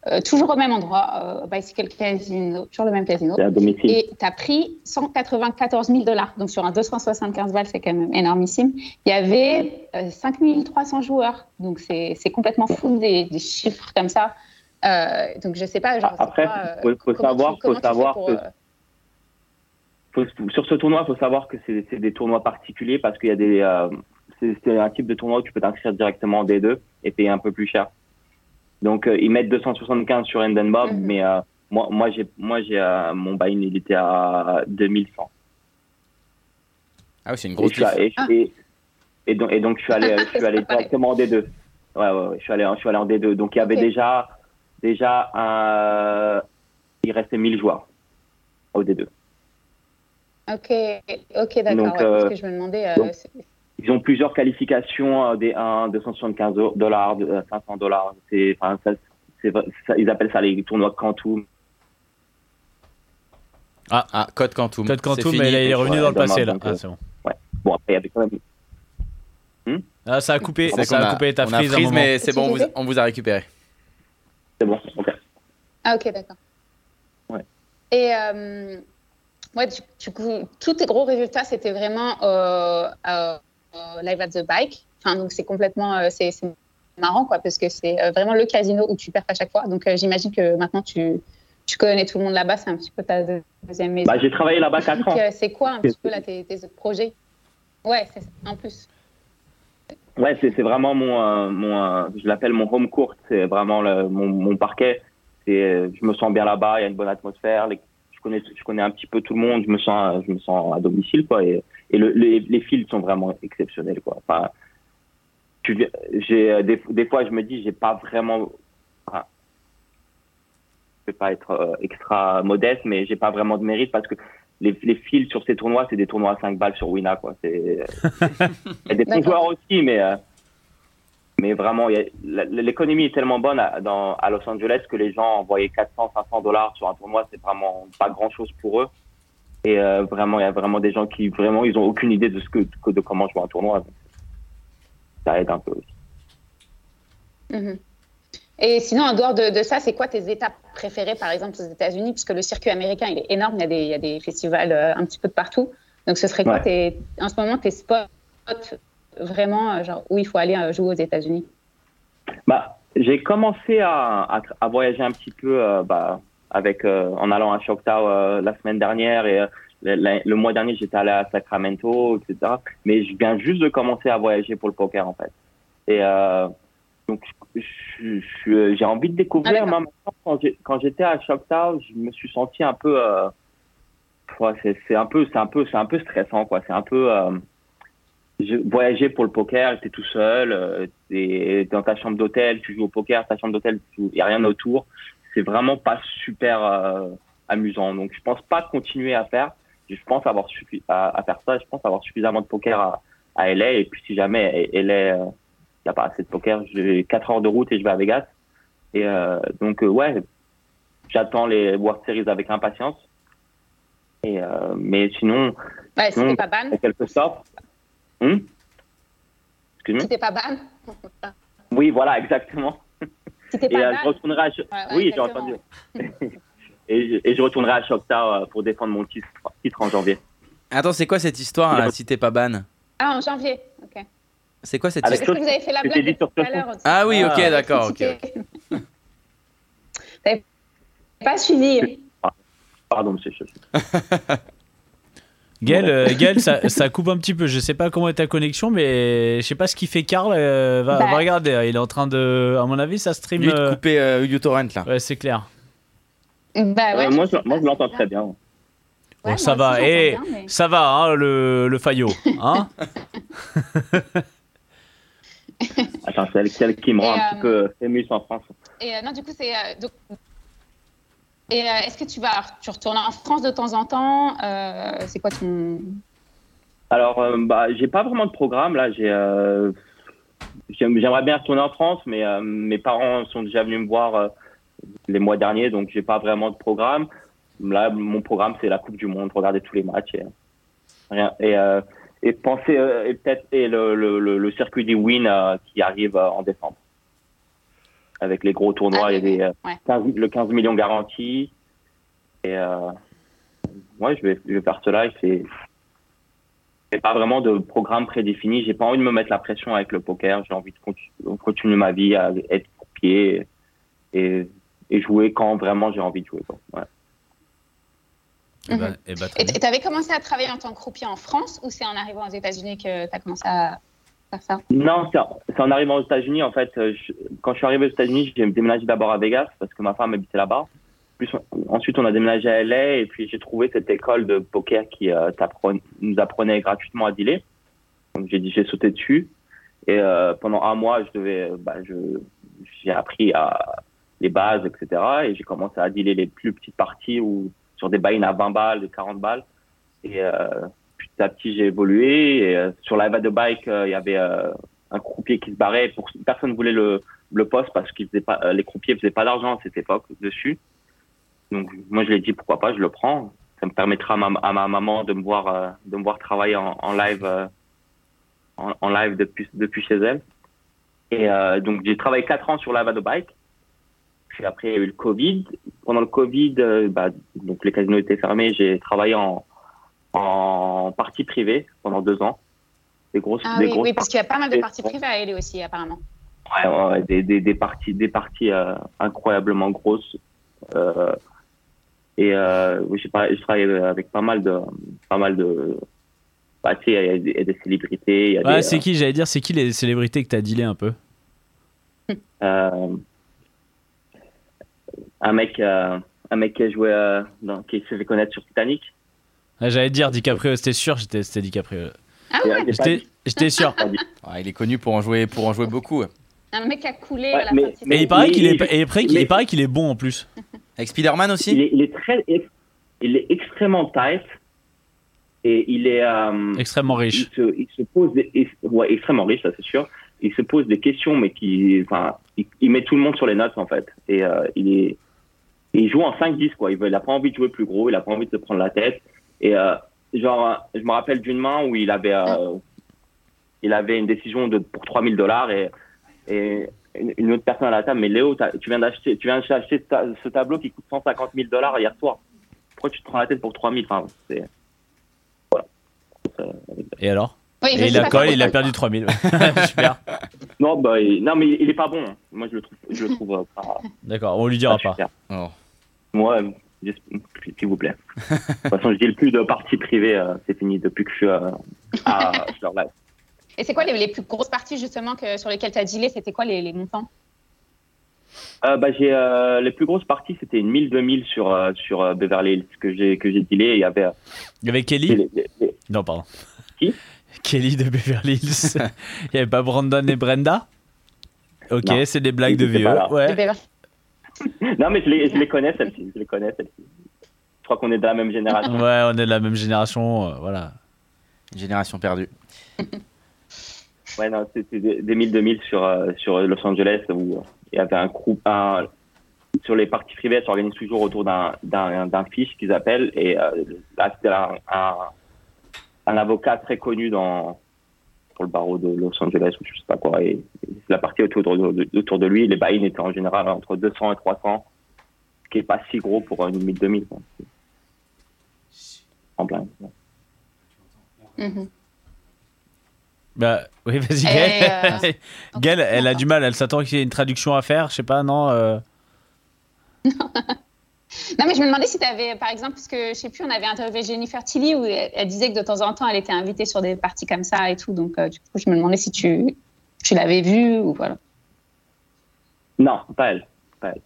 euh, toujours au même endroit, euh, Bicycle Casino, toujours le même casino.
C'est à domicile.
Et tu as pris 194 000 dollars. Donc sur un 275 balles, c'est quand même énormissime. Il y avait euh, 5 300 joueurs. Donc c'est c'est complètement fou des, des chiffres comme ça. Euh, donc je sais pas. Genre, c'est
Après,
quoi, euh,
faut, faut
comment
savoir,
tu- comment tu
faut
fais
savoir
pour,
que
euh,
faut- sur ce tournoi, faut savoir que c'est c'est des tournois particuliers parce qu'il y a des euh, c'est c'est un type de tournoi où tu peux t'inscrire directement en D2 et payer un peu plus cher. Donc euh, ils mettent 275 sur Enden Bob,
Mhm.
mais euh, moi moi j'ai moi j'ai euh, mon buy-in il était à 2100.
Ah oui, c'est une
Et
grosse
je suis à-
diff.
et, je- et- Et donc, et
Ah.
donc je suis allé, je suis allé directement en D2. Ouais, ouais, ouais, je suis allé, je suis allé en D2. Donc il y avait
Ok.
déjà, déjà un, il restait 1000 joueurs au D2.
euh, Ok, ok, d'accord.
Donc,
ouais, parce
euh,
que je me demandais. euh,
donc-
c'est-
Ils ont plusieurs qualifications, euh, des 1, 275 dollars, de- euh, 500 dollars. C'est, enfin, ça, c'est, ça- ils appellent ça les tournois Quantum.
Ah, ah, Code Quantum.
Code Quantum,
C'est
mais
fini.
là, il est revenu dans le
Ouais,
passé, là.
dommage, donc,
Ah,
euh,
c'est bon.
Bon, après, il y avait quand même.
Ah, ça a coupé,
C'est
ça
qu'on
a coupé ta
on a
frise à un moment.
mais c'est bon, on vous,
Utilisé
on vous a récupéré.
C'est bon, ok.
Ah, ok, d'accord.
Ouais.
Et euh, ouais, du, du coup, tous tes gros résultats, c'était vraiment euh, euh, euh, Live at the Bike. Enfin, donc, c'est complètement. euh, c'est c'est marrant, quoi, parce que c'est euh, vraiment le casino où tu perds à chaque fois. Donc, euh, j'imagine que maintenant, tu, tu connais tout le monde là-bas. C'est un petit peu ta deux- deuxième maison.
Bah, j'ai travaillé là-bas 4 ans.
Donc, euh, c'est quoi un petit peu là, tes, tes autres projets Ouais, c'est ça, en plus.
Ouais, c'est c'est vraiment mon, euh, mon euh, je l'appelle mon home court, c'est vraiment le, mon, mon parquet. C'est, euh, je me sens bien là-bas, il y a une bonne atmosphère, les- je connais, je connais un petit peu tout le monde, je me sens, euh, je me sens à domicile quoi. Et, et le, les, les fils sont vraiment exceptionnels quoi. Enfin, tu, vi- j'ai euh, des, des fois je me dis j'ai pas vraiment, enfin, je vais pas être euh, extra modeste, mais j'ai pas vraiment de mérite parce que les, les fils sur ces tournois, c'est des tournois à 5 balles sur Wina quoi. C'est il y a des bons
D'accord.
joueurs aussi, mais euh, mais vraiment, il y a- la- l'économie est tellement bonne à, dans, à Los Angeles que les gens envoyaient 400, 500 dollars sur un tournoi, Ah, c'est vraiment pas grand chose pour eux. Et euh, vraiment, il y a vraiment des gens qui vraiment, ils ont aucune idée de ce que que- de comment jouer un tournoi. Donc, ça aide un peu aussi.
Mhm. Et sinon, en dehors de, de ça, c'est quoi tes étapes préférées, par exemple, aux États-Unis Puisque le circuit américain, il est énorme, il y a des, il y a des festivals euh, un petit peu de partout. Donc, ce serait quoi,
Ouais.
tes, en ce moment, tes spots vraiment euh, genre, où il faut aller euh, jouer aux États-Unis
Bah, j'ai commencé à, à, à voyager un petit peu euh, bah, avec euh, en allant à Choctaw euh, la semaine dernière et euh, le, le- le mois dernier j'étais allé à Sacramento, etc. Mais je viens juste de commencer à voyager pour le poker en fait. Et euh, donc je- je- je- j'ai envie de découvrir.
Ah,
Moi,
d'accord.
maintenant, quand j'ai- quand j'étais à Choctaw, je me suis senti un peu. euh, ouais, c'est c'est un peu, c'est un peu, c'est un peu stressant quoi. C'est un peu. euh, je voyageais pour le poker, t'es tout seul, euh, t'es dans ta chambre d'hôtel, tu joues au poker, ta chambre d'hôtel, il y a rien autour. C'est vraiment pas super euh, amusant. Donc je pense pas continuer à faire. Je pense avoir suffi- à, à faire ça. Je pense avoir suffisamment de poker à, à LA. Et puis si jamais eh, LA, euh, y a pas assez de poker, j'ai 4 heures de route et je vais à Vegas. Et euh, donc euh, ouais, j'attends les World Series avec impatience. Et euh, mais sinon,
Ouais, si
Non,
t'es pas ban,
Hmm. en quelque sorte, Hum Excuse-moi.
si t'es pas ban,
Oui, voilà, exactement.
si t'es
Et
pas
euh,
ban,
je retournerai à... Cho-
ouais,
oui, j'ai
exactement,
entendu. et, je, et je retournerai à Choctaw euh, pour défendre mon titre, titre en janvier.
Attends, c'est quoi cette histoire là, si t'es pas ban
ah, en janvier. ok.
C'est quoi cette
Avec
Parce que
histoire
vous avez fait la
je t'ai
blague
dit
de tout
sur
à l'heure.
Ah oui, ok,
Ah.
d'accord. ok, ok.
Vous n'avez pas suivi.
Pardon, monsieur Choctaw.
Gaël, euh, Gaël, ça, ça coupe un petit peu. Je sais pas comment est ta connexion, mais je sais pas ce qu'il fait Karl. euh, va,
Bah.
va regarder. Il est en train de. À mon avis, ça stream.
Lui, de
euh,
couper euh, uTorrent là.
Ouais, c'est clair.
Bah ouais,
Euh, moi,
sais
je, moi,
pas,
je l'entends
c'est
très bien.
Bon,
Ouais,
ça
moi
va.
aussi,
Eh,
j'entends bien, mais-
ça va, hein, le, le faillot. Hein
Attends, c'est elle- celle qui me rend
Et,
un
euh,
petit peu fémus en France.
Et euh, non, du coup, c'est. euh, donc- Et euh, est-ce que tu vas tu retournes en France de temps en temps euh, C'est quoi ton.
Alors, euh, bah, j'ai pas vraiment de programme là. J'ai, euh, j'aime- j'aimerais bien retourner en France, mais euh, mes parents sont déjà venus me voir euh, les mois derniers, donc j'ai pas vraiment de programme. Là, mon programme c'est la Coupe du Monde, regarder tous les matchs et euh, rien. Et, euh, et penser euh, et peut-être et le, le, le, le circuit des Win euh, qui arrive euh, en décembre, avec les gros tournois
Ah,
et les, euh,
ouais.
15 le 15 millions garantis. Et euh, ouais, je vais, je vais faire cela. Et c'est j'ai pas vraiment de programme prédéfini. J'ai pas envie de me mettre la pression avec le poker. J'ai envie de contu- continuer ma vie à être sur pied et, et jouer quand vraiment j'ai envie de jouer. quoi. Ouais.
Eh ben- eh ben, très
Et t- t'avais commencé à travailler en tant que croupier en France ou c'est en arrivant aux États-Unis que t'as commencé à faire ça
Non, c'est en- c'est en arrivant aux États-Unis. En fait, euh, je- quand je suis arrivé aux États-Unis, j'ai déménagé d'abord à Vegas parce que ma femme habitait là-bas. Plus on- ensuite, on a déménagé à LA et puis j'ai trouvé cette école de poker qui euh, t'appren- nous apprenait gratuitement à dealer. Comme j'ai dit, j'ai sauté dessus. Et euh, pendant un mois, je devais, bah, je, j'ai appris à les bases, etc. Et j'ai commencé à dealer les plus petites parties ou sur des buy à 20 balles, 40 balles. Et euh, petit à petit, j'ai évolué. Et, euh, sur la de bike, il euh, y avait un croupier qui se barrait. Pour, personne voulait le, le poste parce qu'ils faisaient pas, euh, les croupiers faisaient pas d'argent à cette époque dessus. Donc moi, je l'ai dit pourquoi pas, je le prends. Ça me permettra à ma, à ma maman de me voir, euh, de me voir travailler en, en live, euh, en, en, live depuis, depuis chez elle. Et euh, donc j'ai travaillé quatre ans sur la de bike. Puis après, il y a eu le Covid. Pendant le Covid, bah, donc les casinos étaient fermés. J'ai travaillé en, en partie privée pendant deux ans.
Des grosses, ah, des oui, grosses oui, parce qu'il y a pas mal de parties privées à L.A. aussi, apparemment.
Ouais, ouais des, des, des, parties, des parties euh, incroyablement grosses. Euh, et euh, j'ai travaillé avec pas mal de. Pas mal de bah, tu sais, il y, y, a des célébrités. Y a
ouais,
euh,
c'est qui, j'allais dire, c'est qui les célébrités que tu as dealé un peu
euh, un mec, euh, un mec qui a joué, euh, dans, qui se fait connaître sur Titanic.
Ah, J'allais dire DiCaprio, c'était sûr, j'étais DiCaprio.
Ah ouais
j'étais sûr.
ah, il est connu pour en jouer, pour en jouer beaucoup.
Un mec a coulé. Ouais, à la
mais, mais, mais, il paraît qu'il est, et après, il, mais, il paraît qu'il est bon en plus.
Avec Spider-Man aussi.
Il est, il est, très, il est extrêmement tight et il est euh,
extrêmement riche.
Il se, il se pose, des, il, ouais, extrêmement riche, ça c'est sûr. Il se pose des questions, mais qui, enfin, il, il, met tout le monde sur les notes en fait. Et euh, il est, il joue en 5-10 quoi. Il, veut, il a pas envie de jouer plus gros, il a pas envie de se prendre la tête. Et euh, genre, je me rappelle d'une main où il avait, euh, il avait une décision de pour 3000 dollars et, et une autre personne à la table. Mais Léo, tu viens d'acheter, tu viens d'acheter ta, ce tableau qui coûte 150 000 dollars hier soir. Pourquoi tu te prends la tête pour 3000 enfin, c'est,
voilà. Et alors oui, et il a, quand il a perdu 3000. Super.
Non, bah, il... non, mais il est pas bon. hein. Moi, je le trouve, je le trouve euh, pas.
D'accord, on lui dira pas.
Moi, oh. ouais, s'il vous plaît. de toute façon, je dis le plus de parties privées, euh, c'est fini depuis que je suis euh, à leur live.
Et c'est quoi les, les, plus grosses parties, justement, que, sur lesquelles tu as dealé C'était quoi les, les montants
bah, j'ai, les plus grosses parties, c'était une 1000-2000 sur, euh, sur Beverly Hills que j'ai, que j'ai dealé. Il y avait, euh,
il y avait Kelly les, Non, pardon.
Qui
Kelly de Beverly Hills. Il n'y avait pas Brandon et Brenda Ok, c'est des blagues de vieux. Ouais.
non, mais je les, je les connais, celles-ci. Je les connais, celles-ci. Je crois qu'on est de la même
Ah
génération.
Ouais, on est de la même génération. Euh, voilà.
Génération perdue.
ouais, non, c'était des 1000-2000 sur, euh, sur Los Angeles où euh, il y avait un groupe. Un, sur les parties privées, elles s'organisent toujours autour d'un, d'un, d'un fiche qu'ils appellent. Et euh, là, c'était un, un un avocat très connu dans pour le barreau de Los Angeles ou je sais pas quoi. Et, et la partie autour de, autour de lui, les buy étaient en général entre 200 et 300, ce qui est pas si gros pour une 1000-2000. En plein.
Mm-hmm.
Mhm.
Bah, oui, vas-y, Gaëlle. Euh... Gaëlle, elle a du mal, elle s'attend qu'il y ait une traduction à faire, je sais pas, non euh...
Non, mais je me demandais si tu avais, par exemple, parce que je sais plus, on avait interviewé Jennifer Tilly où elle, elle, disait que de temps en temps, elle était invitée sur des parties comme ça et tout. Donc, euh, du coup, je me demandais si tu, tu l'avais vue ou voilà.
Non, pas elle. Pas elle.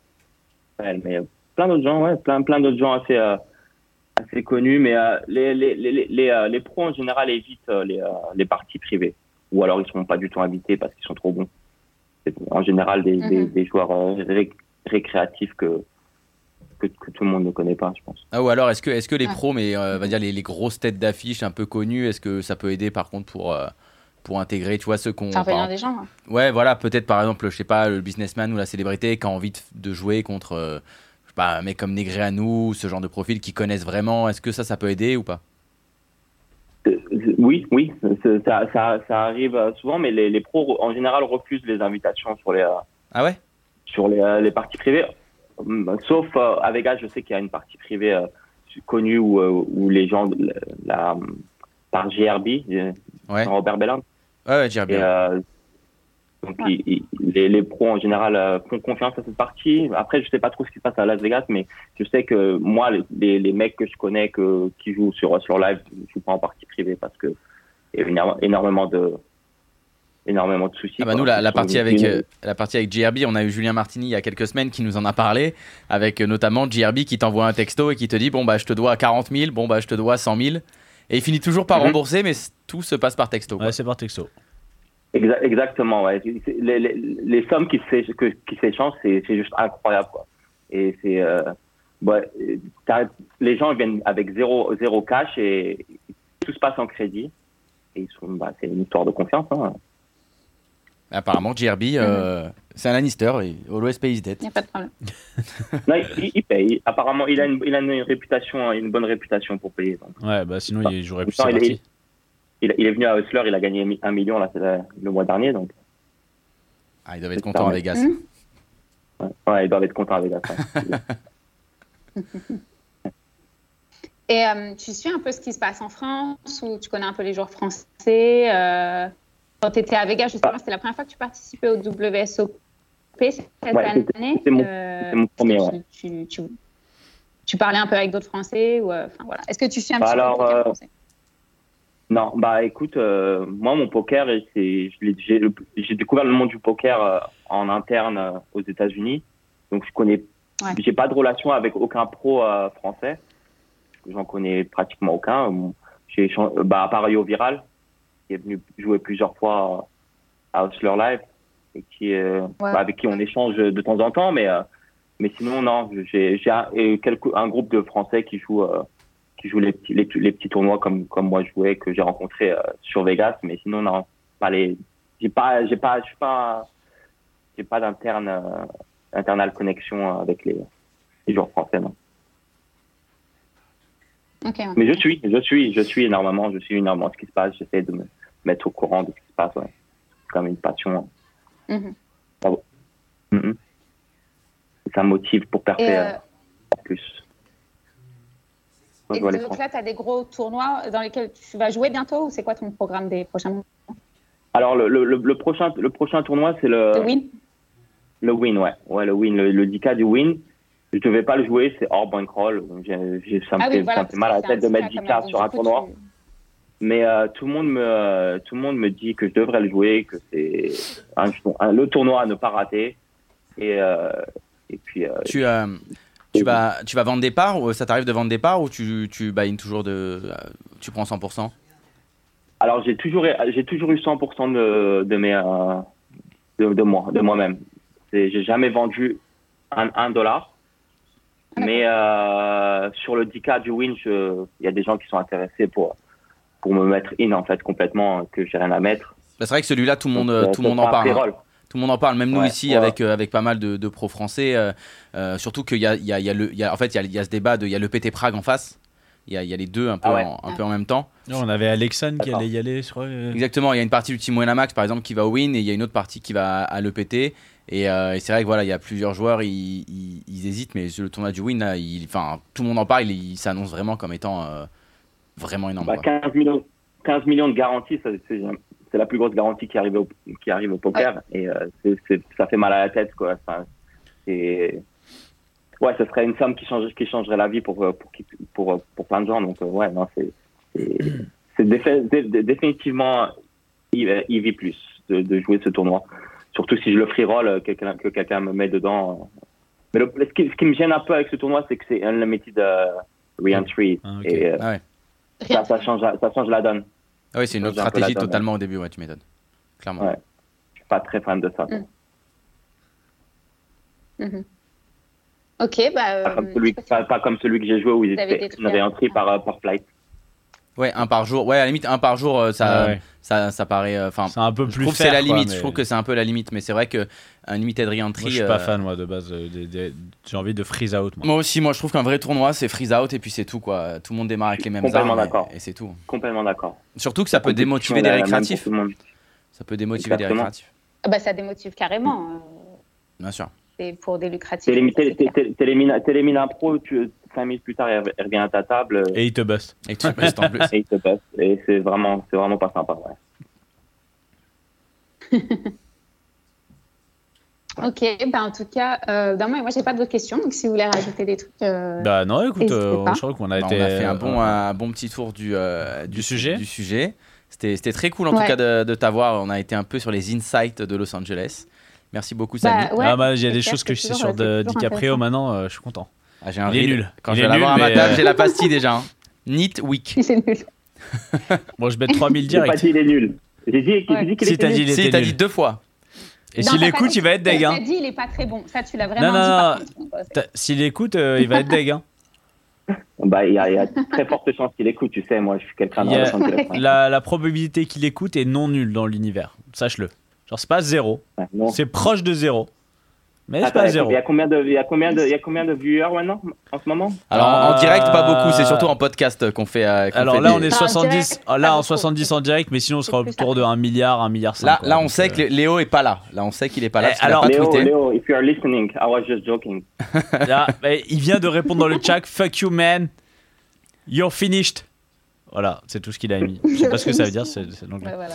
Pas elle mais euh, plein d'autres gens, ouais, plein, plein d'autres gens assez, euh, assez connus. Mais euh, les, les, les, euh, les, les pros, en général, évitent euh, les, les parties privées. Ou alors, ils ne sont pas du tout invités parce qu'ils sont trop bons. C'est en général des, mm-hmm. des, des joueurs ré- récréatifs que. Que, que, tout le monde ne connaît pas, je pense.
Ah, ou alors, est-ce que, est que les pros, mais euh, va dire les, les, grosses têtes d'affiche un peu connues, est-ce que ça peut aider par contre pour, euh, pour intégrer, tu vois, ceux qu'on.
Faire venir des gens. Hein.
Ouais, voilà, peut-être par exemple, je sais pas, le businessman ou la célébrité qui a envie de, de jouer contre, euh, je sais pas, un mec comme Négré à nous, ce genre de profil qui connaissent vraiment, est-ce que ça, ça peut aider ou pas
oui, oui, ça, ça, ça, arrive euh, souvent, mais les, les, pros en général refusent les invitations sur les, euh,
ah ouais
sur les, les parties privées sauf euh, à Vegas, je sais qu'il y a une partie privée euh, connue où, euh, où, les gens, la, la par GRB, ouais. euh, Robert Bellam.
Ouais, ouais GRB.
Et, euh, donc ouais. Il, il, les, les, pros en général euh, font confiance à cette partie. Après, je sais pas trop ce qui se passe à Las Vegas, mais je sais que moi, les, les mecs que je connais que, qui jouent sur, sur live, je joue pas en partie privée parce que il y a énormément de, énormément de soucis.
Ah bah nous, la, la partie avec, euh, la partie avec GRB, on a eu Julien Martini il y a quelques semaines qui nous en a parlé, avec euh, notamment GRB qui t'envoie un texto et qui te dit Bon, bah, je te dois 40 000, bon, bah, je te dois 100 000. Et il finit toujours par rembourser, mais tout se passe par texto.
Ouais, c'est par texto.
Exa- Exactement, ouais. C'est- Les, les- les sommes qui s'é- que- qui s'échangent, c'est c'est juste incroyable, quoi. Et c'est. euh, ouais, euh, t'as- les gens ils viennent avec zéro, zéro cash et tout se passe en crédit. Et ils sont, bah, c'est une histoire de confiance. hein.
Apparemment, JRB, euh, c'est un Lannister, il- always pays debt.
Il n'y a pas de problème.
Non, il, il- il paye. Apparemment, il a, une, il a une réputation, une bonne réputation pour payer. donc.
Ouais, bah sinon, il jouerait plus
Non,
ses
il,
parties.
est, il- il est venu à Hustler, il a gagné mi- un million là, c'est la- le mois dernier. Donc,
Ah, ils doivent être contents à Vegas.
Mmh. ouais, ouais, ils doivent être contents avec ça. hein.
Et euh, tu suis un peu ce qui se passe en France ou tu connais un peu les joueurs français euh, Quand tu étais à Vegas, justement, c'était la première fois que tu participais au WSOP cette
Ouais, c'était-
année.
c'était mon-
Euh,
c'était mon premier,
est-ce que
ouais.
tu, tu- tu- tu parlais un peu avec d'autres Français ou, euh, enfin, voilà. Est-ce que tu suis un
Bah
petit
alors,
peu le poker
euh,
français
Non, bah écoute, euh, moi mon poker, c'est, je l'ai- j'ai, j'ai découvert le monde du poker euh, en interne euh, aux États-Unis, donc je connais,
Ouais.
j'ai pas de relation avec aucun pro euh, français, j'en connais pratiquement aucun. Bon, J'ai, échan- euh, bah à part Yo Viral, qui est venu jouer plusieurs fois euh, à Hustler Live et qui, euh, bah, avec qui on échange de temps en temps, mais euh, mais sinon non, j'ai, j'ai un, et quelques- un groupe de Français qui jouent. euh, qui jouent les petits, les, petits- les petits tournois comme, comme moi je jouais, que j'ai rencontré euh, sur Vegas. Mais sinon, non, pas les, j'ai pas, j'ai pas, je suis pas, j'ai pas d'interne, euh, internal connexion avec les, les joueurs français, non.
Ok, ouais.
Mais je suis, je suis, je suis énormément, je suis énormément ce qui se passe. J'essaie de me mettre au courant de ce qui se passe, ouais. C'est comme une passion. hein.
Mhm.
Mhm. Ça me motive pour percer
Et, euh,
euh, en plus. Quand
et
je vois les
donc
Français.
là, tu as des gros tournois dans lesquels tu vas jouer bientôt ou c'est quoi ton programme des prochains mois
Alors le, le, le- le prochain, le prochain tournoi, c'est le,
De win
Le win, ouais. Ouais, le win, le, le 10K du win. Je devais pas le jouer, c'est hors bankroll. J'ai, j'ai- ça me
Ah
fait,
oui, voilà.
ça me
parce
fait
que
mal à la
c'est
tête de
un
mettre
petit peu
10K
quand même, donc,
sur un
du coup,
tournoi.
tu-
Mais euh, tout, le monde me, euh, tout le monde me dit que je devrais le jouer, que c'est un, un- le tournoi à ne pas rater. Et, euh, et puis, euh,
Tu, euh, tu, vas, tu vas vendre des parts ou ça t'arrive de vendre des parts ou tu, tu buy in toujours de. euh, Tu prends 100%
alors j'ai toujours, j'ai toujours eu 100% de, de, mes, euh, de, de moi, de moi-même. C'est- J'ai jamais vendu un, un dollar. Mais euh, sur le 10K du win, je- il y a des gens qui sont intéressés pour, pour me mettre in, en fait, complètement, que j'ai rien à mettre.
Bah, C'est vrai que celui-là, tout le monde,
Donc,
euh,
euh,
tout le monde
c'est
en
un
parle. hein.
pré-roll.
Tout le monde en parle, même nous
Ouais,
ici,
ouais.
avec, euh, avec pas mal de, de pros français. euh, euh, surtout qu'il y a, il y a- il y a le, il y a- en fait, il y a, il y a ce débat de. Il y a le PT Prague en face. Il y a, il y a les deux un peu,
Ah ouais.
en, un peu en même temps.
Non, on avait Alexan qui
D'accord.
allait y aller, je crois. euh.
Exactement, il y a une partie du Team Wena Max par exemple qui va au win et il y a une autre partie qui va à l'EPT. Et, euh, et c'est vrai que voilà, il y a plusieurs joueurs, ils, ils- ils hésitent, mais sur le tournoi du win, là, il- enfin, tout le monde en parle, il, il s'annonce vraiment comme étant euh, vraiment énorme.
Bah,
quoi.
15, millions, 15 millions de garanties, ça, c'est, c'est la plus grosse garantie qui arrive au, qui arrive au poker. Et euh, c'est- c'est- ça fait mal à la tête, quoi. Enfin, c'est- ouais, ce serait une somme qui, change, qui changerait la vie pour, euh, pour, qui- pour, euh, pour plein de gens. Donc, euh, ouais, non, c'est, c'est, c'est défé- dé- dé- définitivement IV IV+, de, de jouer ce tournoi. Surtout si je le free roll, euh, quelqu'un- que quelqu'un me met dedans. euh. Mais le- ce, qui, ce qui me gêne un peu avec ce tournoi, c'est que c'est unlimited euh, re-entry.
Ah, ok.
Et, euh,
Ah ouais,
ça, ça change, la- ça change la donne.
Ah ouais c'est une autre
J'ai un peu la
stratégie
donne,
totalement au début, ouais, tu m'étonnes. Clairement.
Ouais. Je suis pas très fan de ça.
Mm. Mhm. Ok, bah. euh,
Pas, Ah, comme celui,
je sais pas
pas, pas comme celui que j'ai joué où ils
Vous avez
étaient
des trucs à-
réentrés par, euh, par flight.
Ouais, un par jour. Ouais, à la limite, un par jour, euh, ça,
Ah ouais.
ça, ça paraît. euh, Enfin,
C'est un peu
je
plus
trouve que
fair,
c'est la
quoi,
limite.
mais-
Je trouve que c'est un peu la limite, mais c'est vrai que un limited re-entry.
Moi, je suis pas
euh,
fan, moi, de base. euh, des- des- J'ai envie de freeze out, moi.
Moi aussi, moi je trouve qu'un vrai tournoi c'est freeze out et puis c'est tout quoi. Tout le monde démarre avec les mêmes
Complètement
armes et-
d'accord.
et, c'est tout.
Complètement d'accord.
Surtout que ça peut
Compétition,
démotiver
la-
des
la même pour
récréatifs.
tout le monde.
Ça peut démotiver des
Exactement.
récréatifs.
Ah Bah, ça démotive carrément. euh,
Bien sûr.
C'est pour des lucratifs.
T'élimines-
ça, c'est
t'é-
clair.
t'é- T'élimines t'élimines un pro, tu, 5 minutes plus tard, il re- il revient à ta table euh,
Et il te bust.
Et que tu restes en plus.
et il te passe. Et c'est vraiment, c'est vraiment pas sympa. ouais.
Ok, bah, en tout cas, euh, non, moi, moi, j'ai pas d'autres questions. Donc, si vous voulez rajouter des trucs. euh,
Bah non, écoute,
N'hésitez
euh,
pas.
je crois qu'on a
Bah,
été.
on a fait un bon,
euh,
un bon petit tour du, euh,
Du sujet.
Du sujet. C'était c'était très cool en tout
Ouais.
cas de, de t'avoir. On a été un peu sur les insights de Los Angeles. Merci beaucoup Samy.
bah, ouais,
ah bah, il y a
c'est
des
clair,
choses que
c'est
je sais
toujours-
sur
c'est
de-
toujours
DiCaprio
intéressant.
maintenant, euh, je suis content.
Ah, j'ai un
Il est
ride.
nul.
Quand
Il
je
est
vais l'avoir à
nul,
ma
mais,
table,
euh,
j'ai la pastille déjà. hein. Neat week.
C'est nul.
Bon, je bête 3000 direct.
J'ai pas dit il est nul. J'ai dit, j'ai dit qu'il
Si
était
t'as dit,
nul.
il était
Si t'as
nul.
dit deux fois.
Et
Non, t'as
s'il
pas
écoute,
dit-
il va être deg. hein.
T'as dit, il est pas très bon. Ça, tu l'as
Non,
vraiment
non,
dit. par
non.
contre. Donc,
T'as- S'il écoute, euh, il va être deg. hein.
Bah, il y, a- il y a très forte chance qu'il écoute, tu sais. Moi, je suis quelqu'un
Il y a-
d'arrogant qui l'écoute.
La, la probabilité qu'il écoute est non nulle dans l'univers. Sache-le. Genre, c'est pas zéro.
Ouais, non.
C'est proche de zéro. Mais c'est
Attends,
pas
il y a-
zéro.
Il y a combien de, il y a combien de, il y a combien de viewers maintenant en ce moment
Alors en- en
Euh,
direct, pas beaucoup. C'est surtout en podcast qu'on fait. euh, qu'on
Alors
fait
là,
des-
on est
Ah, en
70,
direct,
ah,
pas
là en
beaucoup.
70 en direct, mais sinon on sera
C'est plus
autour de 1 milliard, 1 milliard. euh.
Là, là, on sait que Léo est pas là. Là, on sait qu'il est pas là.
Eh,
parce qu'il a
alors-
pas
Léo,
tweeté.
Léo, if you are listening, I was just joking.
Là, eh, il vient de répondre dans le chat Fuck you, man. You're finished. Voilà, c'est tout ce qu'il a mis. Je sais pas ce que ça veut dire, c'est c'est de l'anglais.
ouais, voilà.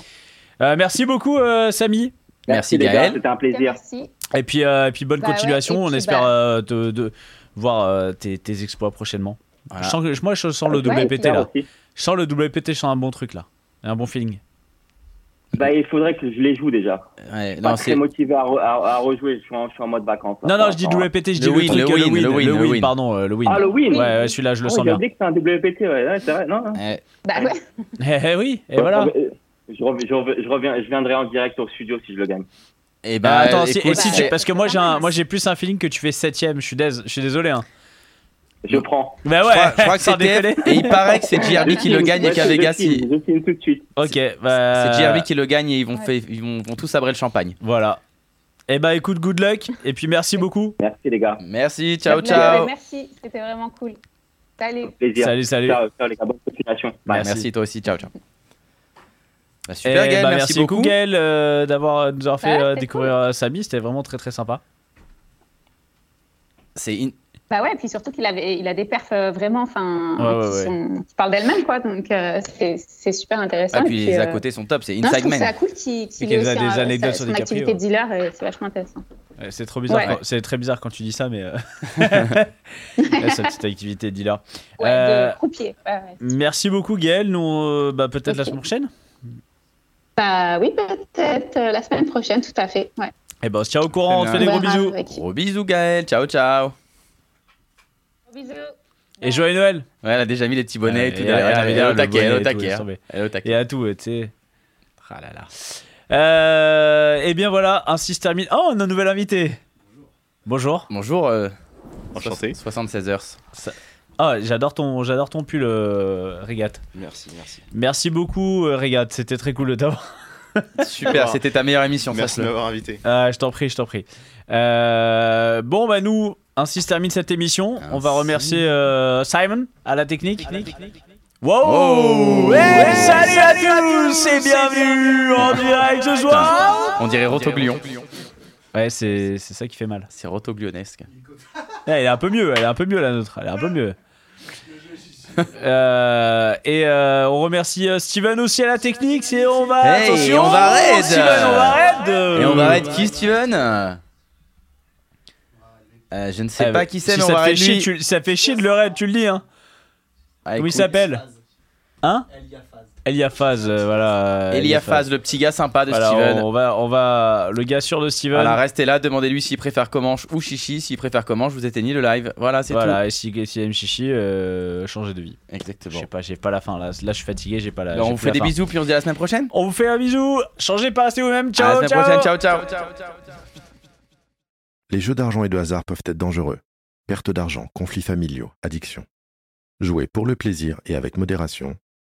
Euh, merci beaucoup, euh, Samy.
Merci,
les gars,
Gaël.
C'était un plaisir.
Merci.
Et puis, euh, et puis bonne
Bah ouais,
continuation.
et
on
puis
espère
bah-
euh, te- de voir euh, tes, tes exploits prochainement.
Voilà.
Je sens que- moi, je sens le
Ouais, et
WPT
puis-
là.
Aussi.
Je sens le WPT, je sens un bon truc là. Un bon feeling.
Bah, il faudrait que je les joue déjà.
Ouais, non,
Pas
c'est-
très motivé à, re- à- à rejouer. Je suis, en, je suis en mode vacances. hein. là,
Non, non,
pour
je dis
l'instant.
WPT, je
Le
dis
win,
le
le
truc, euh,
win, le win, le win.
pardon, euh, le win.
Ah, le win
Ouais, ouais, celui-là, je le
Oh,
sens
J'ai
bien.
oublié que c'est un WPT, ouais, ouais, c'est vrai. Non, hein. non.
Ouais.
Bah ouais.
Eh, eh oui, et voilà.
Je, rev- je rev- je reviens, je viendrai en direct au studio si je le gagne.
Et
Bah,
bah,
attends, si- et
écoute,
si tu-
c'est-
parce que moi j'ai un-
Ah,
Normal.
moi j'ai plus un feeling que tu fais septième. Je suis dés- je suis désolé. Hein.
Je prends.
Bah
je
ouais.
crois, je crois que
sans
c'est
déconner.
TF, et il paraît que c'est JRB qui le gagne et qu'à
Je
Vegas,
signe,
il-
Je signe tout de suite.
Ok. Bah,
c'est JRB qui le gagne et ils vont,
Ouais.
fait- ils vont, vont tous sabrer le champagne.
Voilà. Eh bah écoute, good luck. Et puis merci beaucoup.
Merci les gars.
Merci, ciao,
Merci,
ciao.
Merci, c'était vraiment cool. Salut.
Plaisir.
Salut, salut.
Ciao, ciao, les gars. Bonne continuation.
Bah,
Merci.
merci. toi aussi, ciao, ciao. Bah,
Eh
super, Gaël,
bah,
merci, beaucoup.
Gaël, euh, d'avoir nous avoir fait
Ouais,
euh,
Bah, c'est
découvrir euh, Samy. C'était vraiment très très sympa.
C'est in-
Bah ouais, puis surtout qu'il avait, il a des perfs euh, vraiment, enfin,
Ouais, ouais,
qui,
ouais.
sont- qui parlent d'elles-mêmes, quoi. Donc euh, c'est c'est super intéressant.
Ah, puis
Et
les
euh,
à côté sont top, c'est
non, je
Inside
trouve ça
Man.
cool qu'il
Et
qu'il
qu'il
ait
a
aussi
des
un-
anecdotes
sa-
sur
son
DiCaprio,
activité
ouais.
de dealer, et c'est vachement intéressant.
Ouais, C'est trop bizarre.
Ouais.
quand- C'est très bizarre quand tu dis ça, mais euh, ouais, sa petite activité dealer.
Ouais,
Euh,
de croupier. Ouais, ouais.
Merci beaucoup Gaël. Nous euh, bah, peut-être la
Ok.
semaine prochaine.
Bah oui, peut-être euh, la semaine prochaine, tout à fait. Ouais.
Et ben on se tient au courant. On te
Très
fait des
On
gros
verra
bisous.
avec qui.
Gros bisous, Gaël, ciao, ciao.
Bisous.
Et joyeux Noël.
Ouais, elle a déjà mis les petits bonnets et tout
Euh,
derrière.
et-
Elle a mis-
et-
elle est au
le
taquet, elle est
bonnet
au
et tout,
taquet.
laisse
hein.
tomber.
Elle est au taquet.
Et à tout, euh, tu sais.
Ah là là.
Euh, et bien voilà, ainsi se termine. Oh, on a un nouvel invité. Bonjour.
Bonjour, euh,
Enchanté.
76 heures.
Ah, j'adore ton, j'adore ton pull, euh, Régate.
Merci, merci.
Merci beaucoup, euh, Régate. C'était très cool de t'avoir.
Super, c'était ta meilleure émission.
Merci de
sache-le.
m'avoir invité.
Ah, je t'en prie, je t'en prie. Euh, bon, bah nous, ainsi se termine cette émission. On va
Ainsi.
remercier euh, Simon à la technique. Wow!
Oh.
Hey, salut à tous et bienvenue en direct ce soir.
On dirait Rotoglion.
Ouais, c'est c'est ça qui fait mal.
C'est Rotoglionesque.
Ah, elle est un peu mieux, elle est un peu mieux la nôtre, elle est un peu mieux. Euh, et euh, on remercie euh, Steven aussi à la technique. C'est on va
Hey,
Bah, attention, oh,
on va raid.
Steven, on va raid. euh.
Et on va arrêter qui, Steven Euh, Je ne sais
Ah,
pas
bah,
qui c'est,
si
mais on
ça te
va
fait
arrêter
chier,
lui.
tu- ça fait chier de le raid, tu le dis hein.
Ah,
Comment il
écoute,
s'appelle Hein Eliafaz, euh, voilà. euh,
Eliaphaz, le petit gars sympa de
Voilà,
Steven.
on, on va, on va, le gars sûr de Steven.
Voilà, restez là, demandez-lui s'il préfère Comanche ou Chichi. S'il préfère Comanche, vous éteignez le live. Voilà, c'est
Voilà, et si, si aime Chichi, euh, changez de vie.
tout.
Je
Exactement.
sais pas, j'ai pas la fin là. Là, je suis fatigué, j'ai pas la.
Alors,
j'ai
on vous
plus
fait
la
des
fin.
bisous, puis on se dit à la semaine prochaine.
On vous fait un bisou. Changez pas, restez vous-même.
à la
Ciao,
semaine
ciao.
prochaine, ciao, ciao.
Les jeux d'argent et de hasard peuvent être dangereux. Perte d'argent, conflits familiaux, addiction. Jouez pour le plaisir et avec modération.